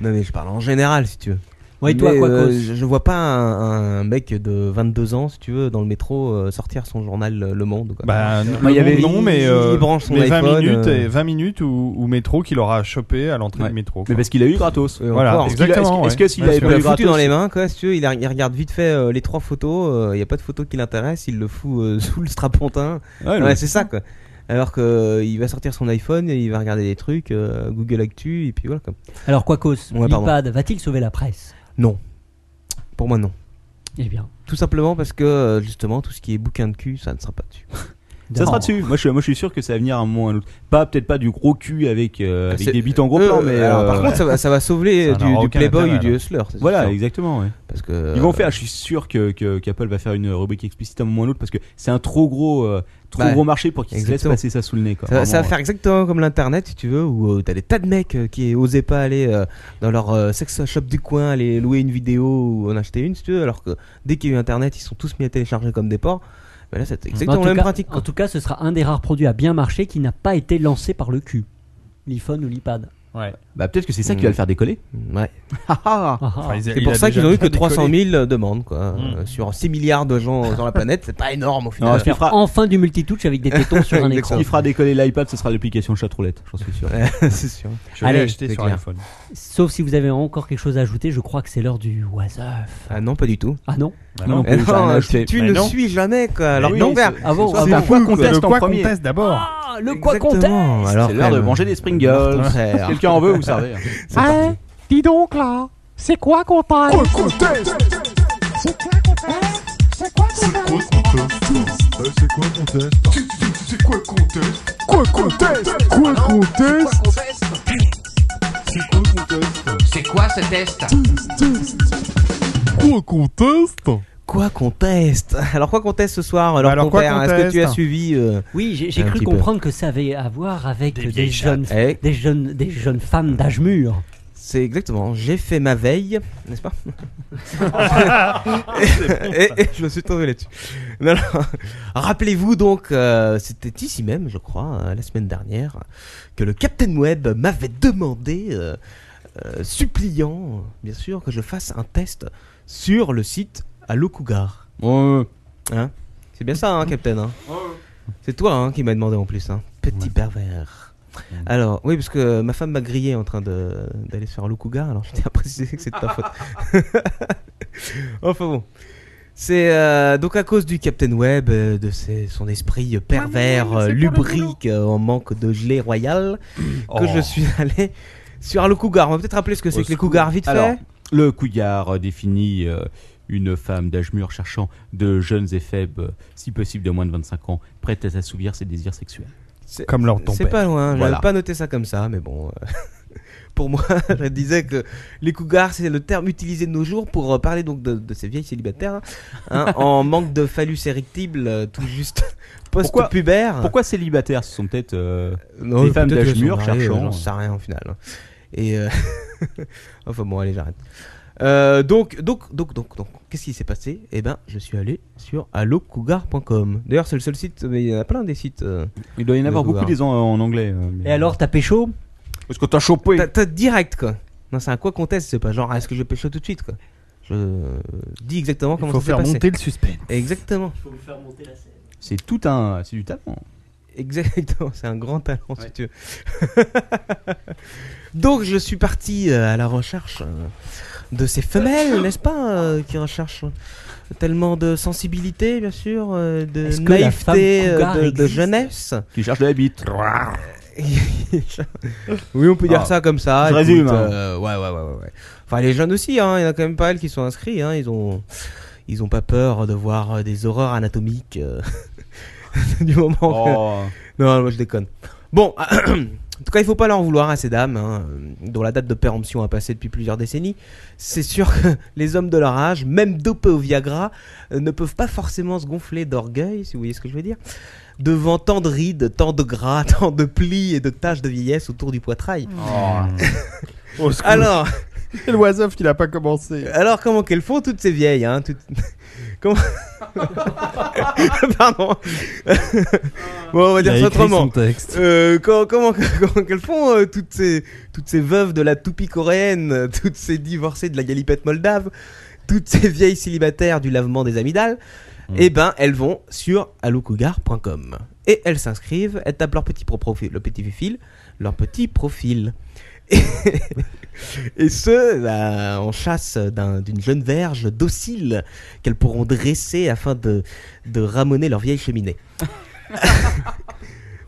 Speaker 6: Non, mais je parle en général, si tu veux.
Speaker 4: Ouais, et toi,
Speaker 6: Mais,
Speaker 4: quoi
Speaker 6: euh,
Speaker 4: cause
Speaker 6: je, je vois pas un, un mec de 22 ans, si tu veux, dans le métro euh, sortir son journal euh, Le Monde. Quoi.
Speaker 5: Bah,
Speaker 6: il
Speaker 5: le
Speaker 6: y avait-
Speaker 5: monde, non,
Speaker 6: il-
Speaker 5: mais,
Speaker 6: il
Speaker 5: euh,
Speaker 6: branche son
Speaker 5: mais 20
Speaker 6: iPhone,
Speaker 5: minutes,
Speaker 6: euh.
Speaker 5: et 20 minutes ou, ou métro qu'il aura chopé à l'entrée du métro.
Speaker 2: Mais
Speaker 5: quoi.
Speaker 2: parce qu'il a eu gratos.
Speaker 6: Et
Speaker 5: voilà,
Speaker 6: encore.
Speaker 2: Est-ce qu'il a-
Speaker 5: exactement.
Speaker 2: Est-ce que- est-ce
Speaker 5: ouais.
Speaker 2: que s'il
Speaker 5: Bien
Speaker 2: avait
Speaker 5: sûr.
Speaker 6: Il
Speaker 2: pas
Speaker 6: le
Speaker 2: eu
Speaker 6: fout
Speaker 2: gratos
Speaker 6: dans les mains, quoi, si tu veux. Il, a- il regarde vite fait euh, les trois photos. euh, Il n'y a pas de photo qui l'intéresse. Il le fout euh, sous le strapontin.
Speaker 2: Ouais,
Speaker 6: Ouais,
Speaker 2: le-
Speaker 6: c'est ça, quoi. Alors qu'il va sortir son iPhone et il va regarder des trucs, euh, Google Actu, et puis voilà, quoi.
Speaker 4: Alors, quoi cause
Speaker 6: Ouais, pardon.
Speaker 4: l'iPad va-t-il sauver la presse
Speaker 6: Non. Pour moi, non.
Speaker 4: Eh bien,
Speaker 6: Tout simplement parce que, euh, justement, tout ce qui est bouquin de cul, ça ne sera pas dessus.
Speaker 2: Ça
Speaker 4: non.
Speaker 2: sera dessus. Moi je, suis, moi, je suis sûr que ça va venir à un moment ou à un autre. Pas peut-être pas du gros cul avec, euh, avec
Speaker 6: C'est-
Speaker 2: des bites en gros
Speaker 6: Euh,
Speaker 2: plan, mais
Speaker 6: alors,
Speaker 2: euh,
Speaker 6: par contre, ça va, ça va sauver
Speaker 5: Ça
Speaker 6: du,
Speaker 5: n'aura
Speaker 6: du
Speaker 5: aucun
Speaker 6: Playboy
Speaker 5: intérêt,
Speaker 6: ou du
Speaker 5: alors.
Speaker 6: Hustler. c'est
Speaker 2: voilà,
Speaker 6: sûr. Euh,
Speaker 2: exactement. ouais.
Speaker 6: Parce que,
Speaker 2: Ils vont faire. Je suis sûr que que- qu'Apple va faire une rubrique explicite à un moment ou à un autre parce que c'est un trop gros, euh, trop
Speaker 6: Ouais.
Speaker 2: gros marché pour qu'ils se laissent
Speaker 6: Exactement.
Speaker 2: passer ça sous le nez. Quoi.
Speaker 6: Ça, va- ça va
Speaker 2: Bah, Vraiment,
Speaker 6: faire exactement comme l'internet, si tu veux, où euh, t'as des tas de mecs euh, qui osaient pas aller euh, dans leur euh, sex shop du coin, aller louer une vidéo ou en acheter une, si tu veux, alors que dès qu'il y a eu internet, ils sont tous mis à télécharger comme des porcs. Bah là, c'est
Speaker 4: en
Speaker 6: exactement
Speaker 4: tout
Speaker 6: la même
Speaker 4: cas-
Speaker 6: pratique.
Speaker 4: En tout cas, ce sera un des rares produits à bien marcher qui n'a pas été lancé par le cul. L'iPhone ou l'iPad.
Speaker 2: euh. Bah peut-être que c'est ça qui va le faire décoller.
Speaker 6: Ouais.
Speaker 4: Ah, ah.
Speaker 5: Enfin, il a-
Speaker 6: Mm. C'est
Speaker 5: il
Speaker 6: pour
Speaker 5: a
Speaker 6: ça qu'ils
Speaker 5: déjà
Speaker 6: ont eu que
Speaker 5: bien
Speaker 6: 300
Speaker 5: décollé.
Speaker 6: 000 euh, demandes, quoi. Euh, Sur 6 milliards de gens sur la planète, c'est pas énorme
Speaker 2: Non,
Speaker 6: au final.
Speaker 2: ce qui fera-
Speaker 4: Enfin du multitouch avec des tétons sur un
Speaker 2: Ce
Speaker 4: écran.
Speaker 2: qui fera décoller l'iPad, ce sera l'application chatroulette, j'en suis sûr.
Speaker 6: c'est sûr.
Speaker 5: Je l'ai
Speaker 4: Allez,
Speaker 5: acheté
Speaker 6: c'est
Speaker 5: sur
Speaker 6: clair.
Speaker 5: iPhone.
Speaker 4: Sauf si vous avez encore quelque chose à ajouter, je crois que c'est l'heure du What's Up.
Speaker 6: Ah non, pas du tout.
Speaker 4: Ah non
Speaker 5: Bah
Speaker 2: Non,
Speaker 5: non.
Speaker 2: non. plus,
Speaker 6: Eh
Speaker 2: j'ai rien
Speaker 6: non,
Speaker 2: acheté.
Speaker 6: tu
Speaker 5: Mais
Speaker 6: ne
Speaker 5: Bah non.
Speaker 6: suis jamais, quoi. Alors,
Speaker 2: oui,
Speaker 6: non,
Speaker 2: c'est-
Speaker 6: merde.
Speaker 4: Ah bon
Speaker 2: C'est
Speaker 4: ah,
Speaker 2: un quoi qu'on
Speaker 5: Le
Speaker 2: teste en
Speaker 5: quoi
Speaker 2: premier.
Speaker 5: conteste d'abord.
Speaker 4: ah, Le quoi qu'on teste
Speaker 6: Exactement. Alors,
Speaker 2: C'est l'heure de
Speaker 6: quand
Speaker 2: manger
Speaker 6: même.
Speaker 2: des Springles.
Speaker 6: Frère.
Speaker 2: Quelqu'un en veut, vous hein. savez.
Speaker 11: Dis donc là, c'est quoi qu'on parle
Speaker 1: Quoi qu'on teste
Speaker 11: C'est quoi qu'on parle C'est quoi qu'on
Speaker 1: C'est quoi
Speaker 11: parle
Speaker 1: qu'on teste C'est quoi qu'on teste C'est quoi qu'on teste Quoi qu'on teste Quoi qu'on teste C'est quoi qu'on teste
Speaker 9: C'est quoi ce test
Speaker 5: Quoi qu'on teste
Speaker 6: Quoi qu'on teste Alors quoi qu'on teste ce soir Alors,
Speaker 5: Alors,
Speaker 6: ton
Speaker 5: quoi
Speaker 6: père,
Speaker 5: qu'on
Speaker 6: est-ce que tu as
Speaker 5: teste
Speaker 6: suivi euh,
Speaker 4: Oui, j'ai j'ai
Speaker 6: Un
Speaker 4: cru
Speaker 6: petit peu.
Speaker 4: comprendre que ça avait à voir avec des, jeunes,
Speaker 6: eh,
Speaker 4: des, jeunes, des jeunes femmes d'âge mûr.
Speaker 6: C'est exactement. J'ai fait ma veille, n'est-ce pas et, et- et je me suis tombé là-dessus. Non, non. Rappelez-vous donc, euh, c'était ici même, je crois, euh, la semaine dernière, que le Captain Web m'avait demandé, euh, euh, suppliant, bien sûr, que je fasse un test sur le site Allo Cougar. Hein C'est bien ça, hein, Captain hein C'est toi hein, qui m'a demandé en plus, hein. petit pervers. Alors, oui, parce que euh, ma femme m'a grillé en train de- d'aller se faire le cougar, alors je tiens à préciser que c'est de ta faute. enfin bon. C'est euh, donc à cause du Captain Web, euh, de ses- son esprit pervers, euh, lubrique, euh, en manque de gelée royale, que je suis allé sur le cougar. On va peut-être rappeler ce que c'est
Speaker 2: Oh. Au
Speaker 6: que les
Speaker 2: secours.
Speaker 6: cougars, vite
Speaker 2: Alors,
Speaker 6: fait.
Speaker 2: le couillard euh, définit euh, une femme d'âge mûr cherchant de jeunes et faibles, euh, si possible de moins de 25 ans, prête à assouvir ses désirs sexuels.
Speaker 6: C'est-
Speaker 5: Comme leur ton
Speaker 6: C'est
Speaker 5: père.
Speaker 6: pas loin, j'avais
Speaker 2: Voilà.
Speaker 6: pas noté ça comme ça, mais bon. euh, pour moi, je disais que les cougars, c'est le terme utilisé de nos jours pour euh, parler donc de, de ces vieilles célibataires hein, en manque de phallus érectile, euh, tout juste post-pubère.
Speaker 2: Pourquoi célibataires Ce sont peut-être. euh,
Speaker 6: Non,
Speaker 2: Les femmes
Speaker 6: peut-être
Speaker 2: d'âge
Speaker 6: qu'elles sont
Speaker 2: mûr
Speaker 6: mariées,
Speaker 2: cherchant.
Speaker 6: euh, J'en sais rien au final. Et euh, enfin bon, allez, j'arrête. Euh, donc, donc, donc, donc, donc, qu'est-ce qui s'est passé Eh ben, je suis allé sur allocougar.com. D'ailleurs, c'est le seul site, mais il y en a plein des sites. euh,
Speaker 2: Il doit y en
Speaker 6: Le
Speaker 2: avoir beaucoup
Speaker 6: cougar.
Speaker 2: des en, en anglais. euh,
Speaker 4: Et alors, t'as pécho
Speaker 2: Est-ce que t'as chopé
Speaker 6: T'as- T'as direct quoi. Non, c'est un quoi qu'on teste, c'est pas genre ah, est-ce que je pêche tout de suite quoi. Je euh, dis exactement
Speaker 5: Il
Speaker 6: comment
Speaker 5: faut
Speaker 6: ça s'est
Speaker 5: faire
Speaker 6: passé.
Speaker 5: monter le suspense.
Speaker 6: Exactement.
Speaker 2: C'est tout un. C'est du talent.
Speaker 6: Exactement, c'est un grand talent si tu veux. Donc je suis parti euh, à la recherche euh, de ces femelles, n'est-ce pas, euh, qui recherchent tellement de sensibilité, bien sûr, euh, de
Speaker 4: Est-ce que la
Speaker 6: naïveté,
Speaker 4: femme
Speaker 6: euh,
Speaker 4: cougar
Speaker 6: de, de
Speaker 4: existe
Speaker 6: jeunesse.
Speaker 2: Qui cherche de la bite.
Speaker 6: oui, on peut dire
Speaker 2: Ah,
Speaker 6: ça comme ça.
Speaker 2: je
Speaker 6: écoute,
Speaker 2: résume, hein.
Speaker 6: euh, ouais, ouais, ouais, ouais, ouais. Enfin, les jeunes aussi, hein, il y en a quand même pas mal qui sont inscrits. Hein, ils ont, ils ont pas peur de voir euh, des horreurs anatomiques euh, du moment. que-
Speaker 2: Oh.
Speaker 6: Non, moi je déconne. Bon, en tout cas, il faut pas leur vouloir à ces dames, hein, euh, dont la date de péremption a passé depuis plusieurs décennies. C'est sûr que les hommes de leur âge, même dopés au Viagra, euh, ne peuvent pas forcément se gonfler d'orgueil, si vous voyez ce que je veux dire, devant tant de rides, tant de gras, tant de plis et de taches de vieillesse autour du poitrail.
Speaker 5: Hmm. Au secours.
Speaker 6: oh. Alors,
Speaker 5: Et Loiseuf, il a pas commencé.
Speaker 6: alors comment qu'elles font toutes ces vieilles hein, toutes- comment... Pardon. bon, on va
Speaker 5: Il
Speaker 6: dire
Speaker 5: a
Speaker 6: ça
Speaker 5: écrit son
Speaker 6: autrement.
Speaker 5: texte.
Speaker 6: Euh, comment, comment, comment qu'elles font euh, toutes ces toutes ces veuves de la toupie coréenne, euh, toutes ces divorcées de la galipette moldave, toutes ces vieilles célibataires du lavement des amygdales
Speaker 5: Mm.
Speaker 6: Eh ben, elles vont sur alloucougar.com et elles s'inscrivent, elles tapent leur petit pro- profil, le petit profil, leur petit profil. Et, et ce, bah, en chasse d'un- d'une jeune verge docile qu'elles pourront dresser afin de, de ramoner leur vieille cheminée.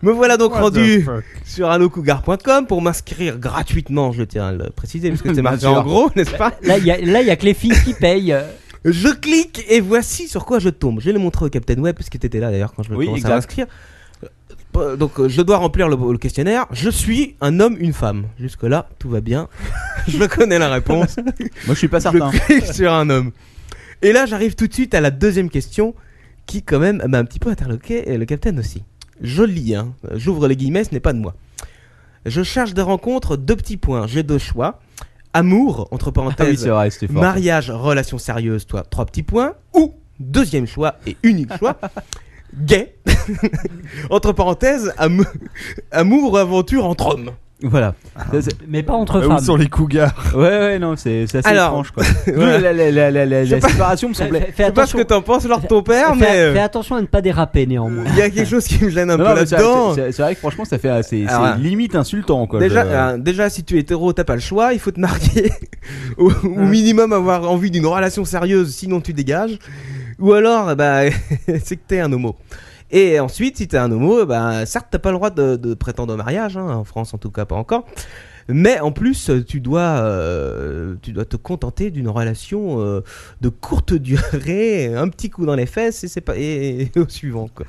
Speaker 6: Me voilà donc rendu sur allocougar.com pour m'inscrire gratuitement, je tiens à le préciser, parce que c'est marqué en gros, n'est-ce pas
Speaker 4: Là, il y, a- là, il y a que les filles qui payent. euh,
Speaker 6: Je clique et voici sur quoi je tombe. Je vais le montrer au Captain Web, puisque t'étais là d'ailleurs quand je me
Speaker 2: Oui,
Speaker 6: commençais
Speaker 2: exact.
Speaker 6: à m'inscrire. Euh, Donc euh, je dois remplir le, le questionnaire. Je suis un homme, une femme. Jusque-là, tout va bien. je connais la réponse.
Speaker 2: Moi, je suis pas certain.
Speaker 6: Je clique sur un homme. Et là, j'arrive tout de suite à la deuxième question qui, quand même, m'a un petit peu interloqué, et le capitaine aussi. Je lis, hein. Euh, j'ouvre les guillemets, ce n'est pas de moi. Je cherche des rencontres, deux petits points, j'ai deux choix. Amour, entre
Speaker 2: Ah oui,
Speaker 6: parenthèses,
Speaker 2: c'est vrai, c'était fort.
Speaker 6: mariage, relation sérieuse, toi, trois petits points. Ou, deuxième choix et unique choix, gay, entre parenthèses, am- amour, aventure entre hommes.
Speaker 2: Voilà. Ça, c'est-
Speaker 4: Mais pas entre
Speaker 5: Ou
Speaker 4: femmes.
Speaker 5: sur les cougars.
Speaker 2: Ouais, ouais, non, c'est c'est assez
Speaker 6: Alors,
Speaker 2: étrange, quoi.
Speaker 6: voilà.
Speaker 2: La, la- la- la- la-
Speaker 6: Je sais
Speaker 2: la
Speaker 6: pas-
Speaker 2: séparation me semblait.
Speaker 4: Fais- fais
Speaker 6: Je sais pas ce
Speaker 4: attention.
Speaker 6: que t'en penses lors de ton père,
Speaker 4: Fais-
Speaker 6: mais euh,
Speaker 4: fais attention à ne pas déraper néanmoins.
Speaker 6: il y a quelque chose qui me gêne un
Speaker 2: Non,
Speaker 6: peu
Speaker 2: non, mais c'est-
Speaker 6: là-dedans.
Speaker 2: c'est- C'est vrai que franchement, ça fait assez.
Speaker 6: Ah ouais.
Speaker 2: C'est limite insultant, quoi.
Speaker 6: Déjà,
Speaker 2: Je-
Speaker 6: euh, déjà, si tu es hétéro, t'as pas le choix, il faut te marier. ou,
Speaker 2: Ah.
Speaker 6: ou minimum avoir envie d'une relation sérieuse, sinon tu dégages. Ou alors, bah, c'est que t'es un homo. Et ensuite, si t'es un homo, bah, certes, t'as pas le droit de, de prétendre au mariage, hein, en France en tout cas pas encore. Mais en plus, tu dois, euh, tu dois te contenter d'une relation euh, de courte durée, un petit coup dans les fesses et c'est pas et, et au suivant quoi.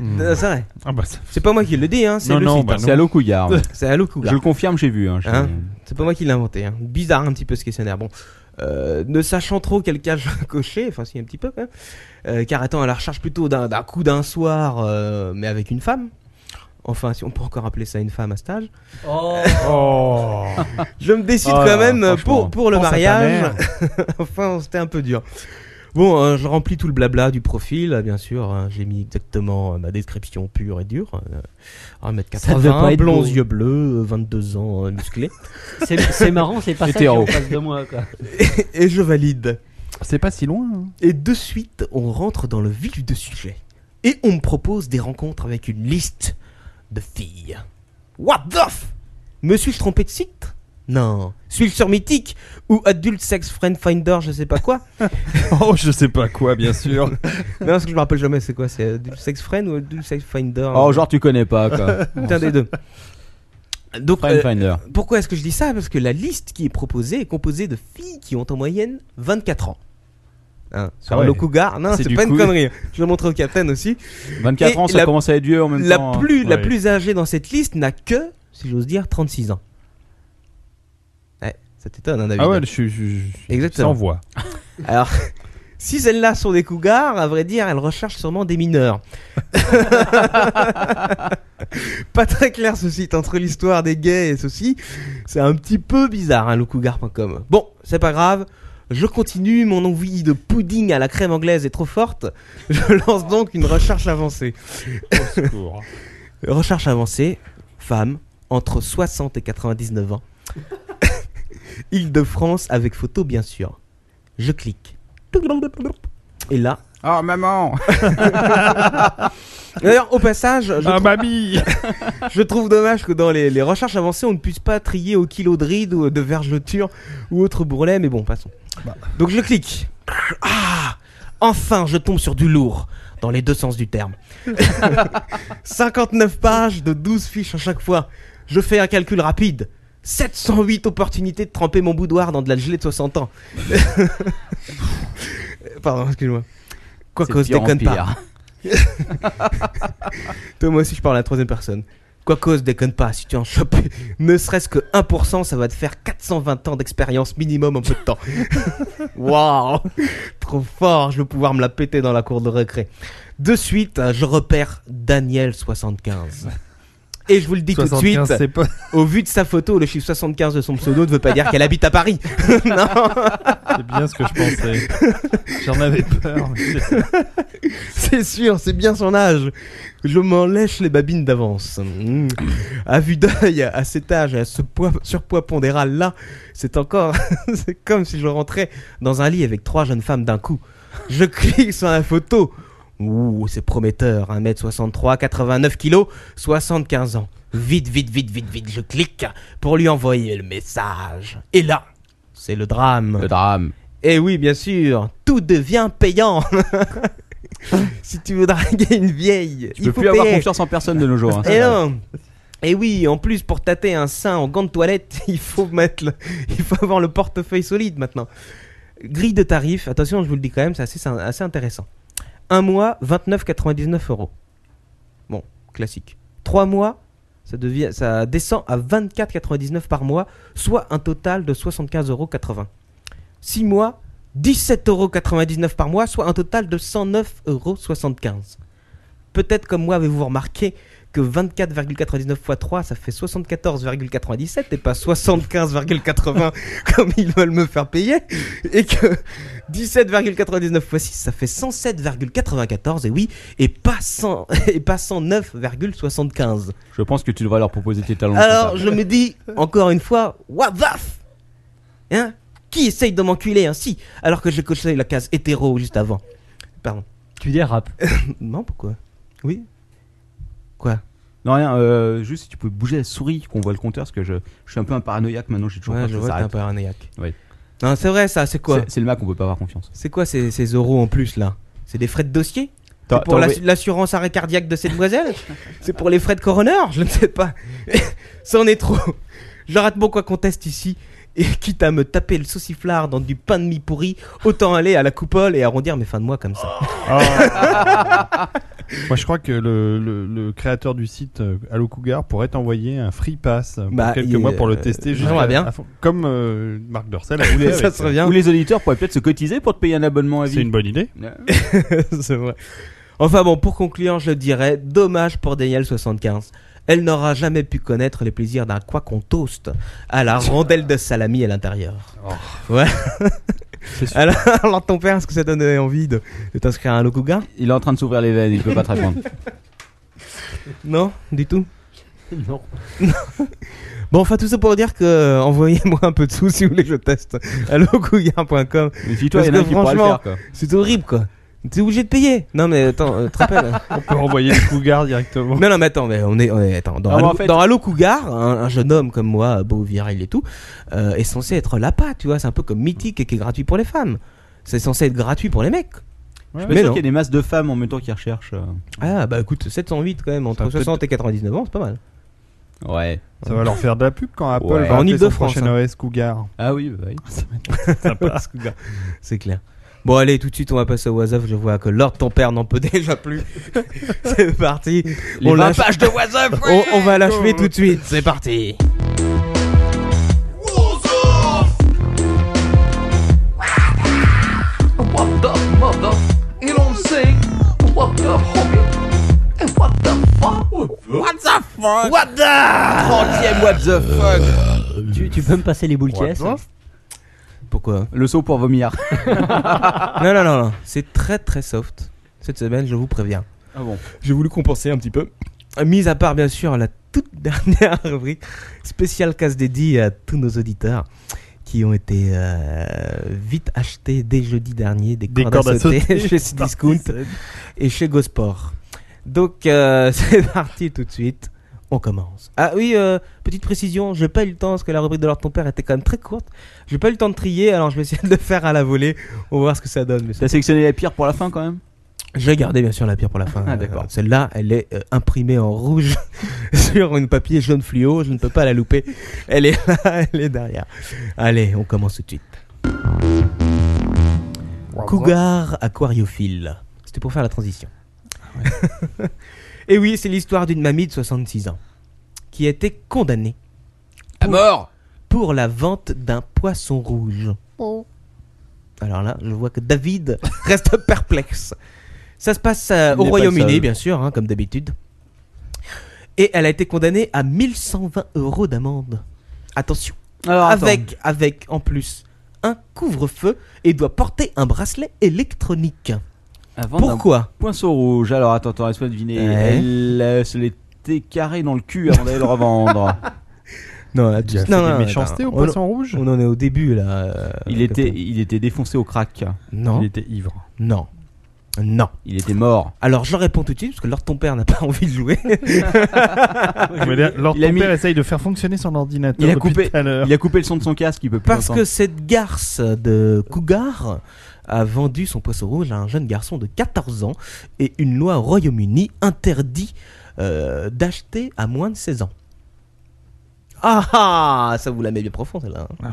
Speaker 6: Non, C'est vrai.
Speaker 5: Ah bah ça.
Speaker 6: C'est pas moi qui le dis, hein, c'est
Speaker 2: Hmm. Non,
Speaker 6: le
Speaker 2: non,
Speaker 6: site,
Speaker 2: bah
Speaker 6: hein.
Speaker 2: c'est à l'eau couillard.
Speaker 6: C'est Allo Cougar.
Speaker 2: Je le confirme, j'ai vu. Hein, j'ai-
Speaker 6: Hein C'est pas moi qui l'ai inventé. hein. Bizarre un petit peu ce questionnaire. Bon, Euh, ne sachant trop quel cage cocher, enfin si un petit peu quand même, euh, car étant à la recherche plutôt d'un d'un coup d'un soir, euh, mais avec une femme. Enfin, si on peut encore appeler ça une femme à stage.
Speaker 4: Oh,
Speaker 6: Je me décide
Speaker 2: Oh là là,
Speaker 6: quand même euh,
Speaker 2: franchement.
Speaker 6: pour, pour le
Speaker 5: Pense à ta
Speaker 6: mariage.
Speaker 5: mère.
Speaker 6: enfin, c'était un peu dur. Bon, euh, je remplis tout le blabla du profil, euh, bien sûr. hein, J'ai mis exactement euh, ma description pure et dure. Euh,
Speaker 4: Ça veut pas
Speaker 6: 1m80,
Speaker 4: être
Speaker 6: blond,
Speaker 4: beau.
Speaker 6: yeux bleus, euh, 22 ans, euh, musclé.
Speaker 4: C'est- C'est marrant, c'est pas ça qui est en
Speaker 2: Hétéro.
Speaker 4: face de moi. Quoi.
Speaker 6: et je valide.
Speaker 7: C'est pas si loin. hein.
Speaker 6: Et de suite, on rentre dans le vif du sujet. Et on me propose des rencontres avec une liste de filles. What the f Me suis-je trompé de site Non. Suis-je sur Mythique Ou Adult Sex Friend Finder, je sais pas quoi
Speaker 5: Oh, je sais pas quoi, bien sûr.
Speaker 6: Non, parce que je me rappelle jamais c'est quoi, c'est Adult Sex Friend ou Adult Sex Finder
Speaker 2: Oh, genre, tu connais pas, quoi.
Speaker 6: Putain des deux. Donc,
Speaker 2: Friend
Speaker 6: euh,
Speaker 2: Finder.
Speaker 6: pourquoi est-ce que je dis ça Parce que la liste qui est proposée est composée de filles qui ont en moyenne 24 ans. Hein, sur
Speaker 5: Ah ouais.
Speaker 6: le cougar, non,
Speaker 2: C'est
Speaker 6: c'est
Speaker 2: du
Speaker 6: pas une
Speaker 2: couille.
Speaker 6: connerie. Je le montrer au capitaine aussi.
Speaker 2: 24
Speaker 6: Et
Speaker 2: ans, ça
Speaker 6: la-
Speaker 2: commence à être vieux en même
Speaker 6: la
Speaker 2: temps. hein.
Speaker 6: plus, la
Speaker 2: Ouais.
Speaker 6: plus âgée dans cette liste n'a que, si j'ose dire, 36 ans. Ouais, ça t'étonne, hein, David.
Speaker 5: Ah ouais, je suis- je suis.
Speaker 6: Exactement.
Speaker 5: Sans voix.
Speaker 6: Alors, si celles-là sont des cougars, à vrai dire, elles recherchent sûrement des mineurs. Pas très clair ce site entre l'histoire des gays et ceci. C'est un petit peu bizarre, hein, lecougar.com. Bon, c'est pas grave. Je continue, mon envie de pudding à la crème anglaise est trop forte. Je lance donc une recherche avancée. Recherche avancée, femme, entre 60 et 99 ans. Île-de-France avec photo, bien sûr. Je clique. Et là.
Speaker 7: Oh maman
Speaker 6: D'ailleurs, au passage, je,
Speaker 5: Ah
Speaker 6: trou-
Speaker 5: mamie
Speaker 6: je trouve dommage que dans les, les recherches avancées, on ne puisse pas trier au kilo de rides ou de vergeture ou autre bourrelet, mais bon, passons.
Speaker 2: Bah.
Speaker 6: Donc je clique. Ah Enfin, je tombe sur du lourd, dans les deux sens du terme. 59 pages de 12 fiches à chaque fois. Je fais un calcul rapide. 708 opportunités de tremper mon boudoir dans de la gelée de 60 ans.
Speaker 2: Bah.
Speaker 6: Pardon, excuse-moi. Quoi
Speaker 2: C'est
Speaker 6: que je
Speaker 2: pire en
Speaker 6: déconne pas.
Speaker 2: pire. hein,
Speaker 6: Toi, moi aussi, je parle à la troisième personne. Quoi cause, déconne pas, si tu en chopes ne serait-ce que 1%, ça va te faire 420 ans d'expérience minimum en peu de temps. Waouh Trop fort, je vais pouvoir me la péter dans la cour de recré. De suite, euh, je repère Daniel75. Et je vous le dis tout de
Speaker 5: 75,
Speaker 6: suite,
Speaker 5: c'est pas.
Speaker 6: au vu de sa photo, le chiffre 75 de son pseudo ne veut pas dire qu'elle habite à Paris. non
Speaker 5: C'est bien ce que je pensais. J'en avais peur. mais c'est ça.
Speaker 6: C'est sûr, c'est bien son âge. Je m'en lèche les babines d'avance. Mm. À vue d'œil, à cet âge, à ce poids, surpoids pondéral là, c'est encore. c'est comme si je rentrais dans un lit avec trois jeunes femmes d'un coup. Je clique sur la photo. Ouh, c'est prometteur. 1m63, 89 kg, 75 ans. Vite, vite, vite, vite, vite, je clique pour lui envoyer le message. Et là, c'est le drame.
Speaker 2: Le drame.
Speaker 6: Eh oui, bien sûr, tout devient payant. si tu veux draguer une vieille,
Speaker 2: Tu
Speaker 6: il
Speaker 2: peux
Speaker 6: faut
Speaker 2: plus avoir
Speaker 6: payer.
Speaker 2: confiance en personne de nos jours. hein, ça,
Speaker 6: Et
Speaker 2: ça-
Speaker 6: non. Et oui, en plus pour tâter un sein en gant de toilette, il faut mettre, le- il faut avoir le portefeuille solide maintenant. Grille de tarif, attention, je vous le dis quand même, c'est assez, c'est assez intéressant. Un mois, 29,99 euros. Bon, classique. Trois mois, ça devient, ça descend à 24,99 par mois, soit un total de 75,80 euros. Six mois, 17,99 euros par mois, soit un total de 109,75 euros. Peut-être comme moi avez-vous remarqué que 24,99 x 3, ça fait 74,97 et pas 75,80 comme ils veulent me faire payer. Et que 17,99 x 6, ça fait 107,94 et oui, et pas, 100 et pas 109,75.
Speaker 2: Je pense que tu devrais leur proposer tes talents.
Speaker 6: Alors je me dis, encore une fois, what the f Hein Qui essaye de m'enculer ainsi alors que j'ai coché la case hétéro juste avant Pardon.
Speaker 4: Tu dérapes.
Speaker 6: Non, pourquoi
Speaker 2: Non, rien, euh, juste si tu peux bouger la souris, qu'on voit le compteur, parce que je, je suis un peu un paranoïaque maintenant, j'ai toujours
Speaker 6: Ouais,
Speaker 2: peur
Speaker 6: je
Speaker 2: que ça
Speaker 6: vois que t'es un
Speaker 2: s'arrête.
Speaker 6: peu paranoïaque.
Speaker 2: Oui.
Speaker 6: Non, c'est vrai ça, c'est quoi
Speaker 2: C'est- C'est le Mac, on peut pas avoir confiance.
Speaker 6: C'est quoi ces, ces euros en plus là C'est des frais de dossier
Speaker 2: T'as-
Speaker 6: C'est pour
Speaker 2: t'as
Speaker 6: l'assu-
Speaker 2: enlevé-
Speaker 6: l'assurance arrêt cardiaque de cette demoiselle C'est pour les frais de coroner Je ne sais pas. C'en est trop. Je rate pourquoi qu'on teste ici. Et quitte à me taper le sauciflard dans du pain de mie pourri, autant aller à la coupole et arrondir mes fins de mois comme ça.
Speaker 5: Moi, je crois que le, le- le créateur du site euh, Allo Cougar pourrait t'envoyer un free pass euh, pour
Speaker 6: Bah,
Speaker 5: quelques
Speaker 6: il-
Speaker 5: mois pour le
Speaker 6: euh,
Speaker 5: tester.
Speaker 6: on va
Speaker 5: à-
Speaker 6: bien.
Speaker 5: à fond. Comme euh, Marc Dorcel a voulu.
Speaker 6: ça
Speaker 5: avec,
Speaker 6: serait bien.
Speaker 2: Ou les auditeurs pourraient peut-être se cotiser pour te payer un abonnement à
Speaker 5: euh,
Speaker 2: vie.
Speaker 5: C'est une bonne idée.
Speaker 2: Ouais.
Speaker 6: C'est vrai. Enfin bon, pour conclure, je le dirais, dommage pour Daniel 75. Elle n'aura jamais pu connaître les plaisirs d'un quoi qu'on toast à la rondelle de salami à l'intérieur. Ouais. alors, alors ton père, est-ce que ça donne envie de, de t'inscrire à un Lokuga
Speaker 2: Il est en train de s'ouvrir les veines, il peut pas te répondre.
Speaker 6: Non, du tout.
Speaker 4: non.
Speaker 6: Bon, enfin tout ça pour dire que euh, envoyez-moi un peu de sous si vous voulez que je teste à lokuga.com.
Speaker 2: Mais si toi, il y en a
Speaker 6: Parce
Speaker 2: qui
Speaker 6: que
Speaker 2: pourra le
Speaker 6: franchement-
Speaker 2: faire, quoi.
Speaker 6: C'est horrible quoi. T'es obligé de payer. Non mais attends, euh, tu te rappelles
Speaker 5: On peut envoyer le Cougar directement.
Speaker 6: Non, non, mais attends, mais on est, on est- attends, dans,
Speaker 2: Oh. Ah,
Speaker 6: Halo,
Speaker 2: bon, en fait-
Speaker 6: dans Halo Cougar, un, un jeune homme comme moi, beau, viril et tout, euh, est censé être l'appât, tu vois, c'est un peu comme Mythique et qui est gratuit pour les femmes. C'est censé être gratuit pour les mecs.
Speaker 2: Je suis
Speaker 6: Mais
Speaker 2: pas sûr
Speaker 6: non.
Speaker 2: qu'il y ait des masses de femmes en même temps qui recherchent. euh.
Speaker 6: Ah, bah écoute, 708 quand même,
Speaker 5: Ça
Speaker 6: entre
Speaker 5: peut
Speaker 6: 60 et 99 ans, c'est pas mal.
Speaker 2: Ouais.
Speaker 5: Ça va leur faire de la pub quand Apple
Speaker 2: Ouais.
Speaker 5: va appeler
Speaker 6: En
Speaker 5: son
Speaker 6: Ile-de-France,
Speaker 5: prochain OS Cougar.
Speaker 2: Ah oui, bah oui.
Speaker 6: C'est clair. Bon, allez, tout de suite, on va passer au WhatsApp. Je vois que Lord, ton père n'en peut déjà plus. c'est parti.
Speaker 2: Les
Speaker 6: on,
Speaker 2: 20
Speaker 6: lâche-
Speaker 2: pages de WhatsApp
Speaker 6: on, on va l'achever tout de suite. C'est parti.
Speaker 9: What the mother? You don't say what the hobby? And what the fuck?
Speaker 2: What the 30ème what the fuck
Speaker 4: Tu, tu peux me passer les boules qui est, ça
Speaker 6: Pourquoi
Speaker 2: Le saut pour vomir.
Speaker 6: Non, non, non, non. C'est très, très soft. Cette semaine, je vous préviens.
Speaker 2: Ah bon
Speaker 6: J'ai voulu compenser un petit peu. Mise à part, bien sûr, la toute dernière rubrique spéciale casse dédiée à tous nos auditeurs qui ont été euh, vite achetés dès jeudi dernier des, cordes, à sauter, chez Cdiscount et chez Gosport. Donc, euh, c'est parti tout de suite. On commence. Ah oui, euh, petite précision, j'ai pas eu le temps parce que la rubrique de l'ordre de ton père était quand même très courte. J'ai pas eu le temps de trier, alors je vais essayer de le faire à la volée. On va voir ce que ça donne. mais
Speaker 2: T'as sélectionné les pires pour la fin quand même
Speaker 6: j'ai gardé bien sûr la pire pour la fin.
Speaker 2: Ah,
Speaker 6: Euh,
Speaker 2: d'accord.
Speaker 6: Celle-là, elle est euh, imprimée en rouge sur une papier jaune fluo. Je ne peux pas la louper. Elle est là, elle est derrière. Allez, on commence tout de suite. Cougar aquariophile. C'était pour faire la transition.
Speaker 2: Ah
Speaker 6: Et oui, c'est l'histoire d'une mamie de 66 ans qui a été condamnée
Speaker 2: À mort
Speaker 6: pour la vente d'un poisson rouge. Alors là, je vois que David reste perplexe. Ça se passe
Speaker 2: Il
Speaker 6: euh,
Speaker 2: n'est
Speaker 6: au
Speaker 2: pas le
Speaker 6: Royaume-Uni,
Speaker 2: seul.
Speaker 6: bien sûr, hein, comme d'habitude. Et elle a été condamnée à 1120 euros d'amende. Attention.
Speaker 2: Alors, Ah, attends.
Speaker 6: avec, avec, en plus, un couvre-feu et doit porter un bracelet électronique.
Speaker 8: Avant d'un
Speaker 6: Pourquoi
Speaker 8: poinçon rouge. Alors attends, attends, laisse-moi deviner.
Speaker 6: Ouais.
Speaker 8: Elle euh, se l'était carré dans le cul avant d'aller le revendre.
Speaker 6: Non,
Speaker 5: Il a
Speaker 6: là, tu-
Speaker 5: fait
Speaker 6: non,
Speaker 5: des
Speaker 6: non,
Speaker 5: méchancetés
Speaker 6: non,
Speaker 5: au
Speaker 6: on-
Speaker 5: poisson rouge
Speaker 6: On en est au début là. euh,
Speaker 8: il
Speaker 6: Captain.
Speaker 8: était, il était défoncé au crack.
Speaker 2: Hein
Speaker 5: Il
Speaker 6: Non,
Speaker 5: était ivre.
Speaker 6: non, non.
Speaker 8: Il était mort.
Speaker 6: Alors je leur réponds tout de suite parce que leur ton père n'a pas envie de jouer.
Speaker 5: Ah, Mais là, Lord
Speaker 8: Il a
Speaker 5: ton
Speaker 8: mis-
Speaker 5: père essaye de faire fonctionner son ordinateur
Speaker 8: Il a
Speaker 5: depuis
Speaker 8: coupé-
Speaker 5: tout à l'heure.
Speaker 8: Il a coupé le son de son casque, il peut plus
Speaker 6: Parce
Speaker 8: entendre.
Speaker 6: que cette garce de Cougar a vendu son poisson rouge à un jeune garçon de 14 ans et une loi au Royaume-Uni interdit euh, d'acheter à moins de 16 ans. Ah ah Ça vous la met bien profond celle-là. hein.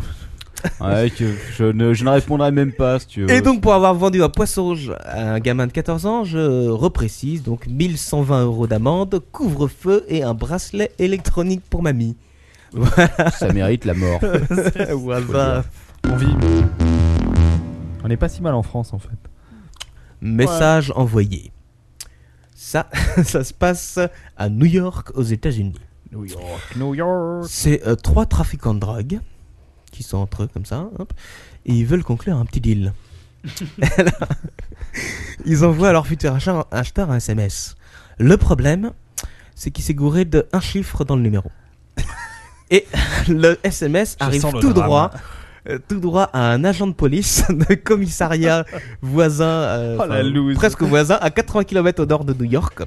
Speaker 8: Ouais, que je, ne, je ne répondrai même pas si tu veux.
Speaker 6: Et donc pour avoir vendu un poisson rouge à un gamin de 14 ans, je reprécise donc 1120 euros d'amende, couvre-feu et un bracelet électronique pour mamie.
Speaker 8: ça mérite la mort.
Speaker 6: Voilà.
Speaker 5: On vit. On n'est pas si mal en France en fait.
Speaker 6: Message envoyé. Ça, ça se passe à New York aux États-Unis.
Speaker 5: New York, New York.
Speaker 6: C'est euh, trois trafiquants de drogue qui sont entre eux comme ça, hop, et ils veulent conclure un petit deal. Alors, ils envoient à leur futur achat- acheteur un SMS. Le problème, c'est qu'il s'est gouré de un chiffre dans le numéro. Et le SMS
Speaker 5: Je
Speaker 6: arrive
Speaker 5: sens le
Speaker 6: tout
Speaker 5: drame.
Speaker 6: droit, euh, tout droit à un agent de police de commissariat voisin, euh,
Speaker 5: Oh, la
Speaker 6: enfin,
Speaker 5: loose.
Speaker 6: presque voisin, à 80 km au nord de New York.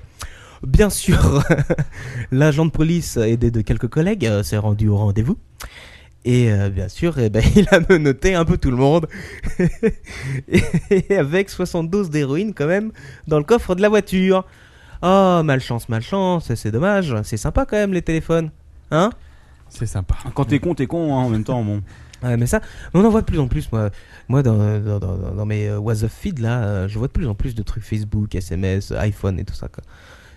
Speaker 6: Bien sûr, l'agent de police, aidé de quelques collègues, euh, s'est rendu au rendez-vous. Et euh, bien sûr, eh ben, il a menotté un peu tout le monde. et avec 72 d'héroïne quand même dans le coffre de la voiture. Oh, malchance, malchance, c'est dommage. C'est sympa quand même les téléphones. Hein
Speaker 7: C'est sympa.
Speaker 8: Quand t'es con, t'es con hein, en même temps. Bon.
Speaker 6: Ouais, mais ça, on en voit de plus en plus. Moi, moi dans, dans, dans, dans mes euh, What's Up feed, là, euh, je vois de plus en plus de trucs Facebook, SMS, iPhone et tout ça. quoi.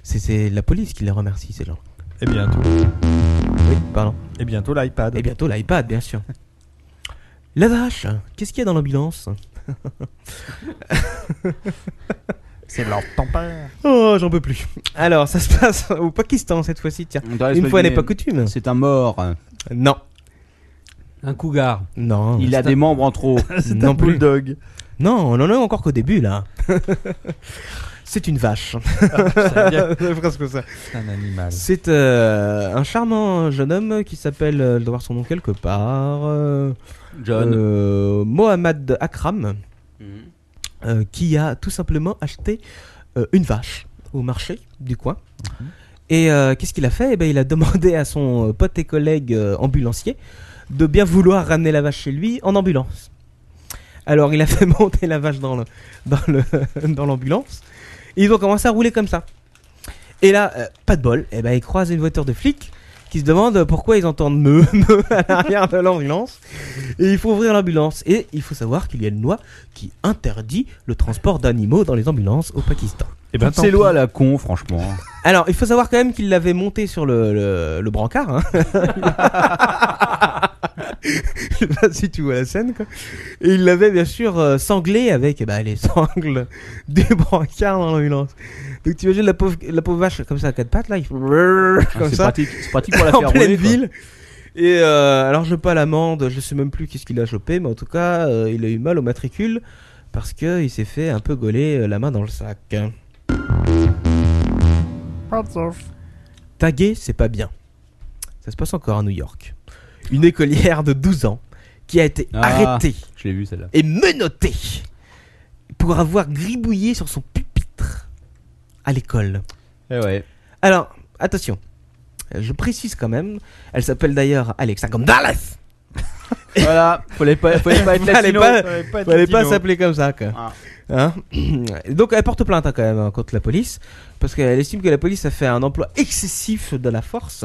Speaker 6: C'est- C'est la police qui les remercie, ces gens.
Speaker 5: Et bientôt.
Speaker 6: Oui, pardon.
Speaker 5: Et bientôt l'iPad.
Speaker 6: Et bientôt l'iPad, bien sûr. La vache, qu'est-ce qu'il y a dans l'ambulance
Speaker 5: C'est Lord ton père.
Speaker 6: Oh, j'en peux plus. Alors, ça se passe au Pakistan cette fois-ci, tiens.
Speaker 2: Ah,
Speaker 6: Une fois n'est pas coutume.
Speaker 8: C'est un mort.
Speaker 6: Non,
Speaker 4: Un cougar.
Speaker 2: Oh,
Speaker 6: non.
Speaker 8: Il
Speaker 6: c'est
Speaker 8: a des membres en trop.
Speaker 6: un... non plus.
Speaker 5: Bulldog.
Speaker 6: Non, on en est encore qu'au début là. C'est une vache. C'est presque ça.
Speaker 7: C'est un animal.
Speaker 6: C'est euh, un charmant jeune homme qui s'appelle, euh, je dois voir son nom quelque part, euh, euh, Mohamed Akram, euh, qui a tout simplement acheté euh, une vache au marché du coin. Et euh, qu'est-ce qu'il a fait Eh ben, Il a demandé à son euh, pote et collègue euh, ambulancier de bien vouloir ramener la vache chez lui en ambulance. Alors il a fait monter la vache dans l'ambulance. Dans le, dans l'ambulance. et ils ont commencé à rouler comme ça. Et là, euh, pas de bol, eh ben, ils croisent une voiture de flics qui se demande pourquoi ils entendent meuh, meuh à l'arrière de l'ambulance. Et il faut ouvrir l'ambulance. Et il faut savoir qu'il y a une loi qui interdit le transport d'animaux dans les ambulances au Pakistan.
Speaker 2: Eh
Speaker 5: Et
Speaker 2: ben,
Speaker 8: Toutes ces lois à la con, franchement.
Speaker 6: Alors, il faut savoir quand même qu'il l'avait monté sur le, le, le brancard. Hein. Je sais pas si tu vois la scène. Quoi. Et il l'avait bien sûr euh, sanglé avec eh ben, les sangles du brancard dans l'ambulance. Donc tu imagines la pauvre, la pauvre vache comme ça à quatre pattes là, il fait comme
Speaker 8: C'est
Speaker 6: ça
Speaker 8: pratique, c'est pratique pour la
Speaker 6: en
Speaker 8: faire
Speaker 6: pleine
Speaker 8: rouler. quoi.
Speaker 6: ville. Et euh, alors, je pas l'amende, je sais même plus qu'est-ce qu'il a chopé, mais en tout cas, euh, il a eu mal au matricule parce que il s'est fait un peu gauler euh, la main dans le sac. Taguer, c'est pas bien. Ça se passe encore à New York. Une écolière de 12 ans qui a été
Speaker 8: Ah.
Speaker 6: arrêtée
Speaker 8: Je l'ai vu celle-là.
Speaker 6: et menottée pour avoir gribouillé sur son pupitre à l'école.
Speaker 8: Eh ouais.
Speaker 6: Alors, attention. Euh, Je précise quand même, elle s'appelle d'ailleurs Alexa Gonzalez.
Speaker 8: voilà, fallait pas, fallait pas être
Speaker 6: Fallait
Speaker 8: latino.
Speaker 6: pas-
Speaker 5: pas
Speaker 6: fallait pas s'appeler comme ça. quoi.
Speaker 8: Ah.
Speaker 6: Hein Donc elle porte plainte hein, quand même hein, contre la police parce qu'elle estime que la police a fait un emploi excessif de la force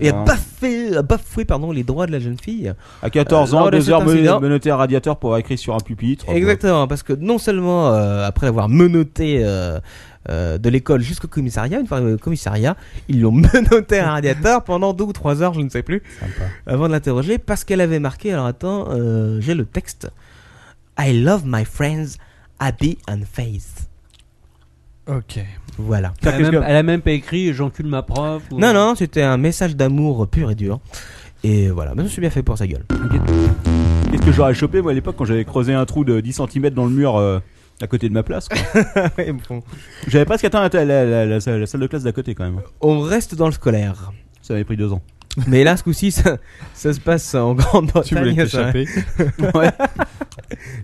Speaker 6: et a,
Speaker 8: Ouais.
Speaker 6: baffé, a bafoué pardon, les droits de la jeune fille.
Speaker 8: À 14 ans,
Speaker 6: Lors de
Speaker 8: deux
Speaker 6: cet
Speaker 8: heures
Speaker 6: incident-
Speaker 8: men- menotté à un radiateur pour avoir écrit sur un pupitre.
Speaker 2: Euh,
Speaker 6: Exactement, parce que non seulement euh, après l'avoir menotté euh, euh, de l'école jusqu'au commissariat, une fois au commissariat, ils l'ont menotté à un radiateur pendant deux ou trois heures, je ne sais plus, avant de l'interroger, parce qu'elle avait marqué, alors attends, euh, j'ai le texte, I love my friends, Abby and Faith.
Speaker 7: Ok.
Speaker 6: Voilà.
Speaker 4: Elle a,
Speaker 8: qu'est-ce
Speaker 4: même,
Speaker 8: que-
Speaker 4: elle a même pas écrit j'encule ma prof. ou-
Speaker 6: Non, non, c'était un message d'amour pur et dur. Et voilà, mais je suis bien fait pour sa gueule.
Speaker 2: Qu'est-ce que j'aurais chopé, moi, à l'époque, quand j'avais creusé un trou de 10 cm dans le mur euh, à côté de ma place quoi.
Speaker 6: Ouais, bon.
Speaker 2: J'avais presque atteint la, la- la- la salle la salle de classe d'à côté, quand même. hein.
Speaker 6: On reste dans le scolaire.
Speaker 2: Ça m'avait pris deux ans.
Speaker 6: Mais là, ce coup-ci, ça, ça se passe en
Speaker 5: Tu voulais
Speaker 6: Grande-Bretagne. ça.
Speaker 5: t'échapper.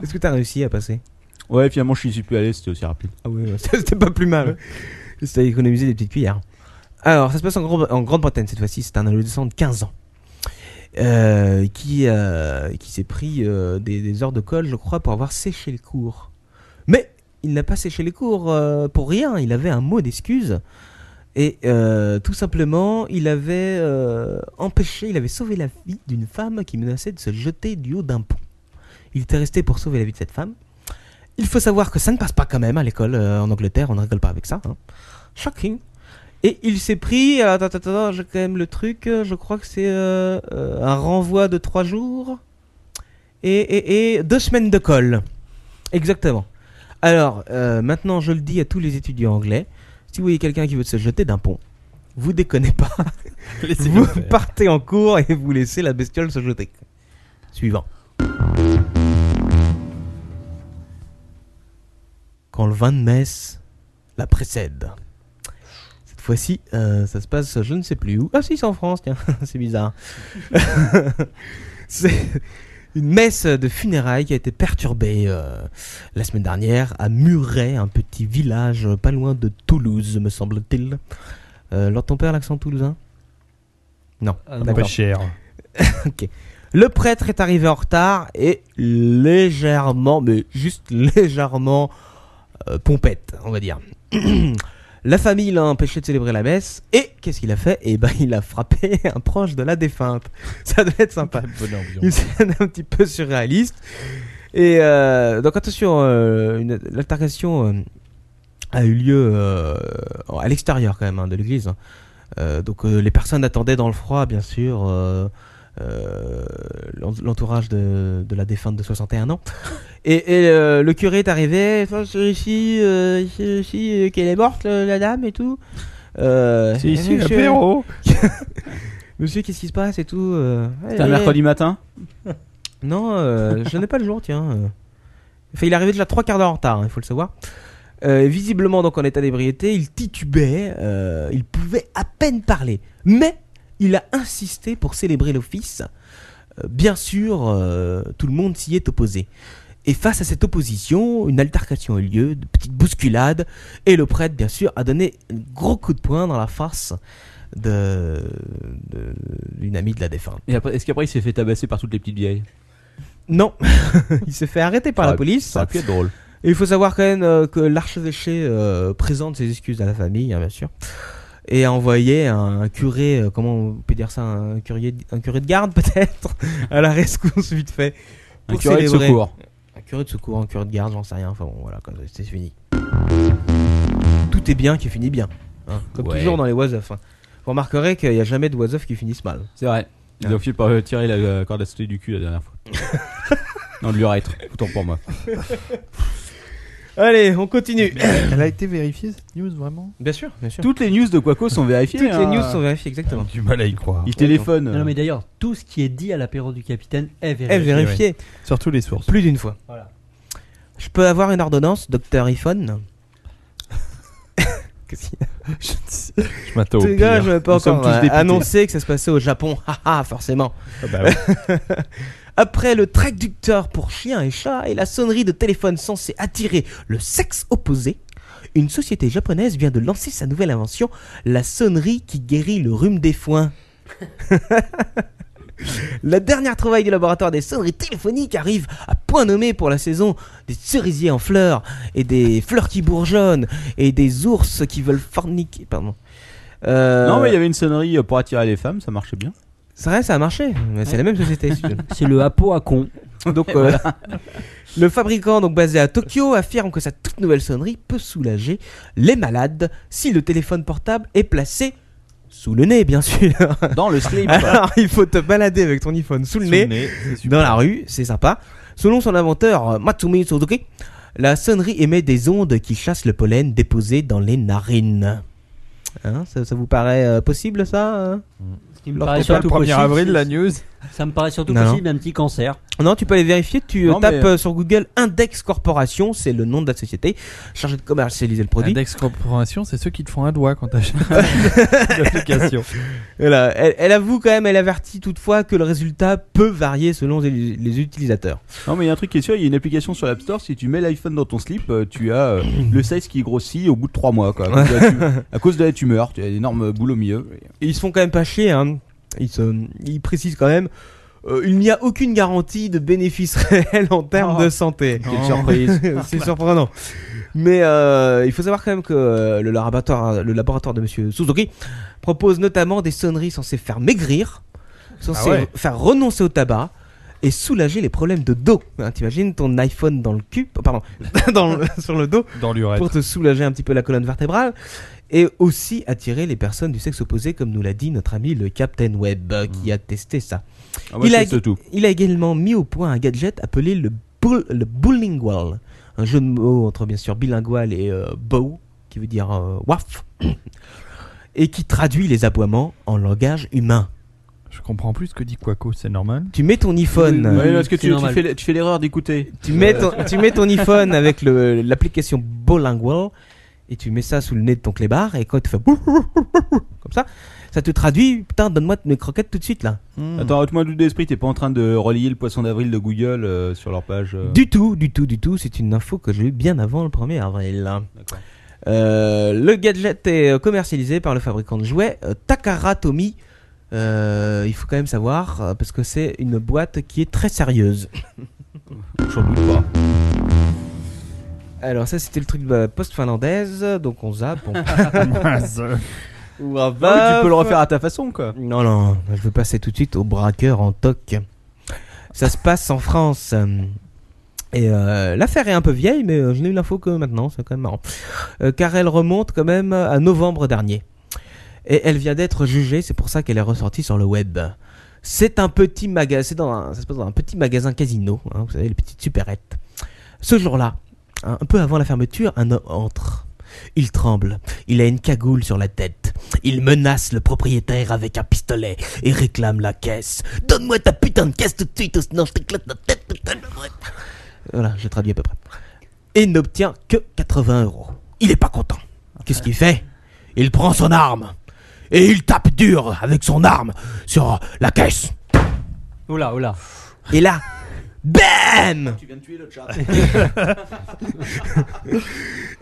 Speaker 6: Est-ce que t'as réussi à passer
Speaker 2: Ouais, finalement, je suis plus allé, c'était aussi rapide.
Speaker 6: Ah oui, ouais, ça, c'était pas plus mal. C'était à économiser des petites cuillères. Alors, ça se passe en, Grand- en Grande-Bretagne cette fois-ci. C'est un adolescent de 15 ans euh, qui, euh, qui s'est pris euh, des, des heures de colle, je crois, pour avoir séché le cours. Mais il n'a pas séché les cours euh, pour rien. Il avait un mot d'excuse. Et euh, tout simplement, il avait euh, empêché, il avait sauvé la vie d'une femme qui menaçait de se jeter du haut d'un pont. Il était resté pour sauver la vie de cette femme. Il faut savoir que ça ne passe pas quand même à l'école euh, en Angleterre, on ne rigole pas avec ça. hein. Shocking. Et il s'est pris, alors, attends, attends, attends, j'ai quand même le truc, euh, je crois que c'est euh, euh, un renvoi de 3 jours et, et- et deux semaines de colle. Exactement. Alors, euh, maintenant, je le dis à tous les étudiants anglais, si vous voyez quelqu'un qui veut se jeter d'un pont, vous déconnez pas, vous partez en cours et vous laissez la bestiole se jeter. Suivant. quand le vin de messe la précède. Cette fois-ci, euh, ça se passe, je ne sais plus où. Ah si, c'est en France, tiens, c'est bizarre. c'est une messe de funérailles qui a été perturbée euh, la semaine dernière à Muret, un petit village pas loin de Toulouse, me semble-t-il. Euh, Lord ton père, l'accent toulousain Non.
Speaker 4: Ah, non.
Speaker 5: Pas cher.
Speaker 6: Le prêtre est arrivé en retard et légèrement, mais juste légèrement euh, pompette, on va dire. la famille l'a empêché de célébrer la messe et qu'est-ce qu'il a fait Eh ben, il a frappé un proche de la défunte. Ça devait être sympa. Une scène un petit peu surréaliste. Et euh, donc attention, euh, une- l'altercation euh, a eu lieu euh, à l'extérieur quand même hein, de l'église. hein. Euh, donc euh, les personnes attendaient dans le froid, bien sûr. euh, euh, l'en- l'entourage de, de la défunte de 61 ans. Et, et, euh, le curé est arrivé, enfin, c'est ici, euh, c'est ici euh, qu'elle est morte, le- la dame et tout. Euh,
Speaker 5: C'est ici
Speaker 6: monsieur,
Speaker 5: l'apéro.
Speaker 6: Monsieur, qu'est-ce qui se passe et tout euh,
Speaker 2: C'était un
Speaker 6: allez,
Speaker 2: mercredi matin
Speaker 6: non, euh, je n'ai pas le jour, tiens. euh. Enfin, il est arrivé déjà trois quarts d'heure en retard, hein, il faut le savoir. Euh, visiblement, donc en état d'ébriété, il titubait, euh, il pouvait à peine parler. Mais il a insisté pour célébrer l'office. Euh, bien sûr, euh, tout le monde s'y est opposé. Et face à cette opposition, une altercation a eu lieu, de petites bousculades, et le prêtre, bien sûr, a donné un gros coup de poing dans la face de- de- d'une amie de la défunte.
Speaker 2: Et après, est-ce qu'après il s'est fait tabasser par toutes les petites vieilles
Speaker 6: Non, il s'est fait arrêter par
Speaker 2: Ça
Speaker 6: la
Speaker 2: aurait-
Speaker 6: police.
Speaker 2: Ça aurait pu être drôle.
Speaker 6: Et il faut savoir quand même euh, que l'archevêché euh, présente ses excuses à la famille, hein, bien sûr, et a envoyé un, un curé, euh, comment on peut dire ça, un curé, un curé de garde peut-être, à la rescousse vite fait.
Speaker 2: Un
Speaker 6: pour
Speaker 2: curé de
Speaker 6: célébrer.
Speaker 2: secours.
Speaker 6: Un curé de secours, un curé de garde, j'en sais rien. Enfin bon, voilà, quoi, c'est c'est fini. Tout est bien qui finit bien. hein, comme
Speaker 2: Ouais.
Speaker 6: toujours dans les was of, hein. Vous remarquerez qu'il n'y a jamais de was of qui finissent mal.
Speaker 2: C'est vrai. Ils ont fini par euh, tirer la euh, corde à sauter du cul la dernière fois. non, de l'urètre. Autant pour moi.
Speaker 6: Allez, on continue.
Speaker 5: Elle a été vérifiée cette news vraiment
Speaker 6: Bien sûr, bien sûr.
Speaker 2: Toutes les news de Quaco sont vérifiées.
Speaker 6: Toutes les
Speaker 2: hein.
Speaker 6: news sont vérifiées, exactement.
Speaker 5: Du mal à y croire.
Speaker 2: Il téléphone.
Speaker 4: Non, non, mais d'ailleurs, tout ce qui est dit à l'apéro du capitaine est
Speaker 6: Eh,
Speaker 4: vérifié.
Speaker 6: vérifiées.
Speaker 5: Surtout les sources.
Speaker 6: Plus d'une fois.
Speaker 4: Voilà.
Speaker 6: Je peux avoir une ordonnance, docteur iPhone Qu'est-ce qu'il y a
Speaker 5: Je m'attends au
Speaker 6: Les gars, je
Speaker 5: pire.
Speaker 6: vais pas
Speaker 5: Nous sommes
Speaker 6: encore
Speaker 5: tous
Speaker 6: euh,
Speaker 5: députés.
Speaker 6: annoncer que ça se passait au Japon. Haha, forcément.
Speaker 5: Ah bah ouais.
Speaker 6: Après le traducteur pour chiens et chats et la sonnerie de téléphone censée attirer le sexe opposé, une société japonaise vient de lancer sa nouvelle invention, la sonnerie qui guérit le rhume des foins. la dernière travail du laboratoire des sonneries téléphoniques arrive à point nommé pour la saison des cerisiers en fleurs et des fleurs qui bourgeonnent et des ours qui veulent forniquer. Pardon. Euh,
Speaker 2: Non, mais il y avait une sonnerie euh, pour attirer les femmes, ça marchait bien.
Speaker 6: C'est vrai, ça a marché. mais C'est la même société. si tu veux.
Speaker 4: C'est le hapeau à con.
Speaker 6: Donc, euh, le fabricant donc basé à Tokyo affirme que sa toute nouvelle sonnerie peut soulager les malades si le téléphone portable est placé sous le nez, bien sûr.
Speaker 2: Dans le slip.
Speaker 6: Alors, il faut te balader avec ton iPhone sous le nez, dans la rue, c'est sympa. Selon son inventeur euh, Matsumi Suzuki, la sonnerie émet des ondes qui chassent le pollen déposé dans les narines. Hein, ça, ça vous paraît euh, possible ça hein
Speaker 4: Ce qui me
Speaker 6: Leur
Speaker 4: paraît
Speaker 6: copain,
Speaker 4: surtout
Speaker 7: Le 1er
Speaker 4: possible,
Speaker 7: avril,
Speaker 4: c'est-
Speaker 7: la news.
Speaker 4: Ça me paraît surtout
Speaker 6: Non,
Speaker 4: possible d'un petit cancer.
Speaker 6: Non, tu peux aller vérifier. Tu euh,
Speaker 2: Non, mais,
Speaker 6: tapes euh, sur Google Index Corporation, c'est le nom de la société chargée de commercialiser le produit.
Speaker 5: Index Corporation, c'est ceux qui te font un doigt quand t'achètes l'application.
Speaker 6: Voilà. Elle, elle avoue quand même, elle avertit toutefois que le résultat peut varier selon les, les utilisateurs.
Speaker 2: Non, mais il y a un truc qui est sûr, il y a une application sur l'App Store. Si tu mets l'iPhone dans ton slip, euh, tu as euh, le size qui grossit au bout de 3 mois. Quoi, à, cause de la tu- à cause de la tumeur, tu as une énorme boule au milieu.
Speaker 6: Et ils se font quand même pas chier. Hein. Ils, se- ils précisent quand même. euh, il n'y a aucune garantie de bénéfice réel en termes
Speaker 2: Oh.
Speaker 6: de santé.
Speaker 2: Quelle surprise!
Speaker 6: c'est surprenant. Mais euh, il faut savoir quand même que euh, le laboratoire, le laboratoire de Monsieur Suzuki propose notamment des sonneries censées faire maigrir,
Speaker 2: Ah
Speaker 6: censées
Speaker 5: ouais.
Speaker 6: faire renoncer au tabac et soulager les problèmes de dos. Hein, T'imagines ton iPhone dans le cul, oh, pardon, dans le- sur le dos
Speaker 5: Dans l'urètre.
Speaker 6: pour te soulager un petit peu la colonne vertébrale et aussi attirer les personnes du sexe opposé, comme nous l'a dit notre ami le Captain Webb euh, qui a testé ça.
Speaker 2: Mm. Ah, moi,
Speaker 6: Il
Speaker 2: je
Speaker 6: a-
Speaker 2: teste tout.
Speaker 6: Il a également mis au point un gadget appelé le, bull- le Bilingual, un jeu de mots entre bien sûr bilingual et euh, bow, qui veut dire euh, waf, et qui traduit les aboiements en langage humain.
Speaker 5: Je comprends plus ce que dit Quaco, c'est normal.
Speaker 6: Tu mets ton iPhone,
Speaker 2: Ouais, parce que
Speaker 4: c'est
Speaker 2: tu, tu
Speaker 4: normal.
Speaker 2: fais, tu fais l'erreur d'écouter.
Speaker 6: tu mets ton, tu mets ton iPhone avec le- l'application Bilingual, et tu mets ça sous le nez de ton clébard, et quand tu fais bouf, bouf, bouf, bouf, comme ça, ça te traduit, putain, donne-moi mes croquettes tout de suite là.
Speaker 2: Attends, moi doute d'esprit, t'es pas en train de relayer le poisson d'avril de Google euh, sur leur page. euh,
Speaker 6: Du tout, du tout, du tout. C'est une info que j'ai eue bien avant le 1er avril.
Speaker 2: D'accord.
Speaker 6: Euh, le gadget est euh, commercialisé par le fabricant de jouets euh, Takara Tomy. Euh, il faut quand même savoir, euh, parce que c'est une boîte qui est très sérieuse.
Speaker 2: J'en doute pas.
Speaker 6: Alors ça, c'était le truc de la poste finlandaise, donc on zappe. on- Ou
Speaker 2: Non, mais Ah
Speaker 6: à
Speaker 2: tu
Speaker 6: Vaf.
Speaker 2: peux le refaire à ta façon, quoi.
Speaker 6: Non, non, je veux passer tout de suite au braqueur en toc. Ça se passe en France. Et euh, l'affaire est un peu vieille, mais euh, je n'ai eu l'info que maintenant, c'est quand même marrant. Euh, car elle remonte quand même à novembre dernier. Et elle vient d'être jugée, c'est pour ça qu'elle est ressortie sur le web. C'est un petit magasin, ça se passe dans un petit magasin casino, hein, vous savez, les petites supérettes. Ce jour-là, hein, un peu avant la fermeture, un homme entre. Il tremble, il a une cagoule sur la tête. Il menace le propriétaire avec un pistolet et réclame la caisse. Donne-moi ta putain de caisse tout de suite, ou sinon je t'éclate la tête. Voilà, je traduis à peu près. Et n'obtient que 80 euros. Il est pas content. Qu'est-ce qu'il fait Il prend son arme et il tape dur avec son arme sur la caisse.
Speaker 4: Oula, oula.
Speaker 6: Et là, BAM
Speaker 2: Tu viens de tuer le chat.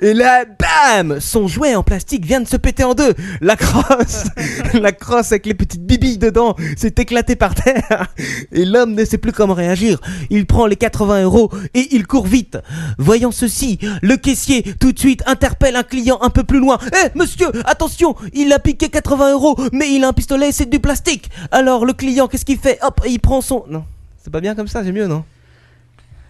Speaker 6: Et là, BAM Son jouet en plastique vient de se péter en deux. La crosse, la crosse avec les petites bibilles dedans s'est éclatée par terre. Et l'homme ne sait plus comment réagir. Il prend les 80 euros et il court vite. Voyant ceci, le caissier tout de suite interpelle un client un peu plus loin. Hé, monsieur, attention, il a piqué 80 euros, mais il a un pistolet, c'est du plastique. Alors le client, qu'est-ce qu'il fait Hop, il prend son... Non, c'est pas bien comme ça, c'est mieux, non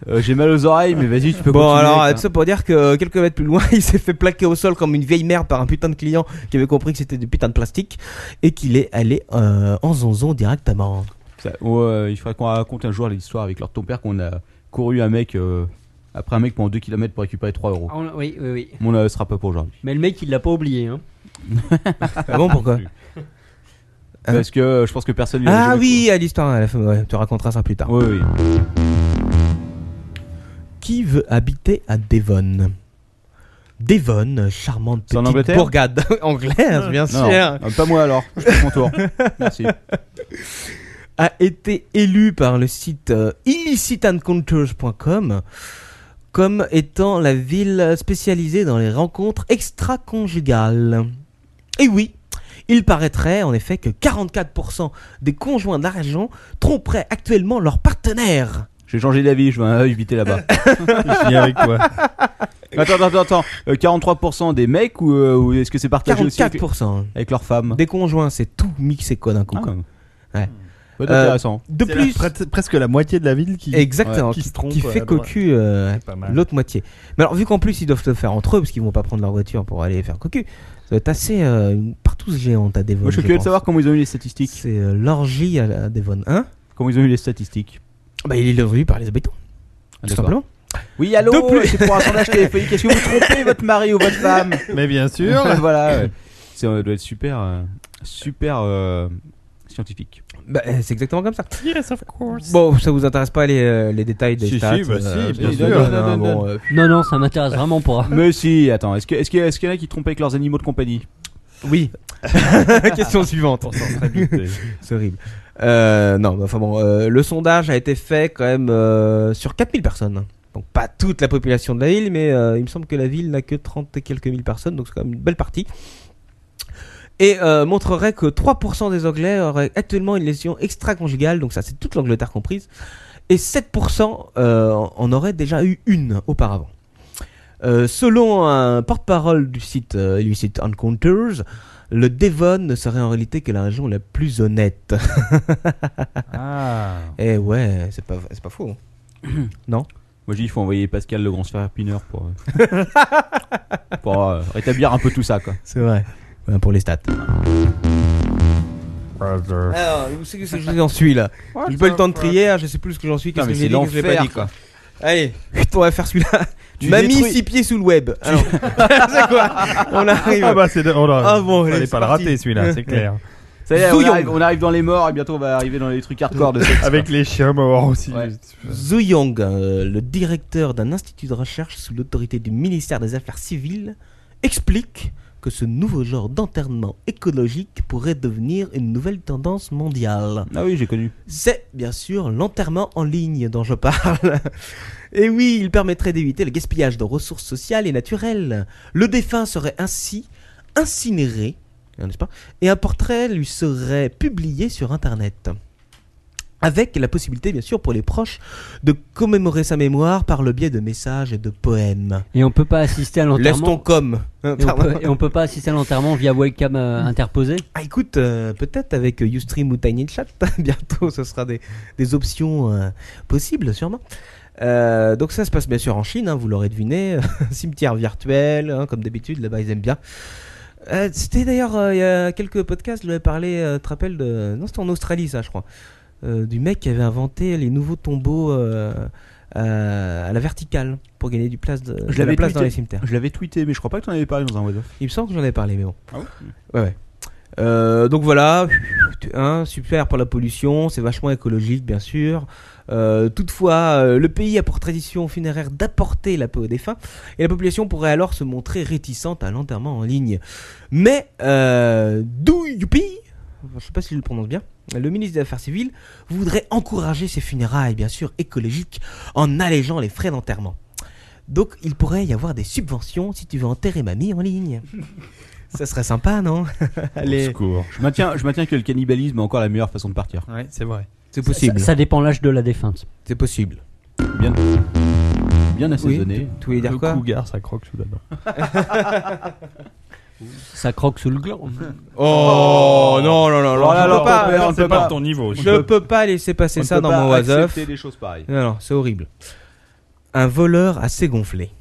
Speaker 2: Euh, J'ai mal aux oreilles, mais vas-y, tu peux
Speaker 6: Bon
Speaker 2: continuer.
Speaker 6: alors,
Speaker 2: quoi.
Speaker 6: tout ça pour dire que quelques mètres plus loin, il s'est fait plaquer au sol comme une vieille merde par un putain de client qui avait compris que c'était du putain de plastique et qu'il est allé euh, en zonzon directement.
Speaker 2: Ça- ouais, euh, il faudrait qu'on raconte un jour l'histoire avec leur ton père qu'on a couru un mec euh, après un mec pendant 2 km pour récupérer 3 euros.
Speaker 4: Ah, on- oui, oui, oui.
Speaker 2: Mon ne sera pas pour aujourd'hui.
Speaker 4: Mais le mec, il l'a pas oublié. Hein.
Speaker 6: Ah bon pourquoi Ah.
Speaker 2: Parce que euh, je pense que personne lui a
Speaker 6: Ah
Speaker 2: jamais
Speaker 6: oui, à l'histoire, à la fin, ouais, tu raconteras ça plus tard.
Speaker 2: cru. Oui, oui.
Speaker 6: Qui veut habiter à Devon Devon, charmante
Speaker 2: C'est en
Speaker 6: petite
Speaker 2: Angleterre
Speaker 6: bourgade anglaise, bien
Speaker 2: Non, non.
Speaker 6: sûr,
Speaker 2: Euh, pas moi alors, je passe mon tour. Merci.
Speaker 6: a été élue par le site euh, illicitandcounters.com comme étant la ville spécialisée dans les rencontres extra-conjugales. Et oui, il paraîtrait en effet que 44% des conjoints d'argent tromperaient actuellement leur partenaire.
Speaker 2: J'ai changé d'avis, je vais euh, éviter là-bas.
Speaker 5: Je finis avec toi.
Speaker 2: attends, attends, attends, attends. Euh, 43% des mecs ou, euh, ou est-ce que c'est partagé aussi avec,
Speaker 6: 44%
Speaker 2: avec leurs femmes
Speaker 6: des conjoints, c'est tout mixé quoi d'un coup.
Speaker 2: Ah,
Speaker 6: quoi.
Speaker 2: ouais.
Speaker 6: Ouais.
Speaker 2: Peut-être
Speaker 6: Euh,
Speaker 2: intéressant.
Speaker 6: De
Speaker 5: C'est la-
Speaker 6: plus,
Speaker 5: pres- presque la moitié de la ville qui.
Speaker 6: exactement,
Speaker 5: ouais, qui
Speaker 6: qui,
Speaker 5: se trompe,
Speaker 6: qui
Speaker 5: ouais,
Speaker 6: fait
Speaker 5: à droite.
Speaker 6: cocu euh,
Speaker 5: C'est pas mal.
Speaker 6: l'autre moitié. Mais alors, vu qu'en plus ils doivent le faire entre eux parce qu'ils vont pas prendre leur voiture pour aller faire cocu, ça doit être assez euh, une partouze géante à Devon.
Speaker 2: Moi je suis curieux de savoir comment ils ont eu les statistiques.
Speaker 6: C'est euh, l'orgie à, la- à Devon hein 1.
Speaker 2: Comment ils ont eu les statistiques.
Speaker 6: Bah, il est levé par les habitants, tout
Speaker 2: D'accord.
Speaker 6: simplement.
Speaker 2: Oui, allô,
Speaker 6: De plus.
Speaker 2: c'est pour un sondage téléphonique. Est-ce que vous trompez votre mari ou votre femme
Speaker 5: Mais bien sûr.
Speaker 2: voilà, ouais. ça doit être super, euh, super euh, scientifique.
Speaker 6: Bah, euh, c'est exactement comme ça.
Speaker 11: Yes, of course.
Speaker 6: Bon, ça vous intéresse pas les, euh, les détails des
Speaker 5: Si, si,
Speaker 6: stats
Speaker 5: bah si,
Speaker 6: euh,
Speaker 5: bien
Speaker 6: des-
Speaker 5: sûr. Ah,
Speaker 6: des-
Speaker 5: Donne,
Speaker 6: hein,
Speaker 5: donne,
Speaker 6: bon,
Speaker 5: donne.
Speaker 6: euh,
Speaker 4: Non, non, ça m'intéresse vraiment pas.
Speaker 2: Mais si, attends, est-ce que- est-ce que- est-ce qu'il y en a qui trompaient avec leurs animaux de compagnie
Speaker 6: Oui. Question suivante. C'est horrible. Euh, non, mais enfin bon, euh, le sondage a été fait quand même euh, sur 4000 personnes. Donc pas toute la population de la ville, mais euh, il me semble que la ville n'a que 30 et quelques mille personnes, donc c'est quand même une belle partie. Et euh, montrerait que 3% des Anglais auraient actuellement une lésion extra-conjugale, donc ça c'est toute l'Angleterre comprise, et 7% euh, en auraient déjà eu une auparavant. Euh, selon un porte-parole du site, euh, du site Encounters, le Devon ne serait en réalité que la région la plus honnête.
Speaker 7: Ah.
Speaker 6: Eh ouais, c'est pas, c'est pas hein. faux.
Speaker 2: Moi, je dis, il faut envoyer Pascal le grand sphère Pineur pour, euh, pour euh, rétablir un peu tout ça, quoi.
Speaker 6: C'est vrai. pour les stats. Alors, où c'est que c'est que j'en suis là J'ai pas eu le temps de trier, hein, je sais plus ce que j'en suis, qu'est-ce
Speaker 2: Putain,
Speaker 6: que
Speaker 2: mais
Speaker 6: j'ai
Speaker 2: c'est
Speaker 6: dit, qu'est-ce que j'ai pas
Speaker 2: l'enfer,
Speaker 6: dit
Speaker 2: quoi.
Speaker 6: quoi. Allez, on va faire celui-là.
Speaker 2: Tu
Speaker 6: Mamie
Speaker 2: détruis-
Speaker 6: six pieds sous le web. Alors, c'est quoi On arrive.
Speaker 5: Ah bah c'est. de- Oh là,
Speaker 6: Ah bon, allez,
Speaker 5: fallait
Speaker 6: c'est
Speaker 5: pas le
Speaker 6: parti.
Speaker 5: rater celui-là, c'est clair.
Speaker 2: Ça y est, on
Speaker 6: Zouillon.
Speaker 2: arrive, on arrive dans les morts et bientôt on va arriver dans les trucs hardcore de sexe,
Speaker 5: Avec les chiens morts aussi.
Speaker 2: Ouais.
Speaker 6: Zhu Yong, euh, le directeur d'un institut de recherche sous l'autorité du ministère des Affaires civiles, explique que ce nouveau genre d'enterrement écologique pourrait devenir une nouvelle tendance mondiale.
Speaker 2: quoi. Ah oui, j'ai connu.
Speaker 6: C'est bien sûr l'enterrement en ligne dont je parle. Et oui, il permettrait d'éviter le gaspillage de ressources sociales et naturelles. Le défunt serait ainsi incinéré, hein, n'est-ce pas Et un portrait lui serait publié sur Internet. Avec la possibilité, bien sûr, pour les proches de commémorer sa mémoire par le biais de messages et de poèmes. hein,
Speaker 4: Et on peut pas assister à
Speaker 6: Laisse ton
Speaker 4: l'enterrement.
Speaker 6: com.
Speaker 4: Et on, peut, et on peut pas assister à l'enterrement via webcam euh, interposée.
Speaker 6: Ah écoute, euh, peut-être avec euh, Ustream ou Tiny Chat, bientôt ce sera des, des options euh, possibles sûrement. Euh, donc ça se passe bien sûr en Chine, hein, vous l'aurez deviné, cimetière virtuel, hein, comme d'habitude, là-bas ils aiment bien. Euh, C'était d'ailleurs euh, il y a quelques podcasts, je l'avais parlé, euh, tu te rappelles de... Non c'était en Australie ça je crois, Euh, du mec qui avait inventé les nouveaux tombeaux euh, euh, à la verticale pour gagner du place de, de la
Speaker 2: l'avais
Speaker 6: place dans
Speaker 2: tweeté.
Speaker 6: les cimetières.
Speaker 2: Je l'avais tweeté, mais je crois pas que t'en avais parlé dans un what
Speaker 6: Il me semble que j'en avais parlé, mais bon. ouais, ouais. Euh, donc voilà, hein, super pour la pollution, c'est vachement écologique bien sûr. Euh, toutefois, euh, le pays a pour tradition funéraire d'apporter la peau aux défunts et la population pourrait alors se montrer réticente à l'enterrement en ligne. Mais euh, Do Youpi, je sais pas si je le prononce bien, le ministre des Affaires civiles voudrait encourager ces funérailles bien sûr écologiques en allégeant les frais d'enterrement. Donc il pourrait y avoir des subventions si tu veux enterrer mamie en ligne. Ça serait sympa, non Allez.
Speaker 2: Je maintiens, je maintiens que le cannibalisme est encore la meilleure façon de partir.
Speaker 7: Ouais, c'est vrai.
Speaker 6: C'est possible.
Speaker 4: Ça, ça dépend l'âge de la défunte.
Speaker 6: C'est possible.
Speaker 2: Bien, bien
Speaker 6: Oui,
Speaker 2: assaisonné.
Speaker 6: tu voulais dire
Speaker 7: le
Speaker 6: quoi
Speaker 7: cougar, ça croque tout d'abord.
Speaker 4: Ça croque sous le gland.
Speaker 6: Oh non non non, non,
Speaker 2: Oh là
Speaker 6: je
Speaker 2: là,
Speaker 6: peux pas,
Speaker 2: on peut
Speaker 6: on
Speaker 2: pas,
Speaker 6: peut
Speaker 2: pas.
Speaker 6: pas.
Speaker 5: ton niveau.
Speaker 6: Je peux pas laisser passer
Speaker 2: On ne
Speaker 6: ça
Speaker 2: peut
Speaker 6: dans
Speaker 2: pas
Speaker 6: mon was-of.
Speaker 2: accepter des choses pareilles.
Speaker 6: Non, non, c'est horrible. Un voleur assez gonflé.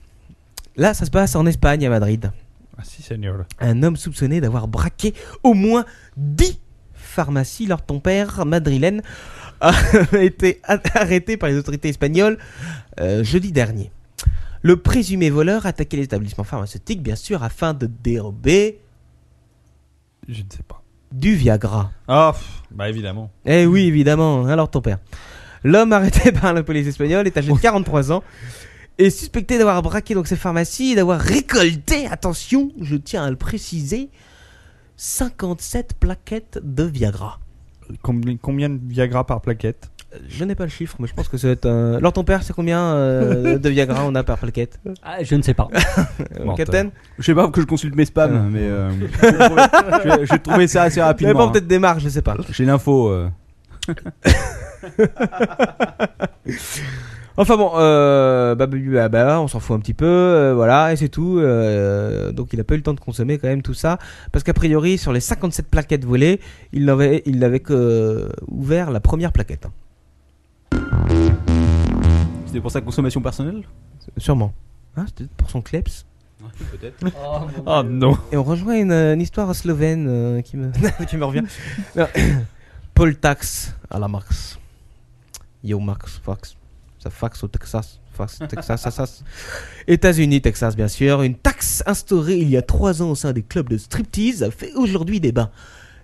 Speaker 6: Là, ça se passe en Espagne, à Madrid.
Speaker 5: Ah si seigneur.
Speaker 6: Un homme soupçonné d'avoir braqué au moins 10 pharmacies lors de ton père, madrilène, a été a- arrêté par les autorités espagnoles euh, jeudi dernier. Le présumé voleur attaquait l'établissement pharmaceutique, bien sûr, afin de dérober
Speaker 5: Je ne sais pas.
Speaker 6: du Viagra.
Speaker 5: Ah pff, bah évidemment.
Speaker 6: Eh oui, évidemment, alors ton père. L'homme arrêté par la police espagnole est âgé de 43 ans et suspecté d'avoir braqué donc ses pharmacies et d'avoir récolté, attention, je tiens à le préciser, 57 plaquettes de Viagra.
Speaker 5: Combien, combien de Viagra par plaquette
Speaker 6: Euh, Je n'ai pas le chiffre, mais je pense que ça doit être un... Alors ton père, c'est combien euh, de Viagra on a par plaquette
Speaker 4: Ah, je ne sais pas.
Speaker 6: Euh,
Speaker 5: Menteur.
Speaker 6: Captain
Speaker 2: Je sais pas, faut que je consulte mes spams, mais euh, je, vais trouver- je vais- je vais trouver ça assez
Speaker 6: Je pas,
Speaker 2: rapidement. hein.
Speaker 6: peut-être des marges, je sais pas.
Speaker 2: J'ai l'info. euh.
Speaker 6: Enfin bon, euh, bah, bah, bah, bah, on s'en fout un petit peu, euh, voilà, et c'est tout. euh, donc il a pas eu le temps de consommer quand même tout ça, parce qu'a priori sur les 57 plaquettes volées, il n'avait il n'avait que euh, ouvert la première plaquette, hein,
Speaker 2: C'était pour sa consommation personnelle
Speaker 6: sûrement. Hein, C'était pour son kleps.
Speaker 2: Peut-être.
Speaker 5: Ah non.
Speaker 6: Et on rejoint une, une histoire slovène euh, qui me qui me revient. Non. Paul Tax à la Max. Yo Max, fax. Ça fax au Texas. Fax, Texas, ça, ça. États-Unis, Texas, bien sûr. Une taxe instaurée il y a trois ans au sein des clubs de striptease fait aujourd'hui débat.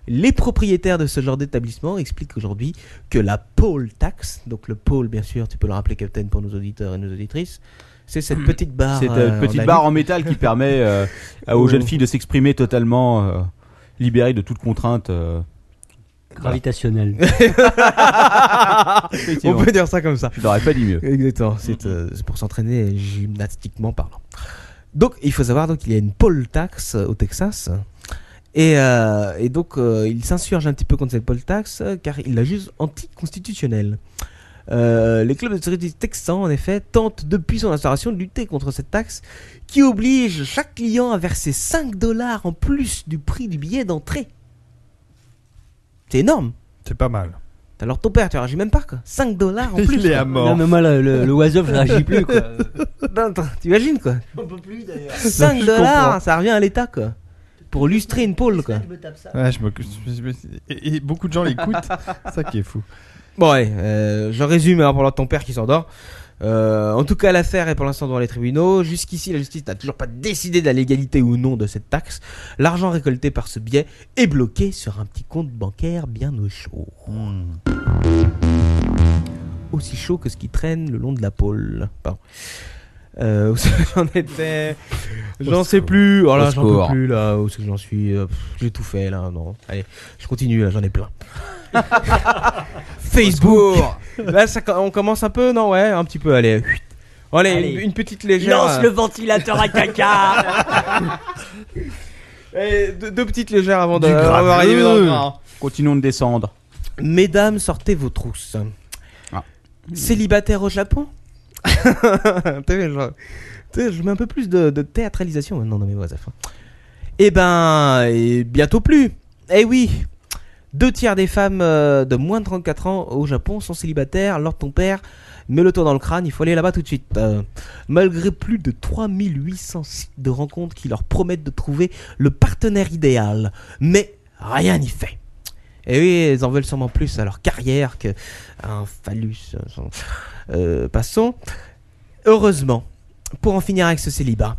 Speaker 6: Les propriétaires de ce genre d'établissement expliquent aujourd'hui que la pôle taxe, donc le pôle, bien sûr, tu peux le rappeler, Captain, pour nos auditeurs et nos auditrices, c'est cette petite barre.
Speaker 2: Cette
Speaker 6: euh,
Speaker 2: euh,
Speaker 6: en
Speaker 2: petite
Speaker 6: alu-
Speaker 2: barre en métal qui permet euh, à- aux
Speaker 6: Oh.
Speaker 2: jeunes filles de s'exprimer totalement euh, libérées de toute contrainte. euh.
Speaker 4: Gravitationnel.
Speaker 2: Effectivement.
Speaker 6: On peut dire ça comme ça.
Speaker 2: Je n'aurais pas dit mieux.
Speaker 6: Exactement, c'est euh, c'est pour s'entraîner gymnastiquement parlant. Donc il faut savoir donc il y a une poll tax euh, au Texas et, euh, et donc euh, il s'insurge un petit peu contre cette poll tax euh, car il la juge anticonstitutionnelle. Euh, les clubs de rugby texans, en effet, tentent depuis son instauration de lutter contre cette taxe qui oblige chaque client à verser 5 dollars en plus du prix du billet d'entrée. C'est énorme.
Speaker 5: C'est pas mal.
Speaker 6: Alors ton père, tu réagis même pas quoi. 5 dollars en plus.
Speaker 5: Il est à
Speaker 4: Non,
Speaker 5: mort.
Speaker 4: mais moi, le, le, le oiseau, je réagis plus. Quoi.
Speaker 6: Non, t'en- T'imagines quoi On peut plus d'ailleurs. 5 dollars, ça revient à l'État quoi. Pour lustrer une pôle quoi.
Speaker 5: Ouais, Ah, je me- je me- et, et beaucoup de gens l'écoutent. ça qui est fou.
Speaker 6: Bon, allez, euh, je résume hein, pendant ton père qui s'endort. Euh, en tout cas, l'affaire est pour l'instant devant les tribunaux. Jusqu'ici, la justice n'a toujours pas décidé de la légalité ou non de cette taxe. L'argent récolté par ce biais est bloqué sur un petit compte bancaire bien au chaud.
Speaker 2: Hmm.
Speaker 6: Aussi chaud que ce qui traîne le long de la pôle. Pardon. Euh, où est-ce que j'en étais J'en sais plus. Oh là,
Speaker 2: Au
Speaker 6: j'en peux
Speaker 2: secours.
Speaker 6: plus là. Où est-ce que j'en suis Euh, pff, J'ai tout fait là. Non. Allez, je continue. là, J'en ai plein. Facebook. Là, ça, on commence un peu, non Ouais, un petit peu. Allez. Allez,
Speaker 4: Allez.
Speaker 6: Une, une petite légère. euh,
Speaker 4: ventilateur à caca
Speaker 6: eh, deux, deux petites légères avant de.
Speaker 5: Du
Speaker 6: on va
Speaker 5: graveleux.
Speaker 6: arriver dans le grain.
Speaker 2: Continuons de descendre.
Speaker 6: Mesdames, sortez vos trousses.
Speaker 2: Ah.
Speaker 6: Célibataire au Japon T'as vu, genre, tu sais, je mets un peu plus de, de théâtralisation maintenant dans mes voix. à la fin. Eh ben, et bientôt plus. Eh oui, deux tiers des femmes euh, de moins de 34 ans au Japon sont célibataires. Lors de ton père, mets le tour dans le crâne, il faut aller là-bas tout de suite. Euh, malgré plus de 3800 sites de rencontres qui leur promettent de trouver le partenaire idéal. Mais rien n'y fait. Et Eh oui, elles en veulent sûrement plus à leur carrière que à un phallus. Euh, passons. Heureusement, pour en finir avec ce célibat,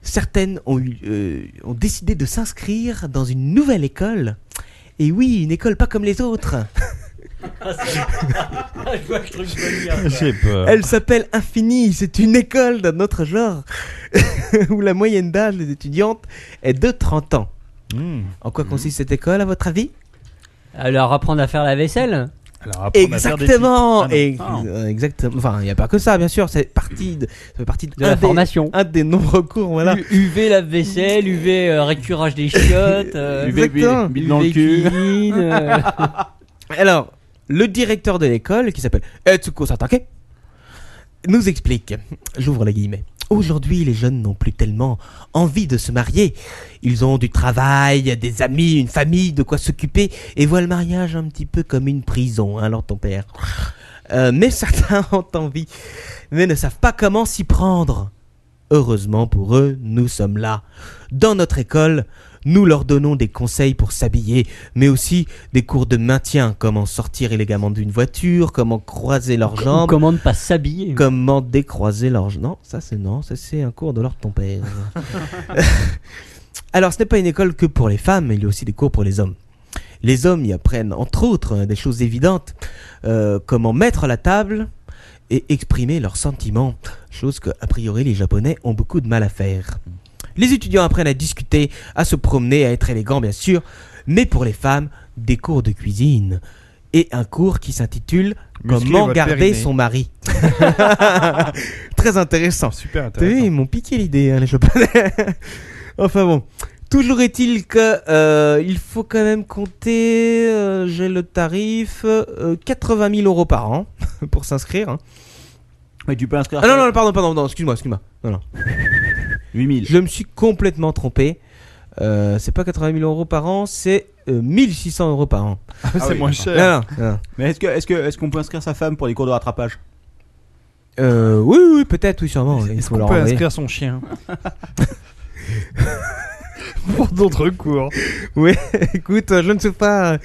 Speaker 6: certaines ont, eu, euh, ont décidé de s'inscrire dans une nouvelle école. Et oui, une école pas comme les autres.
Speaker 4: Je vois le truc venir.
Speaker 5: J'ai
Speaker 2: Ah. Euh,
Speaker 5: peur.
Speaker 6: Elle s'appelle Infini, c'est une école d'un autre genre, où la moyenne d'âge des étudiantes est de 30 ans.
Speaker 5: Mmh.
Speaker 6: En quoi consiste cette école, à votre avis
Speaker 4: Alors, apprendre à faire la vaisselle
Speaker 5: Alors, apprendre à faire des
Speaker 6: Exactement,
Speaker 5: petits-
Speaker 6: ex-
Speaker 5: Ah non.
Speaker 6: euh, exactement. Enfin, il n'y a pas que ça, bien sûr. C'est partie de, ça fait partie de,
Speaker 4: De
Speaker 6: un
Speaker 4: la
Speaker 6: des-
Speaker 4: formation.
Speaker 6: un des nombreux cours, Ah, voilà.
Speaker 4: U- UV lave-vaisselle, UV euh, récurage des chiottes, euh,
Speaker 2: UV,
Speaker 6: Exactement.
Speaker 2: bide dans le cul.
Speaker 4: cuisine, euh,
Speaker 6: Alors, le directeur de l'école, qui s'appelle Etsuko Satake, nous explique, j'ouvre les guillemets, aujourd'hui les jeunes n'ont plus tellement envie de se marier. Ils ont du travail, des amis, une famille, de quoi s'occuper, et voient le mariage un petit peu comme une prison, hein, alors ton père. Euh, mais certains ont envie, mais ne savent pas comment s'y prendre. Heureusement pour eux, nous sommes là. Dans notre école, nous leur donnons des conseils pour s'habiller, mais aussi des cours de maintien, comment sortir illégalement d'une voiture, comment croiser leurs
Speaker 4: on
Speaker 6: jambes,
Speaker 4: commande pas s'habiller.
Speaker 6: Comment décroiser l'argent Non, ça c'est non, ça c'est un cours de l'ordre de ton père. Alors ce n'est pas une école que pour les femmes, il y a aussi des cours pour les hommes. Les hommes y apprennent entre autres euh, des choses évidentes, euh, comment mettre la table et exprimer leurs sentiments, chose que a priori les Japonais ont beaucoup de mal à faire. Les étudiants apprennent à discuter, à se promener, à être élégants bien sûr, mais pour les femmes, des cours de cuisine et un cours qui s'intitule
Speaker 5: Muscler
Speaker 6: Comment
Speaker 5: votre
Speaker 6: garder
Speaker 5: périnée.
Speaker 6: son mari Très intéressant.
Speaker 5: Super
Speaker 6: T'as vu,
Speaker 5: intéressant.
Speaker 6: ils m'ont piqué l'idée, hein, les Japonais. enfin bon. Toujours est-il que euh, il faut quand même compter, euh, j'ai le tarif, euh, 80 000 euros par an pour s'inscrire. hein.
Speaker 2: Mais tu peux inscrire
Speaker 6: Ah non, non, pardon, pardon, non, excuse-moi, excuse-moi. Non, non.
Speaker 2: 8000.
Speaker 6: Je me suis complètement trompé. Euh, c'est pas 80 000 euros par an, c'est euh, 1600 euros par an.
Speaker 5: c'est
Speaker 2: oui,
Speaker 5: moins
Speaker 2: d'accord.
Speaker 7: Euh.
Speaker 5: cher.
Speaker 6: Non, non, non.
Speaker 2: Mais est-ce que est-ce que est-ce qu'on peut inscrire sa femme pour les cours de rattrapage
Speaker 6: Euh, oui, oui, peut-être, oui, sûrement. Il
Speaker 7: Est-ce
Speaker 6: faut
Speaker 7: qu'on
Speaker 6: leur
Speaker 7: peut
Speaker 6: envoyer.
Speaker 7: inscrire son chien
Speaker 5: Pour d'autres cours.
Speaker 6: Oui, écoute, euh, je ne sais pas euh,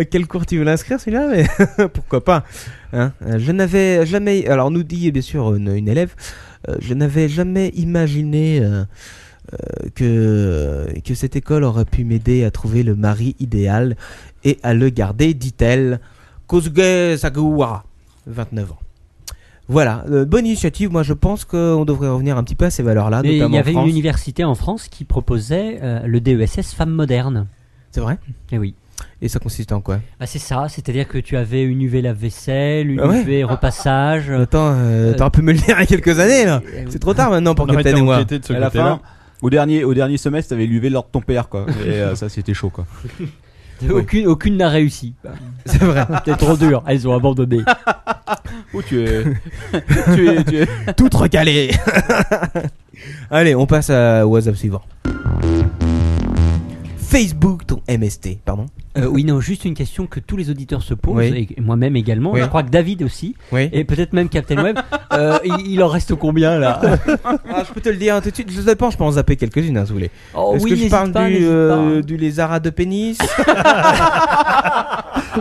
Speaker 6: à quel cours tu veux l'inscrire celui-là, mais pourquoi pas. Hein, euh, je n'avais jamais, alors nous dit bien sûr une, une élève, euh, je n'avais jamais imaginé euh, euh, que, que cette école aurait pu m'aider à trouver le mari idéal et à le garder, dit-elle. Kosuge Sakawara, 29 ans. Voilà, euh, bonne initiative. Moi, je pense qu'on devrait revenir un petit peu à ces valeurs-là,
Speaker 4: Mais
Speaker 6: Ah, notamment
Speaker 4: il y avait
Speaker 6: en France.
Speaker 4: une université en France qui proposait euh, le DESS Femmes Modernes.
Speaker 6: C'est vrai
Speaker 4: Eh oui.
Speaker 6: Et ça consiste en quoi
Speaker 4: Bah, c'est ça, c'est-à-dire que tu avais une UV lave-vaisselle, une
Speaker 6: Ah ouais
Speaker 4: UV repassage. euh,
Speaker 6: Attends, euh, t'aurais pu me le dire il y a quelques années, là.
Speaker 4: euh,
Speaker 6: C'est trop tard maintenant pour
Speaker 5: On aurait
Speaker 6: Captain
Speaker 5: été
Speaker 6: et moi.
Speaker 5: enquêté de ce
Speaker 2: à la
Speaker 5: côté-là.
Speaker 2: fin, au dernier, au dernier semestre, t'avais l'UV de l'ordre de ton père, quoi. Et euh, ça, c'était chaud, quoi.
Speaker 4: Aucune, aucune n'a réussi.
Speaker 6: C'est vrai.
Speaker 4: C'est trop dur, elles ont abandonné.
Speaker 2: Oh, tu es. tu es. Tu es.
Speaker 6: Tout recalé. Allez, on passe à WhatsApp suivant. Facebook, ton MST, pardon.
Speaker 4: Euh, oui, non, juste une question que tous les auditeurs se posent,
Speaker 6: Oui.
Speaker 4: et moi-même également.
Speaker 6: Oui.
Speaker 4: Je crois que David aussi,
Speaker 6: Oui.
Speaker 4: et peut-être même Captain Web. Euh, il, il en reste combien là
Speaker 6: Ah, je peux te le dire tout de suite, je sais pas, je peux en zapper quelques-unes, hein, si vous voulez.
Speaker 4: oh,
Speaker 6: Est-ce
Speaker 4: oui,
Speaker 6: que je
Speaker 4: n'hésite
Speaker 6: parle
Speaker 4: pas,
Speaker 6: du,
Speaker 4: n'hésite
Speaker 6: euh,
Speaker 4: pas.
Speaker 6: du lézard à deux pénis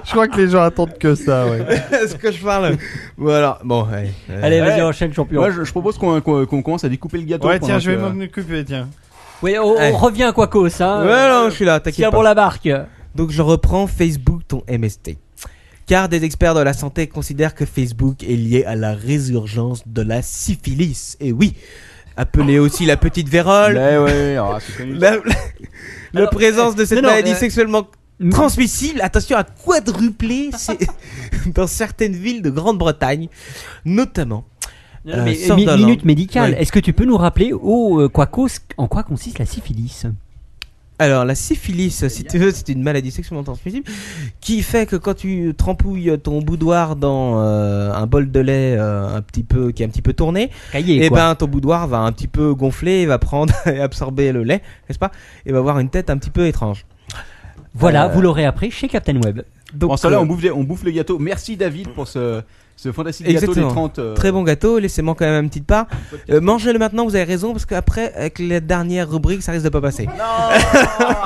Speaker 5: Je crois que les gens attendent que ça, ouais.
Speaker 6: Est-ce que je parle Voilà, bon, allez. euh,
Speaker 4: Allez, vas-y,
Speaker 2: Ouais.
Speaker 4: enchaîne, champion.
Speaker 2: Moi, je, je propose qu'on qu'on- qu'on commence à découper le gâteau.
Speaker 5: Ouais,
Speaker 2: pendant
Speaker 5: tiens, je vais
Speaker 2: que-
Speaker 5: m'en occuper, tiens.
Speaker 4: Oui, on, on
Speaker 6: Ouais.
Speaker 4: revient à Quacos, hein.
Speaker 6: Ouais, non, je suis là, t'inquiète
Speaker 4: Tiens
Speaker 6: pas.
Speaker 4: pour la barque.
Speaker 6: Donc je reprends Facebook, ton MST. Car des experts de la santé considèrent que Facebook est lié à la résurgence de la syphilis. Et oui, appelée aussi la petite vérole,
Speaker 2: Ouais, ouais, ouais, c'est connu.
Speaker 6: la, la- la
Speaker 4: Alors,
Speaker 6: présence de cette
Speaker 4: non, non,
Speaker 6: maladie
Speaker 4: euh,
Speaker 6: sexuellement
Speaker 4: mm.
Speaker 6: transmissible, attention, à quadruplé c'est- dans certaines villes de Grande-Bretagne, notamment.
Speaker 4: Non,
Speaker 6: Euh,
Speaker 4: mais,
Speaker 6: sors
Speaker 4: mi-
Speaker 6: d'Alain.
Speaker 4: minute médicale,
Speaker 6: Oui.
Speaker 4: est-ce que tu peux nous rappeler au euh, Quacos en quoi consiste la syphilis
Speaker 6: Alors, la syphilis, si tu veux, c'est une maladie sexuellement transmissible qui fait que quand tu trempouilles ton boudoir dans euh, un bol de lait euh, un petit peu, qui est un petit peu tourné,
Speaker 4: Cahier,
Speaker 6: et
Speaker 4: quoi.
Speaker 6: ben ton boudoir va un petit peu gonfler, va prendre et absorber le lait, n'est-ce pas Et va avoir une tête un petit peu étrange.
Speaker 4: voilà,
Speaker 6: euh,
Speaker 4: vous l'aurez appris chez Captain Web.
Speaker 6: Donc,
Speaker 2: En cela,
Speaker 6: euh,
Speaker 2: on bouffe, des- on bouffe les gâteaux. Merci, David, pour ce, ce fantastique gâteau
Speaker 6: Exactement.
Speaker 2: des 30. euh,
Speaker 6: Très bon gâteau, laissez-moi quand même une petite part. Euh, Mangez-le maintenant, vous avez raison, parce qu'après, avec la dernière rubrique, ça risque de pas passer.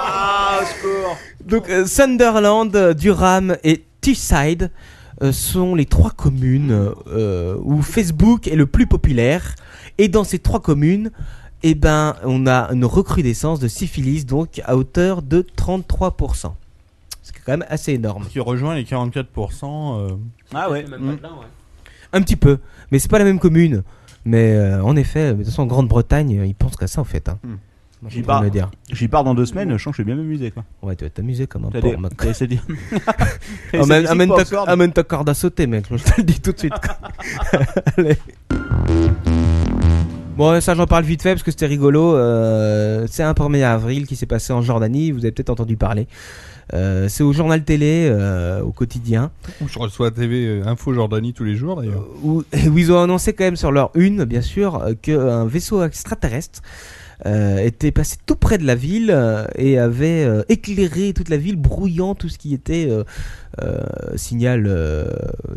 Speaker 6: Donc, euh, Sunderland, euh, Durham et Teesside euh, sont les trois communes euh, où Facebook est le plus populaire. Et dans ces trois communes, eh ben, on a une recrudescence de syphilis, donc à hauteur de 33%. Ce qui est quand même assez énorme.
Speaker 5: Qui rejoint les 44%. euh,
Speaker 2: Ah ouais.
Speaker 6: Un petit peu, mais c'est pas la même commune. Mais euh, en effet, de toute façon, en Grande-Bretagne, euh, ils pensent qu'à ça en fait. Hein.
Speaker 5: Hmm.
Speaker 6: Moi,
Speaker 2: J'y
Speaker 6: j'ai envie de
Speaker 2: pars.
Speaker 6: le dire.
Speaker 2: Mm. J'y pars dans deux semaines, je sens que je vais bien m'amuser, quoi.
Speaker 6: Ouais, tu vas t'amuser comme un
Speaker 2: T'as
Speaker 6: porc,
Speaker 2: des-
Speaker 6: mec.
Speaker 2: t'as essayé de dire- T'as essayé
Speaker 6: Amène,
Speaker 2: de
Speaker 6: amène
Speaker 2: dire
Speaker 6: ta,
Speaker 2: Oxford.
Speaker 6: amène ta corde à sauter, mec. Je te le dis tout de suite. Allez. Bon, ça, j'en parle vite fait parce que c'était rigolo. Euh, c'est un 1er avril qui s'est passé en Jordanie. Vous avez peut-être entendu parler. Euh, c'est au journal télé, euh, au quotidien,
Speaker 5: Je reçois TV Info Jordanie tous les jours, d'ailleurs.
Speaker 6: où, où ils ont annoncé quand même sur leur une, bien sûr, euh, qu'un vaisseau extraterrestre euh, était passé tout près de la ville euh, et avait euh, éclairé toute la ville, brouillant tout ce qui était euh, euh, signal euh,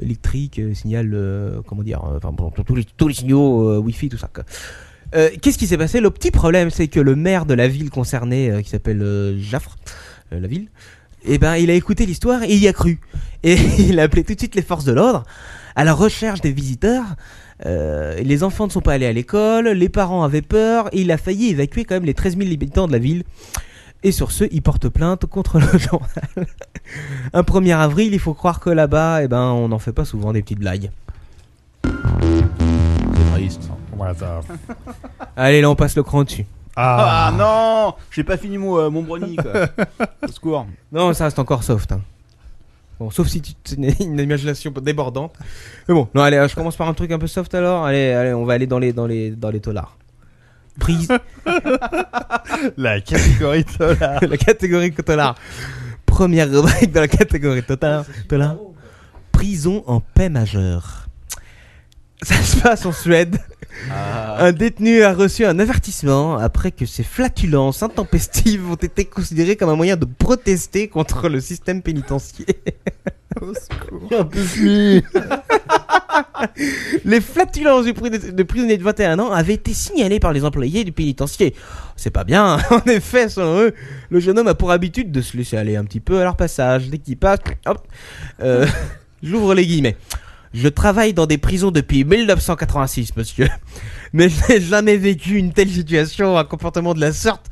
Speaker 6: électrique, euh, signal, euh, comment dire, euh, enfin bon, tous les, tous les signaux euh, Wi-Fi, tout ça. quoi. Euh, Qu'est-ce qui s'est passé Le petit problème, c'est que le maire de la ville concernée, euh, qui s'appelle euh, Jaffre, euh, la ville, eh ben, il a écouté l'histoire et il y a cru. Et il a appelé tout de suite les forces de l'ordre à la recherche des visiteurs. Euh, les enfants ne sont pas allés à l'école, les parents avaient peur, et il a failli évacuer quand même les 13 000 habitants de la ville. Et sur ce, il porte plainte contre le journal. Un 1er avril, il faut croire que là-bas, eh ben, on n'en fait pas souvent des petites blagues.
Speaker 2: C'est triste.
Speaker 5: Voilà, ça.
Speaker 6: Allez, là, on passe le cran dessus.
Speaker 5: Ah,
Speaker 2: Ah non J'ai pas fini mon, euh, mon brownie, quoi. Au secours.
Speaker 6: Non, ça reste encore soft. hein. Bon, sauf si tu tenais une imagination débordante. Mais bon, non, allez, euh, je commence par un truc un peu soft alors. Allez, allez, on va aller dans les, dans les, dans les tollards. Prise,
Speaker 5: La catégorie de la-
Speaker 6: la catégorie Tolar. Première rubrique de la catégorie Tolar. Tolar. Prison en paix majeure. Ça se passe en Suède. Un détenu a reçu un avertissement après que ses flatulences intempestives ont été considérées comme un moyen de protester contre le système pénitentiaire. Les flatulences du pri- de prisonnier de 21 ans avaient été signalées par les employés du pénitencier. C'est pas bien, hein. en effet, selon eux, le jeune homme a pour habitude de se laisser aller un petit peu à leur passage. Dès qu'il passe, hop, euh, j'ouvre les guillemets. Je travaille dans des prisons depuis 1986, monsieur. Mais je n'ai jamais vécu une telle situation, un comportement de la sorte.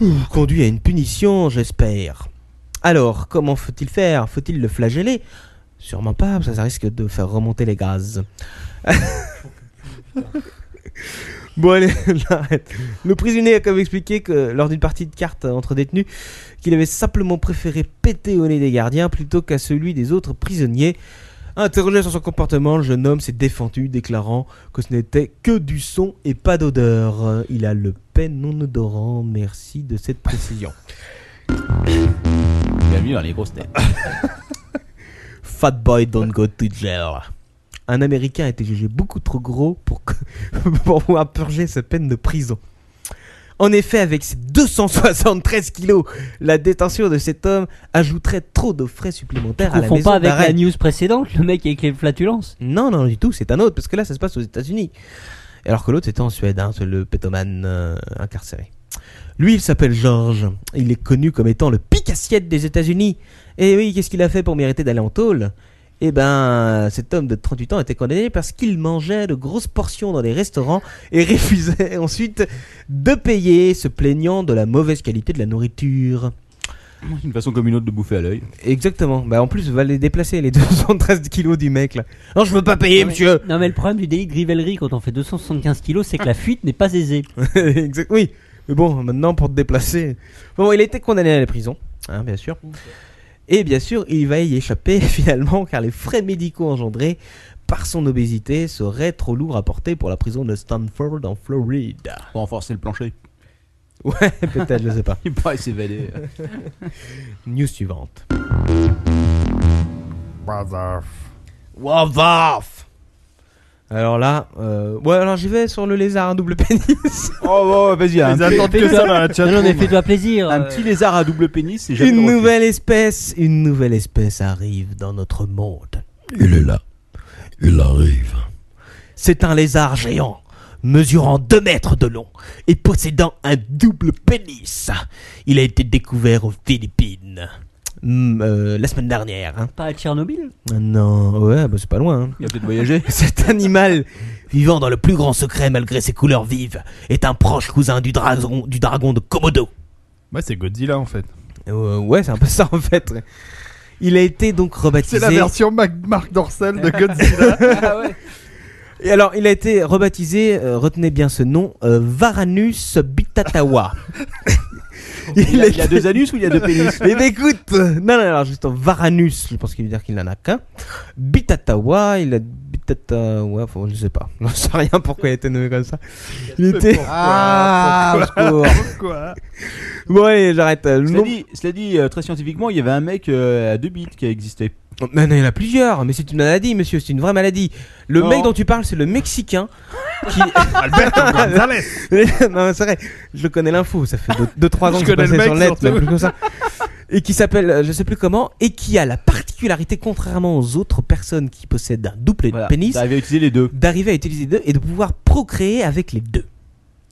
Speaker 6: Ouh, Conduit à une punition, j'espère. Alors, comment faut-il faire Faut-il le flageller Sûrement pas, parce que ça risque de faire remonter les gaz. Bon allez, j'arrête. Le prisonnier a comme expliqué que lors d'une partie de cartes entre détenus, qu'il avait simplement préféré péter au nez des gardiens plutôt qu'à celui des autres prisonniers. Interrogé sur son comportement, le jeune homme s'est défendu, déclarant que ce n'était que du son et pas d'odeur. Euh, Il a le pain non odorant, merci de cette précision.
Speaker 2: Bienvenue dans les grosses têtes.
Speaker 6: Fat boy don't go to jail. Un Américain a été jugé beaucoup trop gros pour, que- pour pouvoir purger sa peine de prison. En effet, avec ses 273 kilos, la détention de cet homme ajouterait trop de frais supplémentaires à la
Speaker 4: Confond
Speaker 6: maison
Speaker 4: pas avec la
Speaker 6: d'arrêt.
Speaker 4: news précédente, le mec avec les flatulences.
Speaker 6: Non, non, du tout, c'est un autre, parce que là, ça se passe aux États-Unis. Alors que l'autre, c'était en Suède, hein, c'est le pétoman euh, incarcéré. Lui, il s'appelle George. Il est connu comme étant le pique-assiette des États-Unis. Et oui, qu'est-ce qu'il a fait pour mériter d'aller en tôle Eh ben, cet homme de 38 ans était condamné parce qu'il mangeait de grosses portions dans des restaurants et refusait ensuite de payer, se plaignant de la mauvaise qualité de la nourriture.
Speaker 2: Une façon comme une autre de bouffer à l'œil.
Speaker 6: Exactement. Bah, en plus, va les déplacer, les 213 kilos du mec, là. Non, je veux pas payer,
Speaker 4: Non, mais-
Speaker 6: monsieur
Speaker 4: Non mais le problème du délit de rivellerie quand on fait 275 kilos, c'est que la fuite n'est pas aisée.
Speaker 6: Exact- Oui, mais bon, maintenant pour te déplacer. Bon, il a été condamné à la prison, hein, bien sûr. Et bien sûr, il va y échapper finalement, car les frais médicaux engendrés par son obésité seraient trop lourds à porter pour la prison de Stanford en Floride.
Speaker 2: Pour renforcer le plancher.
Speaker 6: Ouais, peut-être, je sais pas.
Speaker 2: Il paraît s'évader.
Speaker 6: News suivante.
Speaker 5: Bazar.
Speaker 6: Wavaf Alors là, euh, ouais, alors j'y vais sur le lézard à double pénis.
Speaker 2: oh, ouais, vas-y, un,
Speaker 5: Ils attendent que ça dans la
Speaker 4: Non, non,
Speaker 5: chatroom.
Speaker 4: mais fais-toi plaisir.
Speaker 2: un
Speaker 4: euh,
Speaker 2: petit lézard à double pénis, c'est jamais
Speaker 6: Une
Speaker 2: refusé.
Speaker 6: nouvelle espèce, une nouvelle espèce arrive dans notre monde.
Speaker 1: Il est là. Il arrive.
Speaker 6: C'est un lézard géant, mesurant 2 mètres de long et possédant un double pénis. Il a été découvert aux Philippines. Hmm, euh, la semaine dernière. hein.
Speaker 4: Pas à Tchernobyl
Speaker 6: Non, ouais, bah c'est pas loin. hein.
Speaker 2: Il a peut-être voyagé.
Speaker 6: Cet animal, vivant dans le plus grand secret malgré ses couleurs vives, est un proche cousin du dragon, du dragon de Komodo.
Speaker 5: Ouais, c'est Godzilla en fait.
Speaker 6: Euh, ouais, c'est un peu ça en fait. Il a été donc rebaptisé.
Speaker 5: C'est la version Mac Marc Dorcel de Godzilla.
Speaker 6: Et alors, il a été rebaptisé, euh, retenez bien ce nom, euh, Varanus Bitatawa.
Speaker 2: Il a, il a deux anus ou il a deux pénis
Speaker 6: Mais bah, écoute, euh, non, non, alors juste Varanus, je pense qu'il veut dire qu'il n'en a qu'un. Bitatawa, il a Bitatawa, faut, je sais pas, je sais rien pourquoi il a été nommé comme ça. Il était. ah, au secours.
Speaker 5: Quoi
Speaker 6: Bon allez, j'arrête. euh, le
Speaker 2: Cela
Speaker 6: nom-
Speaker 2: dit, cela dit, euh, très scientifiquement, il y avait un mec euh, à deux bits qui a existé.
Speaker 6: Non, non, il y en a plusieurs, mais c'est une maladie, monsieur, c'est une vraie maladie. Le
Speaker 2: Non.
Speaker 6: mec dont tu parles, c'est le Mexicain qui.
Speaker 5: Alberto Gonzalez.
Speaker 6: non, mais c'est vrai, je connais l'info, ça fait 2-3 ans
Speaker 5: Je
Speaker 6: que je
Speaker 5: connais le
Speaker 6: passais
Speaker 5: mec,
Speaker 6: sur le net,
Speaker 5: surtout.
Speaker 6: mais plus comme ça. Et qui s'appelle, euh, je sais plus comment, et qui a la particularité, contrairement aux autres personnes qui possèdent un double
Speaker 2: Voilà,
Speaker 6: pénis,
Speaker 2: T'arrives à utiliser les deux.
Speaker 6: d'arriver à utiliser les deux et de pouvoir procréer avec les deux.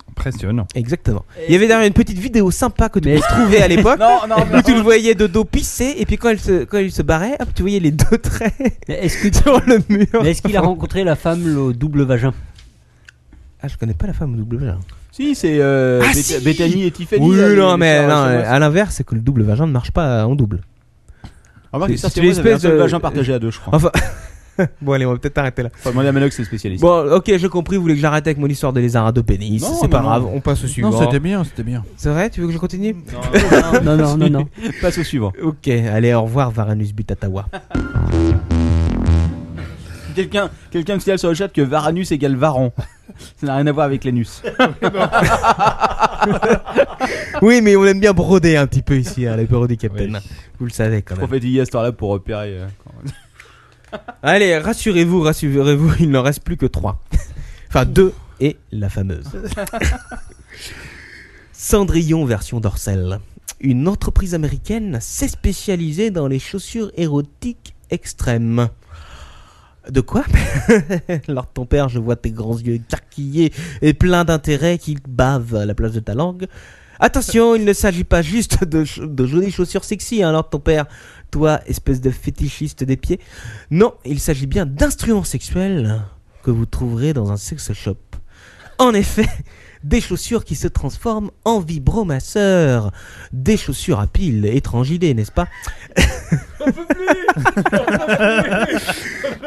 Speaker 5: Impressionnant.
Speaker 6: Exactement. Il y avait d'ailleurs une petite vidéo sympa que tu
Speaker 4: Mais-
Speaker 6: pouvais trouver à l'époque.
Speaker 2: Non, non,
Speaker 6: Où tu le voyais de dos pisser et puis quand il se, quand il se barrait, hop, tu voyais les deux traits
Speaker 4: Mais Est-ce que-
Speaker 6: sur le mur.
Speaker 4: mais est-ce qu'il a rencontré la femme au double vagin
Speaker 6: Ah, je connais pas la femme au double vagin.
Speaker 2: Si, c'est euh,
Speaker 6: Ah,
Speaker 2: Beth-
Speaker 6: si
Speaker 2: Bethany et Tiffany.
Speaker 6: Oui,
Speaker 2: là, les-
Speaker 6: non,
Speaker 2: les
Speaker 6: mais ah,
Speaker 2: sœurs,
Speaker 6: non,
Speaker 2: chez moi,
Speaker 6: à l'inverse, c'est que le double vagin ne marche pas en double.
Speaker 2: Remarque,
Speaker 6: C'est-
Speaker 2: ça,
Speaker 6: c'est
Speaker 2: c'est
Speaker 6: une
Speaker 2: une espèce un
Speaker 6: espèce
Speaker 2: seul
Speaker 6: de- Ah.
Speaker 2: vagin partagé à deux, je crois.
Speaker 6: Enfin. Bon, allez, on va peut-être arrêter là.
Speaker 2: Faut demander à Manox, c'est le spécialiste.
Speaker 6: Bon, ok, j'ai compris, vous voulez que j'arrête avec mon histoire de lézard à deux pénis.
Speaker 2: Non,
Speaker 6: C'est pas
Speaker 2: non,
Speaker 6: grave,
Speaker 2: non.
Speaker 6: on passe au suivant.
Speaker 7: bien, c'était bien.
Speaker 6: C'est vrai, tu veux que je continue
Speaker 4: Non, non, non, non.
Speaker 2: Passe au suivant.
Speaker 6: Ok, allez, au revoir, Varanus Butatawa.
Speaker 2: Quelqu'un quelqu'un me signale sur le chat que Varanus égale Varan. Ça n'a rien à voir avec l'anus.
Speaker 6: oui, mais on aime bien broder un petit peu ici, hein, les parodies Captain. Vous le savez quand
Speaker 2: On
Speaker 6: même.
Speaker 2: fait hier cette là pour repérer. euh, quand-
Speaker 6: Allez, rassurez-vous, rassurez-vous, il n'en reste plus que trois. Enfin, deux et la fameuse. Cendrillon version Dorsel. Une entreprise américaine s'est spécialisée dans les chaussures érotiques extrêmes. De quoi Lors de ton père, je vois tes grands yeux écarquillés et pleins d'intérêt qui bavent à la place de ta langue. Attention, il ne s'agit pas juste de, ch- de jolies chaussures sexy, hein, Lord ton père. toi, espèce de fétichiste des pieds. Non, il s'agit bien d'instruments sexuels que vous trouverez dans un sex shop. En effet, des chaussures qui se transforment en vibromasseurs, des chaussures à pile, étrange idée, n'est-ce pas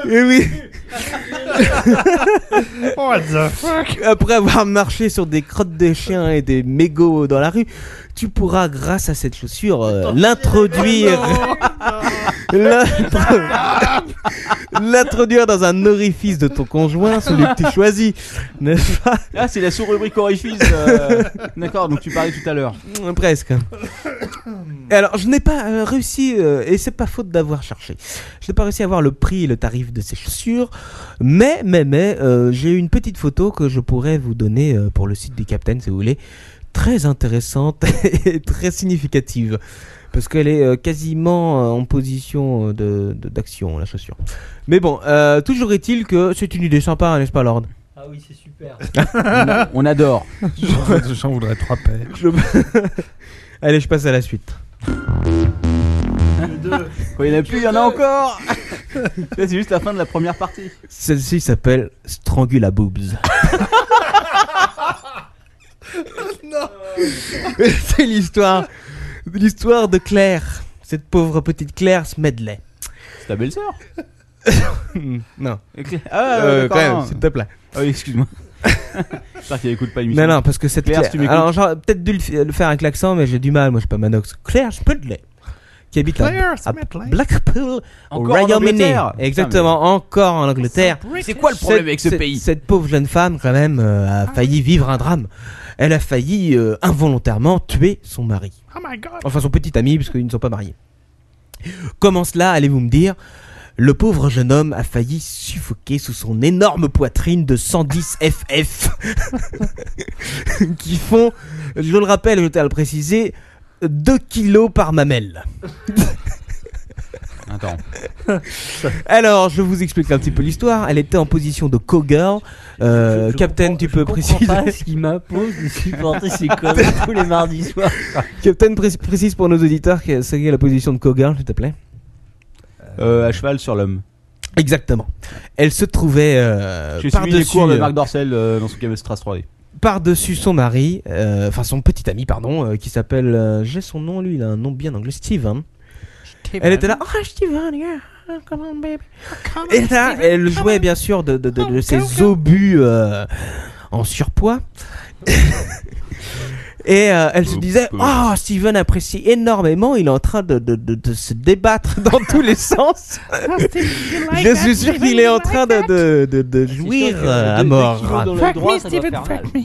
Speaker 6: Eh oui.
Speaker 5: What the fuck
Speaker 6: Après avoir marché sur des crottes de chiens et des mégots dans la rue, tu pourras, grâce à cette chaussure, euh, l'introduire. l'intro- L'introduire dans un orifice de ton conjoint, celui que tu choisis, n'est-ce pas
Speaker 2: Ah, c'est la sous-rubrique orifice. euh, D'accord, donc tu parlais tout à l'heure.
Speaker 6: Euh, Presque. Et alors, je n'ai pas euh, réussi, euh, et c'est pas faute d'avoir cherché. Je n'ai pas réussi à avoir le prix et le tarif de ces chaussures, mais, mais, mais, euh, j'ai une petite photo que je pourrais vous donner euh, pour le site du Captain, si vous voulez, très intéressante et très significative, parce qu'elle est euh, quasiment euh, en position euh, de de- d'action la chaussure. Mais bon, euh, toujours est-il que c'est une idée sympa, hein, n'est-ce pas, Lord
Speaker 4: Ah oui, c'est super.
Speaker 2: On adore.
Speaker 5: J'en voudrais trois paires.
Speaker 6: Allez, je passe à la suite.
Speaker 2: Quand il n'y en a plus, il y en a encore. Là, c'est juste la fin de la première partie.
Speaker 6: Celle-ci s'appelle Strangula Boobs. non C'est l'histoire l'histoire de Claire, cette pauvre petite Claire Smedley.
Speaker 2: C'est ta belle-sœur.
Speaker 6: non,
Speaker 2: Ah,
Speaker 6: Euh,
Speaker 2: d'accord.
Speaker 6: quand même, s'il te plaît.
Speaker 2: Ah oui, excuse-moi. J'espère qu'il écoute pas l'émission.
Speaker 6: Non, non, parce que cette
Speaker 2: Claire,
Speaker 6: Claire.
Speaker 2: si tu m'écoutes.
Speaker 6: alors, j'aurais peut-être dû le, fi- le faire avec l'accent, mais j'ai du mal, moi je suis pas Manox. Claire Smedley, qui habite à- à, Blackpool, au
Speaker 2: Encore en
Speaker 6: Royaume-Uni.
Speaker 2: Angleterre.
Speaker 6: Exactement, encore en Angleterre.
Speaker 2: C'est quoi le problème avec ce
Speaker 6: cette-
Speaker 2: pays
Speaker 6: Cette pauvre jeune femme, quand même, euh, a failli vivre un drame. Elle a failli euh, involontairement tuer son mari. Enfin, son petit ami, puisqu'ils ne sont pas mariés. Comment cela, allez-vous me dire Le pauvre jeune homme a failli suffoquer sous son énorme poitrine de 110 FF. qui font, je le rappelle, je tiens à le préciser, 2 kilos par mamelle.
Speaker 2: Attends.
Speaker 6: Alors, je vous explique un petit peu l'histoire. Elle était en position de co-girl. Euh, Captain, tu peux préciser.
Speaker 4: Pas ce qui m'impose de supporter ces conneries tous les mardis soirs.
Speaker 6: Captain, pré- précise pour nos auditeurs que- ce qu'est la position de co-girl, s'il te plaît.
Speaker 2: Euh, à cheval sur l'homme.
Speaker 6: Exactement. Elle se trouvait euh,
Speaker 2: J'ai suivi les
Speaker 6: par-dessus
Speaker 2: cours de
Speaker 6: euh,
Speaker 2: Marc Dorcel euh, dans son câble Strass 3D.
Speaker 6: par-dessus son mari, euh, enfin son petit ami, pardon, euh, qui s'appelle. euh, J'ai son nom, lui, il a un nom bien anglais, Steve. hein. Elle était là, oh Steven, yeah, oh, come on baby. Et là, elle jouait bien sûr de, de, de, de ses obus euh, en surpoids. Et euh, elle se disait, oh Steven apprécie énormément, il est en train de, de, de, de se débattre dans tous les sens. Je suis sûr qu'il euh, est en train de, de, de, de jouir euh, à mort.
Speaker 11: Fuck me, Steven, fuck me.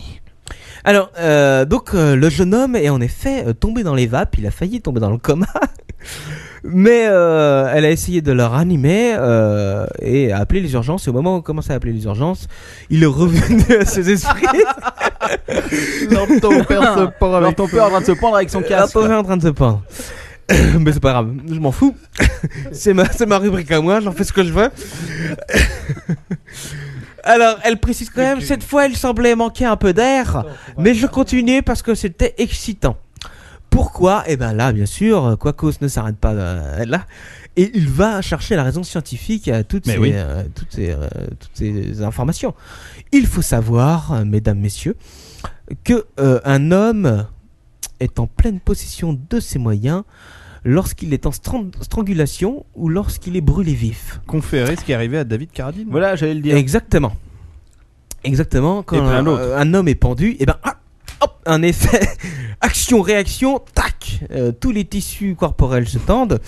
Speaker 6: Alors, euh, donc, euh, le jeune homme est en effet euh, tombé dans les vapes, il a failli tomber dans le coma. Mais euh, elle a essayé de le ranimer euh, et a appelé les urgences. Et au moment où on commençait à appeler les urgences, il est revenu à ses esprits.
Speaker 5: ton père se pend
Speaker 2: Alors
Speaker 5: avec
Speaker 2: ton père est en train de se pendre avec son
Speaker 6: La
Speaker 2: casque.
Speaker 6: pauvre est en train de se pendre. Mais c'est pas grave, je m'en fous. C'est ma, c'est ma rubrique à moi, j'en fais ce que je veux. Alors, elle précise quand même, cette fois, elle semblait manquer un peu d'air, mais je continuais parce que c'était excitant. Pourquoi Eh ben là, bien sûr, Quacos ne s'arrête pas euh, là. Et il va chercher la raison scientifique à toutes,
Speaker 5: Mais
Speaker 6: ces,
Speaker 5: oui.
Speaker 6: euh, toutes, ces, euh, toutes ces informations. Il faut savoir, euh, mesdames, messieurs, que euh, un homme est en pleine possession de ses moyens lorsqu'il est en stran- strangulation ou lorsqu'il est brûlé vif.
Speaker 5: conférer ce qui est arrivé à David Cardine.
Speaker 2: Voilà, j'allais le dire.
Speaker 6: Exactement. Exactement. Quand
Speaker 5: Et plein
Speaker 6: un,
Speaker 5: d'autres.
Speaker 6: euh, un homme est pendu, et ben ah, hop, un effet action-réaction, tac, euh, tous les tissus corporels se tendent.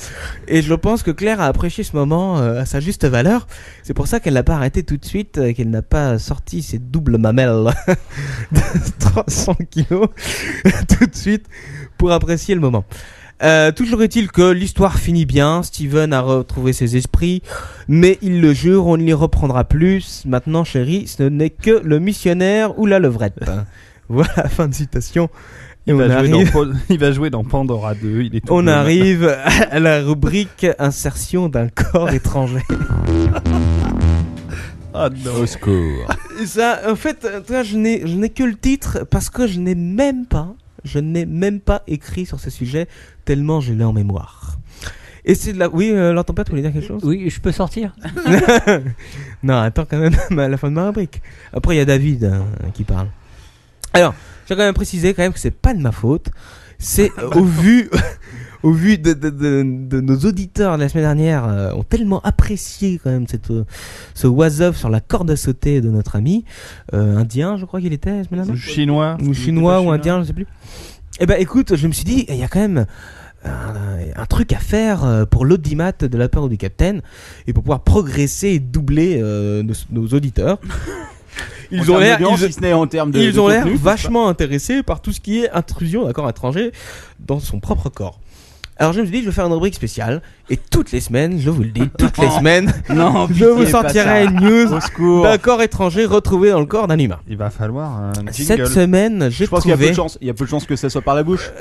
Speaker 6: Et je pense que Claire a apprécié ce moment euh, à sa juste valeur. C'est pour ça qu'elle n'a pas arrêté tout de suite, euh, qu'elle n'a pas sorti ses doubles mamelles de 300 kilos tout de suite pour apprécier le moment. Euh, toujours est-il que l'histoire finit bien, Steven a retrouvé ses esprits, mais il le jure, on ne l'y reprendra plus. Maintenant, chérie, ce n'est que le missionnaire ou la levrette. voilà, fin de citation. Et on
Speaker 5: Hein. Il va, jouer
Speaker 6: arrive,
Speaker 5: dans, il va jouer dans Pandora 2. Il est tout
Speaker 6: on
Speaker 5: bleu.
Speaker 6: arrive à la rubrique insertion d'un corps étranger.
Speaker 5: Ah non.
Speaker 2: Au secours.
Speaker 6: Et Ça, en fait, euh, toi, je n'ai, je n'ai que le titre parce que je n'ai même pas, je n'ai même pas écrit sur ce sujet tellement je l'ai en mémoire. Et c'est de la. Oui, euh, Lord Tempête, vous voulez dire quelque chose
Speaker 4: Oui, je peux sortir
Speaker 6: Non, attends quand même à la fin de ma rubrique. Après, il y a David euh, qui parle. Alors, j'ai quand même précisé quand même que c'est pas de ma faute. C'est euh, au vu, au vu de, de- de- de nos auditeurs de la semaine dernière, euh, ont tellement apprécié quand même cette, euh, ce was-off sur la corde à sauter de notre ami euh, indien, je crois qu'il était la semaine dernière
Speaker 8: Hein,
Speaker 5: Chinois.
Speaker 6: ou chinois ou indien, je sais plus. Eh ben écoute, je me suis dit, il y a quand même un, un truc à faire euh, pour l'audimat de la peur du capitaine et pour pouvoir progresser et doubler euh, nos, nos auditeurs.
Speaker 8: En
Speaker 6: Ils
Speaker 8: termes
Speaker 6: ont l'air,
Speaker 8: d'audience,
Speaker 6: ils,
Speaker 8: si ce n'est en termes de.
Speaker 6: ils
Speaker 8: de
Speaker 6: ont l'air
Speaker 8: contenu, c'est
Speaker 6: vachement intéressés par tout ce qui est intrusion d'un corps étranger dans son propre corps. Alors je me suis dit, je vais faire une rubrique spéciale et toutes les semaines, je vous le dis, toutes les semaines,
Speaker 8: Oh, pas- Non,
Speaker 6: je vous sortirai une news
Speaker 8: Au secours.
Speaker 6: d'un corps étranger retrouvé dans le corps d'un humain.
Speaker 5: Il va falloir un
Speaker 6: Cette
Speaker 5: jingle.
Speaker 6: semaine, j'ai
Speaker 8: Je pense qu'il y a peu
Speaker 6: trouvé.
Speaker 8: de chance. Il y a peu de chances que ça soit par la bouche.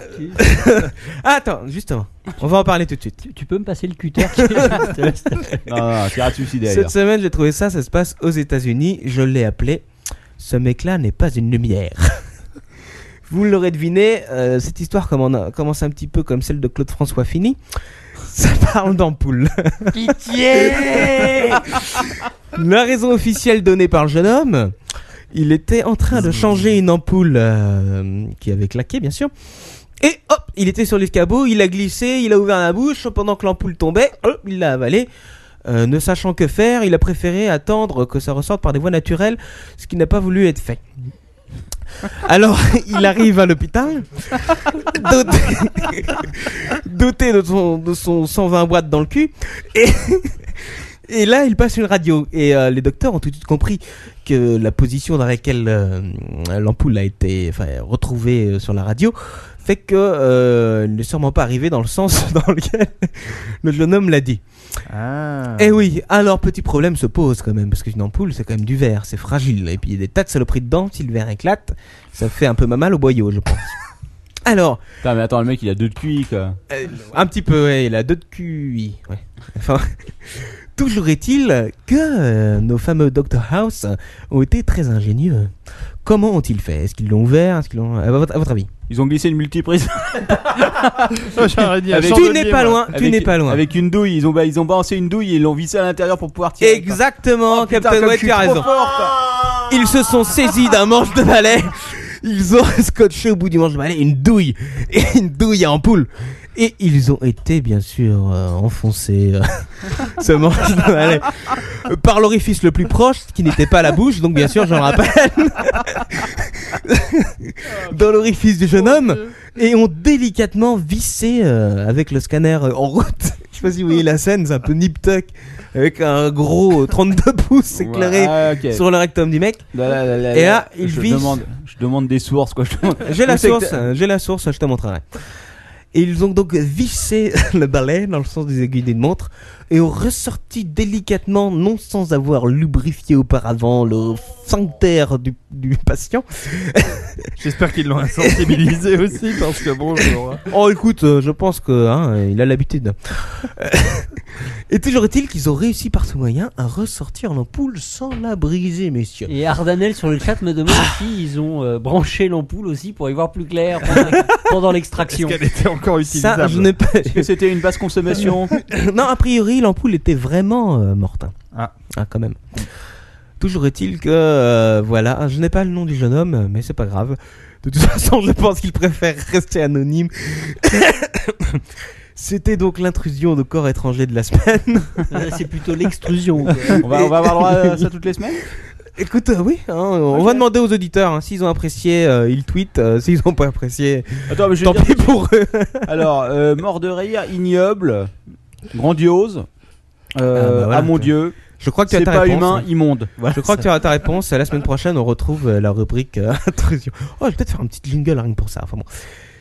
Speaker 6: Ah, attends, justement, on va en parler tout de suite.
Speaker 4: Tu peux me passer le cutter qui est juste là, s'il te plaît
Speaker 8: Non, non, non, Ah, c'est suicidé
Speaker 6: Cette semaine, j'ai trouvé ça, ça se passe aux États-Unis. Je l'ai appelé Ce mec-là n'est pas une lumière. Vous l'aurez deviné, euh, cette histoire commence, commence un petit peu comme celle de Claude François Fini. Ça parle d'ampoule.
Speaker 3: Pitié
Speaker 6: La raison officielle donnée par le jeune homme, il était en train de changer une ampoule euh, qui avait claqué, bien sûr. Et hop, il était sur l'escabeau, il a glissé, il a ouvert la bouche pendant que l'ampoule tombait, hop, il l'a avalé. Euh, ne sachant que faire, il a préféré attendre que ça ressorte par des voies naturelles, ce qui n'a pas voulu être fait. Alors, il arrive à l'hôpital, doté, doté de, son, de son 120 watts dans le cul, et, et là, il passe une radio. Et euh, les docteurs ont tout de suite compris que la position dans laquelle euh, l'ampoule a été enfin, retrouvée euh, sur la radio fait que euh, elle n'est sûrement pas arrivée dans le sens dans lequel le jeune homme l'a dit.
Speaker 5: Ah.
Speaker 6: Eh oui, alors petit problème se pose quand même, parce qu'une ampoule c'est quand même du verre, c'est fragile, et puis il y a des tas de saloperies dedans, si le verre éclate, ça fait un peu mal au boyau, je pense. Alors,
Speaker 8: Putain, mais attends, le mec, il a deux de QI, quoi.
Speaker 6: euh, un petit peu, ouais, il a deux de QI. Ouais. Enfin, toujours est-il que euh, nos fameux Dr House ont été très ingénieux. Comment ont-ils fait Est-ce qu'ils l'ont ouvert Est-ce qu'ils l'ont... À votre, à votre avis
Speaker 8: Ils ont glissé une multiprise.
Speaker 5: Ah, j'aurais dit un
Speaker 8: Avec-
Speaker 6: Tu
Speaker 5: chandelier,
Speaker 6: n'es pas
Speaker 5: moi.
Speaker 6: loin, Ah, tu
Speaker 8: Avec-
Speaker 6: n'es pas loin.
Speaker 8: Avec une douille, ils ont, ba- ils ont balancé une douille et ils l'ont vissé à l'intérieur pour pouvoir tirer.
Speaker 6: Exactement,
Speaker 8: Oh, Putain,
Speaker 6: Captain
Speaker 8: comme
Speaker 6: White,
Speaker 8: je suis
Speaker 6: tu as
Speaker 8: trop
Speaker 6: raison.
Speaker 8: fort, quoi.
Speaker 6: Ils se sont saisis d'un manche de balai. Ils ont scotché au bout du manche de balai une douille. Et une douille à ampoule. Et ils ont été, bien sûr, euh, enfoncés, euh, ce manche de balai, euh, par l'orifice le plus proche, qui n'était pas la bouche, donc bien sûr, j'en rappelle, dans l'orifice du jeune homme, et ont délicatement vissé euh, avec le scanner euh, en route. Je sais pas si vous voyez la scène, c'est un peu nip-tuck, avec un gros euh, 32 pouces éclairé
Speaker 8: Ouais, Ah, ok.
Speaker 6: sur le rectum du mec.
Speaker 8: Là, là, là, là,
Speaker 6: Et
Speaker 8: là,
Speaker 6: là, il
Speaker 8: je
Speaker 6: visse.
Speaker 8: demande, je demande des sources, quoi. Je demande-
Speaker 6: J'ai la
Speaker 8: Où c'est que
Speaker 6: source,
Speaker 8: t'as-
Speaker 6: hein, j'ai la source, je te montrerai. Et ils ont donc vissé le balai dans le sens des aiguilles d'une montre et ont ressorti délicatement, non sans avoir lubrifié auparavant le sphincter du, du patient.
Speaker 5: J'espère qu'ils l'ont insensibilisé aussi parce que bonjour.
Speaker 6: Oh écoute, euh, je pense que hein, il a l'habitude. Euh, et toujours est-il qu'ils ont réussi par ce moyen à ressortir l'ampoule sans la briser, messieurs.
Speaker 4: Et Ardanel sur le chat me demande si ils ont euh, branché l'ampoule aussi pour y voir plus clair pendant, pendant l'extraction.
Speaker 5: Qu'elle était encore utilisable.
Speaker 6: Ça, je n'ai pas.
Speaker 8: Est-ce que c'était une basse consommation
Speaker 6: non, a priori, l'ampoule était vraiment euh, morte. hein.
Speaker 5: Ah.
Speaker 6: quand même. Toujours est-il que, euh, voilà, je n'ai pas le nom du jeune homme, mais c'est pas grave. De toute façon, je pense qu'il préfère rester anonyme. C'était donc l'intrusion de corps étranger de la semaine.
Speaker 4: Euh, C'est plutôt l'extrusion. quoi.
Speaker 8: on va, on va avoir le droit à ça toutes les semaines
Speaker 6: Écoute, euh, oui, hein, on va demander aux auditeurs hein, s'ils ont apprécié, euh, ils tweetent, euh, s'ils n'ont pas apprécié,
Speaker 8: Attends, mais je vais
Speaker 6: tant
Speaker 8: dire-
Speaker 6: pis pour eux.
Speaker 8: Alors, euh, mort de rire, ignoble, grandiose.
Speaker 6: Ah,
Speaker 8: Euh,
Speaker 6: bah voilà,
Speaker 8: à mon
Speaker 6: t'as-
Speaker 8: dieu,
Speaker 6: Je crois que tu as
Speaker 8: c'est
Speaker 6: ta
Speaker 8: pas
Speaker 6: réponse.
Speaker 8: humain,
Speaker 6: hein.
Speaker 8: immonde.
Speaker 6: Je crois que tu auras ta réponse. La semaine prochaine, on retrouve euh, la rubrique euh, intrusion. Oh, je vais peut-être faire un petit jingle rien que pour ça. Enfin bon.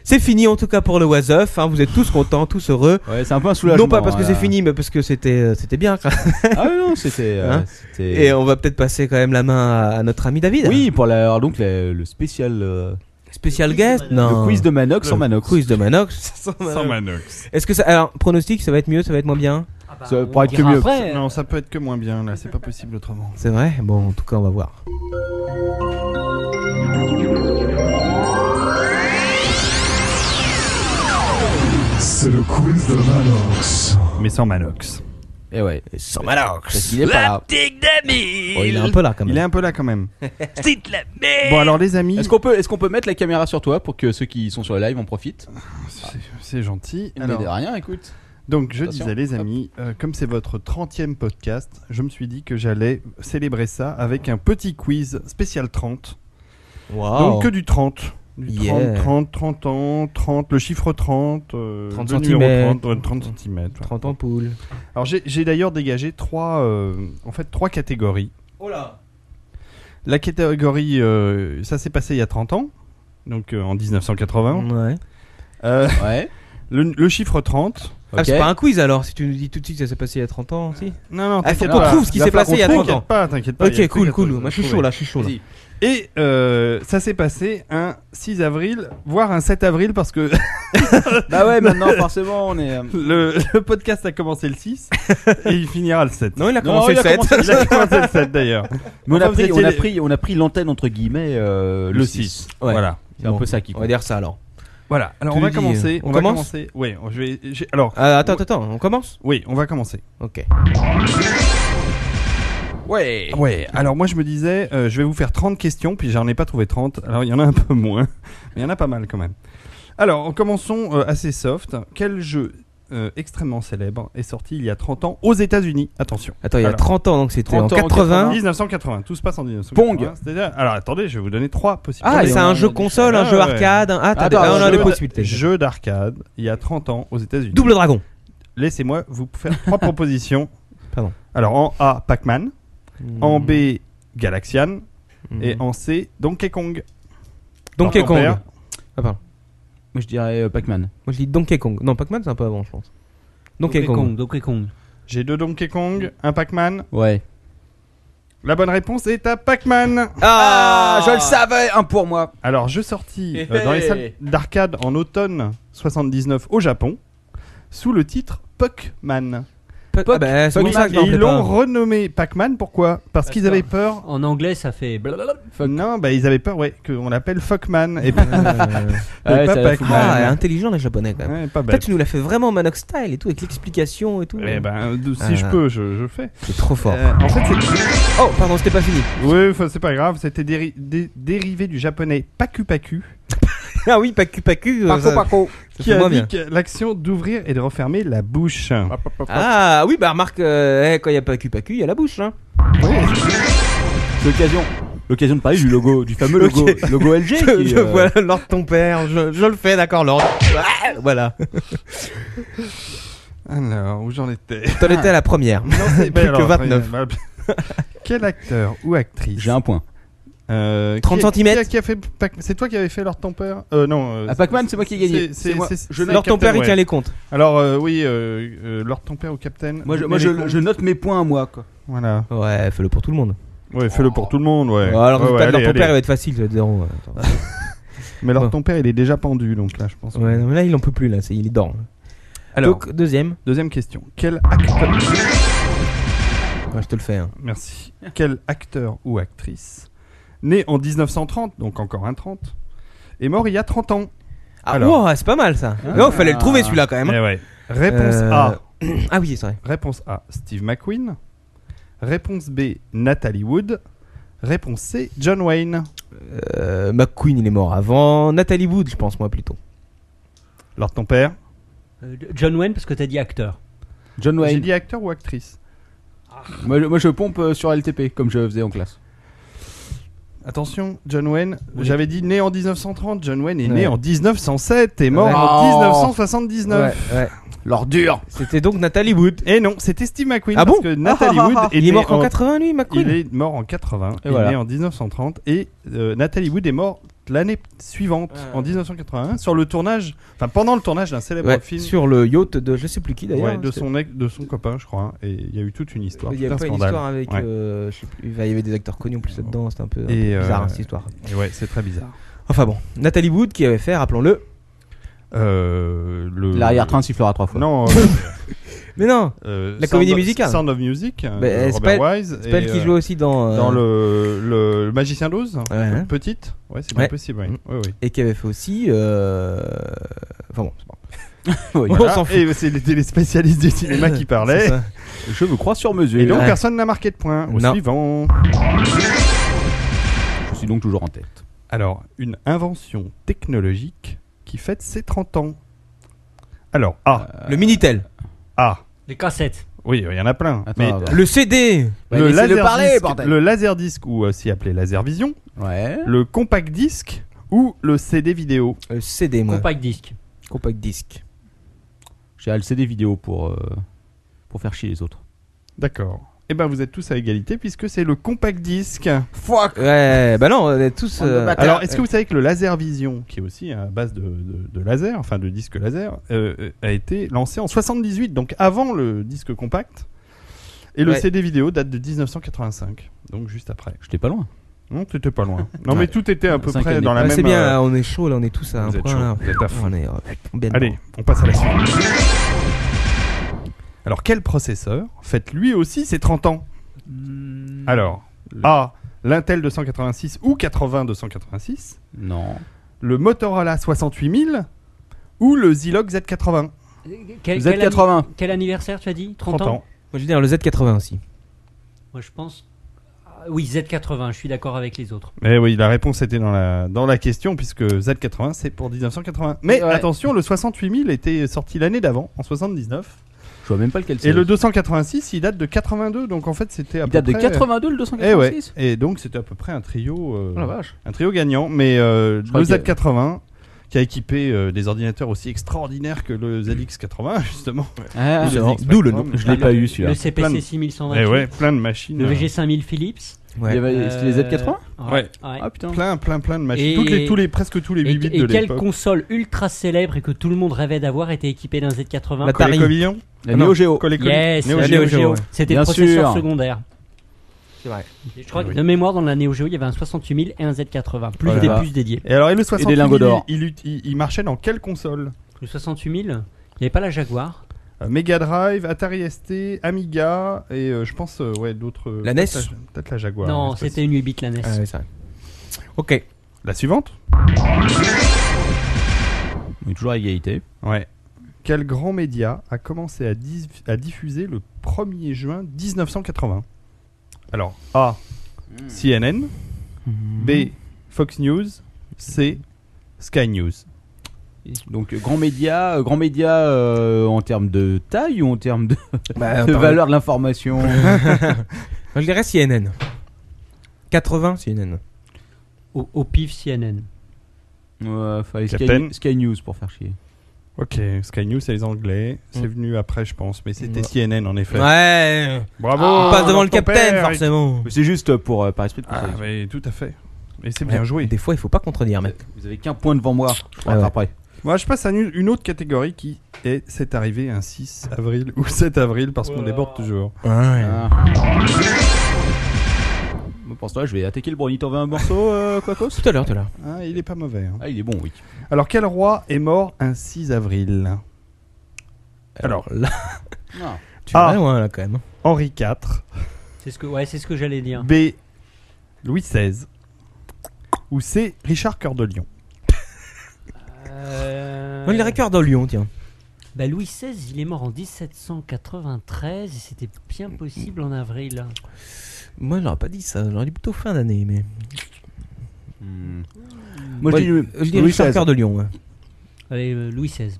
Speaker 6: C'est fini en tout cas pour le was Off, hein. Vous êtes tous contents, tous heureux.
Speaker 8: Ouais, c'est un peu un soulagement.
Speaker 6: Non pas parce que
Speaker 8: là.
Speaker 6: c'est fini, mais parce que c'était euh, c'était bien. quoi.
Speaker 8: Ah ouais, non, c'était. euh,
Speaker 6: Hein
Speaker 8: c'était-
Speaker 6: Et on va peut-être passer quand même la main à, à notre ami David.
Speaker 8: Oui, pour la, alors donc la- le spécial. euh,
Speaker 6: Spécial guest.
Speaker 8: Le
Speaker 6: Non.
Speaker 8: quiz de Manox sans Manox.
Speaker 6: Quiz de Manox. Sans Manox. Est-ce que ça alors pronostic, ça va être mieux, ça va être moins bien
Speaker 8: Ça
Speaker 4: on
Speaker 8: pourrait être que
Speaker 4: dira
Speaker 8: mieux.
Speaker 4: après.
Speaker 5: Non, ça peut être que moins bien là, c'est pas possible autrement.
Speaker 6: C'est vrai. Bon, en tout cas, on va voir. Oh,
Speaker 1: C'est le quiz de Manox.
Speaker 5: mais sans Manox.
Speaker 8: Eh
Speaker 6: Et ouais.
Speaker 3: Sans malox.
Speaker 6: Il est pas là.
Speaker 3: Tic d'amis.
Speaker 6: Oh, il est un peu là quand même.
Speaker 5: Il est un peu là quand même.
Speaker 3: C'est de la merde.
Speaker 5: Bon alors les amis,
Speaker 8: Est-ce qu'on peut, est-ce qu'on peut mettre la caméra sur toi pour que ceux qui sont sur le live en profitent
Speaker 5: c'est- c'est gentil.
Speaker 8: Mais
Speaker 5: Alors,
Speaker 8: de rien, écoute.
Speaker 5: donc je
Speaker 8: Attention.
Speaker 5: disais les amis, euh, comme c'est votre 30e podcast, je me suis dit que j'allais célébrer ça avec un petit quiz spécial 30.
Speaker 6: Waouh.
Speaker 5: Donc que du 30. Du 30,
Speaker 6: Oh. Yeah.
Speaker 5: 30, 30 ans, 30, le chiffre 30, euh,
Speaker 6: 30
Speaker 5: le numéro
Speaker 6: centimètres.
Speaker 5: 30, ouais, 30 centimètres. ouais.
Speaker 6: 30 ampoules.
Speaker 5: Alors j'ai j'ai d'ailleurs dégagé trois, euh, en fait, trois catégories.
Speaker 6: Oh là.
Speaker 5: La catégorie, euh, ça s'est passé il y a 30 ans, donc euh, en 1980.
Speaker 6: Ouais.
Speaker 5: Euh,
Speaker 8: Ouais.
Speaker 5: le, le chiffre 30.
Speaker 6: Ah, c'est pas un quiz alors, si tu nous dis tout de suite que ça s'est passé il y a 30 ans, si
Speaker 5: Non, non,
Speaker 6: Ah, faut
Speaker 5: t'inquiète
Speaker 6: qu'on
Speaker 5: pas.
Speaker 6: trouve ce qui
Speaker 5: Va
Speaker 6: s'est
Speaker 5: falloir
Speaker 6: passé il y a
Speaker 5: qu'on
Speaker 6: 30
Speaker 5: trouve.
Speaker 6: ans.
Speaker 5: T'inquiète pas, t'inquiète pas. Ah, il y
Speaker 6: Ok,
Speaker 5: a
Speaker 6: cool,
Speaker 5: quelques
Speaker 6: cool.
Speaker 5: choses à
Speaker 6: Moi, je suis
Speaker 5: trouver.
Speaker 6: chaud là, je suis chaud là.
Speaker 8: Vas-y.
Speaker 5: Et euh, ça s'est passé un 6 avril, voire un 7 avril, parce que
Speaker 8: Bah ouais, maintenant forcément on est. euh,
Speaker 5: le, le podcast a commencé le 6 et il finira le 7.
Speaker 6: Non, il a
Speaker 8: Non,
Speaker 6: commencé
Speaker 8: il a
Speaker 6: le 7.
Speaker 5: Il a commencé le 7 d'ailleurs.
Speaker 8: Mais on,
Speaker 5: Enfin,
Speaker 8: a
Speaker 5: vous
Speaker 8: pris,
Speaker 5: étiez
Speaker 8: on a
Speaker 5: les-
Speaker 8: pris, on a pris l'antenne entre guillemets euh, le,
Speaker 5: Le
Speaker 8: 6.
Speaker 5: six.
Speaker 6: Ouais.
Speaker 5: Voilà.
Speaker 8: C'est un
Speaker 6: Bon.
Speaker 8: peu ça qui
Speaker 6: On va
Speaker 8: compte.
Speaker 6: dire ça alors.
Speaker 5: Voilà. Alors
Speaker 6: Tu
Speaker 5: on va
Speaker 6: dis,
Speaker 5: commencer.
Speaker 6: euh,
Speaker 5: On,
Speaker 6: on
Speaker 5: va
Speaker 6: commence
Speaker 5: commencer. Oui, je vais. j'ai- Alors,
Speaker 6: Ah, attends, attends, attends, on commence
Speaker 5: oui, on va commencer.
Speaker 6: Ok.
Speaker 8: Ouais.
Speaker 5: Ouais, alors moi je me disais, euh, je vais vous faire 30 questions, puis j'en ai pas trouvé 30, alors il y en a un peu moins, mais il y en a pas mal quand même. Alors, commençons euh, assez soft. Quel jeu euh, extrêmement célèbre est sorti il y a 30 ans aux États-Unis Attention.
Speaker 6: Attends, il y a
Speaker 5: Alors.
Speaker 6: 30 ans donc c'était en
Speaker 8: 30 ans,
Speaker 6: 80.
Speaker 5: 1980, tout se passe en 1980.
Speaker 8: Pong.
Speaker 5: C'est-à-dire- Alors attendez, je vais vous donner trois
Speaker 6: Ah,
Speaker 5: possibilités.
Speaker 6: c'est un jeu
Speaker 8: dit-
Speaker 6: console, un
Speaker 5: Ah,
Speaker 6: jeu
Speaker 5: ouais.
Speaker 6: arcade. un- Ah, t'as des-
Speaker 8: Attends,
Speaker 6: ah, on a
Speaker 5: jeu
Speaker 6: des
Speaker 5: d'a-
Speaker 6: possibilités.
Speaker 5: Jeu d'arcade, il y a 30 ans aux États-Unis.
Speaker 6: Double Dragon.
Speaker 5: Laissez-moi vous faire trois propositions.
Speaker 6: Pardon.
Speaker 5: Alors en A, Pac-Man, Mm. en B, Galaxian, et en C, Donkey Kong.
Speaker 6: Mm. Donkey
Speaker 5: Alors, ton
Speaker 6: Kong.
Speaker 5: père,
Speaker 6: Ah, pardon.
Speaker 8: Moi je dirais euh, Pac-Man.
Speaker 6: Moi je dis Donkey Kong. Non, Pac-Man c'est un peu avant, je pense. Donkey Kong.
Speaker 4: Donkey Kong.
Speaker 5: J'ai deux Donkey Kong, un Pac-Man.
Speaker 8: Ouais.
Speaker 5: La bonne réponse est à Pac-Man.
Speaker 8: Ah, je le savais, un pour moi.
Speaker 5: Alors, je sortis
Speaker 8: Hey,
Speaker 5: euh, dans les
Speaker 8: hey.
Speaker 5: salles d'arcade en automne 79 au Japon sous le titre Pac-Man.
Speaker 6: Pe- ah, bah, c'est pour ça que je
Speaker 5: Et
Speaker 6: m'en
Speaker 5: ils
Speaker 6: rappelais
Speaker 5: l'ont
Speaker 6: pas.
Speaker 5: renommé Pac-Man. Pourquoi Parce qu'ils avaient peur.
Speaker 4: En anglais, ça fait. blablabla.
Speaker 5: Non, bah ils avaient peur, ouais, qu'on l'appelle Fuckman et pas,
Speaker 6: Euh,
Speaker 5: et
Speaker 8: ouais,
Speaker 5: pas
Speaker 8: ça va
Speaker 5: Pac-Man.
Speaker 6: Ah, intelligent les japonais quand même.
Speaker 5: Ouais, bah pas
Speaker 6: Toi,
Speaker 5: bête.
Speaker 6: tu nous l'as fait vraiment Manox style et tout, avec l'explication et tout.
Speaker 5: Eh ben, de- si
Speaker 6: Ah.
Speaker 5: je peux, je, je fais.
Speaker 6: C'est trop fort.
Speaker 5: Euh, en fait, c'est
Speaker 6: Oh, pardon, c'était pas fini.
Speaker 5: Oui, enfin, c'est pas grave, c'était déri- dé- dérivé du japonais Paku Paku,
Speaker 6: Ah oui, Pacu Pacu. euh, ça-
Speaker 8: Paco.
Speaker 6: ça
Speaker 5: qui
Speaker 6: fait moins bien.
Speaker 5: indique l'action d'ouvrir et de refermer la bouche.
Speaker 6: Ah oui, bah remarque, euh, eh, quand il y a Pacu Pacu, il y a la bouche. Hein.
Speaker 8: C'est l'occasion. L'occasion de parler du logo, du fameux logo,
Speaker 6: Ok.
Speaker 8: logo LG. qui,
Speaker 6: Je,
Speaker 8: euh,
Speaker 6: Voilà, Lord ton père, je, je le fais, d'accord, Lord. Ah, Voilà.
Speaker 5: Alors, où j'en étais
Speaker 6: T'en étais à la première.
Speaker 5: Non, c'est
Speaker 6: Plus que 29.
Speaker 5: bah, Quel acteur ou actrice
Speaker 8: J'ai un point.
Speaker 5: Euh, qui-
Speaker 6: 30
Speaker 5: qui
Speaker 6: centimètres.
Speaker 5: a- qui a fait Pac- C'est toi qui avais fait leur tempère euh, Non. euh,
Speaker 8: Ah, Pac-Man, c'est moi qui ai gagné.
Speaker 5: c'est-
Speaker 8: C'est
Speaker 5: c'est-
Speaker 8: moi.
Speaker 5: c'est-
Speaker 8: Je
Speaker 5: c'est
Speaker 6: Lord ton
Speaker 5: Captain
Speaker 6: père, il
Speaker 5: Web.
Speaker 6: tient les comptes.
Speaker 5: Alors, euh, oui, euh, euh, Lord ton père ou Captain.
Speaker 8: Moi, je,
Speaker 5: Mais
Speaker 8: moi,
Speaker 5: les
Speaker 8: je-
Speaker 5: cons-
Speaker 8: je note mes points à moi. Quoi.
Speaker 5: Voilà.
Speaker 6: Ouais, fais-le pour tout le monde.
Speaker 5: Ouais, fais-le pour tout le monde, ouais.
Speaker 6: Ah, alors,
Speaker 5: Ouais,
Speaker 6: le
Speaker 5: ouais,
Speaker 6: résultat de Lord
Speaker 5: allez,
Speaker 6: ton père, il
Speaker 5: allez.
Speaker 6: va être facile. je vais te dire, oh, attends.
Speaker 5: Mais Lord ton père, il est déjà pendu, donc là, je pense. que-
Speaker 6: Ouais, non, mais là, il en peut plus, là, c'est- il dort.
Speaker 5: Alors,
Speaker 6: Donc, deuxième.
Speaker 5: deuxième question. Quel acteur.
Speaker 6: Ouais, je te le fais. hein.
Speaker 5: Merci. Quel acteur ou actrice, né en 1930, donc encore un 30, est mort il y a 30 ans
Speaker 6: Ah,
Speaker 5: Alors. Ah. Eh,
Speaker 6: ouah, c'est pas mal ça. Non, fallait le trouver celui-là quand même. hein.
Speaker 5: Réponse
Speaker 6: Euh,
Speaker 5: A.
Speaker 6: Ah oui, c'est vrai.
Speaker 5: Réponse A, Steve McQueen. Réponse B, Natalie Wood. Réponse C, John Wayne.
Speaker 6: Euh, McQueen, il est mort avant. Nathalie Wood, je pense, moi, plutôt.
Speaker 5: Alors ton père
Speaker 4: Euh, John Wayne, parce que t'as dit acteur.
Speaker 8: John
Speaker 5: J'ai
Speaker 8: Wayne.
Speaker 5: dit acteur ou actrice
Speaker 8: Moi, je, moi, je pompe euh, sur LTP comme je faisais en classe.
Speaker 5: Attention, John Wayne, j'avais dit né en 1930, John Wayne est né
Speaker 6: Ouais.
Speaker 5: en 1907 et mort
Speaker 6: Ouais.
Speaker 5: en
Speaker 8: Oh.
Speaker 5: 1979.
Speaker 6: Ouais, ouais.
Speaker 8: L'ordure.
Speaker 6: C'était donc Nathalie Wood.
Speaker 5: Et non, c'était Steve McQueen
Speaker 6: Ah
Speaker 5: parce
Speaker 6: bon
Speaker 5: que Natalie
Speaker 8: ah, ah,
Speaker 5: Wood
Speaker 8: ah.
Speaker 5: est
Speaker 6: il est
Speaker 5: né
Speaker 6: mort qu'en
Speaker 5: en
Speaker 6: 80, lui,
Speaker 5: Il
Speaker 6: McQueen.
Speaker 5: est mort en 80, il
Speaker 8: voilà.
Speaker 5: est né en 1930 et euh, Nathalie Wood est morte l'année suivante,
Speaker 6: Ah.
Speaker 5: en 1981, sur le tournage, enfin pendant le tournage d'un célèbre
Speaker 6: Ouais,
Speaker 5: film
Speaker 6: sur le yacht de je sais plus qui d'ailleurs. hein,
Speaker 5: ouais, de,
Speaker 6: C'était-
Speaker 5: son ex- de son copain, je crois. hein, Et il y a eu toute une histoire.
Speaker 6: Il y avait
Speaker 5: tout
Speaker 6: pas
Speaker 5: un
Speaker 6: une
Speaker 5: scandale.
Speaker 6: histoire avec.
Speaker 5: Ouais.
Speaker 6: euh, je sais plus, enfin, il y avait des acteurs connus en plus là-dedans. C'était un peu, un peu
Speaker 5: Et, euh,
Speaker 6: bizarre hein, cette histoire.
Speaker 5: Et ouais, c'est très bizarre.
Speaker 6: Enfin bon, Nathalie Wood qui avait fait, rappelons-le. Ah.
Speaker 5: Euh, le...
Speaker 8: L'arrière-train sifflera trois fois.
Speaker 5: Non. euh,
Speaker 6: Mais non, La comédie musicale.
Speaker 5: Sound of Music. euh,
Speaker 6: Bah,
Speaker 5: de
Speaker 6: c'est
Speaker 5: Robert
Speaker 6: pas
Speaker 5: Wise.
Speaker 6: c'est pas
Speaker 5: et,
Speaker 6: elle qui
Speaker 5: euh,
Speaker 6: jouait aussi dans. euh,
Speaker 5: Dans le, le, le Magicien d'Oz.
Speaker 6: hein.
Speaker 5: Petite. Ouais, c'est
Speaker 6: Ouais.
Speaker 5: bien possible. Ouais.
Speaker 6: Mm.
Speaker 5: Ouais, ouais.
Speaker 6: Et qui avait fait aussi. euh, Enfin bon, c'est bon.
Speaker 2: Oui.
Speaker 6: On s'en fout.
Speaker 5: Et c'était les spécialistes du cinéma qui
Speaker 6: C'est
Speaker 5: parlaient.
Speaker 6: ça.
Speaker 2: Je me crois sur mesure.
Speaker 5: Et donc
Speaker 6: Ouais.
Speaker 5: personne n'a marqué de point. Au
Speaker 6: Non.
Speaker 5: suivant.
Speaker 2: je suis donc toujours en tête.
Speaker 5: Alors, une invention technologique qui fête ses 30 ans. Alors, A.
Speaker 2: Euh,
Speaker 6: Le Minitel.
Speaker 5: A.
Speaker 4: Les cassettes.
Speaker 5: Oui, il y en a plein.
Speaker 2: Attends,
Speaker 5: mais
Speaker 2: attends.
Speaker 6: Le CD.
Speaker 2: Ouais, laissez-le
Speaker 5: laserdisc-
Speaker 2: parler, bordel.
Speaker 5: le laserdisc, ou euh, aussi appelé laservision,
Speaker 2: Ouais.
Speaker 5: le compact disque ou le CD vidéo.
Speaker 6: Le CD, moi.
Speaker 4: Compact disque.
Speaker 6: Compact disque.
Speaker 2: J'ai alcé des vidéos pour, euh, pour faire chier les autres.
Speaker 5: D'accord. Eh ben, vous êtes tous à égalité puisque c'est le compact disque.
Speaker 6: Ouais, bah non, on est tous. euh,
Speaker 5: Alors, est-ce que vous savez que le laser vision, qui est aussi à base de, de- de laser, enfin de disque laser, euh, euh, a été lancé en 78, donc avant le disque compact, et le
Speaker 6: Ouais.
Speaker 5: CD vidéo date de 1985, donc juste après.
Speaker 2: J'étais pas loin.
Speaker 5: Non, t'étais pas loin. Non,
Speaker 2: Ouais.
Speaker 5: mais tout était à peu
Speaker 2: Cinq
Speaker 5: près
Speaker 2: années.
Speaker 5: dans la
Speaker 6: Ouais,
Speaker 5: même.
Speaker 6: c'est bien,
Speaker 5: euh,
Speaker 6: là, on est chaud, là, on est tous à un
Speaker 5: vous êtes
Speaker 6: point.
Speaker 5: chaud,
Speaker 6: là.
Speaker 5: vous êtes à fond.
Speaker 6: On est, euh, putain, bien
Speaker 5: Allez,
Speaker 6: dedans.
Speaker 5: on passe à la suite. Alors, quel processeur fête lui aussi ses 30 ans Alors, A, l'Intel 286 ou 80 286
Speaker 2: Non.
Speaker 5: le Motorola 68000 ou le Zilog Z80
Speaker 4: Quel, quel
Speaker 2: Z80.
Speaker 4: anni- quel anniversaire tu as dit 30,
Speaker 5: 30
Speaker 4: ans
Speaker 5: ans.
Speaker 6: Moi, je vais dire le Z80 aussi.
Speaker 4: Moi je pense. Ah, Oui, Z80, je suis d'accord avec les autres.
Speaker 5: Eh oui, la réponse était dans la, dans la question puisque Z80 c'est pour 1980. Mais
Speaker 2: Ouais.
Speaker 5: attention, le 68000 était sorti l'année d'avant, en 79.
Speaker 2: Je vois même pas lequel c'est.
Speaker 5: Et le 286, il date de 82, donc en fait c'était à
Speaker 2: Il
Speaker 5: peu
Speaker 2: date de
Speaker 5: près-
Speaker 2: 82 le
Speaker 5: Eh ouais.
Speaker 2: 286
Speaker 5: Et donc c'était à peu près un trio, euh,
Speaker 2: Oh la vache.
Speaker 5: un trio gagnant. Mais euh, le
Speaker 2: crois que-
Speaker 5: Z80 qui a équipé euh, des ordinateurs aussi extraordinaires que le ZX80 justement.
Speaker 2: Ah,
Speaker 5: Ou le
Speaker 6: alors,
Speaker 5: ZX80,
Speaker 6: d'où le nom.
Speaker 2: je l'ai
Speaker 5: plein
Speaker 2: pas
Speaker 5: de-
Speaker 2: eu celui-là.
Speaker 4: Le
Speaker 5: Plein de-
Speaker 4: CPC 6128,
Speaker 5: Eh ouais, plein de machines.
Speaker 4: le
Speaker 5: euh,
Speaker 4: VG5000 Philips.
Speaker 2: Il y
Speaker 6: Ouais.
Speaker 2: avait- C'était les Z80
Speaker 4: Euh,
Speaker 5: Ouais.
Speaker 4: ouais.
Speaker 2: Ah putain.
Speaker 5: plein plein plein de machines
Speaker 4: Et-
Speaker 5: toutes les, tous les presque tous les 8
Speaker 4: Et,
Speaker 5: bits
Speaker 4: et
Speaker 5: de
Speaker 4: quelle
Speaker 5: l'époque
Speaker 4: console ultra célèbre et que tout le monde rêvait d'avoir était équipée d'un Z80
Speaker 6: La Atari.
Speaker 5: Colécomillon
Speaker 2: La
Speaker 6: non.
Speaker 2: Neo Geo.
Speaker 5: Colécomillon
Speaker 4: Oh, Yes,
Speaker 5: Neo
Speaker 4: la
Speaker 5: Geo,
Speaker 4: Neo Geo.
Speaker 5: ouais.
Speaker 4: C'était
Speaker 2: Bien
Speaker 4: le processeur
Speaker 2: sûr.
Speaker 4: secondaire.
Speaker 6: C'est vrai.
Speaker 4: Je crois que
Speaker 5: Ah Oui.
Speaker 4: de mémoire, dans la Neo Geo, il y avait un 68000 et un Z80, plus
Speaker 2: Voilà.
Speaker 4: des puces dédiées.
Speaker 5: Et alors, et le 60
Speaker 2: lingots d'or.
Speaker 5: Il, il, il- il marchait dans quelle console
Speaker 4: Le 68000, il n'y avait pas la Jaguar.
Speaker 5: Euh, Mega Drive, Atari ST, Amiga et euh, je pense euh, ouais d'autres. euh,
Speaker 6: La
Speaker 5: peut-être
Speaker 6: NES
Speaker 5: Peut-être la Jaguar.
Speaker 4: non,
Speaker 5: ouais, c'est
Speaker 4: c'était une 8 bit la E NES.
Speaker 6: Ah, ouais, c'est vrai. Ok.
Speaker 5: possible. La suivante.
Speaker 2: On est toujours à égalité.
Speaker 5: Ouais. Quel grand média a commencé à, dis- à diffuser le 1er juin 1980 Alors A. CNN. B. Fox News. C. Sky News.
Speaker 2: Donc euh, grand média, euh, grand média euh, en termes de taille ou en termes de,
Speaker 6: Bah,
Speaker 2: de
Speaker 6: attends,
Speaker 2: valeur de l'information.
Speaker 6: Moi, je dirais CNN. 80 CNN.
Speaker 4: Au, au pif CNN.
Speaker 2: ouais, fallait Sky,
Speaker 5: Captain.
Speaker 2: Sky News pour faire chier.
Speaker 5: Ok, Sky News, c'est les Anglais. C'est venu après, je pense, mais c'était CNN en effet.
Speaker 6: Ouais.
Speaker 5: Bravo
Speaker 6: on passe devant le
Speaker 5: ton
Speaker 6: capitaine,
Speaker 5: père, Eric.
Speaker 6: forcément.
Speaker 2: Mais C'est juste pour euh, par esprit de
Speaker 5: Ah,
Speaker 2: contradiction.
Speaker 5: mais tout à fait. Et c'est bien
Speaker 6: Ouais,
Speaker 5: joué.
Speaker 6: Des fois, il faut pas contredire, mec.
Speaker 2: Vous avez qu'un point devant moi. Je vous
Speaker 6: Ah ouais.
Speaker 2: rattraperai.
Speaker 5: Moi, je passe à nu- une autre catégorie qui est c'est arrivé un 6 avril ou 7 avril parce qu'on déborde toujours.
Speaker 2: Ah. Moi, Pour ça, je vais attaquer le brownie. T'en veux un morceau, euh, Quacos
Speaker 6: Tout à l'heure, tout à l'heure.
Speaker 5: Ah, il est pas mauvais. hein.
Speaker 2: Ah, il est bon, oui.
Speaker 5: Alors, quel roi est mort un 6 avril Alors,
Speaker 6: là,
Speaker 2: Ah.
Speaker 6: tu vas loin, là, quand même. hein.
Speaker 5: Henri IV,
Speaker 4: C'est ce que, ouais, c'est ce que j'allais dire.
Speaker 5: B. Louis XVI ou C. Richard Cœur de Lion.
Speaker 4: Euh,
Speaker 6: Moi, je dirais cœur dans Lyon, tiens.
Speaker 4: bah, Louis XVI, il est mort en 1793 et c'était bien possible en avril.
Speaker 6: Moi, j'aurais pas dit ça. J'aurais dit plutôt fin d'année, mais.
Speaker 2: Hmm. Moi,
Speaker 6: Ouais,
Speaker 2: je dis,
Speaker 6: Je dirais
Speaker 2: Louis
Speaker 6: Richard
Speaker 2: XVI.
Speaker 6: Cœur de Lyon, ouais.
Speaker 4: Allez, euh, Louis XVI.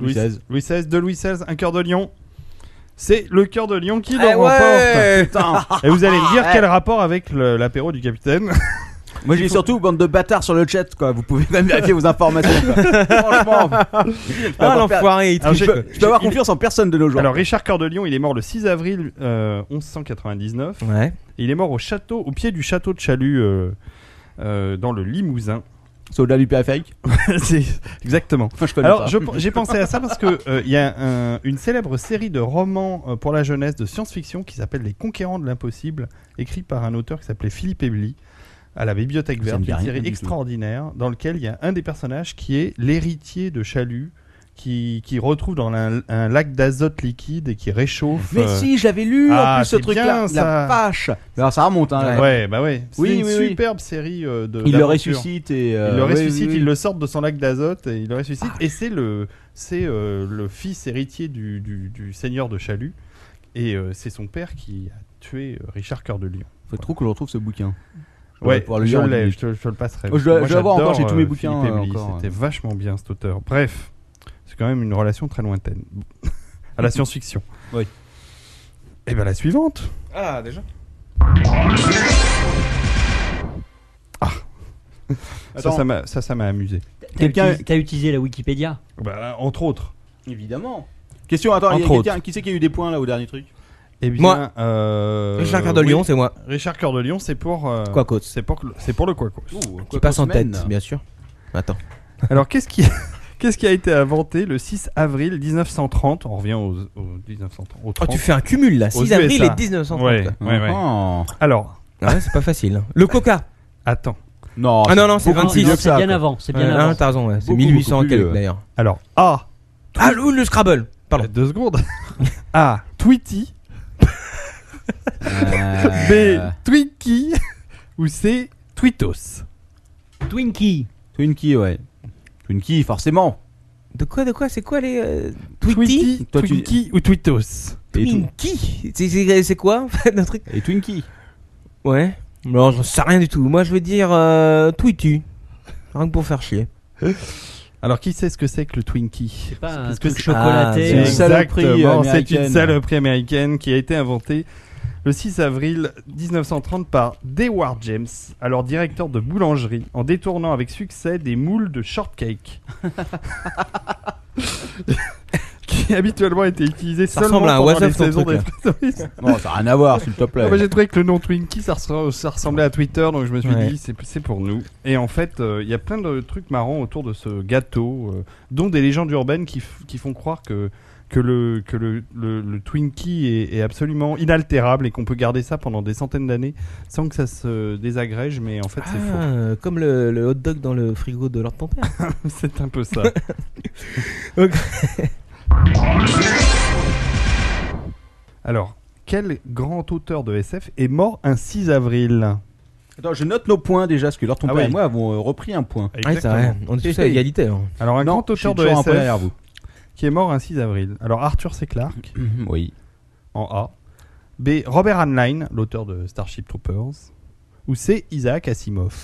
Speaker 2: Louis XVI.
Speaker 5: Louis XVI, de Louis XVI, un cœur de lion. C'est le cœur de lion qui le
Speaker 6: Eh
Speaker 5: remporte.
Speaker 6: ouais,
Speaker 2: hein, Putain.
Speaker 5: Et vous allez me dire quel rapport avec le- l'apéro du capitaine.
Speaker 2: Moi, j'ai surtout bande de bâtards sur le chat, quoi. Vous pouvez même vérifier vos informations. quoi. Franchement,
Speaker 6: Ah, l'enfoiré, il
Speaker 5: Alors,
Speaker 6: triche.
Speaker 5: j'ai-
Speaker 6: quoi.
Speaker 2: je peux avoir confiance en personne de nos jours.
Speaker 5: Alors Richard Cœur de Lion, il est mort le 6 avril euh, 1199.
Speaker 6: Ouais.
Speaker 5: Et il est mort au château, au pied du château de Chalut, euh, euh, dans le Limousin.
Speaker 2: c'est au-delà du périphérique.
Speaker 5: C'est- exactement.
Speaker 2: Enfin, je connais
Speaker 5: Alors
Speaker 2: pas.
Speaker 5: je pe- j'ai pensé à ça parce que euh, il y a un- une célèbre série de romans euh, pour la jeunesse de science-fiction qui s'appelle Les Conquérants de l'impossible, écrit par un auteur qui s'appelait Philippe Ebly à la Bibliothèque
Speaker 2: Ça me
Speaker 5: Verte,
Speaker 2: dit
Speaker 5: une
Speaker 2: rien
Speaker 5: série
Speaker 2: du tout.
Speaker 5: extraordinaire dans laquelle il y a un des personnages qui est l'héritier de Chalut qui, qui retrouve dans un, un lac d'azote liquide et qui réchauffe.
Speaker 2: Mais
Speaker 5: euh,
Speaker 2: si, j'avais lu
Speaker 5: ah,
Speaker 2: en plus ce
Speaker 5: c'est bien,
Speaker 2: truc-là,
Speaker 5: ça.
Speaker 2: la vache. Alors ça remonte, hein. là.
Speaker 5: Ouais, bah ouais. C'est
Speaker 2: Oui,
Speaker 5: une
Speaker 2: oui, oui.
Speaker 5: superbe série euh, de.
Speaker 2: Il le
Speaker 5: d'aventures.
Speaker 2: ressuscite et. euh,
Speaker 5: il le
Speaker 2: oui,
Speaker 5: ressuscite,
Speaker 2: oui, Ah. oui.
Speaker 5: il le sort de son lac d'azote et il le ressuscite. et c'est le, c'est euh, le fils héritier du, du, du seigneur de Chalut et euh, c'est son père qui a tué euh, Richard Cœur de Lion.
Speaker 2: Faut trop que je retrouve ce bouquin. On va
Speaker 5: Ouais,
Speaker 2: pouvoir le
Speaker 5: je
Speaker 2: lire en
Speaker 5: l'ai,
Speaker 2: public.
Speaker 5: je te, je te le passerai.
Speaker 2: Oh, je dois-
Speaker 5: Moi,
Speaker 2: je dois avoir
Speaker 5: j'adore,
Speaker 2: encore, j'ai tous mes
Speaker 5: euh,
Speaker 2: bouquins,
Speaker 5: Philippe
Speaker 2: euh,
Speaker 5: Eblis,
Speaker 2: encore,
Speaker 5: C'était vachement bien cet auteur. Bref, c'est quand même une relation très lointaine à la science-fiction.
Speaker 2: Oui.
Speaker 5: Et bien la suivante.
Speaker 6: Ah, déjà
Speaker 5: Ça,
Speaker 2: Attends.
Speaker 5: ça m'a- ça, ça m'a amusé.
Speaker 4: T'as
Speaker 2: Quelqu'un-
Speaker 4: utilisé, t'as utilisé la Wikipédia
Speaker 5: Bah, entre autres.
Speaker 2: Évidemment. Question, attends, il y a
Speaker 5: Entre
Speaker 2: quelqu'un- qui c'est qui a eu des points là au dernier truc
Speaker 5: Eh bien,
Speaker 6: Moi.
Speaker 5: euh,
Speaker 6: Richard Cœur de
Speaker 5: oui.
Speaker 6: Lion, c'est moi.
Speaker 5: Richard Cœur de Lion, c'est pour. euh,
Speaker 6: Quacos.
Speaker 5: C'est pour, c'est pour le Quacos.
Speaker 6: Qui passe en tête, bien sûr. Attends.
Speaker 5: Alors, qu'est-ce qui, qu'est-ce qui a été inventé le 6 avril 1930 On revient aux, aux 1930. aux
Speaker 6: Oh,
Speaker 5: 30.
Speaker 6: tu fais un cumul là, 6
Speaker 5: USA.
Speaker 6: avril et 1930.
Speaker 5: Ouais, ouais, ouais. Alors,
Speaker 6: Ah ouais, c'est pas facile. Le coca.
Speaker 5: attends.
Speaker 2: Non,
Speaker 6: Ah non, non, c'est
Speaker 2: beaucoup plus
Speaker 6: 26.
Speaker 2: vieux
Speaker 4: Non,
Speaker 2: que ça,
Speaker 4: C'est bien
Speaker 2: quoi.
Speaker 4: avant, c'est bien
Speaker 5: Ouais.
Speaker 6: Ah,
Speaker 4: avant.
Speaker 6: t'as raison, ouais, c'est
Speaker 2: Beaucoup,
Speaker 6: 1800
Speaker 2: beaucoup plus,
Speaker 6: quelques
Speaker 2: euh,
Speaker 6: d'ailleurs.
Speaker 5: Alors, A.
Speaker 6: Ah, le, le Scrabble Pardon.
Speaker 5: Deux secondes. A. Tweety. B.
Speaker 2: Euh,
Speaker 5: Twinkie. Ou C. Twitos.
Speaker 4: Twinkie.
Speaker 2: Twinkie, ouais. Twinkie, forcément.
Speaker 6: De quoi, de quoi C'est quoi les. euh, Tweety
Speaker 5: Tweety,
Speaker 2: Toi, tu-
Speaker 5: Twinkie ou Twitos
Speaker 2: Et, Twi-
Speaker 6: Twinkie C'est- C'est c'est quoi en fait, le truc
Speaker 2: et Twinkie.
Speaker 6: Ouais. Non, j'en sais rien du tout. Moi, je veux dire euh, Tweety. Rien que pour faire chier.
Speaker 5: Alors, qui sait ce que c'est que le Twinkie
Speaker 4: C'est pas un
Speaker 5: Qu'est-ce que
Speaker 4: truc
Speaker 5: c'est
Speaker 6: Ah,
Speaker 4: chocolaté.
Speaker 6: c'est-
Speaker 4: euh,
Speaker 2: une saloperie
Speaker 5: Exactement, C'est
Speaker 2: américaine.
Speaker 5: une saloperie américaine qui a été inventée le 6 avril 1930 par Dewar James, alors directeur de boulangerie, en détournant avec succès des moules de shortcake. qui habituellement étaient utilisées
Speaker 6: Ça
Speaker 5: seulement
Speaker 6: ressemble à un
Speaker 5: pendant les
Speaker 6: was-of, ton
Speaker 5: saisons
Speaker 6: truc,
Speaker 5: des
Speaker 6: là.
Speaker 5: fraises.
Speaker 2: Non, ça n'a rien à voir, s'il te plaît.
Speaker 5: Ah, moi, J'ai trouvé que le nom Twinkie, ça, ressemble- ça ressemblait à Twitter, donc je me suis
Speaker 6: Ouais.
Speaker 5: dit, c'est c'est pour nous. Et en fait, euh, il y a plein de trucs marrants autour de ce gâteau, euh, dont des légendes urbaines qui, f- qui font croire que, que, le, que le, le- le Twinkie est, est absolument inaltérable et qu'on peut garder ça pendant des centaines d'années sans que ça se désagrège, mais en fait, c'est
Speaker 6: Ah, euh, comme le, le hot dog dans le frigo de leur ton père.
Speaker 5: faux. c'est un peu ça.
Speaker 6: Ok.
Speaker 5: Alors, quel grand auteur de SF est mort un 6 avril
Speaker 2: Attends, je note nos points déjà, parce que leur ton
Speaker 5: Ah
Speaker 2: père
Speaker 5: oui.
Speaker 2: et moi avons euh, repris un point.
Speaker 6: Ah, Ouais, c'est vrai. On est tous à égalité. hein.
Speaker 5: Alors, un
Speaker 2: Non,
Speaker 5: grand
Speaker 2: je suis
Speaker 5: auteur de
Speaker 2: toujours un point
Speaker 5: SF
Speaker 2: derrière vous.
Speaker 5: qui est mort un 6 avril. Alors, Arthur C. Clarke,
Speaker 2: Mhm, Oui.
Speaker 5: en A. B. Robert Heinlein, l'auteur de Starship Troopers. Ou C. Isaac Asimov.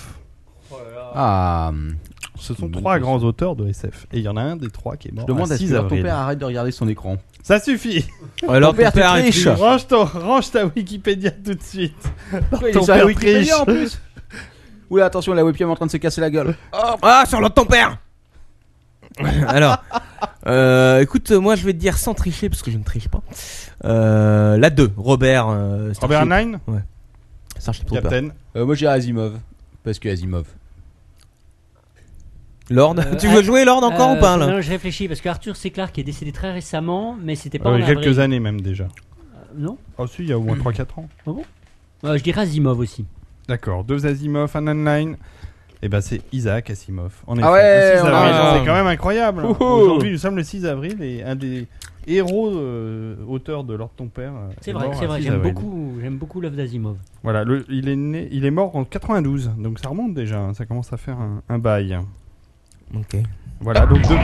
Speaker 2: Ah. hum.
Speaker 5: Ce sont
Speaker 2: Bonne
Speaker 5: trois
Speaker 2: question.
Speaker 5: grands auteurs de SF. Et il y en a un des trois qui est
Speaker 2: Je
Speaker 5: mort
Speaker 8: Ah,
Speaker 2: demande
Speaker 5: un
Speaker 2: à ce
Speaker 5: 6
Speaker 2: que leur ton
Speaker 5: avril.
Speaker 2: père arrête de regarder son écran.
Speaker 5: Ça suffit
Speaker 6: Alors,
Speaker 2: Ton père, tu
Speaker 6: est
Speaker 2: triches.
Speaker 6: triche.
Speaker 5: range, ton- range ta Wikipédia tout de suite
Speaker 2: Pourquoi il
Speaker 5: ton
Speaker 2: est sur la
Speaker 5: père
Speaker 2: Wikipédia,
Speaker 5: triche.
Speaker 2: en plus Oula, attention, la webcam est en train de se casser la gueule.
Speaker 6: Ah, sur l'autre ton père Alors, euh, écoute, moi je vais te dire sans tricher parce que je ne triche pas. Euh, la 2, Robert. Euh,
Speaker 5: Robert
Speaker 6: Starship,
Speaker 5: Heinlein
Speaker 6: Starship Trooper.
Speaker 5: Captain.
Speaker 2: Euh, moi, j'irai Asimov. Parce que Asimov.
Speaker 6: Lord,
Speaker 4: Euh,
Speaker 6: tu veux
Speaker 4: ah,
Speaker 6: jouer Lord encore
Speaker 4: euh,
Speaker 6: ou pas là
Speaker 4: Non, je réfléchis parce qu'Arthur C. Clarke est décédé très récemment, mais c'était pas
Speaker 5: Ah oui,
Speaker 4: en
Speaker 5: quelques
Speaker 4: avril.
Speaker 5: années même déjà.
Speaker 4: Euh, Non
Speaker 5: Ah si, il y a au moins 3-4 ans.
Speaker 4: Euh, Je dirais Asimov aussi.
Speaker 5: D'accord, deux Asimov, un Heinlein. Et ben c'est Isaac Asimov. En effet,
Speaker 2: Ah ouais,
Speaker 5: le 6
Speaker 2: on a
Speaker 5: avril,
Speaker 6: raison.
Speaker 5: c'est quand même incroyable. hein.
Speaker 2: Ouhou.
Speaker 5: Aujourd'hui, nous sommes le 6 avril et un des héros euh, auteurs de Lord ton père. euh,
Speaker 4: C'est
Speaker 5: est
Speaker 4: vrai,
Speaker 5: mort
Speaker 4: c'est
Speaker 5: un
Speaker 4: vrai.
Speaker 5: 6
Speaker 4: J'aime
Speaker 5: avril.
Speaker 4: beaucoup, j'aime beaucoup l'œuvre d'Asimov.
Speaker 5: Voilà, le- il est né, il est mort en 92, donc ça remonte déjà. hein, Ça commence à faire un, un bail.
Speaker 6: Ok.
Speaker 5: Voilà, donc deux.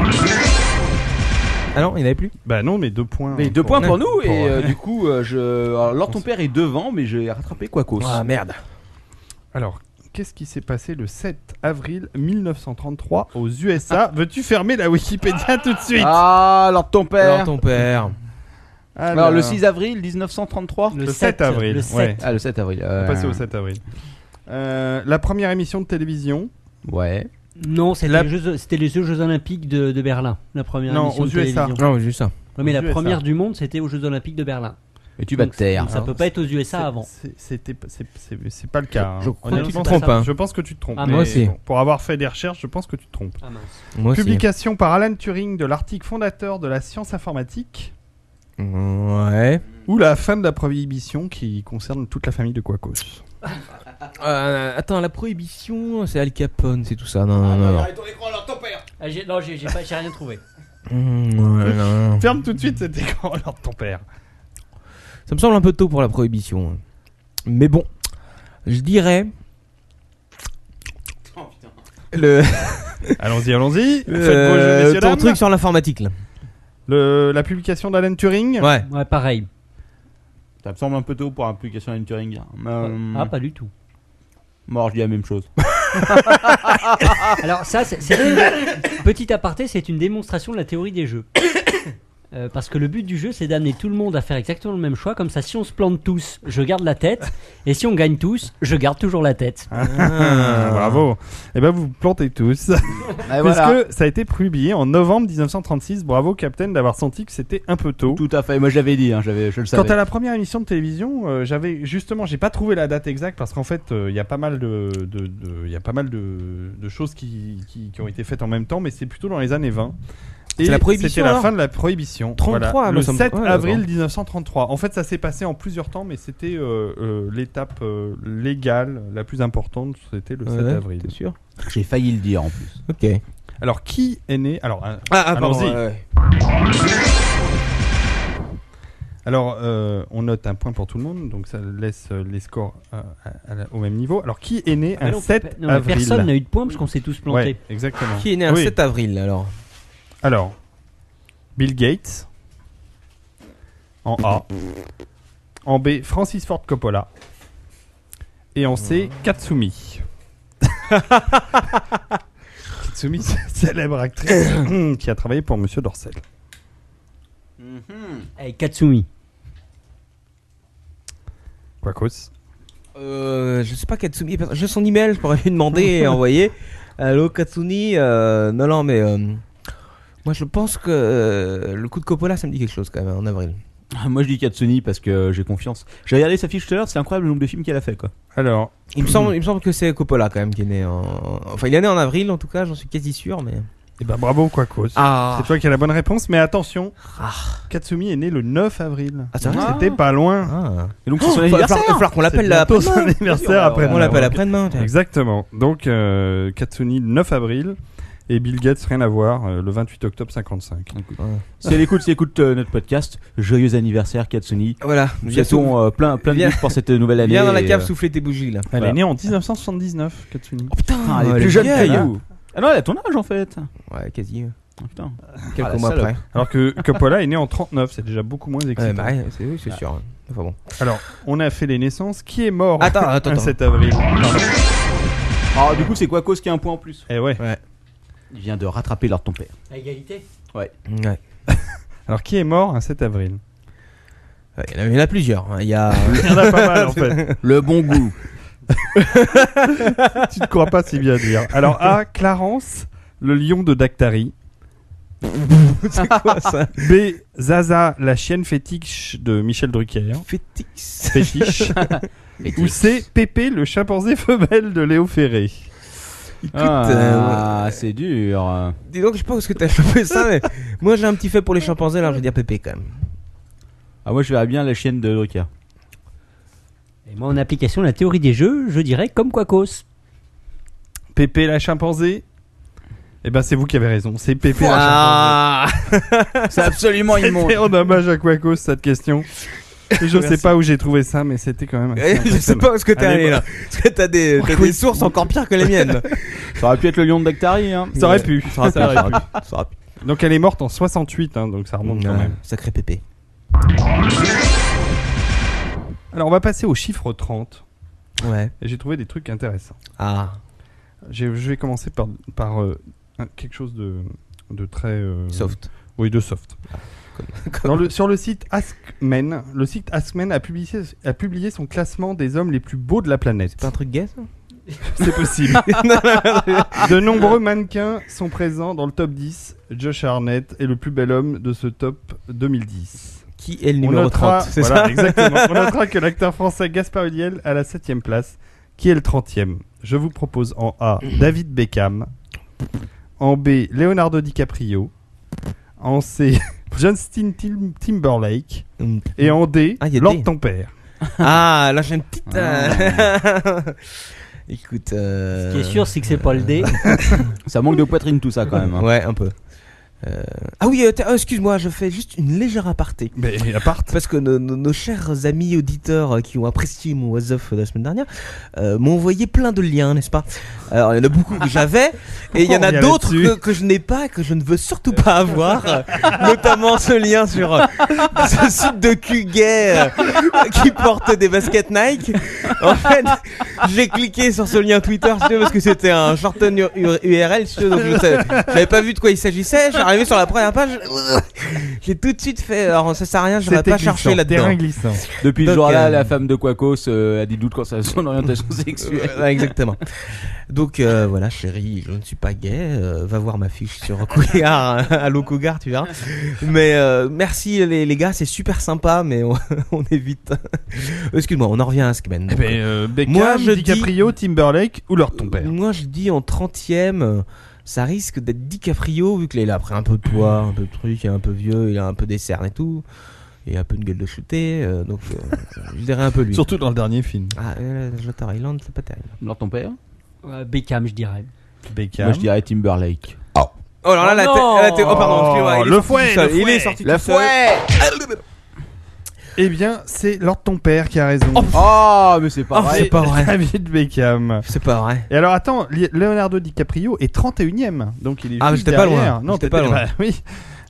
Speaker 6: Ah non, il n'y en avait plus
Speaker 5: Bah non, mais deux points.
Speaker 2: Mais deux points pour nous, et
Speaker 5: pour-
Speaker 2: euh, du coup, euh, je. Alors, Lord, ton père est devant, mais j'ai rattrapé Quacos.
Speaker 6: Ah merde.
Speaker 5: Alors, qu'est-ce qui s'est passé le 7 avril 1933 aux USA Veux-tu fermer la Wikipédia tout de suite
Speaker 2: Ah, Lord, ton
Speaker 6: Lord
Speaker 2: père
Speaker 6: ton père.
Speaker 2: Alors,
Speaker 8: euh,
Speaker 2: le 6 avril 1933
Speaker 5: Le 7 avril,
Speaker 4: Le
Speaker 5: ouais.
Speaker 4: 7.
Speaker 2: Ah, le 7 avril.
Speaker 5: On
Speaker 2: euh,
Speaker 5: va passer au 7 avril. Euh, la première émission de télévision.
Speaker 2: euh, Ouais.
Speaker 4: Non, c'était
Speaker 5: La-
Speaker 4: les, Jeux- c'était les Jeux Olympiques de, de Berlin, la première
Speaker 5: Non,
Speaker 4: émission
Speaker 5: aux
Speaker 4: de
Speaker 5: USA.
Speaker 4: télévision.
Speaker 6: Non, juste ça.
Speaker 4: Non, mais
Speaker 5: Aux
Speaker 4: la
Speaker 5: USA.
Speaker 4: première du monde, c'était aux Jeux Olympiques de Berlin.
Speaker 2: Et tu vas te
Speaker 4: Donc,
Speaker 2: taire.
Speaker 4: Ça peut pas être aux USA
Speaker 5: C'est-
Speaker 4: avant.
Speaker 5: c'est- C'était, pas- c'est, c'est- c'est pas le cas. hein.
Speaker 6: Je crois
Speaker 4: que
Speaker 5: Honnêtement,
Speaker 4: tu te
Speaker 5: c'est
Speaker 4: trompes,
Speaker 5: pas-
Speaker 6: hein.
Speaker 5: Je pense que tu te trompes.
Speaker 4: Ah,
Speaker 5: mais
Speaker 6: moi aussi.
Speaker 5: bon, pour avoir fait des recherches, je pense que tu te trompes.
Speaker 4: Ah mince.
Speaker 6: Moi aussi.
Speaker 5: Publication par Alan Turing de l'article fondateur de la science informatique
Speaker 6: Ouais.
Speaker 5: ou la fin de la prohibition qui concerne toute la famille de Quacos.
Speaker 6: Euh, attends, la prohibition, c'est Al Capone, c'est tout ça. Non, non, non. non.
Speaker 4: Ah, j'ai- non, j'ai j'ai pas- j'ai rien trouvé.
Speaker 6: Mmh,
Speaker 5: Ferme tout de suite cet écran, alors ton père.
Speaker 6: Ça me semble un peu tôt pour la prohibition. hein. Mais bon, je dirais.
Speaker 5: Oh,
Speaker 6: Le,
Speaker 5: Allons-y, allons-y. Faites vos jeux,
Speaker 6: euh,
Speaker 5: messieurs,
Speaker 6: ton
Speaker 5: dames.
Speaker 6: truc sur l'informatique là.
Speaker 5: Le- la publication d'Alan Turing.
Speaker 6: Ouais.
Speaker 4: Ouais, pareil.
Speaker 8: Ça me semble un peu tôt pour application à Turing.
Speaker 4: Ah,
Speaker 2: bah.
Speaker 4: pas du tout.
Speaker 8: Mort, je dis la même chose.
Speaker 4: Alors ça, c'est c'est une... petit aparté, c'est une démonstration de la théorie des jeux. Euh, parce que le but du jeu, c'est d'amener tout le monde à faire exactement le même choix. Comme ça, si on se plante tous, je garde la tête. Et si on gagne tous, je garde toujours la tête.
Speaker 5: Ah, bravo. Et ben vous vous plantez tous.
Speaker 1: Et
Speaker 5: Parce
Speaker 1: voilà.
Speaker 5: que ça a été publié en novembre 1936. Bravo, Captain, d'avoir senti que c'était un peu tôt.
Speaker 8: Tout à fait. Moi, j'avais dit, hein, j'avais, je le
Speaker 5: Quant
Speaker 8: savais.
Speaker 5: à la première émission de télévision, euh, j'avais justement, j'ai pas trouvé la date exacte parce qu'en fait, euh, il y a pas mal de, de- de- il y a pas mal de, de choses qui, qui, qui ont été faites en même temps, mais c'est plutôt dans les années 20. Et
Speaker 6: C'est la prohibition,
Speaker 5: C'était la
Speaker 6: alors
Speaker 5: fin de la prohibition.
Speaker 6: 33,
Speaker 5: Voilà.
Speaker 6: nous
Speaker 5: le
Speaker 6: sommes-
Speaker 5: 7
Speaker 6: ouais,
Speaker 5: avril
Speaker 6: d'accord.
Speaker 5: 1933. En fait, ça s'est passé en plusieurs temps, mais c'était euh, euh, l'étape euh, légale la plus importante. C'était le 7
Speaker 6: Ouais,
Speaker 5: avril.
Speaker 6: T'es sûr
Speaker 8: J'ai failli le dire en plus.
Speaker 6: Ok.
Speaker 5: Alors, qui est né Alors, euh, un-
Speaker 6: Ah, ah, pardon,
Speaker 5: Allons-y.
Speaker 6: ouais, ouais.
Speaker 5: Alors, euh, on note un point pour tout le monde, donc ça laisse euh, les scores euh, à- à la- au même niveau. Alors, qui est né
Speaker 4: Ah, Mais
Speaker 5: un
Speaker 4: non,
Speaker 5: 7
Speaker 4: pe- non, mais
Speaker 5: avril
Speaker 4: Personne n'a eu de point parce qu'on s'est tous plantés.
Speaker 5: Ouais, exactement.
Speaker 6: Qui est né un
Speaker 5: Oui.
Speaker 6: 7 avril alors
Speaker 5: Alors, Bill Gates, en A. En B, Francis Ford Coppola. Et en C, Katsumi. Katsumi, c'est une célèbre actrice qui a travaillé pour Monsieur Dorcel.
Speaker 4: Avec Katsumi.
Speaker 5: Quacos.
Speaker 6: Euh, je sais pas Katsumi, j'ai son email, je pourrais lui demander et envoyer. Allô Katsuni, euh, non non mais euh, moi je pense que euh, le coup de Coppola ça me dit quelque chose quand même en avril.
Speaker 8: Moi, je dis Katsuni parce que j'ai confiance. J'ai regardé sa fiche tout à l'heure, c'est incroyable le nombre de films qu'elle a fait, quoi.
Speaker 5: Alors,
Speaker 6: Il me semble, il me semble que c'est Coppola quand même qui est né en, enfin il est né en avril en tout cas, j'en suis quasi sûr mais.
Speaker 5: eh ben, bravo Quacos.
Speaker 6: Ah.
Speaker 5: C'est toi qui as la bonne réponse, mais attention, Katsumi est né le 9 avril.
Speaker 6: Ah, c'est vrai
Speaker 5: C'était pas loin.
Speaker 6: Ah.
Speaker 8: Et donc, c'est son
Speaker 6: Il va falloir- il va
Speaker 8: anniversaire.
Speaker 6: falloir qu'on l'appelle
Speaker 5: C'est
Speaker 6: là.
Speaker 5: bientôt son anniversaire après.
Speaker 6: On l'appelle après-demain. tiens.
Speaker 5: Exactement. Donc euh, Katsuni, 9 avril. Et Bill Gates, rien à voir, euh, le 28 octobre 55.
Speaker 8: Si elle écoute, si elle écoute euh, notre podcast, joyeux anniversaire Katsuni.
Speaker 6: Voilà.
Speaker 8: Nous souhaitons euh, plein, plein de
Speaker 6: Viens-
Speaker 8: bisous pour cette nouvelle année.
Speaker 6: Viens dans la
Speaker 8: et,
Speaker 6: cave
Speaker 8: euh,
Speaker 6: souffler tes bougies là.
Speaker 5: Elle
Speaker 8: Voilà.
Speaker 5: est née en 1979, Katsuni.
Speaker 6: Oh,
Speaker 8: putain, Ah, Oh, elle est
Speaker 6: elle
Speaker 8: plus
Speaker 6: est
Speaker 8: jeune
Speaker 6: vieille,
Speaker 8: qu'elle.
Speaker 6: hein.
Speaker 8: ou- Ah non, elle a ton âge en fait.
Speaker 6: Ouais, quasi. euh,
Speaker 8: Ah, putain.
Speaker 6: Quelques
Speaker 8: la
Speaker 6: mois
Speaker 8: salope.
Speaker 6: après.
Speaker 5: Alors que Coppola est né en 39, c'est déjà beaucoup moins excitant.
Speaker 6: Ouais, bah, ouais, c'est
Speaker 8: Ah.
Speaker 6: oui, c'est sûr. hein. Enfin bon.
Speaker 8: Oh.
Speaker 5: Alors, on a fait les naissances. Qui est mort
Speaker 6: Attends, attends,
Speaker 5: le
Speaker 6: attends.
Speaker 5: 7 avril
Speaker 8: Ah, du coup, c'est quoi cause qui a un point en plus
Speaker 5: Eh ouais.
Speaker 8: Il vient de rattraper l'heure de ton père.
Speaker 4: À égalité
Speaker 6: Ouais.
Speaker 5: Alors, qui est mort un 7 avril
Speaker 6: Ouais, Il y en a- il y en a plusieurs. hein. Il y a.
Speaker 5: Il y en a pas mal en fait.
Speaker 8: Le bon goût.
Speaker 5: tu ne crois pas si bien dire. Alors, A. Clarence, le lion de Dactari.
Speaker 6: Quoi, ça
Speaker 5: B. Zaza, la chienne fétiche de Michel Drucker.
Speaker 6: Fétix.
Speaker 5: Fétiche. Ou C. Pépé, le chimpanzé femelle de Léo Ferré.
Speaker 8: Ah, c'est dur.
Speaker 6: euh, Dis donc, je sais pas où est-ce que t'as chopé ça, mais moi j'ai un petit fait pour les chimpanzés, alors je vais dire Pépé quand même.
Speaker 8: Ah, moi, je verrais bien la chienne de Drucker.
Speaker 4: Et moi, en application de la théorie des jeux, je dirais comme Quacos.
Speaker 5: Pépé, la chimpanzé. Eh ben, c'est vous qui avez raison. C'est Pépé, la chimpanzé.
Speaker 6: Ah
Speaker 8: C'est absolument immonde.
Speaker 5: C'était en hommage à Quacos, cette question. Et Je sais pas où j'ai trouvé ça, mais c'était quand
Speaker 6: Ah,
Speaker 5: même. assez
Speaker 6: Je sais
Speaker 5: impressionnant.
Speaker 6: pas où est-ce que t'es
Speaker 5: Allez,
Speaker 6: allé là. Parce que t'as des, t'as des sources encore pires que les miennes.
Speaker 8: Ça aurait pu être le lion de Dactari, hein.
Speaker 5: Ça aurait pu.
Speaker 6: Ça aurait
Speaker 5: Ça aurait pu.
Speaker 6: Ça aurait pu.
Speaker 5: Donc elle est morte en 68, hein, donc ça remonte quand
Speaker 6: Ouais,
Speaker 5: même.
Speaker 6: Sacré Pépé.
Speaker 5: Alors on va passer au chiffre 30.
Speaker 6: Ouais.
Speaker 5: Et j'ai trouvé des trucs intéressants.
Speaker 6: Ah.
Speaker 5: J'ai- Je vais commencer par, par euh, un- quelque chose de, de très. euh,
Speaker 6: Soft. Ah,
Speaker 5: Oui, de soft. Dans le- sur le site Askmen, le site Askmen a publié, a publié son classement des hommes les plus beaux de la planète.
Speaker 6: C'est pas un truc gay ça
Speaker 5: C'est possible. de nombreux mannequins sont présents dans le top 10. Josh Arnett est le plus bel homme de ce top 2010.
Speaker 6: Qui est le
Speaker 5: On
Speaker 6: numéro
Speaker 5: notera-
Speaker 6: 30 C'est
Speaker 5: voilà,
Speaker 6: ça
Speaker 5: exactement. On notera que l'acteur français Gaspard Ulliel a la 7ème place, qui est le 30ème. Je vous propose en A, David Beckham. En B, Leonardo DiCaprio. En C, Justin Tim- Timberlake.
Speaker 6: Mm.
Speaker 5: Et en D,
Speaker 6: Ah, y a
Speaker 5: Lord
Speaker 6: D.
Speaker 5: ton père.
Speaker 6: Ah, là j'ai une petite.
Speaker 5: Ah.
Speaker 6: euh, Écoute. euh,
Speaker 4: Ce qui est sûr, c'est que c'est pas le D.
Speaker 8: Ça manque de poitrine tout ça quand même. hein.
Speaker 6: Ouais, un peu. Euh, Ah oui, euh, t'as- euh, excuse-moi, je fais juste une légère aparté.
Speaker 5: Mais à part.
Speaker 6: Parce que nos, nos- nos chers amis auditeurs euh, qui ont apprécié mon was of la semaine dernière euh, m'ont envoyé plein de liens, n'est-ce pas Alors il y en a beaucoup que j'avais et il y en
Speaker 5: Pourquoi
Speaker 6: a
Speaker 5: on revient
Speaker 6: d'autres
Speaker 5: là-dessus
Speaker 6: que, que je n'ai pas et que je ne veux surtout pas avoir, euh, notamment ce lien sur euh, ce site de cul gay euh, qui porte des baskets Nike. En fait, j'ai cliqué sur ce lien Twitter si tu veux, parce que c'était un shorten U- U- URL, si tu veux, donc je savais- j'avais pas vu de quoi il s'agissait. J'ai arrivé sur la première page, j'ai tout de suite fait. Alors ça sert à rien, je vais
Speaker 5: C'était
Speaker 6: pas
Speaker 5: glissant,
Speaker 6: chercher là-dedans.
Speaker 5: Terrain glissant.
Speaker 8: Depuis
Speaker 6: Donc,
Speaker 8: ce jour-là,
Speaker 6: euh,
Speaker 8: la femme de Quacos euh, a des doutes concernant son orientation sexuelle.
Speaker 6: Euh, Ouais, exactement. Donc euh, voilà, chérie, je ne suis pas gay. euh, va voir ma fiche sur Cougar, à l'eau Cougar, tu verras. Mais euh, merci les, les gars, c'est super sympa, mais on, on évite. Euh, Excuse-moi, on en revient à Askman.
Speaker 5: Eh
Speaker 6: Donc,
Speaker 5: ben, euh, Beckham,
Speaker 6: Moi, je
Speaker 5: DiCaprio, Timberlake ou leur ton
Speaker 6: euh,
Speaker 5: père.
Speaker 6: Moi, je dis en 30ème. euh, Ça risque d'être DiCaprio, vu qu'il a après un peu de poids, un peu de truc, il est un peu vieux, il a un peu des cernes et tout. Et un peu une gueule de shooté, euh, donc euh, je dirais un peu lui.
Speaker 5: Surtout dans le dernier film.
Speaker 6: Ah, euh, la Thaïlande, c'est pas terrible.
Speaker 8: Alors ton père
Speaker 4: Euh, Beckham, je dirais.
Speaker 5: Beckham.
Speaker 8: Moi je dirais Timberlake.
Speaker 6: Oh là là,
Speaker 4: Oh
Speaker 6: la,
Speaker 4: non
Speaker 6: thé- la thé- Oh pardon, excusez-moi, il est
Speaker 5: le
Speaker 6: sorti
Speaker 5: fouet, le
Speaker 6: tout seul, Il
Speaker 5: fouet.
Speaker 6: est sorti
Speaker 8: La
Speaker 6: tout seul.
Speaker 5: Eh bien, c'est Lord ton père qui a raison.
Speaker 8: Oh, mais c'est pas
Speaker 6: Oh,
Speaker 8: vrai.
Speaker 6: c'est pas vrai.
Speaker 5: David Beckham.
Speaker 6: C'est pas vrai.
Speaker 5: Et alors attends, Li- Leonardo DiCaprio est 31ème, donc il est
Speaker 6: Ah,
Speaker 5: juste
Speaker 6: j'étais pas loin,
Speaker 5: derrière. Non,
Speaker 6: j'étais
Speaker 5: t'étais
Speaker 6: pas loin.
Speaker 5: bah oui.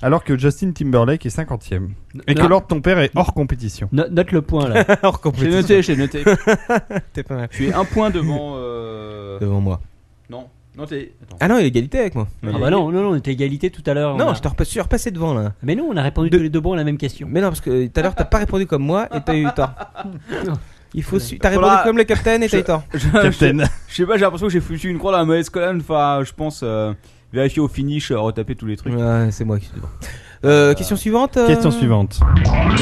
Speaker 5: Alors que Justin Timberlake est 50ème et que
Speaker 6: Ah.
Speaker 4: Non.
Speaker 5: Lord ton père est hors compétition.
Speaker 4: No- note le point là.
Speaker 6: Alors
Speaker 8: J'ai
Speaker 6: complètement.
Speaker 8: noté, j'ai noté.
Speaker 6: T'es pas mal.
Speaker 8: tu es un point devant. euh,
Speaker 6: Devant moi.
Speaker 8: Non, non t'es. Attends.
Speaker 6: Ah non, il est égalité avec moi.
Speaker 4: ah bah non, non, non, on était égalité tout à
Speaker 5: Oh,
Speaker 4: l'heure. on
Speaker 6: Non,
Speaker 4: a-
Speaker 6: je t'ai repas- suis repassé devant là.
Speaker 4: Mais non, on a répondu tous les deux bons à la même question.
Speaker 6: Mais non, parce que tout à l'heure t'as pas répondu comme moi et t'as eu tort. Il faut. su- T'as répondu
Speaker 8: Faudra-
Speaker 6: comme le capitaine et t'as eu tort.
Speaker 5: Captain.
Speaker 8: Je sais pas, j'ai l'impression que j'ai foutu une croix dans la mauvaise colonne. Enfin, je pense euh, vérifier au finish, euh, retaper tous les trucs.
Speaker 6: Ouais, c'est moi qui suis devant. Euh, Question suivante. euh,
Speaker 5: Question suivante.
Speaker 8: Je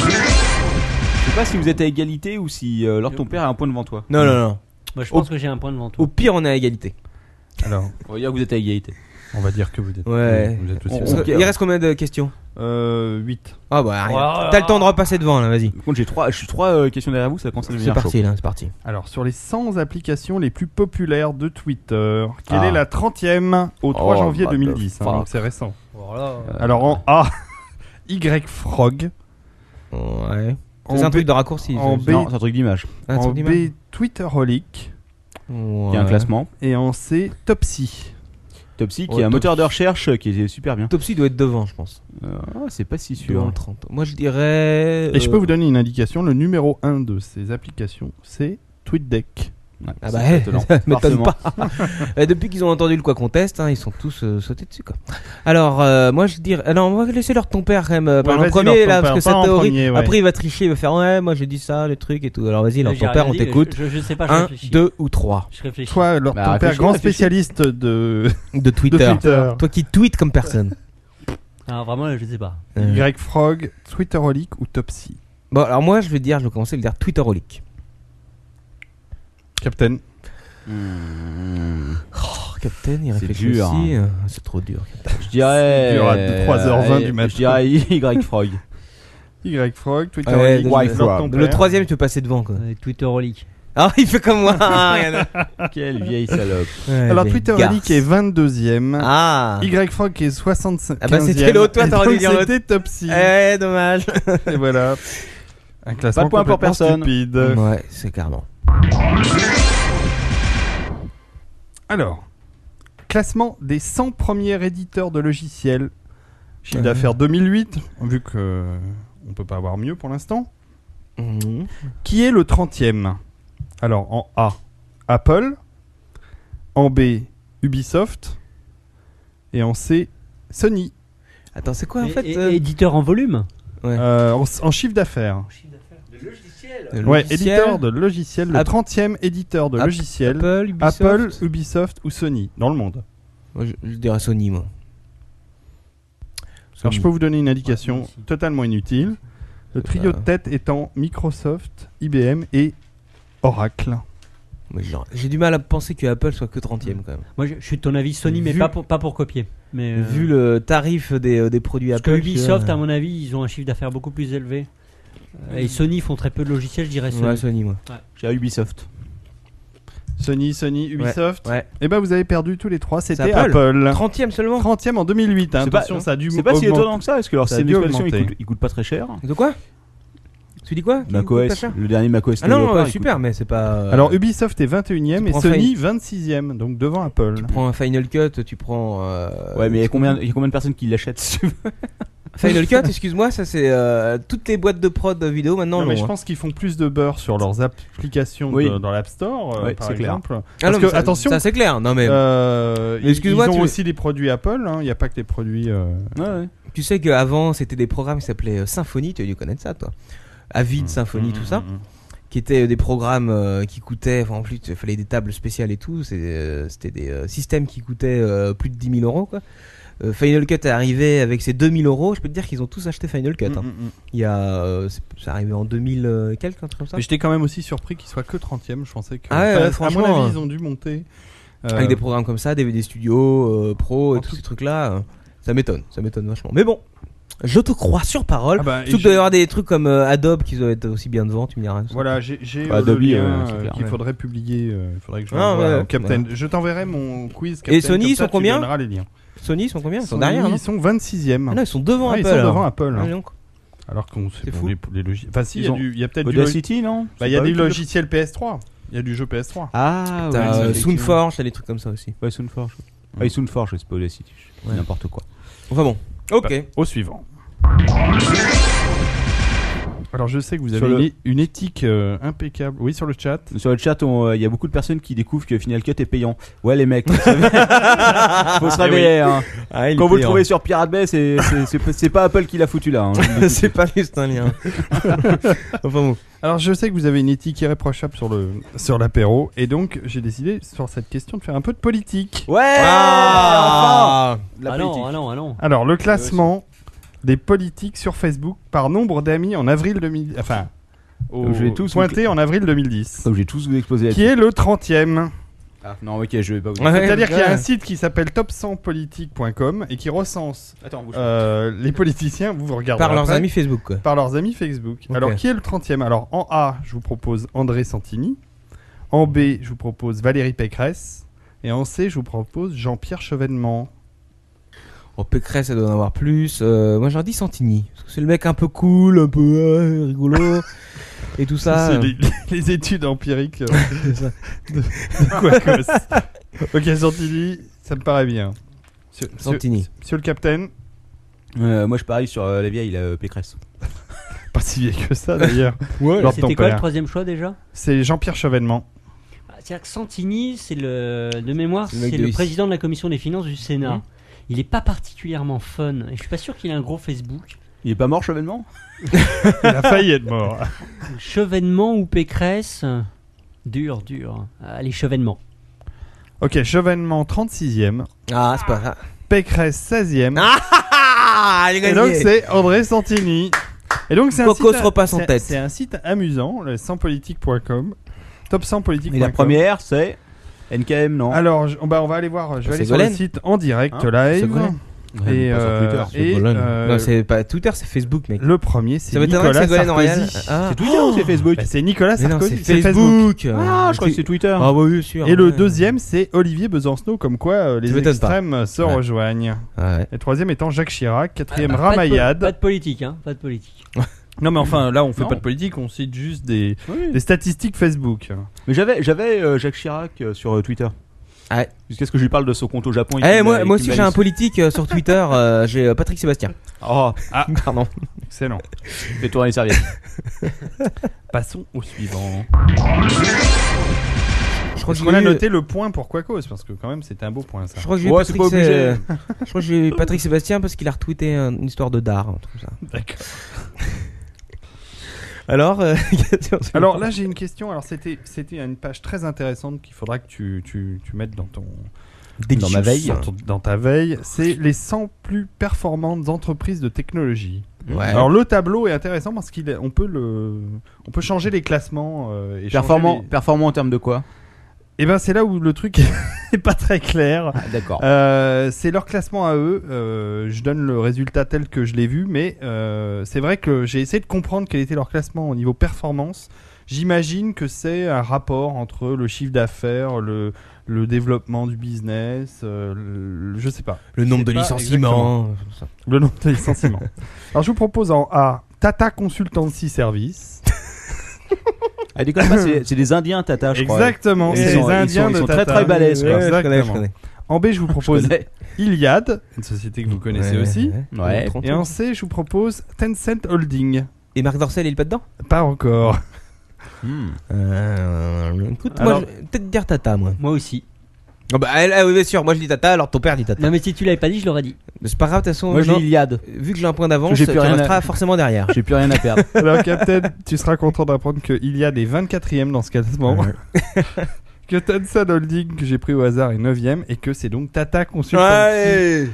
Speaker 8: sais pas si vous êtes à égalité ou si euh, Lord ton père a un point devant toi.
Speaker 6: Non, non, non.
Speaker 4: Moi, je pense que j'ai un point devant toi.
Speaker 6: Au pire, on est à égalité.
Speaker 5: Alors,
Speaker 8: On va dire que vous êtes à égalité.
Speaker 5: on va dire que vous êtes.
Speaker 6: Ouais.
Speaker 5: Vous êtes aussi.
Speaker 8: On-
Speaker 6: Parce que-
Speaker 8: Ok.
Speaker 6: Il reste combien de questions
Speaker 5: Euh, 8.
Speaker 6: Ah bah, rien.
Speaker 4: Ouais.
Speaker 6: t'as le temps de repasser devant là, vas-y.
Speaker 8: Par contre, j'ai trois, je suis trois euh, questions derrière vous, ça commence à
Speaker 6: C'est
Speaker 8: devenir chaud.
Speaker 6: parti là, c'est parti.
Speaker 5: Alors, sur les 100 applications les plus populaires de Twitter, quelle
Speaker 8: Ah.
Speaker 5: est la 30e au 3
Speaker 8: Oh,
Speaker 5: janvier
Speaker 8: what the
Speaker 5: 2010 hein,
Speaker 8: fuck.
Speaker 5: donc C'est récent. Alors, en A, Y Frog.
Speaker 6: Ouais.
Speaker 5: en
Speaker 6: C'est un
Speaker 5: B-
Speaker 6: truc de raccourci. ça,
Speaker 5: en
Speaker 6: je-
Speaker 5: B,
Speaker 8: Non, c'est un truc d'image.
Speaker 6: Ah,
Speaker 5: en
Speaker 6: tu dis mal
Speaker 5: B Twitterholic.
Speaker 8: Il y a un
Speaker 6: Ouais.
Speaker 8: classement.
Speaker 5: Et en C, Topsy.
Speaker 8: Topsy, qui
Speaker 6: Ouais,
Speaker 8: est un moteur de recherche euh, qui est super bien.
Speaker 6: Autopsie doit être devant, je pense.
Speaker 8: Euh, ah, c'est pas si
Speaker 6: Devant
Speaker 8: sûr.
Speaker 6: le 30. Moi, je dirais.
Speaker 5: Et je
Speaker 6: euh,
Speaker 5: peux vous donner une indication, le numéro 1 de ces applications, c'est TweetDeck.
Speaker 8: Ouais,
Speaker 6: Ah
Speaker 8: c'est
Speaker 6: bah, eh,
Speaker 8: étonnant.
Speaker 6: ça m'étonne
Speaker 8: Forcément.
Speaker 6: pas. Euh, Depuis qu'ils ont entendu le quoi qu'on teste, hein, ils sont tous euh, sautés dessus, quoi. Alors, euh, moi, je dirais. Alors, on va laisser leur ton père, quand même, euh, parler en
Speaker 5: vas-y,
Speaker 6: premier,
Speaker 5: leur
Speaker 6: là,
Speaker 5: ton
Speaker 6: parce que
Speaker 5: père,
Speaker 6: sa
Speaker 5: pas en
Speaker 6: théorie.
Speaker 5: premier, ouais.
Speaker 6: Après, il va tricher, il va faire Ouais, moi, j'ai dit ça, les trucs et tout. Alors, vas-y, leur
Speaker 4: J'ai
Speaker 6: ton
Speaker 4: rien
Speaker 6: père, on
Speaker 4: dit,
Speaker 6: t'écoute.
Speaker 4: Je, je- je sais pas, je
Speaker 6: 1,
Speaker 4: réfléchis.
Speaker 6: 2 ou 3
Speaker 4: Je réfléchis.
Speaker 5: Toi, leur
Speaker 8: Bah,
Speaker 5: ton père,
Speaker 8: réfléchis,
Speaker 5: grand
Speaker 8: réfléchis.
Speaker 5: spécialiste de,
Speaker 6: de
Speaker 5: de
Speaker 6: Twitter.
Speaker 5: Twitter.
Speaker 6: Toi qui tweets comme personne.
Speaker 4: Ah, vraiment, je sais pas.
Speaker 6: Euh,
Speaker 5: Y Frog, Twitterholic ou Topsy
Speaker 6: Bon, alors, moi, je vais dire, je vais commencer à le dire Twitterolic.
Speaker 5: Captain.
Speaker 8: Hmm.
Speaker 6: Oh, Captain, il
Speaker 8: C'est
Speaker 6: réfléchit
Speaker 8: dur,
Speaker 6: aussi.
Speaker 5: hein.
Speaker 6: euh, C'est trop dur.
Speaker 8: Je dirais.
Speaker 5: Il y aura
Speaker 8: euh,
Speaker 5: 3h20 du
Speaker 8: euh,
Speaker 5: matin.
Speaker 8: Je dirais Y Frog.
Speaker 5: Y Frog,
Speaker 6: Ouais,
Speaker 5: Twitterholic,
Speaker 6: donc,
Speaker 5: Leur ton
Speaker 6: Le
Speaker 5: père.
Speaker 6: troisième, tu peux passer devant, quoi.
Speaker 4: Euh, Twitterholic.
Speaker 6: Ah, il fait comme moi. Regarde.
Speaker 8: Quelle vieille salope.
Speaker 5: Alors,
Speaker 6: Ouais,
Speaker 5: Twitterholic
Speaker 6: les
Speaker 5: est
Speaker 6: gars.
Speaker 5: 22ème.
Speaker 6: Ah.
Speaker 5: Y Frog qui est 65.
Speaker 6: Ah bah, c'était l'autre, toi,
Speaker 5: Et
Speaker 6: t'aurais dû
Speaker 5: donc,
Speaker 6: dire l'autre.
Speaker 5: C'était Topsy.
Speaker 6: Eh, dommage.
Speaker 5: Et voilà. Un classement
Speaker 8: Pas de point pour
Speaker 5: complètement
Speaker 8: personne.
Speaker 5: stupide.
Speaker 6: Ouais, c'est carrément.
Speaker 5: Alors, classement des 100 premiers éditeurs de logiciels. Chiffre
Speaker 6: Ouais.
Speaker 5: d'affaires 2008, vu que euh, on peut pas avoir mieux pour l'instant.
Speaker 6: Mhm.
Speaker 5: Qui est le 30e Alors, en A, Apple. En B, Ubisoft. Et en C, Sony.
Speaker 6: Attends, c'est quoi en
Speaker 4: Et-
Speaker 6: fait
Speaker 4: et-
Speaker 6: euh,
Speaker 4: Éditeur en volume
Speaker 5: Euh, en, en chiffre d'affaires.
Speaker 6: le
Speaker 5: Ouais,
Speaker 6: logiciel,
Speaker 5: éditeur de logiciels. Le
Speaker 6: App-
Speaker 5: 30e éditeur de
Speaker 6: App-
Speaker 5: logiciels.
Speaker 6: Apple, Ubisoft.
Speaker 5: Apple, Ubisoft ou Sony dans le monde.
Speaker 6: Moi, je, je dirais Sony, moi.
Speaker 5: Alors je peux vous donner une indication
Speaker 4: Ouais, merci.
Speaker 5: totalement inutile. Le trio de tête étant Microsoft, IBM et Oracle.
Speaker 6: Mais genre, J'ai du mal à penser que Apple soit que 30ème quand même.
Speaker 4: Moi, je, je suis de ton avis Sony, mais
Speaker 6: Vu-
Speaker 4: pas pour, pas pour copier. Mais, euh,
Speaker 6: Vu le tarif des, euh, des produits
Speaker 4: parce que
Speaker 6: Apple.
Speaker 4: Ubisoft,
Speaker 6: euh,
Speaker 4: à mon avis, ils ont un chiffre d'affaires beaucoup plus élevé. Euh, Et Sony font très peu de logiciels, je dirais. Sony.
Speaker 6: Ouais, Sony, moi.
Speaker 8: Je dirais Ubisoft.
Speaker 5: Sony, Sony, Ubisoft.
Speaker 6: Ouais.
Speaker 5: Et ben vous avez perdu tous les trois, c'était
Speaker 6: Apple.
Speaker 4: Ah.
Speaker 5: Apple.
Speaker 6: 30e seulement
Speaker 5: 30e en 2008, hein,
Speaker 2: C'est pas-
Speaker 5: attention, ça a dû
Speaker 2: C'est pas si
Speaker 5: augmenter.
Speaker 2: étonnant que ça, parce que leur
Speaker 5: Ça a
Speaker 2: système
Speaker 5: dû
Speaker 2: d'exploitation il
Speaker 5: augmenter.
Speaker 2: coûte, il coûte pas très cher.
Speaker 6: De quoi Tu dis quoi Qui coûte pas
Speaker 2: macOS,
Speaker 6: cher
Speaker 2: le dernier macOS
Speaker 6: Ah non,
Speaker 2: Developer,
Speaker 6: euh,
Speaker 2: il
Speaker 6: super, mais c'est pas. euh,
Speaker 5: Alors Ubisoft est 21 e
Speaker 6: Tu
Speaker 5: et
Speaker 6: prends
Speaker 5: Sony 26 e donc devant Apple.
Speaker 6: tu prends un Final Cut, tu prends. euh,
Speaker 2: coûte- Ouais, mais il y a combien il y a combien de personnes qui l'achètent si tu veux
Speaker 6: Final Cut, excuse-moi, ça c'est euh, toutes les boîtes de prod vidéo maintenant.
Speaker 5: Non, mais
Speaker 6: l'ont,
Speaker 5: je
Speaker 6: hein.
Speaker 5: pense qu'ils font plus de beurre sur leurs applications
Speaker 2: Oui.
Speaker 5: de- dans l'App Store, euh,
Speaker 2: Ouais,
Speaker 5: par
Speaker 2: c'est clair.
Speaker 5: exemple.
Speaker 6: Ah
Speaker 5: Parce
Speaker 6: non,
Speaker 5: que,
Speaker 6: mais ça-
Speaker 5: attention,
Speaker 6: ça c'est clair. Non mais
Speaker 5: euh, ils,
Speaker 6: excuse-moi,
Speaker 5: ils ont
Speaker 6: tu-
Speaker 5: aussi des produits Apple, hein, il n'y a pas que les produits... euh,
Speaker 6: tu sais qu'avant c'était des programmes qui s'appelaient euh, Symfony, tu as dû connaître ça toi. Avid, Symfony, tout
Speaker 5: Mm,
Speaker 6: ça, qui étaient euh, des programmes euh, qui coûtaient, enfin, en plus il fallait des tables spéciales et tout, c'est, euh, c'était des euh, systèmes qui coûtaient euh, plus de 10 000 euros quoi. Euh, Final Cut est arrivé avec ses 2000 euros, je peux te dire qu'ils ont tous acheté Final Cut. hein.
Speaker 5: Mm, mm, mm.
Speaker 6: Il y a, euh, c'est c'est arrivé en 2000 euh, quelques, un truc comme ça.
Speaker 5: Mais j'étais quand même aussi surpris qu'ils soient que 30 e je pensais que...
Speaker 6: Ah ouais,
Speaker 5: enfin,
Speaker 6: franchement,
Speaker 5: à mon
Speaker 6: euh,
Speaker 5: avis, ils ont dû monter. euh,
Speaker 6: Avec des programmes comme ça, DVD Studio, euh, Pro et
Speaker 5: en
Speaker 6: tous
Speaker 5: tout-
Speaker 6: ces trucs-là, euh, ça m'étonne, ça m'étonne vachement. Mais bon, je te crois sur parole.
Speaker 5: Ah bah, et
Speaker 6: Surtout qu'il
Speaker 5: j'ai-
Speaker 6: doit y avoir des trucs comme euh, Adobe qui doivent être aussi bien devant, tu me diras.
Speaker 5: Voilà, j'ai j'ai,
Speaker 2: Bah,
Speaker 5: euh, le
Speaker 2: Adobe,
Speaker 5: lien,
Speaker 2: euh, c'est
Speaker 5: euh,
Speaker 2: clair,
Speaker 5: qu'il
Speaker 6: ouais.
Speaker 5: faudrait publier. euh, Il faudrait que je
Speaker 6: Ah,
Speaker 5: l'envoie
Speaker 6: ouais,
Speaker 5: au Captain.
Speaker 6: voilà.
Speaker 5: Je t'enverrai mon quiz.
Speaker 6: Et
Speaker 5: Captain,
Speaker 6: Sony,
Speaker 5: comme
Speaker 6: ils
Speaker 5: ça,
Speaker 6: sont
Speaker 5: tu
Speaker 6: combien
Speaker 5: donneras les liens.
Speaker 6: Sony, ils sont combien Ils sont derrière, non
Speaker 5: Ils sont 26 e
Speaker 6: Ah non, ils sont devant
Speaker 5: Ah,
Speaker 6: Apple.
Speaker 5: ils sont devant
Speaker 6: alors.
Speaker 5: Apple.
Speaker 6: Ah, dis donc.
Speaker 5: Alors qu'on sait
Speaker 6: C'est
Speaker 5: pas,
Speaker 6: fou.
Speaker 5: les, les logiciels. Enfin, si, il y a
Speaker 2: Ils ont-
Speaker 5: du- il y a peut-être du. logiciel
Speaker 2: Audacity, non
Speaker 5: il y a
Speaker 2: C'est pas
Speaker 5: des
Speaker 2: eux qui le-
Speaker 5: logiciels PS3. Il y a du jeu PS3.
Speaker 2: Ah,
Speaker 6: T'as euh,
Speaker 2: ouais,
Speaker 5: hein.
Speaker 6: Soundforge, t'as des trucs comme ça aussi.
Speaker 2: Ouais, Soundforge. Ah, et Soundforge, c'est pas Audacity. je dis
Speaker 6: Ouais.
Speaker 2: N'importe quoi.
Speaker 6: Enfin bon,
Speaker 5: Ah,
Speaker 6: ok.
Speaker 5: Bah, Au suivant. Alors, je sais que vous
Speaker 2: Sur
Speaker 5: avez
Speaker 2: le-
Speaker 5: une, une éthique euh, impeccable. Oui, sur le chat.
Speaker 2: Sur le chat, on- euh, il y a beaucoup de personnes qui découvrent que Final Cut est payant. Ouais, les mecs, vous savez. faut
Speaker 5: Eh
Speaker 2: se réveiller. hein.
Speaker 5: ah,
Speaker 2: Quand vous le trouvez sur Pirate Bay, c'est- c'est c'est- c'est pas Apple qui l'a foutu là. hein.
Speaker 6: c'est pas juste un lien. enfin bon.
Speaker 5: Alors, je sais que vous avez une éthique irréprochable sur le sur l'apéro, et donc j'ai décidé sur cette question de faire un peu de politique.
Speaker 2: Ouais
Speaker 6: Ah
Speaker 2: La
Speaker 4: ah non, ah non, ah non.
Speaker 5: Alors, le classement des politiques sur Facebook par nombre d'amis en avril 2000. Enfin, au,
Speaker 2: Comme je l'ai tous,
Speaker 5: pointé en avril 2010,
Speaker 2: Comme j'ai tous vous explosé Ah,
Speaker 5: qui est le 30e.
Speaker 2: Non, ok, je vais pas vous
Speaker 6: Ouais,
Speaker 5: C'est-à-dire qu'il y a
Speaker 6: ouais.
Speaker 5: un site qui s'appelle top100politique.com et qui recense
Speaker 2: Attends, bouge.
Speaker 5: euh, les politiciens, vous vous regardez
Speaker 6: Par leurs amis Facebook quoi.
Speaker 5: par leurs amis Facebook.
Speaker 6: Ok.
Speaker 5: Alors, qui est le 30e Alors, en A, je vous propose André Santini. En B, je vous propose Valérie Pécresse. Et en C, je vous propose Jean-Pierre Chevènement.
Speaker 6: Oh, Pécresse, ça doit en avoir plus. Euh, moi, j'en dis Santini. Parce que c'est le mec un peu cool, un peu euh, rigolo. et tout ça.
Speaker 5: C'est les, les études empiriques euh, de Quacos. ok, Santini, ça me paraît bien. Monsieur- monsieur-
Speaker 6: Santini.
Speaker 5: Monsieur le capitaine,
Speaker 2: moi, je parie sur euh, la vieille, la euh, Pécresse.
Speaker 5: pas si vieille que ça d'ailleurs.
Speaker 6: Ouais.
Speaker 5: Lord
Speaker 4: Euh, C'était quoi le
Speaker 5: Tempère.
Speaker 4: troisième choix déjà
Speaker 5: C'est Jean-Pierre Chevènement.
Speaker 4: Ah, C'est-à-dire que Santini, c'est le, de mémoire,
Speaker 6: C'est le mec
Speaker 4: c'est
Speaker 6: de
Speaker 4: le
Speaker 6: ici.
Speaker 4: président de la commission des finances du Sénat.
Speaker 2: Mhm.
Speaker 4: Il n'est pas particulièrement fun. Et je suis pas sûr qu'il ait un gros Facebook.
Speaker 2: Il est pas mort, chevènement
Speaker 5: Il a failli être mort.
Speaker 4: Chevènement ou Pécresse Dur, dur. Allez, Chevènement.
Speaker 5: Ok, Chevènement 36e,
Speaker 6: Ah, c'est pas ça.
Speaker 5: Pécresse 16e,
Speaker 6: Ah, les
Speaker 5: et donc c'est André Santini. Et donc c'est un
Speaker 6: Coco
Speaker 5: site-
Speaker 6: se repasse en
Speaker 5: c'est-
Speaker 6: tête.
Speaker 5: C'est un site amusant, le 100politique.com, top 100politique.com.
Speaker 2: Et la première, c'est NKM, non
Speaker 5: Alors, je- bah, on va aller voir, je vais aller sur le
Speaker 6: Ségolène.
Speaker 5: site en direct
Speaker 2: Hein
Speaker 5: live.
Speaker 6: Ségolène.
Speaker 5: Et, euh, et, euh, Ah,
Speaker 6: Non, c'est pas Twitter, c'est Facebook, mec.
Speaker 5: le premier, c'est
Speaker 6: Ça m'étonnerait que
Speaker 5: Nicolas
Speaker 6: Ségolène Royal.
Speaker 5: Sarkozy.
Speaker 6: Ah.
Speaker 2: C'est Twitter ou c'est Facebook
Speaker 5: Bah, c'est Nicolas
Speaker 6: Mais non,
Speaker 5: Sarkozy,
Speaker 6: c'est Facebook.
Speaker 2: Ah, je crois que c'est Twitter.
Speaker 6: Ah, bah oui, sûr.
Speaker 5: Et le
Speaker 6: Ouais.
Speaker 5: deuxième, c'est Olivier Besancenot, comme quoi euh, les
Speaker 6: m'étonnes pas.
Speaker 5: extrêmes euh, se
Speaker 6: Ouais.
Speaker 5: rejoignent.
Speaker 6: Ah, ouais.
Speaker 5: Et troisième étant Jacques Chirac, quatrième
Speaker 4: Ah, bah, Pas de po-
Speaker 5: Ramayad.
Speaker 4: Pas de politique, hein Pas de politique.
Speaker 5: Non mais enfin là on fait
Speaker 2: Non.
Speaker 5: pas de politique, on cite juste des,
Speaker 2: Oui.
Speaker 5: des statistiques Facebook.
Speaker 2: Mais j'avais, j'avais euh, Jacques Chirac euh, sur euh, Twitter.
Speaker 6: Ah ouais.
Speaker 2: Jusqu'à ce que je lui parle de son compte au Japon. et
Speaker 6: Eh,
Speaker 2: qu'il
Speaker 6: moi,
Speaker 2: m'a-
Speaker 6: moi
Speaker 2: qu'il
Speaker 6: aussi
Speaker 2: m'a
Speaker 6: j'ai un
Speaker 2: laissé.
Speaker 6: politique euh, sur Twitter, euh, j'ai euh, Patrick Sébastien.
Speaker 2: Oh,
Speaker 6: Pardon.
Speaker 5: Ah. Excellent.
Speaker 2: fais tourner les serviettes.
Speaker 5: Passons au suivant.
Speaker 6: Je crois
Speaker 5: Parce
Speaker 6: que
Speaker 5: qu'on a
Speaker 6: j'ai eu-
Speaker 5: noté le point pour Quacos parce que quand même c'était un beau point ça.
Speaker 6: Je crois que j'ai eu
Speaker 2: Ouais, c'est
Speaker 6: Patrick,
Speaker 2: pas obligé.
Speaker 6: Sé- je crois que j'ai eu Patrick Sébastien parce qu'il a retweeté euh, une histoire de dard, un truc comme ça.
Speaker 5: D'accord.
Speaker 6: Alors, euh,
Speaker 5: Alors là j'ai une question. Alors c'était c'était une page très intéressante qu'il faudra que tu, tu, tu mettes dans ton
Speaker 6: Delicious.
Speaker 5: dans, ton- dans ta veille. C'est les 100 plus performantes entreprises de technologie.
Speaker 6: Ouais.
Speaker 5: Alors le tableau est intéressant parce qu'il est- on peut le on peut changer les classements euh, et
Speaker 2: Performant, performant en termes de quoi
Speaker 5: Et ben c'est là où le truc est pas très clair.
Speaker 2: Ah, D'accord.
Speaker 5: Euh, c'est leur classement à eux. Euh, je donne le résultat tel que je l'ai vu, mais euh, c'est vrai que j'ai essayé de comprendre quel était leur classement au niveau performance. J'imagine que c'est un rapport entre le chiffre d'affaires, le, le développement du business, euh, le- je sais pas.
Speaker 6: Le
Speaker 5: Je
Speaker 6: nombre de
Speaker 5: sais pas
Speaker 6: licenciements. ça.
Speaker 5: Le nombre de licenciements. Alors je vous propose en A, Tata Consultancy Service.
Speaker 2: Ah, déconne pas, c'est c'est des Indiens, Tata, je crois.
Speaker 5: Exactement,
Speaker 2: Ils
Speaker 5: c'est
Speaker 2: sont-
Speaker 5: les
Speaker 2: ils
Speaker 5: Indiens
Speaker 2: sont- ils
Speaker 5: de
Speaker 2: sont très,
Speaker 5: Tata.
Speaker 2: très balèzes, quoi.
Speaker 5: Ouais,
Speaker 6: Je connais, je
Speaker 5: Exactement.
Speaker 6: connais.
Speaker 5: En B, je vous propose
Speaker 2: connais.
Speaker 5: Iliad, une société que vous connaissez
Speaker 6: Ouais,
Speaker 5: aussi.
Speaker 6: ouais, ouais.
Speaker 2: Ouais.
Speaker 6: Trente
Speaker 5: Et
Speaker 6: ans.
Speaker 5: en C, je vous propose Tencent Holding.
Speaker 6: Et Marc Dorcel, il est pas dedans
Speaker 5: Pas encore.
Speaker 2: Hmm.
Speaker 6: Euh, Écoute,
Speaker 5: Alors-
Speaker 6: moi, je vais peut-être dire Tata, moi.
Speaker 4: Moi aussi.
Speaker 6: Ah bah, ah, ah oui, bien sûr, moi je dis Tata, alors ton père dit Tata.
Speaker 4: Non, mais si tu l'avais pas dit, je l'aurais dit.
Speaker 6: Mais c'est pas grave, de toute façon,
Speaker 2: Moi, je
Speaker 6: non,
Speaker 2: dis Iliade.
Speaker 6: vu que j'ai un point d'avance,
Speaker 2: J'ai
Speaker 6: tu
Speaker 2: plus rien à-
Speaker 6: resteras forcément derrière.
Speaker 2: J'ai plus rien à perdre.
Speaker 5: Alors, Captain, tu seras content d'apprendre que Iliad est 24ème dans ce classement. que Tencent Holding, que j'ai pris au hasard, est 9ème. Et que c'est donc Tata Consultancy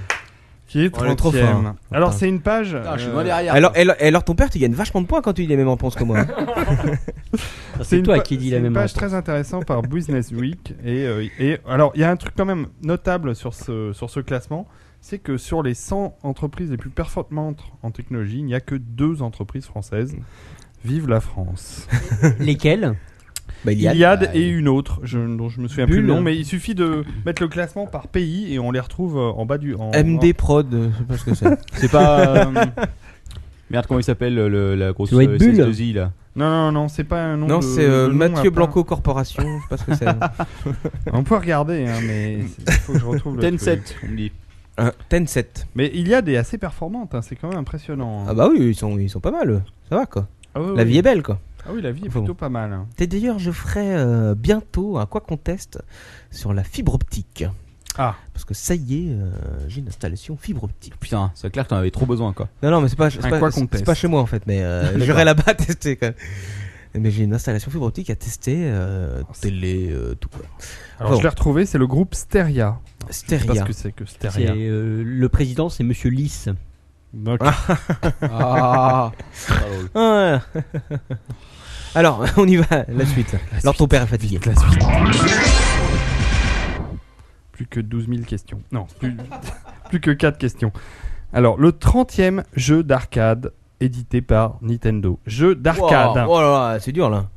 Speaker 5: qui est
Speaker 6: On est trop
Speaker 5: 30ème.
Speaker 6: fort, hein.
Speaker 5: Alors, c'est une page.
Speaker 2: Ah, je suis
Speaker 5: euh,
Speaker 2: loin derrière.
Speaker 6: Alors, et alors- et alors ton père, tu gagnes vachement de points quand tu dis les mêmes réponses que moi.
Speaker 4: C'est
Speaker 5: une
Speaker 4: toi
Speaker 5: pa-
Speaker 4: qui dis
Speaker 5: c'est
Speaker 4: la même
Speaker 5: une page
Speaker 4: chose.
Speaker 5: très intéressante par Business Week. Et, euh, et alors, il y a un truc quand même notable sur ce, sur ce classement c'est que sur les 100 entreprises les plus performantes en technologie, il n'y a que deux entreprises françaises. Vive la France.
Speaker 4: Lesquels
Speaker 6: bah,
Speaker 5: Iliad,
Speaker 6: Iliad.
Speaker 5: et une autre, je, dont je me souviens plus
Speaker 4: Bulle.
Speaker 5: le nom, mais il suffit de mettre le classement par pays et on les retrouve euh, en bas du. en-
Speaker 6: MD Prod, euh, je sais pas ce que c'est.
Speaker 2: C'est pas. euh, Merde, comment il s'appelle le- le- la grosse
Speaker 4: Ça doit être
Speaker 2: euh,
Speaker 4: Bulle.
Speaker 2: SS2I là
Speaker 5: en- Non, non, non, c'est pas un nom.
Speaker 6: non,
Speaker 5: de-
Speaker 6: c'est euh,
Speaker 5: le nom a
Speaker 6: Mathieu
Speaker 5: pas-
Speaker 6: Blanco Corporation, je sais pas ce que c'est.
Speaker 5: On peut regarder, hein, mais il faut que je retrouve le. truc.
Speaker 2: Tencent, on me dit.
Speaker 6: Un Euh, Tencent.
Speaker 5: Mais Iliad est assez performante, hein, c'est quand même impressionnant. hein.
Speaker 6: Ah bah oui, ils sont, ils sont pas mal, eux. ça va quoi.
Speaker 5: Ah oui,
Speaker 6: La
Speaker 5: oui.
Speaker 6: vie est belle quoi.
Speaker 5: Ah oui, la vie est
Speaker 6: Enfin
Speaker 5: plutôt pas mal. hein.
Speaker 6: Et d'ailleurs, je ferai euh, bientôt un quoi qu'on teste sur la fibre optique.
Speaker 5: Ah.
Speaker 6: Parce que ça y est, euh, j'ai une installation fibre optique.
Speaker 2: Putain, c'est clair que t'en avais trop besoin quoi.
Speaker 6: Non, non, mais c'est pas, c'est
Speaker 5: Un
Speaker 6: pas,
Speaker 5: quoi
Speaker 6: c'est-
Speaker 5: qu'on
Speaker 6: c'est
Speaker 5: teste.
Speaker 6: pas chez moi en fait, mais euh, j'irai là-bas tester quand même. Mais j'ai une installation fibre optique à tester, euh, télé, euh, tout quoi.
Speaker 5: Alors
Speaker 6: Bon.
Speaker 5: je l'ai retrouvé, c'est le groupe Steria. Je sais pas
Speaker 6: Steria.
Speaker 5: ce que c'est que
Speaker 4: C'est,
Speaker 5: Steria.
Speaker 4: euh, Le président, c'est Monsieur Lys.
Speaker 5: Donc,
Speaker 2: Ah
Speaker 6: Ah. Alors, on y va, la suite. Alors ton père est fatigué.
Speaker 5: plus que 12 000 questions. Non, plus, plus que 4 questions. Alors, le 30e jeu d'arcade édité par Nintendo. Jeu d'arcade.
Speaker 6: Wow, Oh là là, c'est dur là.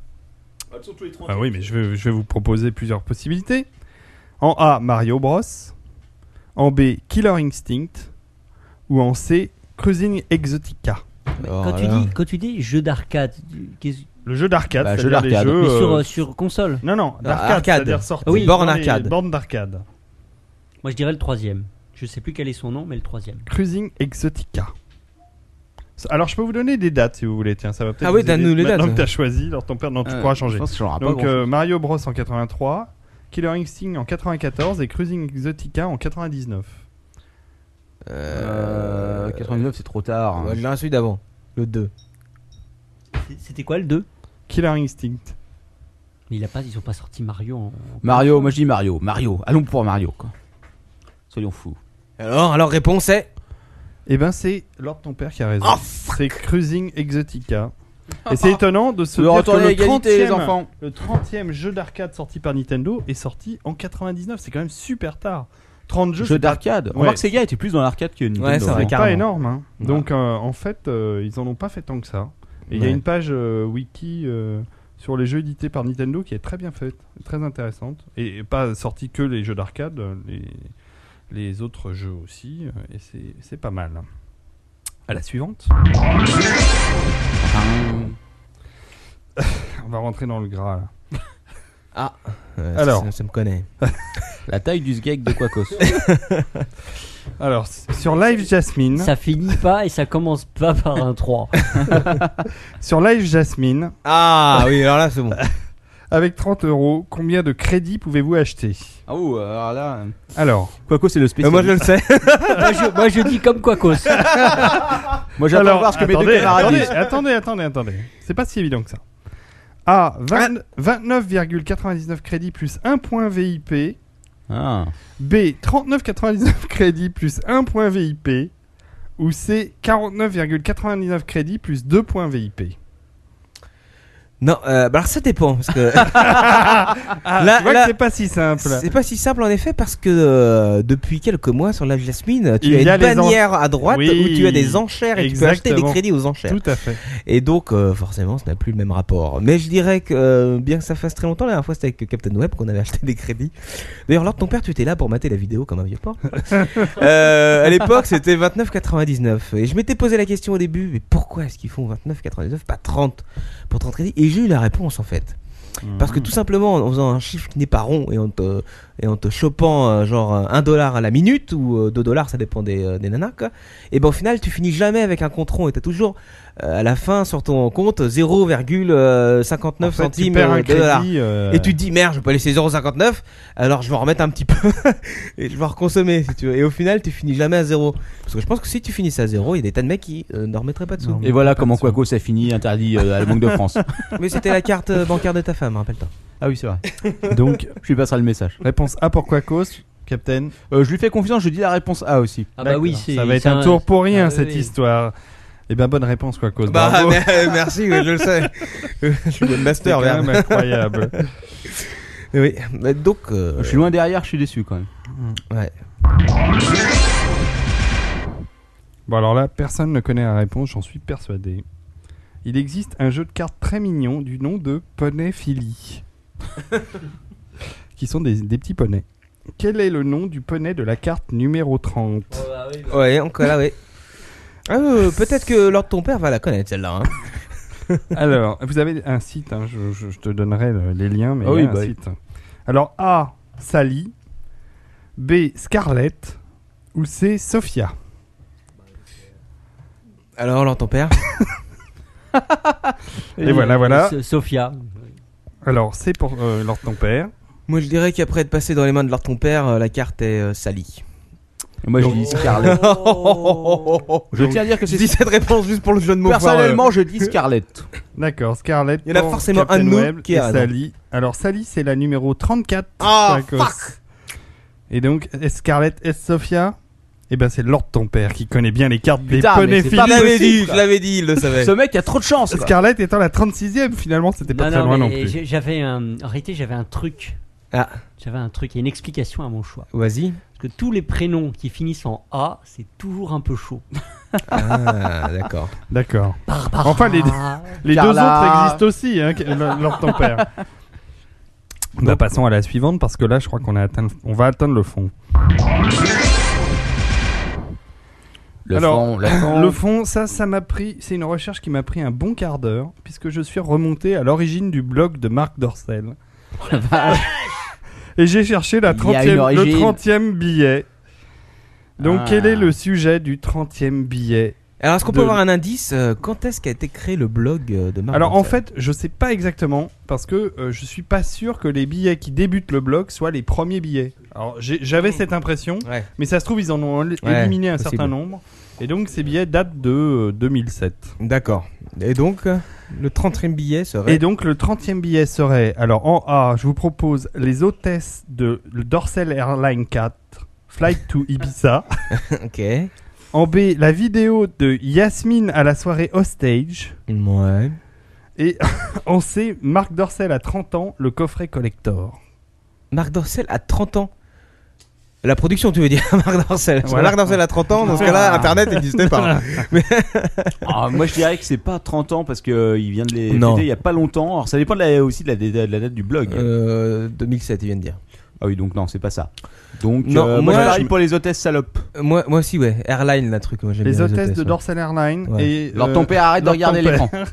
Speaker 5: Ah oui, mais je vais, je vais vous proposer plusieurs possibilités. En A, Mario Bros. En B, Killer Instinct. Ou en C, Cruising Exotica.
Speaker 6: Oh
Speaker 4: Quand, tu
Speaker 6: là.
Speaker 4: dis, quand tu dis jeu d'arcade, qu'est-ce-
Speaker 5: Le jeu d'arcade,
Speaker 2: Bah, jeu
Speaker 5: c'est-à-dire les
Speaker 2: d'arcade.
Speaker 5: jeux,
Speaker 4: mais sur,
Speaker 5: euh,
Speaker 4: euh, sur console
Speaker 5: Non, non, d'arcade,
Speaker 6: Bah, arcade.
Speaker 5: c'est-à-dire sorti
Speaker 6: Ah oui,
Speaker 5: dans
Speaker 6: borne
Speaker 5: les
Speaker 6: arcade.
Speaker 5: bornes d'arcade.
Speaker 4: Moi, je dirais le troisième. Je sais plus quel est son nom, mais le troisième.
Speaker 5: Cruising Exotica. Alors, je peux vous donner des dates si vous voulez. Tiens, ça va peut-être.
Speaker 6: Ah
Speaker 5: vous
Speaker 6: oui,
Speaker 5: aider.
Speaker 6: donne-nous les
Speaker 5: Maintenant
Speaker 6: dates. Euh,
Speaker 5: que t'as choisi, alors ton père, non, tu
Speaker 2: Ouais.
Speaker 5: pourras changer.
Speaker 2: Je pense que j'en aurai pas
Speaker 5: Donc,
Speaker 2: grand-
Speaker 5: euh, Mario Bros en 83, Killer Instinct en 94 et Cruising Exotica en 99.
Speaker 2: Euh, 99, c'est trop tard. hein.
Speaker 6: Ouais, J'ai un celui d'avant, le 2.
Speaker 4: C'est- C'était quoi le 2
Speaker 5: Killer Instinct.
Speaker 4: Mais il a pas, ils ont pas sorti Mario en. en-
Speaker 2: Mario, moi je dis Mario, Mario. Allons pour Mario quoi. Soyons fous.
Speaker 6: Alors, alors réponse est
Speaker 5: Eh ben, c'est Lord ton père qui a
Speaker 6: Oh,
Speaker 5: raison. c'est Cruising Exotica. Et c'est étonnant de se dire que le 30e, le 30e jeu d'arcade sorti par Nintendo est sorti en 99. C'est quand même super tard. 30 jeux,
Speaker 2: Jeu
Speaker 5: c'est
Speaker 2: d'arcade. On
Speaker 5: Ouais.
Speaker 2: Remarque que Sega était plus dans l'arcade que Nintendo.
Speaker 6: Ouais, c'est vrai,
Speaker 2: hein.
Speaker 5: pas
Speaker 6: Carrément.
Speaker 5: énorme. hein.
Speaker 6: Ouais.
Speaker 5: Donc euh, en fait, euh, ils en ont pas fait tant que ça. Et il y a
Speaker 6: Ouais.
Speaker 5: une page euh, wiki euh, sur les jeux édités par Nintendo qui est très bien faite, très intéressante. Et, et pas sorti que les jeux d'arcade, euh, les, les autres jeux aussi. euh, Et c'est- c'est pas mal. À la suivante. On va rentrer dans le gras là.
Speaker 6: Euh, ça,
Speaker 5: Alors.
Speaker 6: ça, ça me connaît.
Speaker 2: La taille du sgeg de Quacos.
Speaker 5: Alors, s- sur Live Jasmine,
Speaker 4: Ça finit pas et ça commence pas par un 3.
Speaker 5: sur Live Jasmine,
Speaker 6: Ah oui, alors là c'est bon.
Speaker 5: avec 30 euros, combien de crédits pouvez-vous acheter
Speaker 2: ah ouh, alors là.
Speaker 5: Alors,
Speaker 2: Quacos c'est le
Speaker 6: Euh,
Speaker 2: spécial.
Speaker 6: moi je le sais.
Speaker 4: moi, je, moi, je dis comme quoi cause.
Speaker 2: Moi j'attends
Speaker 5: Alors,
Speaker 2: de voir ce que mes
Speaker 5: attendez,
Speaker 2: deux camarades
Speaker 5: attendez,
Speaker 2: disent.
Speaker 5: attendez, attendez, attendez. C'est pas si évident que ça. A. 20 29,99 crédits plus 1 point VIP.
Speaker 2: Ah.
Speaker 5: B. 39,99 crédits plus 1 point VIP. Ou C. 49,99 crédits plus 2 points VIP.
Speaker 6: Non, euh, bah alors ça dépend. Parce que
Speaker 5: Là,
Speaker 6: Là-
Speaker 5: tu vois
Speaker 6: Ah, là-
Speaker 5: que c'est pas si simple.
Speaker 6: c'est pas si simple en effet, parce que euh, depuis quelques mois sur la Jasmine, tu
Speaker 5: Il y
Speaker 6: as
Speaker 5: a
Speaker 6: une
Speaker 5: les en-
Speaker 6: bannière à droite
Speaker 5: Oui.
Speaker 6: où tu as des enchères et tu peux acheter
Speaker 5: Exactement.
Speaker 6: des crédits aux enchères.
Speaker 5: Tout à fait.
Speaker 6: Et donc, euh, forcément, ça n'a plus le même rapport. Mais je dirais que, euh, bien que ça fasse très longtemps, la dernière fois c'était avec Captain Web qu'on avait acheté des crédits. D'ailleurs, lors de ton père, tu étais là pour mater la vidéo comme un vieux porc. euh, à l'époque, c'était 29,99. Et je m'étais posé la question au début, mais pourquoi est-ce qu'ils font 29,99, pas 30 pour 30 crédits Et j'ai eu la réponse en fait. Parce
Speaker 12: Mmh.
Speaker 6: que tout simplement, en faisant un chiffre qui n'est pas rond et en te, et en te chopant euh, genre euh, un dollar à la minute ou euh, deux dollars, ça dépend des, euh, des nanas, quoi, et ben au final, tu finis jamais avec un compte rond et t'as toujours euh, à la fin sur ton compte 0,59
Speaker 12: En fait, tu
Speaker 6: centimes
Speaker 12: perds un
Speaker 6: euh, de dollars.
Speaker 12: crédit, euh,
Speaker 6: Et tu te dis merde, je vais pas laisser 0,59, alors je vais en remettre un petit peu et je vais en reconsommer si tu veux. Et au final, tu finis jamais à zéro. Parce que je pense que si tu finissais à zéro, il y a des tas de mecs qui euh, ne remettraient pas de sous.
Speaker 2: Et voilà comment Quaco ça finit interdit euh, à la Banque de France.
Speaker 6: Mais c'était la carte euh, bancaire de ta femme, rappelle-toi.
Speaker 2: Ah oui, c'est vrai.
Speaker 5: Donc,
Speaker 2: Je lui passerai le message.
Speaker 5: réponse A pour Quacos, Captain.
Speaker 2: Euh, je lui fais confiance, je dis la réponse A aussi.
Speaker 4: Ah bah
Speaker 5: D'accord.
Speaker 4: oui, c'est.
Speaker 5: Ça va être
Speaker 4: c'est
Speaker 5: un tour pour rien
Speaker 4: Ah,
Speaker 5: cette
Speaker 4: oui.
Speaker 5: histoire. Eh bien, bonne réponse, Quacos.
Speaker 6: Bah,
Speaker 5: Bravo.
Speaker 6: mais- euh, merci, ouais, je le sais. je suis le
Speaker 5: C'est
Speaker 6: master,
Speaker 5: quand
Speaker 6: merde.
Speaker 5: même incroyable.
Speaker 6: Oui, mais donc. euh,
Speaker 2: Je suis loin derrière, je suis déçu quand même.
Speaker 6: ouais.
Speaker 5: Bon alors là, personne ne connaît la réponse, j'en suis persuadé. Il existe un jeu de cartes très mignon du nom de Poney Philly. qui sont des, des petits poneys. Quel est le nom du poney de la carte numéro 30
Speaker 4: Ah bah
Speaker 6: Ouais, encore là, ouais. Ah, euh, peut-être que Lord ton père va la connaître celle-là. hein.
Speaker 5: Alors, vous avez un site, hein, je, je- je te donnerai le- les liens, mais
Speaker 2: Ah
Speaker 5: il y a
Speaker 2: oui,
Speaker 5: un
Speaker 2: bah oui.
Speaker 5: site. Alors A, Sally. B, Scarlett. Ou C, Sophia.
Speaker 6: Alors Lord ton père.
Speaker 5: Et voilà, voilà.
Speaker 4: S- Sophia.
Speaker 5: Alors C pour euh, Lord ton père.
Speaker 6: Moi je dirais qu'après être passé dans les mains de Lord ton père, euh, la carte est euh, salie.
Speaker 2: Et moi je dis Scarlett.
Speaker 6: Oh,
Speaker 2: Je tiens à dire que
Speaker 6: Je
Speaker 2: c'est
Speaker 6: dis cette réponse juste pour le jeu de mots. euh,
Speaker 2: Personnellement, je dis Scarlett.
Speaker 5: D'accord, Scarlett.
Speaker 6: Il y en a
Speaker 5: pour
Speaker 6: forcément
Speaker 5: Captain
Speaker 6: un de nous
Speaker 5: Web
Speaker 6: qui
Speaker 5: et
Speaker 6: a raison.
Speaker 5: Sally. Alors Sally, c'est la numéro 34.
Speaker 6: Ah,
Speaker 5: Quacos. Et donc, est-ce Scarlett, est Sophia Eh ben, c'est Lord ton père qui connaît bien les cartes des
Speaker 2: Putain, mais
Speaker 5: poneys
Speaker 2: c'est
Speaker 6: je
Speaker 5: filles.
Speaker 2: pas
Speaker 6: l'avais
Speaker 2: possible,
Speaker 6: dit, je
Speaker 2: quoi.
Speaker 6: l'avais dit, il le savait.
Speaker 2: Ce mec a trop de chance. quoi.
Speaker 5: Scarlett étant la 36e, finalement, c'était pas
Speaker 4: Non,
Speaker 5: très
Speaker 4: non,
Speaker 5: loin
Speaker 4: mais
Speaker 5: non plus.
Speaker 4: j'ai- J'avais un. En réalité, j'avais un truc.
Speaker 6: Ah.
Speaker 4: J'avais un truc et une explication à mon choix.
Speaker 6: Vas-y.
Speaker 4: Parce que tous les prénoms qui finissent en A, c'est toujours un peu chaud.
Speaker 6: Ah, d'accord.
Speaker 5: D'accord.
Speaker 4: Barbara.
Speaker 5: Enfin, les- Les
Speaker 2: Carla.
Speaker 5: deux autres existent aussi, hein, que- le- Lord ton père. Bah, passons à la suivante parce que là, je crois qu'on a atteint, le- on va atteindre le fond.
Speaker 2: Le
Speaker 5: Alors,
Speaker 2: fond, le fond.
Speaker 5: Le fond, ça, ça m'a pris. C'est une recherche qui m'a pris un bon quart d'heure, puisque je suis remonté à l'origine du blog de Marc Dorcel. Et j'ai cherché la
Speaker 2: Oh Il y a une
Speaker 5: 30e, le
Speaker 2: origine.
Speaker 5: 30e billet. Donc,
Speaker 2: Ah.
Speaker 5: quel est le sujet du 30e billet
Speaker 6: Alors est-ce qu'on
Speaker 5: De-
Speaker 6: peut avoir un indice euh, Quand est-ce qu'a été créé le blog euh, de Marc
Speaker 5: Alors, en
Speaker 6: Dorcel
Speaker 5: fait, je sais pas exactement, parce que euh, je suis pas sûr que les billets qui débutent le blog soient les premiers billets. Alors, j'ai- j'avais cette impression,
Speaker 6: Ouais.
Speaker 5: mais ça se trouve, ils en ont éli-
Speaker 6: Ouais,
Speaker 5: éliminé un
Speaker 6: possible.
Speaker 5: certain nombre. Et donc, ces billets datent de euh, 2007.
Speaker 6: D'accord. Et donc, euh, le 30e billet serait.
Speaker 5: Et donc le 30e billet serait, alors en A, je vous propose les hôtesses de le Dorsal Airline 4, Flight to Ibiza.
Speaker 6: Ok.
Speaker 5: en B, la vidéo de Yasmine à la soirée Hostage.
Speaker 6: Ouais.
Speaker 5: Et en C, Marc Dorcel à 30 ans, le coffret collector.
Speaker 6: Marc Dorcel à 30 ans. La production, tu veux dire Marc Dorcel. Parce que
Speaker 5: Voilà.
Speaker 6: Marc Dorcel à 30 ans, dans ce cas-là, Internet n'existait pas.
Speaker 2: Ah, moi je dirais que c'est pas 30 ans parce que euh, il vient de les
Speaker 6: Non.
Speaker 2: fêter il y a pas longtemps. Alors ça dépend de la- aussi de la, de la date du blog.
Speaker 6: Euh, 2007, il vient de dire.
Speaker 2: Ah oui, donc non, c'est pas ça. Donc
Speaker 6: Non,
Speaker 2: euh,
Speaker 6: moi,
Speaker 2: moi, je parie
Speaker 6: je-
Speaker 2: pour les hôtesses salopes.
Speaker 6: Euh, Moi, moi aussi, ouais. Airline, la truc. Moi, j'aime
Speaker 5: les
Speaker 6: bien
Speaker 5: hôtesses de
Speaker 6: ouais.
Speaker 5: Dorsal Airline
Speaker 6: Ouais.
Speaker 5: et...
Speaker 2: Leur
Speaker 5: euh,
Speaker 2: ton père arrête de
Speaker 5: leur
Speaker 2: regarder
Speaker 5: tempère.
Speaker 2: l'écran.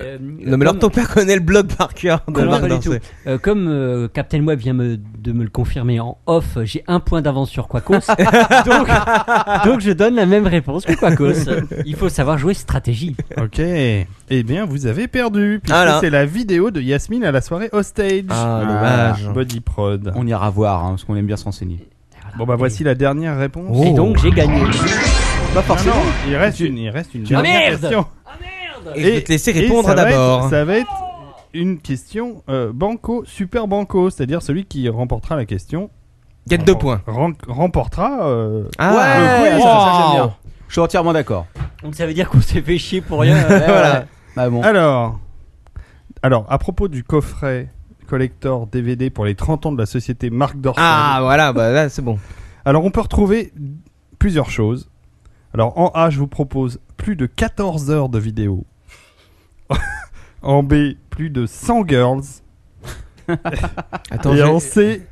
Speaker 4: Euh,
Speaker 6: Non, mais alors ton père connaît le blog par cœur de
Speaker 4: Comme,
Speaker 6: Marc
Speaker 4: pas du tout.
Speaker 6: Dorcel.
Speaker 4: Euh, comme euh, Captain Web vient me- de me le confirmer en off, j'ai un point d'avance sur Quacos. donc, donc je donne la même réponse que Quacos. Il faut savoir jouer stratégie.
Speaker 5: Ok. Eh bien, vous avez perdu, puisque
Speaker 6: Alors.
Speaker 5: c'est la vidéo de Yasmine à la soirée Hostage.
Speaker 6: Ah,
Speaker 2: Ah,
Speaker 6: dommage.
Speaker 5: Body prod.
Speaker 2: On ira voir hein, parce qu'on aime bien se renseigner.
Speaker 5: Bon bah voici Oh. la dernière réponse.
Speaker 4: Et donc j'ai gagné.
Speaker 2: Pas forcément.
Speaker 5: Non, non, il reste une, il reste une dernière
Speaker 4: merde
Speaker 5: question.
Speaker 6: Et, je vais te laisser
Speaker 5: et
Speaker 6: répondre
Speaker 5: ça va être-
Speaker 6: d'abord. hein.
Speaker 5: Ça va être une question euh, banco, super banco, c'est-à-dire celui qui remportera la question.
Speaker 6: Gagne deux points.
Speaker 5: rem- remportera. euh,
Speaker 6: Ah,
Speaker 2: ouais,
Speaker 5: le quiz.
Speaker 2: ça, ça, j'aime bien. Je suis entièrement d'accord.
Speaker 4: Donc ça veut dire qu'on s'est fait chier pour rien.
Speaker 2: voilà. Bah bon.
Speaker 5: Alors, Alors, à propos du coffret collector DVD pour les 30 ans de la société Marc Dorcel,
Speaker 6: Ah, voilà, bah, là, c'est bon.
Speaker 5: alors on peut retrouver plusieurs choses. Alors, en A, je vous propose plus de 14 heures de vidéos. en B, plus de 100 girls.
Speaker 6: Attends,
Speaker 5: Et
Speaker 6: j'ai-
Speaker 5: en C,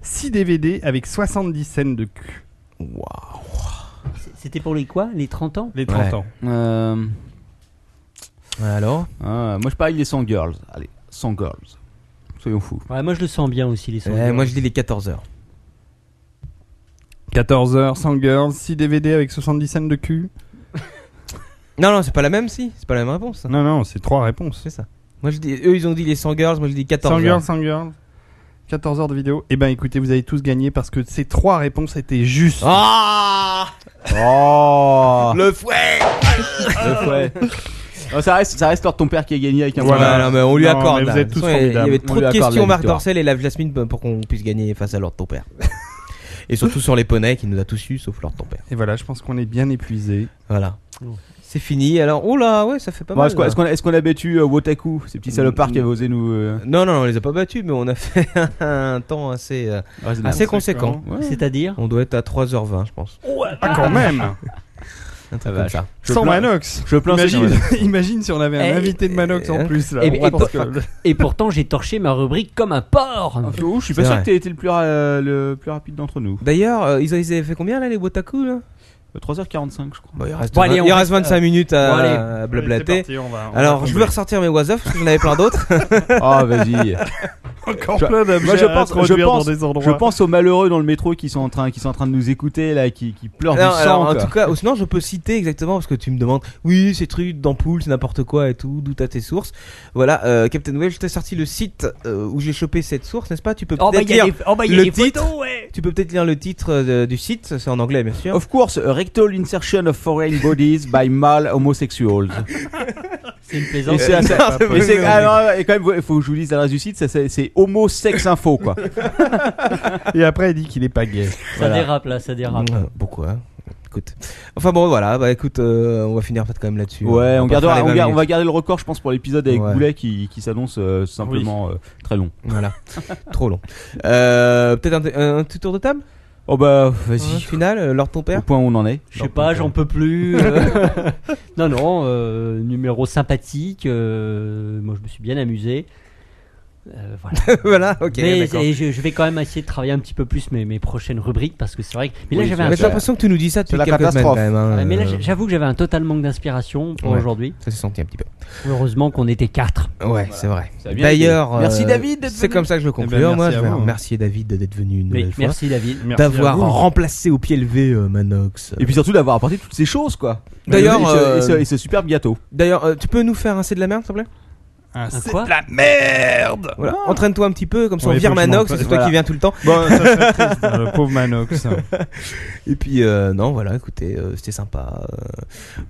Speaker 5: 6 DVD avec 70 scènes de cul.
Speaker 6: Waouh.
Speaker 4: C'était pour les quoi Les 30 ans
Speaker 5: Les 30
Speaker 6: Ouais.
Speaker 5: ans.
Speaker 2: Euh,
Speaker 6: Alors
Speaker 2: ah, moi je parie les 100 girls. Allez, 100 girls. Soyons fous.
Speaker 4: Ouais, Moi, je le sens bien aussi, les 100
Speaker 6: Eh,
Speaker 4: girls.
Speaker 6: Moi, je dis les 14 heures.
Speaker 5: 14 heures, 100 girls, 6 DVD avec 70 scènes de cul.
Speaker 6: Non, non, c'est pas la même, si. C'est pas la même réponse.
Speaker 5: Non, non, c'est trois réponses.
Speaker 6: C'est ça. Moi, je dis, eux, ils ont dit les 100 girls, moi, je dis 14
Speaker 5: 100
Speaker 6: heures.
Speaker 5: girls, 100 girls. 14 heures de vidéo. Eh ben écoutez, vous avez tous gagné parce que ces trois réponses étaient justes.
Speaker 6: Ah
Speaker 2: Oh
Speaker 6: Le fouet
Speaker 2: ça, reste, ça reste leur ton père qui a gagné avec un
Speaker 6: Voilà, non, mais on lui
Speaker 5: Non,
Speaker 6: accorde.
Speaker 5: mais vous
Speaker 6: là.
Speaker 5: êtes
Speaker 6: De
Speaker 5: tous
Speaker 6: toute façon, il y
Speaker 5: formidables.
Speaker 6: avait
Speaker 2: On
Speaker 6: trop
Speaker 2: lui
Speaker 6: de
Speaker 2: accorde la
Speaker 6: questions, Marc
Speaker 2: victoire.
Speaker 6: Dorcel et Lave Jasmine, pour qu'on puisse gagner face à Lord Ton Père. et surtout sur les poneys qui nous a tous eu, sauf Lord Ton Père.
Speaker 5: Et voilà, je pense qu'on est bien épuisé.
Speaker 6: Voilà. C'est fini. Alors, oh là, ouais, ça fait pas
Speaker 2: Bon,
Speaker 6: mal.
Speaker 2: Est-ce qu'on
Speaker 6: là.
Speaker 2: est-ce qu'on a, est-ce qu'on a battu euh, Wotaku, ces petits salopards qui avaient osé nous. euh,
Speaker 6: Non, non, on les a pas battus, mais on a fait un temps assez, euh,
Speaker 2: Bah, Ah,
Speaker 6: assez conséquent.
Speaker 4: C'est-à-dire
Speaker 6: On doit être à 3h20, je pense.
Speaker 5: Ah quand même
Speaker 6: Un truc
Speaker 2: Ah,
Speaker 6: comme ça.
Speaker 2: Je
Speaker 5: Sans
Speaker 2: plains-
Speaker 5: Manox
Speaker 2: Je plains ces
Speaker 5: Imagine,
Speaker 2: gens-là.
Speaker 5: imagine si on avait un
Speaker 6: Eh,
Speaker 5: invité de Manox en
Speaker 6: eh,
Speaker 5: plus là.
Speaker 6: eh,
Speaker 5: Je
Speaker 6: eh,
Speaker 5: pense
Speaker 6: toi-
Speaker 5: que-
Speaker 4: Et pourtant, j'ai torché ma rubrique comme un porc
Speaker 2: Oh, je suis
Speaker 6: C'est
Speaker 2: pas sûr
Speaker 6: vrai.
Speaker 2: que t'aies été le plus, ra- euh, le plus rapide d'entre nous.
Speaker 6: D'ailleurs, euh, ils, ont- ils avaient fait combien là, les Botaku là
Speaker 2: Euh, 3h45, je crois.
Speaker 6: Bon, Il reste,
Speaker 4: Bon, allez,
Speaker 6: vingt-
Speaker 4: on
Speaker 6: il
Speaker 4: reste-
Speaker 6: reste 25 minutes à,
Speaker 4: Bon, allez.
Speaker 6: à blablater.
Speaker 5: Allez, c'est parti, on va- on va
Speaker 6: Alors, je
Speaker 5: combler.
Speaker 6: voulais ressortir mes was-of, parce que j'en avais plein d'autres.
Speaker 2: Ah, vas-y.
Speaker 5: encore
Speaker 2: je-
Speaker 5: plein d'objets
Speaker 2: moi, je
Speaker 5: à
Speaker 2: pense- je
Speaker 5: introduire
Speaker 2: pense-
Speaker 5: dans des endroits.
Speaker 2: Je pense aux malheureux dans le métro qui sont en train, qui sont en train de nous écouter là, qui, qui pleurent
Speaker 6: Non,
Speaker 2: du
Speaker 6: alors,
Speaker 2: sang.
Speaker 6: en
Speaker 2: quoi.
Speaker 6: tout cas, ou sinon je peux citer exactement parce que tu me demandes, oui, ces trucs d'ampoule, c'est n'importe quoi et tout, d'où t'as tes sources. Voilà, euh, Captain Web, je t'ai sorti le site euh, où j'ai chopé cette source, n'est-ce pas Tu peux
Speaker 4: Oh, bah,
Speaker 6: peut-être
Speaker 4: il y a
Speaker 6: lire,
Speaker 4: des, oh, bah, il y a
Speaker 6: le
Speaker 4: des
Speaker 6: titre.
Speaker 4: photos, ouais
Speaker 6: tu peux peut-être lire le titre euh, du site, c'est en anglais bien sûr.
Speaker 2: Of course, a rectal insertion of foreign bodies by male homosexuals.
Speaker 4: C'est une
Speaker 2: Et
Speaker 4: plaisance.
Speaker 2: c'est- c'est-
Speaker 6: Non, c'est
Speaker 2: et c'est-
Speaker 6: pas
Speaker 2: ah, non, et quand même, il faut que je vous dise l'adresse du site, ça, c'est c'est homo sex info quoi.
Speaker 5: Et après, il dit qu'il est pas gay.
Speaker 4: Ça
Speaker 2: Voilà.
Speaker 4: dérape là, ça dérape.
Speaker 6: Euh, pourquoi Écoute, enfin bon, voilà, bah écoute, euh, on va finir peut-être quand même là-dessus. hein.
Speaker 2: Ouais,
Speaker 6: va
Speaker 2: on,
Speaker 6: pas
Speaker 2: gardera,
Speaker 6: faire les
Speaker 2: on,
Speaker 6: 20
Speaker 2: gar- on
Speaker 6: minutes.
Speaker 2: va garder le record, je pense, pour l'épisode avec
Speaker 6: Ouais.
Speaker 2: Goulet qui, qui s'annonce euh, simplement euh, très long.
Speaker 6: Voilà, trop long. Euh, peut-être un, t- un petit tour de table
Speaker 2: Oh bah,
Speaker 6: Hein,
Speaker 2: vas-y.
Speaker 6: Final, euh, Lord ton
Speaker 2: Au
Speaker 6: père
Speaker 2: point où on en est.
Speaker 4: Je sais pas, j'en peux plus. euh. non, non, euh, numéro sympathique. euh, moi, je me suis bien amusé. Euh, voilà.
Speaker 6: Voilà, ok.
Speaker 4: mais
Speaker 6: d'accord.
Speaker 4: et je, je vais quand même essayer de travailler un petit peu plus mes, mes prochaines rubriques parce que c'est vrai que. Mais là,
Speaker 2: Oui,
Speaker 4: j'avais
Speaker 2: c'est
Speaker 4: un
Speaker 6: Mais J'ai l'impression que tu nous dis ça depuis
Speaker 2: la
Speaker 6: quelques semaines quand
Speaker 2: catastrophe.
Speaker 6: même. hein,
Speaker 4: Ouais, mais là,
Speaker 6: euh,
Speaker 4: j'avoue que j'avais un total manque d'inspiration pour
Speaker 6: Ouais.
Speaker 4: aujourd'hui.
Speaker 6: ça s'est senti un petit peu.
Speaker 4: Heureusement qu'on était quatre.
Speaker 6: Ouais, c'est vrai.
Speaker 2: Ça a bien
Speaker 6: D'ailleurs,
Speaker 2: Merci,
Speaker 6: David. C'est comme ça que je veux conclure.
Speaker 5: Eh ben, merci
Speaker 6: Moi,
Speaker 5: à
Speaker 6: je vais
Speaker 5: vous.
Speaker 6: remercier David d'être venu une
Speaker 4: Mais
Speaker 6: nouvelle fois,
Speaker 4: merci David.
Speaker 5: Merci à
Speaker 6: d'avoir
Speaker 5: vous.
Speaker 6: remplacé au pied levé euh, Manox.
Speaker 2: Et puis surtout d'avoir apporté toutes ces choses quoi.
Speaker 6: D'ailleurs,
Speaker 2: Et ce-
Speaker 6: euh,
Speaker 2: et, ce, et ce superbe gâteau.
Speaker 6: D'ailleurs, euh, tu peux nous faire un C de la merde, s'il te plaît
Speaker 5: Ah,
Speaker 4: Un
Speaker 5: c'est-
Speaker 4: quoi
Speaker 13: La merde
Speaker 6: Voilà. Entraîne-toi un petit peu, comme ça on
Speaker 5: Oui,
Speaker 6: vire
Speaker 5: faut que je
Speaker 6: Manox.
Speaker 5: m'en-
Speaker 6: C'est toi
Speaker 5: voilà.
Speaker 6: qui viens tout le temps.
Speaker 5: Bon, ça serait triste, hein, le pauvre Manox.
Speaker 6: Et puis, euh, non, voilà. Écoutez, euh, c'était sympa. euh.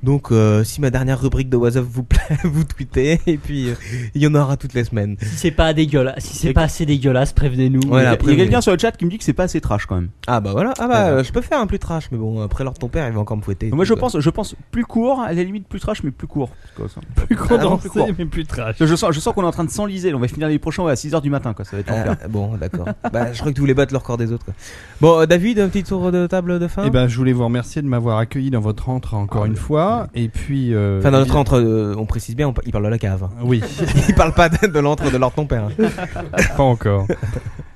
Speaker 6: donc, euh, si ma dernière rubrique de WhatsApp vous plaît, vous tweetez. Et puis, euh, il y en aura toutes les semaines.
Speaker 4: Si c'est pas dégueulasse, si c'est
Speaker 2: Et-
Speaker 4: pas assez dégueulasse, prévenez-nous.
Speaker 6: Voilà.
Speaker 2: Il y a- il y a
Speaker 6: après-
Speaker 2: quelqu'un sur le chat qui me dit que c'est pas assez trash quand même.
Speaker 6: Ah bah voilà. Ah bah,
Speaker 2: Voilà.
Speaker 6: euh, je peux faire un plus trash, mais bon, après l'heure de ton père, il va encore me fouetter.
Speaker 2: Moi je
Speaker 6: Donc, euh,
Speaker 2: pense, je pense plus court, à la limite plus trash mais plus court. Parce que ça-
Speaker 5: plus condensé,
Speaker 2: court.
Speaker 5: mais plus trash.
Speaker 2: Je sens, je sens qu'on est en train de s'enliser. là. On va finir les prochains ouais, à 6h du matin quoi. Ça va être l'enfer.
Speaker 6: Ah, bon, d'accord. bah, je crois que tu voulais battre le record des autres. Quoi. Bon, euh, David, un petit tour de table de fin
Speaker 5: Eh ben, je voulais vous remercier de m'avoir accueilli dans votre antre encore une fois. Et puis. euh,
Speaker 6: Enfin, dans notre entre, euh, on précise bien, on pa- il parle de la cave. hein.
Speaker 5: Oui,
Speaker 6: il parle pas de, de l'entre de leur ton père. hein.
Speaker 5: pas encore.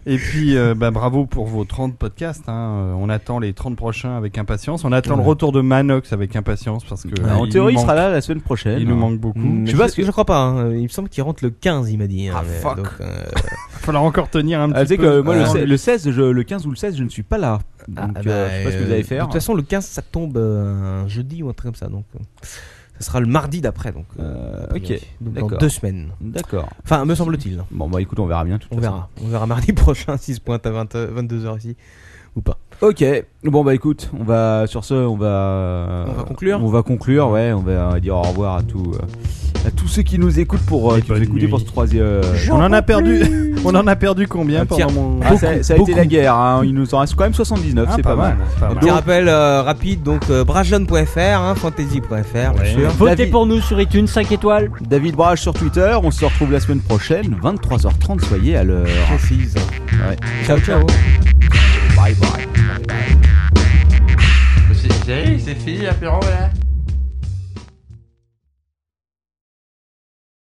Speaker 5: Et puis, euh, bah, bravo pour vos 30 podcasts. hein. Euh, On attend les 30 prochains avec impatience. On attend le
Speaker 6: Ouais.
Speaker 5: retour de Manox avec impatience parce que.
Speaker 2: Alors, en
Speaker 5: Euh, il
Speaker 2: théorie,
Speaker 5: nous
Speaker 2: il sera
Speaker 5: manque-
Speaker 2: là la semaine prochaine.
Speaker 5: Il nous manque beaucoup.
Speaker 2: Mm.
Speaker 5: Il
Speaker 6: Je,
Speaker 2: sais pas ce
Speaker 6: je, je crois pas, hein. il me semble qu'il rentre le 15, il m'a dit. hein,
Speaker 5: Ah,
Speaker 6: mais
Speaker 5: fuck.
Speaker 6: donc, euh,
Speaker 5: va falloir encore tenir un petit
Speaker 2: Ah, tu sais
Speaker 5: peu.
Speaker 2: que moi le,
Speaker 6: Ah.
Speaker 2: se- le 16, je- le 15 ou le 16, je ne suis pas là. Donc
Speaker 6: ah, bah,
Speaker 2: euh, je sais pas ce que vous allez
Speaker 6: euh, De
Speaker 2: faire.
Speaker 6: toute façon, le 15, ça tombe euh, un jeudi ou un truc comme ça. Donc, euh, ça sera le mardi d'après. Donc,
Speaker 2: Euh,
Speaker 6: a priori.
Speaker 2: ok,
Speaker 6: Donc, dans
Speaker 2: d'accord.
Speaker 6: deux semaines.
Speaker 2: D'accord.
Speaker 6: Enfin, me semble-t-il.
Speaker 2: Bon bah écoute, on verra bien. de toute
Speaker 6: On
Speaker 2: façon.
Speaker 6: verra. On verra mardi prochain s'il se pointe à 20 22h ici. ou pas.
Speaker 2: Ok, bon bah écoute, on va sur ce, on va
Speaker 6: On va conclure
Speaker 2: on va conclure, ouais, on va dire au revoir à tous euh, à tous ceux qui nous écoutent pour euh,
Speaker 5: Et
Speaker 2: qui nous
Speaker 5: bonne
Speaker 2: écoutaient pour
Speaker 5: nuit.
Speaker 2: ce troisième. euh,
Speaker 5: On en a perdu. On en a perdu combien
Speaker 6: Un petit-
Speaker 5: pendant mon.
Speaker 2: ah, ça, ça a été la guerre, hein, il nous en reste quand même 79, c'est pas, mal.
Speaker 6: Un petit rappel euh, rapide, donc euh, brajon.fr, hein, fantasy.fr, bien sûr.
Speaker 4: Votez
Speaker 2: David.
Speaker 4: pour nous sur iTunes 5 étoiles.
Speaker 2: David Brage sur Twitter, on se retrouve la semaine prochaine, 23h30, soyez à l'heure.
Speaker 6: Précise.
Speaker 2: Ouais.
Speaker 6: Ciao, ciao.
Speaker 14: C'est c'est fini l'apéro là